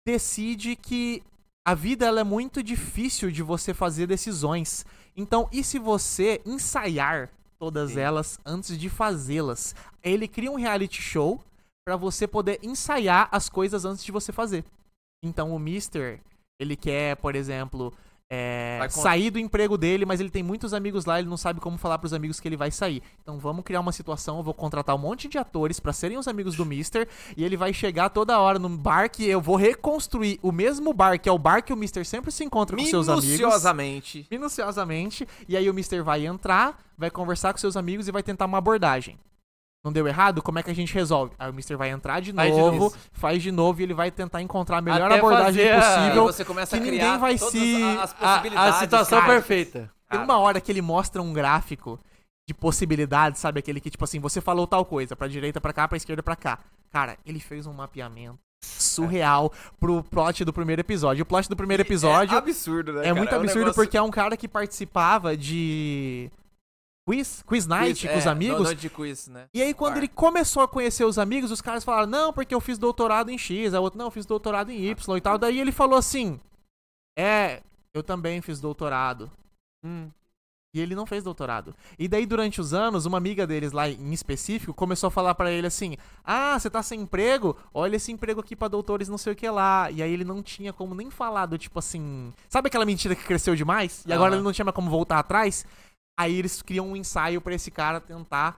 Speaker 2: decide que a vida ela é muito difícil de você fazer decisões. Então, e se você ensaiar todas
Speaker 4: Sim.
Speaker 2: elas antes de fazê-las? Ele cria um reality show pra você poder ensaiar as coisas antes de você fazer. Então, o Mister, ele quer, por exemplo, é,
Speaker 4: Vai con-
Speaker 2: sair do emprego dele, mas ele tem muitos amigos lá, ele não sabe como falar pros amigos que ele vai sair. Então, vamos criar uma situação, eu vou contratar um monte de atores pra serem os amigos do Mister, e ele vai chegar toda hora num bar que eu vou reconstruir o mesmo bar, que é o bar que o Mister sempre se encontra tá com seus amigos
Speaker 4: Minuciosamente.
Speaker 2: minuciosamente. E aí o Mister vai entrar, vai conversar com seus amigos e vai tentar uma abordagem. Não deu errado? Como é que a gente resolve? Aí o Mister vai entrar de
Speaker 3: Faz de
Speaker 2: novo,
Speaker 3: novo.
Speaker 2: faz de novo e ele vai tentar encontrar a melhor
Speaker 3: Até
Speaker 2: abordagem
Speaker 3: fazer a-
Speaker 4: Aí
Speaker 2: possível.
Speaker 4: você começa
Speaker 2: que
Speaker 4: a
Speaker 2: ninguém
Speaker 4: criar
Speaker 2: vai
Speaker 4: todas
Speaker 2: se-
Speaker 4: a- as
Speaker 3: A- A,
Speaker 4: possibilidades.
Speaker 3: situação
Speaker 4: cara.
Speaker 3: perfeita.
Speaker 2: Tem uma hora que ele mostra um gráfico de possibilidades, sabe? Aquele que, tipo assim, você falou tal coisa, pra direita, pra cá, pra esquerda, pra cá. Cara, ele fez um mapeamento surreal pro plot do primeiro episódio. O plot do primeiro episódio
Speaker 4: É absurdo, né?
Speaker 2: é,
Speaker 4: cara?
Speaker 2: muito
Speaker 4: um
Speaker 2: absurdo
Speaker 4: negócio-
Speaker 2: porque é um cara que participava de quiz, quiz night
Speaker 4: Quiz,
Speaker 2: com os
Speaker 4: é,
Speaker 2: amigos.
Speaker 4: Donald de quiz, né?
Speaker 2: E aí, quando
Speaker 4: Claro.
Speaker 2: ele começou a conhecer os amigos, os caras falaram, não, porque eu fiz doutorado em X, a outra, não, eu fiz doutorado em Y e tal. Daí ele falou assim, é, eu também fiz doutorado.
Speaker 4: Hum.
Speaker 2: E ele não fez doutorado. E daí, durante os anos, uma amiga deles lá em específico começou a falar pra ele assim: Ah, você tá sem emprego? Olha esse emprego aqui pra doutores não sei o que lá. E aí ele não tinha como nem falar do tipo assim. Sabe aquela mentira que cresceu demais? E agora
Speaker 4: Aham.
Speaker 2: ele não tinha mais como voltar atrás? Aí eles criam um ensaio pra esse cara tentar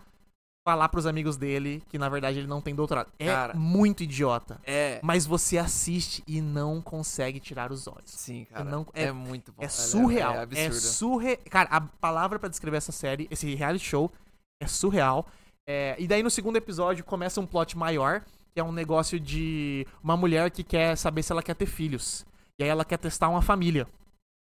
Speaker 2: falar pros amigos dele que na verdade ele não tem doutorado. É
Speaker 4: Cara.
Speaker 2: muito idiota.
Speaker 4: É.
Speaker 2: Mas você assiste e não consegue tirar os olhos.
Speaker 4: Sim, cara.
Speaker 2: não- é-
Speaker 4: é, muito bom.
Speaker 2: É
Speaker 4: cara,
Speaker 2: surreal.
Speaker 4: É,
Speaker 2: É,
Speaker 4: absurdo.
Speaker 2: surreal. Cara, a palavra pra descrever essa série, esse reality show, é surreal. É, e daí no segundo episódio começa um plot maior, que é um negócio de uma mulher que quer saber se ela quer ter filhos. E aí ela quer testar uma família.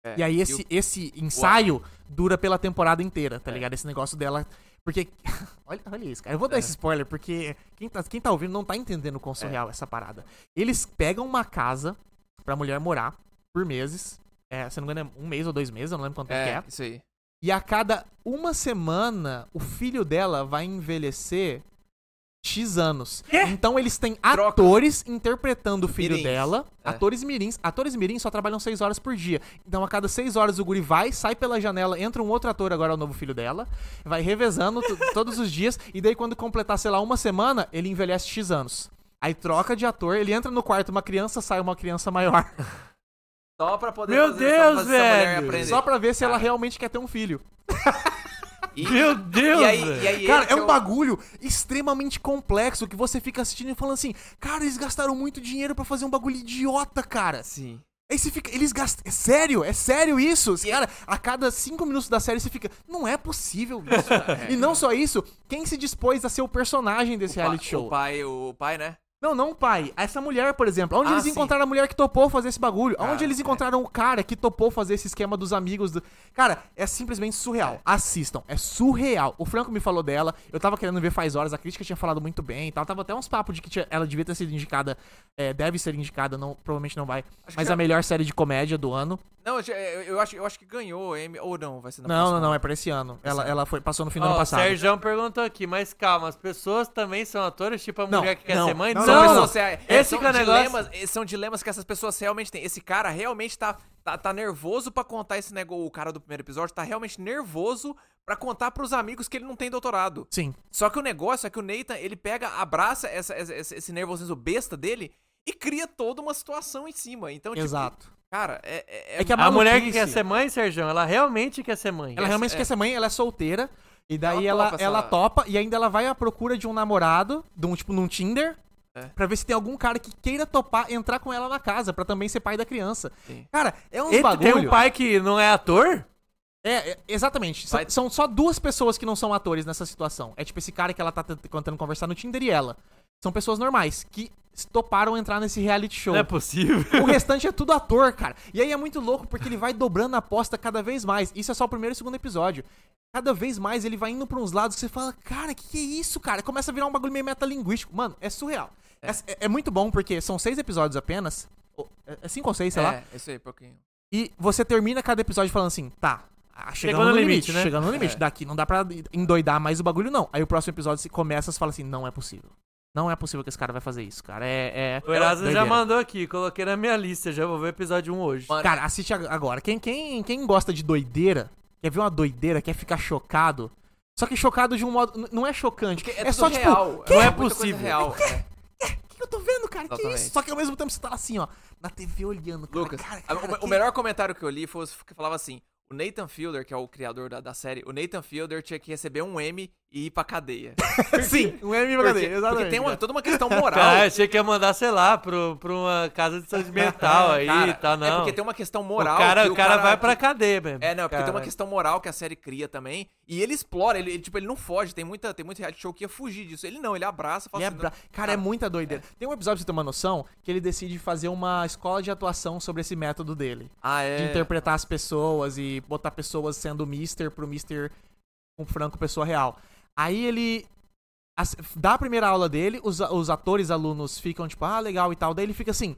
Speaker 4: É,
Speaker 2: E aí
Speaker 4: e
Speaker 2: esse, esse ensaio dura pela temporada inteira, tá
Speaker 4: É.
Speaker 2: ligado? Esse negócio dela. Porque. olha, olha isso, cara. Eu vou dar esse spoiler, porque quem tá, quem tá ouvindo não tá entendendo o quão surreal é essa parada. Eles pegam uma casa pra mulher morar por meses. É, se eu não me engano, é um mês ou dois meses, eu não lembro quanto tempo que
Speaker 4: É,
Speaker 2: é.
Speaker 4: isso aí.
Speaker 2: E a cada uma semana, o filho dela vai envelhecer X anos. Então eles têm
Speaker 4: É. Troca.
Speaker 2: atores interpretando o filho
Speaker 4: Mirins.
Speaker 2: dela,
Speaker 4: É.
Speaker 2: atores mirins. Atores mirins só trabalham seis horas por dia. Então a cada seis horas o guri vai, sai pela janela, entra um outro ator, agora é o novo filho dela, vai revezando to- todos os dias. E daí quando completar, sei lá, uma semana, ele envelhece X anos. Aí troca de ator, ele entra no quarto, uma criança, sai uma criança maior.
Speaker 4: Só pra poder
Speaker 3: Meu
Speaker 4: fazer essa-
Speaker 3: Deus,
Speaker 4: essa mulher
Speaker 3: velho!
Speaker 4: aprender.
Speaker 2: Só pra ver se ela
Speaker 4: Cara.
Speaker 2: realmente quer ter um filho.
Speaker 4: E,
Speaker 3: Meu Deus!
Speaker 4: e aí,
Speaker 3: velho.
Speaker 4: e aí
Speaker 2: Cara,
Speaker 4: esse
Speaker 2: é um
Speaker 4: o-
Speaker 2: bagulho extremamente complexo que você fica assistindo e falando assim, cara, eles gastaram muito dinheiro pra fazer um bagulho idiota, cara.
Speaker 4: Sim.
Speaker 2: Aí você fica. Eles gastam. É sério? É sério isso? Os Cara, a cada cinco minutos da série você fica. Não é possível isso, cara. E não só isso, quem se dispôs a ser o personagem desse reality show?
Speaker 1: O pai, o pai, né?
Speaker 2: Não, não o pai. Essa mulher, por exemplo. Onde
Speaker 1: Ah,
Speaker 2: eles
Speaker 1: sim.
Speaker 2: encontraram a mulher que topou fazer esse bagulho? Onde
Speaker 1: Ah,
Speaker 2: eles
Speaker 1: é.
Speaker 2: encontraram o cara que topou fazer esse esquema dos amigos? do- Cara, é simplesmente surreal. Assistam. É surreal. O Franco me falou dela. Eu tava querendo ver faz horas. A crítica tinha falado muito bem e tal. Tava até uns papos de que tinha- ela devia ter sido indicada. é, deve ser indicada. Não, provavelmente não vai. mas
Speaker 1: que
Speaker 2: a melhor série de comédia do ano.
Speaker 1: Não, eu, eu acho, eu acho que ganhou, Amy. Ou não, vai ser na
Speaker 2: Não,
Speaker 1: próxima.
Speaker 2: não, não. É pra esse ano. Ela, ela foi, passou no fim do ano
Speaker 3: Ó, o
Speaker 2: passado.
Speaker 3: Serjão perguntou aqui, mas calma, as pessoas também são atores, tipo a
Speaker 2: Não,
Speaker 3: mulher que quer
Speaker 2: não,
Speaker 3: ser mãe?
Speaker 2: não,
Speaker 1: São
Speaker 2: não, não.
Speaker 1: pessoas, é, é,
Speaker 3: Esse
Speaker 1: são
Speaker 3: que é o negócio.
Speaker 1: dilemas, é, são dilemas que essas pessoas realmente têm. Esse cara realmente tá, tá, tá nervoso pra contar esse negócio. O cara do primeiro episódio tá realmente nervoso pra contar pros amigos que ele não tem doutorado.
Speaker 2: Sim.
Speaker 1: Só que o negócio é que o Nathan, ele pega, abraça essa- essa- esse, esse nervosismo besta dele e cria toda uma situação em cima. Então, tipo,
Speaker 2: Exato.
Speaker 1: cara, é, é,
Speaker 2: É que a
Speaker 3: A mulher que
Speaker 2: maluquice-
Speaker 3: quer ser mãe, Serjão, ela realmente quer ser mãe.
Speaker 2: Ela realmente
Speaker 1: é.
Speaker 2: quer ser mãe, ela é solteira. E daí
Speaker 1: Ela
Speaker 2: ela,
Speaker 1: topa
Speaker 2: ela,
Speaker 1: essa-
Speaker 2: topa e ainda ela vai à procura de um namorado, de um tipo num Tinder,
Speaker 1: É.
Speaker 2: pra ver se tem algum cara que queira topar entrar com ela na casa, pra também ser pai da criança.
Speaker 1: Sim.
Speaker 2: Cara, é uns
Speaker 3: Eita,
Speaker 2: bagulho.
Speaker 3: Tem um pai que não é ator?
Speaker 2: É, é, exatamente. São-
Speaker 1: Vai-
Speaker 2: São só duas pessoas que não são atores nessa situação. É tipo esse cara que ela tá tent- tentando conversar no Tinder e ela. São pessoas normais que toparam entrar nesse reality show.
Speaker 3: Não é possível.
Speaker 2: O restante é tudo ator, cara. E aí é muito louco porque ele vai dobrando a aposta cada vez mais. Isso é só o primeiro e segundo episódio. Cada vez mais ele vai indo pra uns lados que você fala, cara, que que é isso, cara? Começa a virar um bagulho meio metalinguístico. Mano, é surreal. É, é- é muito bom porque são seis episódios apenas. Ou- é- É cinco ou seis, sei lá.
Speaker 1: é, isso aí, pouquinho.
Speaker 2: E você termina cada episódio falando assim, tá. ah, Chegando, no, limite, né? Chegando no limite.
Speaker 1: É.
Speaker 2: Daqui não dá pra endoidar mais o bagulho, não. Aí o próximo episódio se começa e fala assim: não é possível. Não é possível que esse cara vai fazer isso, cara. É. é
Speaker 3: O Erasmo já
Speaker 2: doideira.
Speaker 3: mandou aqui, coloquei na minha lista, já vou ver o episódio 1 hoje.
Speaker 1: Mano,
Speaker 2: Cara, assiste ag- agora. Quem, quem, quem gosta de doideira, quer ver uma doideira, quer ficar chocado. Só que chocado de um modo. n- Não é chocante.
Speaker 1: porque
Speaker 2: é
Speaker 1: tudo
Speaker 2: só
Speaker 1: real,
Speaker 2: tipo. "Quê?
Speaker 1: muita
Speaker 3: é
Speaker 1: coisa
Speaker 3: possível.
Speaker 1: Real, é.
Speaker 2: O que, que eu tô vendo, cara? Que
Speaker 1: Exatamente.
Speaker 2: isso? Só que ao mesmo tempo você tá lá assim, ó. Na TV olhando. Cara,
Speaker 1: Lucas,
Speaker 2: cara,
Speaker 1: a-
Speaker 2: cara,
Speaker 1: o, o
Speaker 2: que-
Speaker 1: melhor comentário que eu li foi os que falava assim: o Nathan Fielder, que é o criador da, da série, o Nathan Fielder tinha que receber um M e ir pra é. cadeia.
Speaker 2: Sim, um M
Speaker 1: Porque-
Speaker 2: verdadeiro,
Speaker 1: Porque
Speaker 2: exatamente.
Speaker 1: tem um uma-
Speaker 2: cara.
Speaker 1: toda uma questão moral.
Speaker 3: Cara, é achei que ia mandar, sei lá, pro, pra uma casa de saúde mental aí
Speaker 1: Cara,
Speaker 3: e tal, não.
Speaker 1: É porque tem uma questão moral.
Speaker 3: o, cara,
Speaker 1: que
Speaker 3: o cara vai pra cadeia mesmo.
Speaker 1: É, não, porque tem uma
Speaker 3: Caralho.
Speaker 1: questão moral que a série cria também. E ele explora, ele, ele, tipo, ele não foge. Tem, muita, tem muito reality show que ia fugir disso. Ele não, ele abraça e fala
Speaker 2: Ele é
Speaker 1: assim,
Speaker 2: bra-
Speaker 1: não-
Speaker 2: Cara, é muita doideira. Tem um episódio, pra você ter uma noção, que ele decide fazer uma escola de atuação sobre esse método dele.
Speaker 1: Ah, é.
Speaker 2: de interpretar as pessoas e botar pessoas sendo Mister pro Mister com Franco pessoa real. Aí ele as- dá a primeira aula dele, os, a- os atores alunos ficam tipo, ah, legal e tal. Daí ele fica assim,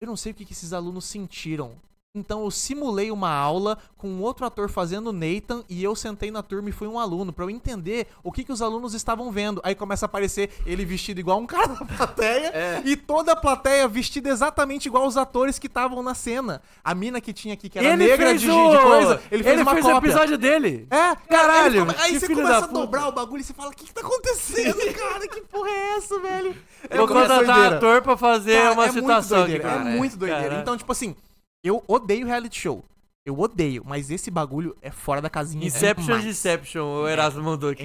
Speaker 2: eu não sei o que, que esses alunos sentiram. Então eu simulei uma aula com um outro ator fazendo o Nathan e eu sentei na turma e fui um aluno pra eu entender o que, que os alunos estavam vendo. Aí começa a aparecer ele vestido igual um cara na plateia
Speaker 3: É.
Speaker 2: e toda a plateia vestida exatamente igual os atores que estavam na cena. A mina que tinha aqui que era
Speaker 3: ele
Speaker 2: negra
Speaker 3: fez
Speaker 2: de,
Speaker 3: o...
Speaker 2: de coisa, ele fez uma
Speaker 3: o
Speaker 2: cópia.
Speaker 3: episódio dele.
Speaker 2: É,
Speaker 3: Caralho,
Speaker 2: ele come- Aí
Speaker 3: que
Speaker 2: você
Speaker 3: filho
Speaker 2: começa a
Speaker 3: da puta.
Speaker 2: dobrar o bagulho e você fala: O que, que tá acontecendo, cara? Que porra é essa, velho? É
Speaker 3: Vou
Speaker 2: muito
Speaker 3: contratar um
Speaker 2: doideira.
Speaker 3: ator pra fazer
Speaker 2: Cara,
Speaker 3: uma
Speaker 2: é muito
Speaker 3: situação aqui.
Speaker 2: doideira,
Speaker 3: cara.
Speaker 2: É muito doideira.
Speaker 3: Caralho.
Speaker 2: Então, tipo assim, eu odeio reality show. Eu odeio, mas esse bagulho é fora da casinha.
Speaker 3: Inception
Speaker 2: demais.
Speaker 3: Deception, o Erasmo mandou aqui,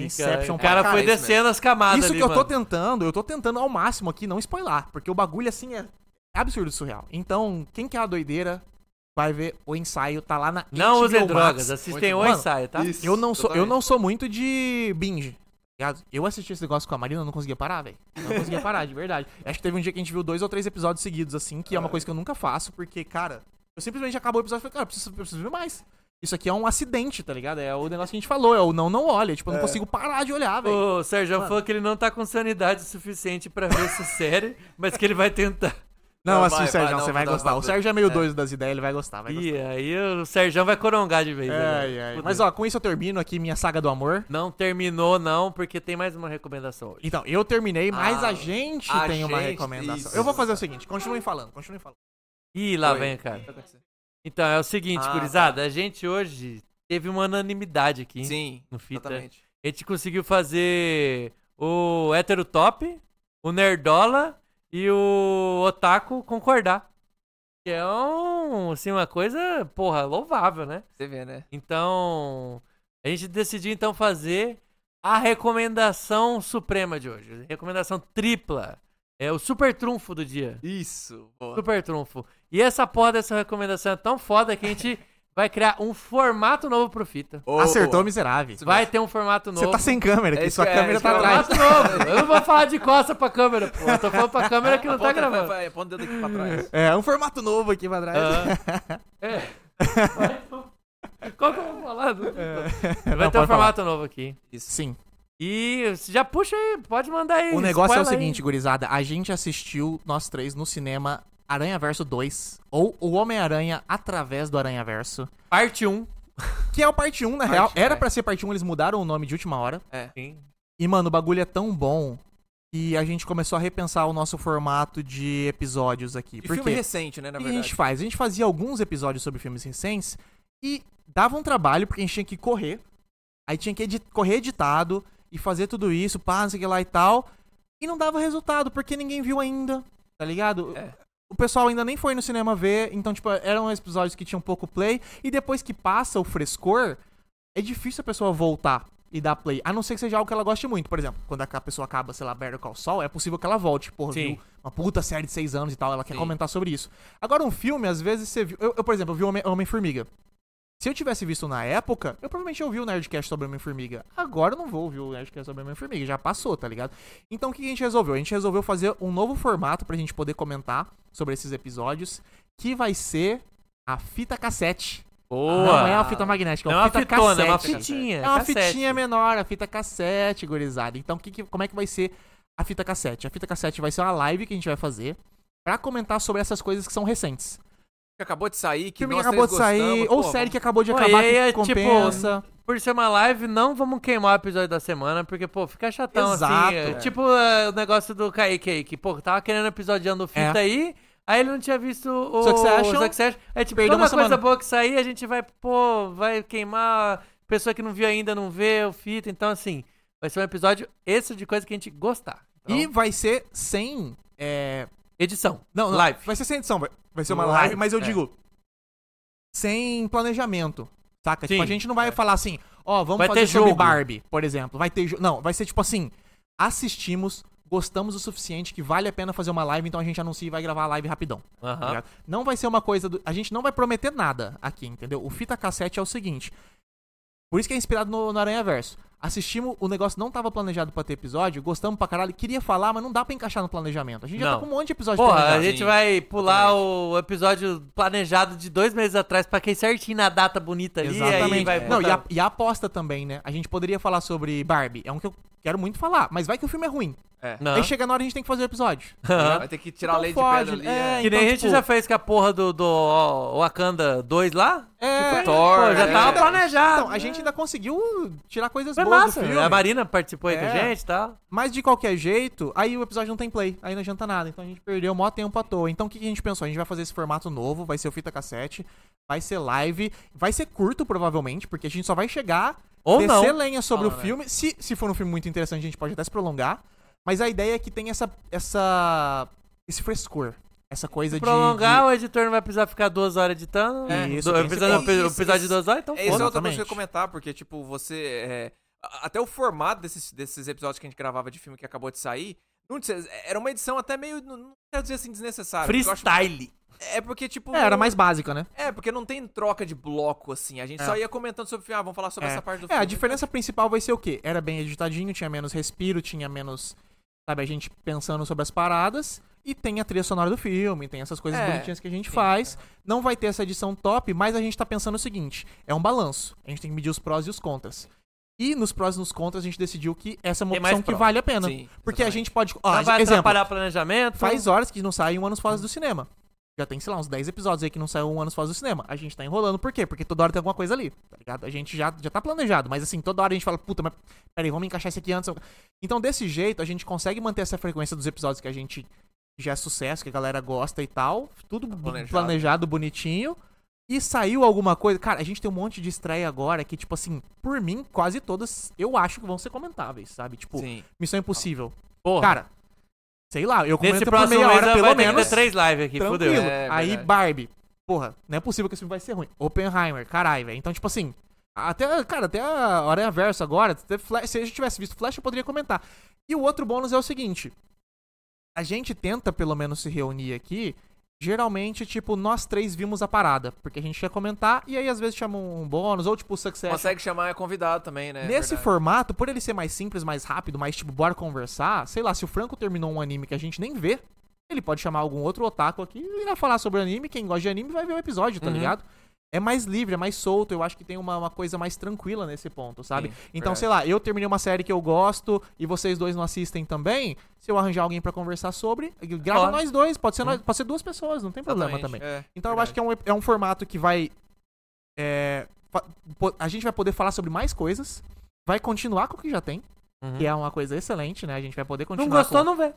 Speaker 3: cara.
Speaker 2: Inception
Speaker 3: O cara
Speaker 2: pra
Speaker 3: foi
Speaker 1: caralho,
Speaker 3: descendo as camadas
Speaker 2: Isso
Speaker 3: ali,
Speaker 2: que eu tô
Speaker 3: mano.
Speaker 2: tentando, eu tô tentando ao máximo aqui não spoiler, porque o bagulho assim é absurdo surreal. Então, quem quer a doideira, vai ver o ensaio, tá lá na
Speaker 3: Não
Speaker 2: HBO
Speaker 3: usem
Speaker 2: Max.
Speaker 3: drogas, assistem
Speaker 2: Muito
Speaker 3: o
Speaker 2: bom.
Speaker 3: ensaio, tá?
Speaker 2: Eu não sou, eu
Speaker 1: Totalmente.
Speaker 2: não sou muito de binge. tá ligado? Eu assisti esse negócio com a Marina, eu não conseguia parar, velho. Eu Não conseguia parar, de verdade. Acho que teve um dia que a gente viu dois ou três episódios seguidos, assim, que é uma coisa que eu nunca faço, porque, cara, eu simplesmente acabou o episódio e falei, cara, eu preciso, eu preciso ver mais. Isso aqui é um acidente, tá ligado? É o negócio que a gente falou, é o não, não olha. Tipo, eu não consigo parar de olhar, velho.
Speaker 3: O Sérgio falou que ele não tá com sanidade suficiente pra ver essa série, mas que ele vai tentar.
Speaker 2: Não,
Speaker 1: Não,
Speaker 2: assim,
Speaker 1: vai,
Speaker 2: o Sérgio,
Speaker 1: vai,
Speaker 2: não,
Speaker 1: não,
Speaker 2: você vai
Speaker 1: não,
Speaker 2: gostar.
Speaker 1: não,
Speaker 2: o Sérgio é meio
Speaker 1: é.
Speaker 2: doido das ideias, ele vai gostar, vai gostar.
Speaker 3: E aí o Sérgio vai corongar de
Speaker 1: é
Speaker 3: vez. né?
Speaker 2: Ai, ai.
Speaker 3: Fudeu.
Speaker 2: Mas ó, com isso eu termino aqui minha saga do amor.
Speaker 3: Não terminou, não, porque tem mais uma recomendação hoje.
Speaker 2: Então, eu terminei, mas
Speaker 1: Ah,
Speaker 2: a gente
Speaker 1: a
Speaker 2: tem uma
Speaker 1: gente-
Speaker 2: recomendação.
Speaker 1: isso.
Speaker 2: Eu vou fazer o seguinte, continuem falando, continuem falando.
Speaker 3: Ih, lá
Speaker 1: Oi.
Speaker 3: vem, cara. Então, é o seguinte,
Speaker 1: Ah,
Speaker 3: gurizada, a gente hoje teve uma unanimidade aqui.
Speaker 1: Sim,
Speaker 3: No fita.
Speaker 1: exatamente.
Speaker 3: A gente conseguiu fazer o hétero top, o nerdola e o otaku concordar. Que é um, assim, uma coisa, porra, louvável, né?
Speaker 1: Você vê, né?
Speaker 3: Então, a gente decidiu então fazer a recomendação suprema de hoje. Recomendação tripla. É o super trunfo do dia.
Speaker 1: Isso, boa.
Speaker 3: Super trunfo. E essa porra dessa recomendação é tão foda que a gente vai criar um formato novo pro Fita.
Speaker 1: Ô,
Speaker 2: Acertou,
Speaker 1: ô,
Speaker 2: miserável.
Speaker 3: Vai ter um formato novo.
Speaker 2: Você tá sem câmera aqui,
Speaker 1: É isso
Speaker 2: sua
Speaker 1: que- é
Speaker 2: câmera
Speaker 1: isso
Speaker 2: tá
Speaker 1: que eu ia
Speaker 2: atrás.
Speaker 3: Formato novo. Eu não vou falar de costa pra câmera, pô. Eu tô falando pra câmera que não tá
Speaker 1: aponta-
Speaker 3: gravando.
Speaker 1: vai- vai- Aponta o dedo aqui pra trás.
Speaker 2: É, um formato novo aqui pra trás.
Speaker 3: Ah. É. Vai, pô. Qual que eu vou falar? Não tem como.
Speaker 2: É,
Speaker 3: Vai
Speaker 2: não,
Speaker 3: ter um
Speaker 2: pode falar.
Speaker 3: formato novo aqui.
Speaker 2: Sim.
Speaker 3: E você já puxa aí, pode mandar aí.
Speaker 2: O negócio é o
Speaker 3: spoiler aí.
Speaker 2: seguinte, gurizada. A gente assistiu, nós três, no cinema Aranha Verso 2, ou O Homem-Aranha através do Aranha Verso.
Speaker 3: Parte 1.
Speaker 2: Que é o parte 1, na
Speaker 1: Parte,
Speaker 2: real. Era
Speaker 1: é.
Speaker 2: pra ser parte 1, eles mudaram o nome de última hora.
Speaker 3: Sim.
Speaker 2: E, mano, o bagulho é tão bom que a gente começou a repensar o nosso formato de episódios aqui.
Speaker 1: E
Speaker 2: Por
Speaker 1: filme
Speaker 2: quê?
Speaker 1: recente, né, na
Speaker 2: O que a gente
Speaker 1: verdade.
Speaker 2: faz? A gente fazia alguns episódios sobre filmes recentes e dava um trabalho, porque a gente tinha que correr. Aí tinha que edit- correr editado e fazer tudo isso, pá, não sei o que lá e tal. E não dava resultado, porque ninguém viu ainda, tá ligado?
Speaker 1: É.
Speaker 2: O pessoal ainda nem foi no cinema ver, então, tipo, eram episódios que tinham pouco play. E depois que passa o frescor, é difícil a pessoa voltar e dar play. A não ser que seja algo que ela goste muito. Por exemplo, quando a ca- pessoa acaba, sei lá, Better Call Saul, é possível que ela volte. Porra,
Speaker 3: Sim.
Speaker 2: viu uma puta série de seis anos e tal, ela quer
Speaker 1: Sim.
Speaker 2: comentar sobre isso. Agora, um filme, às vezes, você viu... Eu, eu, por exemplo, eu vi Homem- Homem-Formiga. Se eu tivesse visto na época, eu provavelmente ouvi o Nerdcast sobre Homem-Formiga. Agora eu não vou ouvir o Nerdcast sobre Homem-Formiga, já passou, tá ligado? Então o que a gente resolveu? A gente resolveu fazer um novo formato pra gente poder comentar sobre esses episódios, que vai ser a fita cassete.
Speaker 3: Boa.
Speaker 2: Não é a fita magnética, é
Speaker 3: Não
Speaker 2: uma fita
Speaker 3: fitona, é uma
Speaker 2: cassete.
Speaker 3: fitinha.
Speaker 2: É uma
Speaker 3: cassete.
Speaker 2: fitinha menor, a fita cassete, gurizada. Então, que que- como é que vai ser a fita cassete? A fita cassete vai ser uma live que a gente vai fazer pra comentar sobre essas coisas que são recentes.
Speaker 1: Que acabou de sair, que
Speaker 2: filme
Speaker 1: nós
Speaker 2: que acabou de
Speaker 1: três
Speaker 2: sair,
Speaker 1: gostamos,
Speaker 2: ou
Speaker 1: pô,
Speaker 2: série que acabou de
Speaker 3: Pô,
Speaker 2: acabar,
Speaker 3: e aí
Speaker 2: que
Speaker 3: é, tipo,
Speaker 2: compensa.
Speaker 3: Por ser uma live, não vamos queimar o episódio da semana, porque, pô, fica chatão
Speaker 2: Exato.
Speaker 3: assim. é,
Speaker 2: É.
Speaker 3: Tipo é, o negócio do Kaique aí, que, pô, tava querendo episodiando o fita
Speaker 2: É.
Speaker 3: aí, aí ele não tinha visto o
Speaker 2: Succession.
Speaker 3: o Succession. É tipo,
Speaker 2: Perdeu
Speaker 3: toda
Speaker 2: uma
Speaker 3: coisa
Speaker 2: semana.
Speaker 3: boa que sair, a gente vai, pô, vai queimar. Pessoa que não viu ainda não vê o fita. Então, assim, vai ser um episódio extra de coisa que a gente gostar. Então,
Speaker 2: E vai ser sem. é,
Speaker 3: edição.
Speaker 2: Não, não,
Speaker 3: Live.
Speaker 2: Vai ser sem edição, vai, vai ser uma
Speaker 3: Live,
Speaker 2: live, mas eu
Speaker 3: é.
Speaker 2: digo. Sem planejamento. Saca? Tipo,
Speaker 3: Sim, É.
Speaker 2: a gente não vai falar assim, ó, vamos
Speaker 3: Vai
Speaker 2: fazer
Speaker 3: ter
Speaker 2: sobre
Speaker 3: jogo.
Speaker 2: Barbie, por exemplo. Vai ter jo- Não, vai ser tipo assim. Assistimos, gostamos o suficiente que vale a pena fazer uma live, então a gente anuncia e vai gravar a live rapidão. tá
Speaker 3: Aham.
Speaker 2: ligado? Não vai ser uma coisa do. A gente não vai prometer nada aqui, entendeu? O fita cassete é o seguinte. Por isso que é inspirado no, no Aranha Verso. Assistimos, o negócio não tava planejado pra ter episódio, gostamos pra caralho, queria falar, mas não dá pra encaixar no planejamento. A gente já
Speaker 3: Não.
Speaker 2: tá com um monte de episódio
Speaker 3: Porra, a
Speaker 2: planejado.
Speaker 3: gente vai pular o episódio planejado de dois meses atrás pra quem certinho na data bonita ali.
Speaker 2: Exatamente. É.
Speaker 3: Aí vai
Speaker 2: Não,
Speaker 3: botar-
Speaker 2: e a, e a aposta também, né? A gente poderia falar sobre Barbie. É um que eu quero muito falar, mas vai que o filme é ruim.
Speaker 3: Não.
Speaker 2: Aí chega na hora a gente tem que fazer o episódio.
Speaker 1: Vai ter que tirar
Speaker 2: Então
Speaker 1: a lei
Speaker 2: fode,
Speaker 1: de pedra ali.
Speaker 2: é,
Speaker 1: é.
Speaker 3: Que nem
Speaker 2: Então,
Speaker 3: a gente
Speaker 2: tipo-
Speaker 3: já fez com a porra do, do Wakanda 2 lá.
Speaker 2: É,
Speaker 1: Thor,
Speaker 3: Pô, já
Speaker 1: é.
Speaker 3: tava planejado.
Speaker 2: Então, a gente ainda conseguiu tirar coisas
Speaker 3: Foi
Speaker 2: boas
Speaker 3: massa. né?
Speaker 2: do
Speaker 3: A
Speaker 2: filme.
Speaker 3: Marina participou aí com a
Speaker 2: É.
Speaker 3: gente e tal.
Speaker 2: Mas de qualquer jeito, aí o episódio não tem play, aí não adianta nada. Então a gente perdeu o maior tempo à toa. Então o que que a gente pensou? A gente vai fazer esse formato novo, vai ser o fita cassete, vai ser live, vai ser curto provavelmente, porque a gente só vai chegar,
Speaker 3: Ou não.
Speaker 2: descer lenha sobre
Speaker 1: Fala,
Speaker 2: o
Speaker 1: né?
Speaker 2: filme. Se, se for um filme muito interessante, a gente pode até se prolongar. Mas a ideia é que tem essa. essa esse frescor. Essa coisa de.
Speaker 3: Prolongar,
Speaker 2: de-
Speaker 3: o editor não vai precisar ficar duas horas editando. né?
Speaker 2: É, isso,
Speaker 3: do,
Speaker 2: tem que
Speaker 3: precisando
Speaker 1: ser-
Speaker 3: do
Speaker 1: isso,
Speaker 3: episódio de
Speaker 1: isso.
Speaker 3: duas horas, então
Speaker 1: É, isso é
Speaker 3: foda.
Speaker 1: outra coisa que eu
Speaker 2: Exatamente.
Speaker 1: ia comentar, porque, tipo, você. é, a- até o formato desses, desses episódios que a gente gravava de filme que acabou de sair. Não sei, era uma edição até meio. Não não quero dizer assim desnecessária. porque eu acho-
Speaker 3: Freestyle.
Speaker 1: é porque, tipo.
Speaker 2: É, era mais básica, né?
Speaker 1: É, porque não tem troca de bloco, assim. A gente
Speaker 2: É.
Speaker 1: só ia comentando sobre o filme. Ah, vamos falar sobre
Speaker 2: É.
Speaker 1: essa parte do
Speaker 2: É,
Speaker 1: filme.
Speaker 2: a diferença principal vai ser o quê? Era bem editadinho, tinha menos respiro, tinha menos. Sabe, a gente pensando sobre as paradas. E tem a trilha sonora do filme, tem essas coisas
Speaker 1: É,
Speaker 2: bonitinhas que a gente faz. Não vai ter essa edição top, mas a gente tá pensando o seguinte: é um balanço. A gente tem que medir os prós e os contras. E nos prós e nos contras a gente decidiu que essa é uma
Speaker 3: Tem mais
Speaker 2: opção que
Speaker 3: pró.
Speaker 2: vale a pena.
Speaker 1: Sim,
Speaker 2: é porque a
Speaker 1: exatamente.
Speaker 2: gente pode. Ó,
Speaker 3: Não vai
Speaker 2: exemplo,
Speaker 3: atrapalhar o planejamento.
Speaker 2: faz horas que não sai um ano fora do cinema. Já tem, sei lá, uns 10 episódios aí que não saiu um ano fora do cinema. A gente tá enrolando, por quê? Porque toda hora tem alguma coisa ali, tá ligado? A gente já, já tá planejado, mas assim, toda hora a gente fala, puta, mas peraí, vamos encaixar isso aqui antes. Então, desse jeito, a gente consegue manter essa frequência dos episódios que a gente já é sucesso, que a galera gosta e tal. Tudo bu- planejado,
Speaker 1: planejado.
Speaker 2: bonitinho. E saiu alguma coisa. Cara, a gente tem um monte de estreia agora que, tipo assim, por mim, quase todas eu acho que vão ser comentáveis, sabe? Tipo,
Speaker 1: Sim.
Speaker 2: Missão Impossível.
Speaker 3: Porra.
Speaker 2: Cara, sei lá, eu comento
Speaker 3: Nesse
Speaker 2: por
Speaker 3: próximo
Speaker 2: meia
Speaker 3: mês
Speaker 2: hora,
Speaker 3: vai
Speaker 2: pelo
Speaker 3: ter que
Speaker 2: menos.
Speaker 3: ter três lives aqui,
Speaker 2: tranquilo.
Speaker 3: fudeu.
Speaker 1: É,
Speaker 2: Aí,
Speaker 1: verdade.
Speaker 2: Barbie. Porra, não é possível que esse filme vai ser ruim. Oppenheimer, caralho, velho. Então, tipo assim, até, cara, até a Aranha Verso agora, até Flash- se a gente tivesse visto Flash, eu poderia comentar. E o outro bônus é o seguinte: a gente tenta, pelo menos, se reunir aqui geralmente, tipo, nós três vimos a parada. Porque a gente ia comentar e aí às vezes chama um bônus, ou tipo, o Success.
Speaker 4: Consegue
Speaker 1: é
Speaker 4: chamar convidado também, né?
Speaker 2: Nesse
Speaker 4: Verdade.
Speaker 2: formato, por ele ser mais simples, mais rápido, mais tipo, bora conversar, sei lá, se o Franco terminou um anime que a gente nem vê, ele pode chamar algum outro otaku aqui e irá falar sobre o anime. Quem gosta de anime vai ver o episódio, tá
Speaker 4: Uhum.
Speaker 2: ligado? É mais livre, é mais solto, eu acho que tem uma, uma coisa mais tranquila nesse ponto, sabe?
Speaker 4: Sim,
Speaker 2: então,
Speaker 4: verdade.
Speaker 2: sei lá, eu terminei uma série que eu gosto e vocês dois não assistem também. Se eu arranjar alguém pra conversar sobre, grava
Speaker 3: Ó.
Speaker 2: nós dois, pode ser, nós- pode ser duas pessoas, não tem problema
Speaker 4: Hum. Exatamente,
Speaker 2: também.
Speaker 4: é,
Speaker 2: Então eu
Speaker 4: verdade.
Speaker 2: acho que é um, é um formato que vai. é, fa- po- a gente vai poder falar sobre mais coisas. Vai continuar com o que já tem,
Speaker 3: Uhum.
Speaker 2: que é uma coisa excelente, né? A gente vai poder
Speaker 3: Não
Speaker 2: continuar.
Speaker 3: gostou,
Speaker 2: com...
Speaker 3: não vê.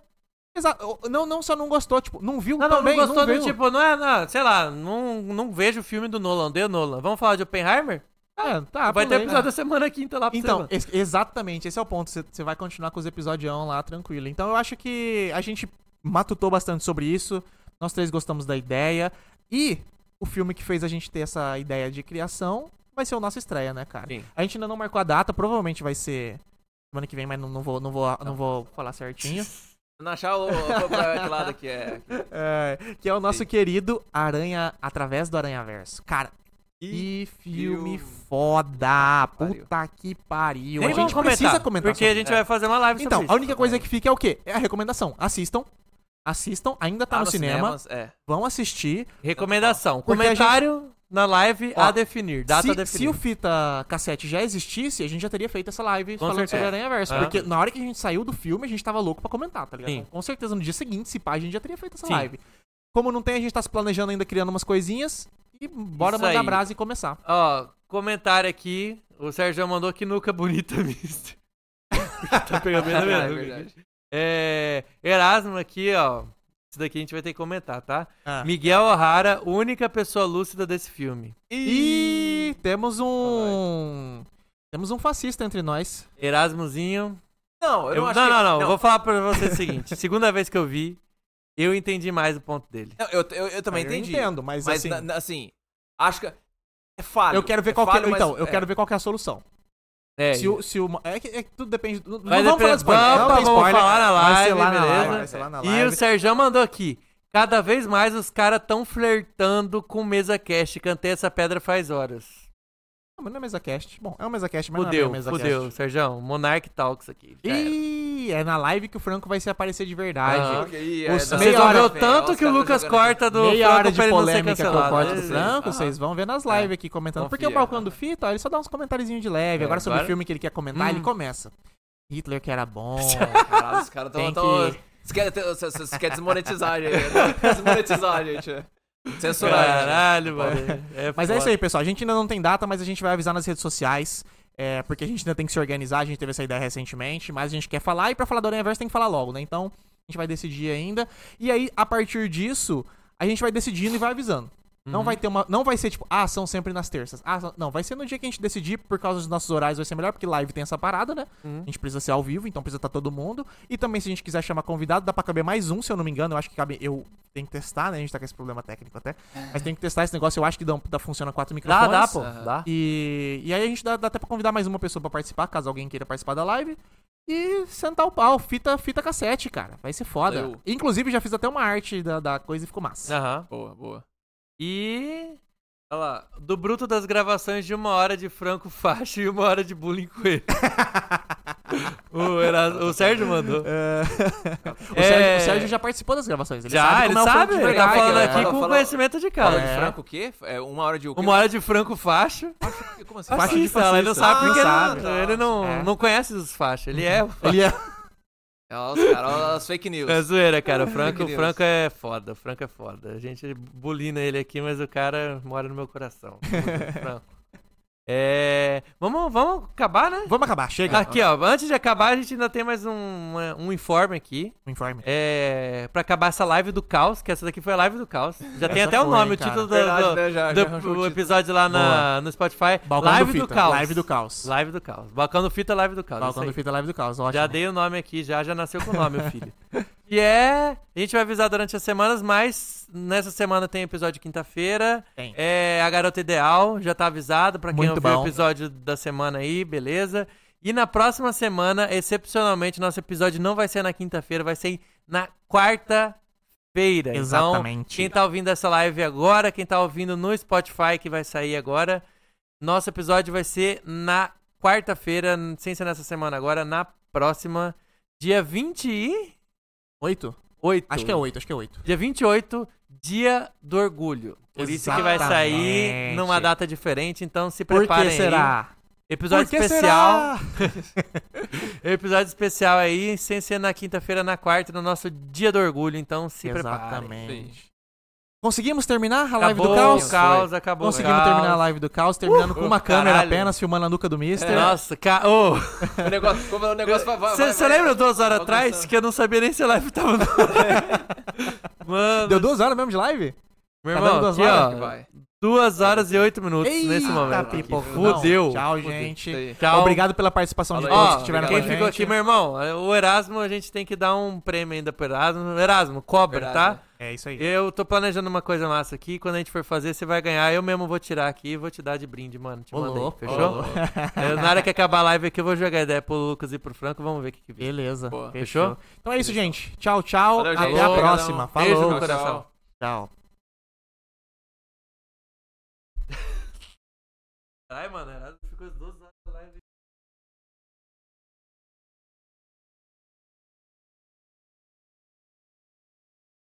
Speaker 2: Exato. o- Não, não só não gostou, tipo, não viu
Speaker 3: Não, não,
Speaker 2: também.
Speaker 3: não gostou do
Speaker 2: viu.
Speaker 3: tipo, não é, não, sei lá, não, não vejo o filme do Nolan, odeio o Nolan. Vamos falar de Oppenheimer?
Speaker 2: É, tá,
Speaker 3: Vai ter
Speaker 2: beleza.
Speaker 3: episódio da semana quinta lá pra
Speaker 2: Então,
Speaker 3: você.
Speaker 2: es- exatamente, esse é o ponto. Você- Você vai continuar com os episodião lá tranquilo. Então eu acho que a gente matutou bastante sobre isso. Nós três gostamos da ideia. E o filme que fez a gente ter essa ideia de criação vai ser o nosso estreia, né, cara?
Speaker 4: Sim.
Speaker 2: A gente ainda não marcou a data, provavelmente vai ser semana que vem, mas não, não vou, não, vou, não vou falar certinho.
Speaker 4: Não achar o, o- pra que lado que é.
Speaker 2: É, que é o nosso querido Aranha Através do Aranhaverso. Cara, que
Speaker 4: filme
Speaker 2: filme foda!
Speaker 4: pariu.
Speaker 2: Puta que pariu!
Speaker 3: Nem
Speaker 2: a
Speaker 3: vamos
Speaker 2: gente precisa comentar
Speaker 3: Porque
Speaker 2: sobre
Speaker 3: a gente vai fazer uma live
Speaker 2: Então,
Speaker 3: sobre
Speaker 2: a
Speaker 3: isso.
Speaker 2: única coisa que fica é o quê? É a recomendação. Assistam. Assistam, ainda tá
Speaker 4: Ah,
Speaker 2: no,
Speaker 4: nos
Speaker 2: cinema,
Speaker 4: cinemas, É.
Speaker 2: vão assistir.
Speaker 3: Recomendação.
Speaker 2: Porque a gente-
Speaker 3: Comentário na live
Speaker 2: Ó,
Speaker 3: a definir. Data a
Speaker 2: se, se o
Speaker 3: definir.
Speaker 2: Fita Cassete já existisse, a gente já teria feito essa live
Speaker 3: Com
Speaker 2: falando sobre
Speaker 3: certeza.
Speaker 2: Aranha Verso.
Speaker 3: É.
Speaker 2: Porque na hora que a gente saiu do filme, a gente tava louco pra comentar, tá ligado?
Speaker 3: Sim.
Speaker 2: Com certeza, no dia seguinte, se pá, a gente já teria feito essa
Speaker 3: Sim.
Speaker 2: live. Como não tem, a gente tá se planejando ainda, criando umas coisinhas. E bora
Speaker 3: Isso
Speaker 2: mandar
Speaker 3: aí.
Speaker 2: brasa e começar.
Speaker 3: Ó, comentário aqui. O Sérgio mandou que nuca bonita, mister. tá pegando bem na minha
Speaker 4: É
Speaker 3: nuca aqui.
Speaker 4: verdade.
Speaker 3: É, Erasmo aqui, ó. Isso daqui a gente vai ter que comentar, tá?
Speaker 2: Ah.
Speaker 3: Miguel O'Hara, única pessoa lúcida desse filme.
Speaker 2: E temos um. Temos um fascista entre nós.
Speaker 3: Erasmozinho.
Speaker 4: Não, eu
Speaker 3: Eu-
Speaker 4: não
Speaker 3: não,
Speaker 4: acho
Speaker 3: não,
Speaker 4: que...
Speaker 3: não, Vou falar pra vocês o seguinte. segunda vez que eu vi, eu entendi mais o ponto dele.
Speaker 4: Não, eu, eu, eu também
Speaker 2: Eu
Speaker 4: entendi.
Speaker 2: entendo, mas,
Speaker 4: Mas,
Speaker 2: assim.
Speaker 4: na- na- assim, acho que... É falho.
Speaker 2: Eu quero ver
Speaker 4: é
Speaker 2: qual que,
Speaker 4: falho, mas-
Speaker 2: então, eu
Speaker 4: é.
Speaker 2: quero ver qual que é a solução.
Speaker 3: É,
Speaker 2: se o, se o, é, que, é que tudo depende. Não
Speaker 3: Vai
Speaker 2: vamos
Speaker 3: depender-
Speaker 2: falar de spoiler. Não,
Speaker 3: vamos,
Speaker 2: tem
Speaker 3: vamos
Speaker 2: spoiler.
Speaker 3: falar na
Speaker 2: vai
Speaker 3: live,
Speaker 2: ser lá na
Speaker 3: beleza?
Speaker 2: live, vai ser lá na
Speaker 3: E o
Speaker 2: live.
Speaker 3: Sérgio mandou aqui. Cada vez mais os caras tão flertando com mesa cast. Cantei essa pedra faz horas.
Speaker 2: Não, mas não é mesa cast. Bom, é uma mesa cast, mas
Speaker 3: Fudeu,
Speaker 2: não é mesa
Speaker 3: fudeu, Sérgio. Monarch Talks aqui. Tá. já era.
Speaker 2: E é na live que o Franco vai se aparecer de verdade.
Speaker 3: Aham.
Speaker 4: Ok, aí,
Speaker 2: Os-
Speaker 4: não.
Speaker 3: Vocês
Speaker 2: Meia
Speaker 3: vão
Speaker 2: hora,
Speaker 3: ver o
Speaker 4: Fé,
Speaker 3: tanto
Speaker 4: os
Speaker 3: que o
Speaker 4: caras
Speaker 3: Lucas
Speaker 4: jogando aqui.
Speaker 3: corta Ah, do
Speaker 2: Meia
Speaker 3: Franco
Speaker 2: hora de
Speaker 3: pra ele não ser
Speaker 2: polêmica que eu
Speaker 3: cancelado.
Speaker 2: corto do
Speaker 3: É,
Speaker 2: Franco,
Speaker 4: Aham.
Speaker 2: vocês vão ver nas lives aqui comentando. Porque o
Speaker 4: Confia,
Speaker 2: balcão do Fita, ele só dá uns comentáriozinhos de leve.
Speaker 3: É,
Speaker 2: Agora sobre o
Speaker 3: agora-
Speaker 2: filme que ele quer comentar, ele
Speaker 3: Hum.
Speaker 2: começa. Hitler que era bom.
Speaker 4: Caralho, os caras
Speaker 2: Tem
Speaker 4: tão... tão-
Speaker 2: que-
Speaker 4: Vocês querem ter- vocês- vocês querem desmonetizar a gente. né? Desmonetizar a gente. é. Censurar a gente.
Speaker 3: Caralho, mano. É
Speaker 2: Mas
Speaker 3: foda.
Speaker 2: é isso aí, pessoal. A gente ainda não tem data, mas a gente vai avisar nas redes sociais. é, porque a gente ainda tem que se organizar, a gente teve essa ideia recentemente, mas a gente quer falar, e pra falar do Aranhaverso tem que falar logo, né? Então, a gente vai decidir ainda. E aí, a partir disso, a gente vai decidindo e vai avisando. Não
Speaker 3: Uhum.
Speaker 2: vai ter uma. Não vai ser tipo, ah, são sempre nas terças. Ah, são- não, vai ser no dia que a gente decidir, por causa dos nossos horários vai ser melhor, porque live tem essa parada, né?
Speaker 3: Uhum.
Speaker 2: A gente precisa ser ao vivo, então precisa estar todo mundo. E também, se a gente quiser chamar convidado, dá pra caber mais um, se eu não me engano. Eu acho que cabe. Eu tenho que testar, né? A gente tá com esse problema técnico até. Mas tem que testar esse negócio, eu acho que dá, dá, funciona quatro
Speaker 3: É. Dá,
Speaker 2: microfones.
Speaker 3: dá, pô.
Speaker 4: Aham.
Speaker 2: Ah.
Speaker 3: Dá.
Speaker 2: E, e aí a gente dá, dá até pra convidar mais uma pessoa pra participar, caso alguém queira participar da live. E sentar o pau, fita, fita cassete, cara. Vai ser foda.
Speaker 4: Valeu.
Speaker 2: Inclusive, já fiz até uma arte da, da coisa e ficou massa.
Speaker 3: Aham.
Speaker 4: Boa, boa.
Speaker 3: E. Olha lá. Do bruto das gravações de uma hora de Franco Faixa e uma hora de bullying com ele. o, Eras- o Sérgio mandou.
Speaker 2: É. o,
Speaker 3: É.
Speaker 2: Sérgio, o Sérgio já participou das gravações. Ele
Speaker 3: Já,
Speaker 2: sabe
Speaker 3: ele
Speaker 2: como é o
Speaker 3: sabe.
Speaker 2: Franco
Speaker 3: Ele
Speaker 2: de
Speaker 3: tá
Speaker 2: verdade,
Speaker 3: falando
Speaker 2: né?
Speaker 3: aqui
Speaker 4: Fala-
Speaker 3: com
Speaker 4: fala-
Speaker 3: conhecimento de
Speaker 4: Fala
Speaker 3: causa.
Speaker 4: de
Speaker 2: É.
Speaker 4: Franco o quê? É uma hora de o quê?
Speaker 3: Uma hora de Franco Faixa.
Speaker 4: Como assim?
Speaker 2: Faixa de
Speaker 3: Fascista, ela- ele não
Speaker 2: fascista.
Speaker 3: sabe porque ele
Speaker 2: Ah,
Speaker 3: não-
Speaker 4: sabe.
Speaker 3: ele não,
Speaker 2: É.
Speaker 3: não conhece os faixas. Ele é. o faixa.
Speaker 2: Ele é...
Speaker 4: É, os caras, olha as fake news.
Speaker 3: É zoeira, cara. O Franco,
Speaker 4: Meu
Speaker 3: o
Speaker 4: Deus.
Speaker 3: Franco é foda. O Franco é foda. A gente bulina ele aqui, mas o cara mora no meu coração. Franco. É. Vamos, vamos acabar, né?
Speaker 2: Vamos acabar, chega.
Speaker 3: Aqui, ó. Antes de acabar, a gente ainda tem mais um, uma- um informe aqui.
Speaker 2: Um informe.
Speaker 3: É. Pra acabar essa live do caos, que essa daqui foi a live do caos. Já tem
Speaker 2: Essa
Speaker 3: até o
Speaker 2: foi,
Speaker 3: nome,
Speaker 2: hein,
Speaker 3: o título do,
Speaker 4: Verdade,
Speaker 3: do-
Speaker 4: né? Já,
Speaker 3: do-
Speaker 4: já arranjou
Speaker 3: o
Speaker 4: o título.
Speaker 3: episódio lá na, no Spotify.
Speaker 2: Balcão
Speaker 3: live
Speaker 2: do Fita.
Speaker 3: caos.
Speaker 2: Live do caos.
Speaker 3: Live do caos. Balcão do Fita, Live do Caos. isso
Speaker 2: Balcão do
Speaker 3: aí.
Speaker 2: Fita, live do caos. Ótimo.
Speaker 3: Já dei o nome aqui, já, já nasceu com o nome, o filho. E é. A gente vai avisar durante as semanas, mas nessa semana tem episódio de quinta-feira.
Speaker 2: Tem.
Speaker 3: É a Garota Ideal, já tá avisado pra quem
Speaker 2: Muito
Speaker 3: ouviu o
Speaker 2: bom.
Speaker 3: episódio da semana aí, beleza? E na próxima semana, excepcionalmente, nosso episódio não vai ser na quinta-feira, vai ser na quarta-feira. feira Então,
Speaker 2: Exatamente.
Speaker 3: quem tá ouvindo essa live agora, quem tá ouvindo no Spotify que vai sair agora, nosso episódio vai ser na quarta-feira, sem ser nessa semana agora, na próxima, dia 28.
Speaker 2: Oito? Acho que é oito, acho que é oito.
Speaker 3: Dia 28, dia do orgulho. Por isso que vai sair
Speaker 2: Exatamente.
Speaker 3: numa data diferente, então se
Speaker 2: Por
Speaker 3: preparem
Speaker 2: que
Speaker 3: aí.
Speaker 2: será?
Speaker 3: Episódio
Speaker 2: Por que
Speaker 3: especial.
Speaker 2: será?
Speaker 3: Episódio especial aí, sem ser na quinta-feira, na quarta, no nosso dia do orgulho, então se preparem.
Speaker 2: Exatamente. Conseguimos terminar a live
Speaker 3: Acabou
Speaker 2: do caos?
Speaker 3: o caos, acabou
Speaker 2: Conseguimos
Speaker 3: o caos.
Speaker 2: terminar a live do caos, terminando com uma
Speaker 3: caralho.
Speaker 2: câmera apenas, filmando a nuca do Mister.
Speaker 3: Nossa, ca... ô,
Speaker 4: O negócio, como o negócio vai- vai- vai-
Speaker 3: Você lembra duas horas
Speaker 4: vai
Speaker 3: atrás
Speaker 4: começando.
Speaker 3: que eu não sabia nem se a live tava no ar? um Mano,
Speaker 2: Deu duas horas mesmo de live?
Speaker 3: meu
Speaker 2: tá
Speaker 3: irmão,
Speaker 2: dando duas
Speaker 3: aqui,
Speaker 2: horas?
Speaker 3: ó,
Speaker 4: Vai.
Speaker 3: duas horas e oito minutos
Speaker 2: Eita,
Speaker 3: nesse momento.
Speaker 2: pipoca.
Speaker 3: Fudeu.
Speaker 2: Tchau, gente.
Speaker 4: Isso aí.
Speaker 3: Tchau.
Speaker 2: Obrigado pela participação de
Speaker 4: Falou aí.
Speaker 2: todos
Speaker 3: Ó,
Speaker 2: que estiveram com a
Speaker 3: quem
Speaker 2: gente.
Speaker 3: ficou aqui, meu irmão, o Erasmo, a gente tem que dar um prêmio ainda pro Erasmo. Erasmo, cobra,
Speaker 4: Verdade,
Speaker 3: tá?
Speaker 2: É isso aí.
Speaker 3: Eu tô planejando uma coisa massa aqui. Quando a gente for fazer, você vai ganhar. Eu mesmo vou tirar aqui e vou te dar de brinde, mano. Te
Speaker 2: Ô,
Speaker 3: mandei,
Speaker 2: louco.
Speaker 3: fechou?
Speaker 2: Ô,
Speaker 3: Eu, na hora que acabar a live aqui, eu vou jogar ideia pro Lucas e pro Franco. Vamos ver o que, que vem.
Speaker 2: Beleza.
Speaker 4: Boa.
Speaker 3: Fechou?
Speaker 2: Então é isso, gente. Tchau, tchau.
Speaker 4: Valeu, gente.
Speaker 2: Até a
Speaker 4: Falou,
Speaker 2: próxima.
Speaker 3: galera. Beijo
Speaker 2: Falou.
Speaker 3: no coração.
Speaker 4: Tchau.
Speaker 2: Tchau.
Speaker 3: Caralho, mano, era-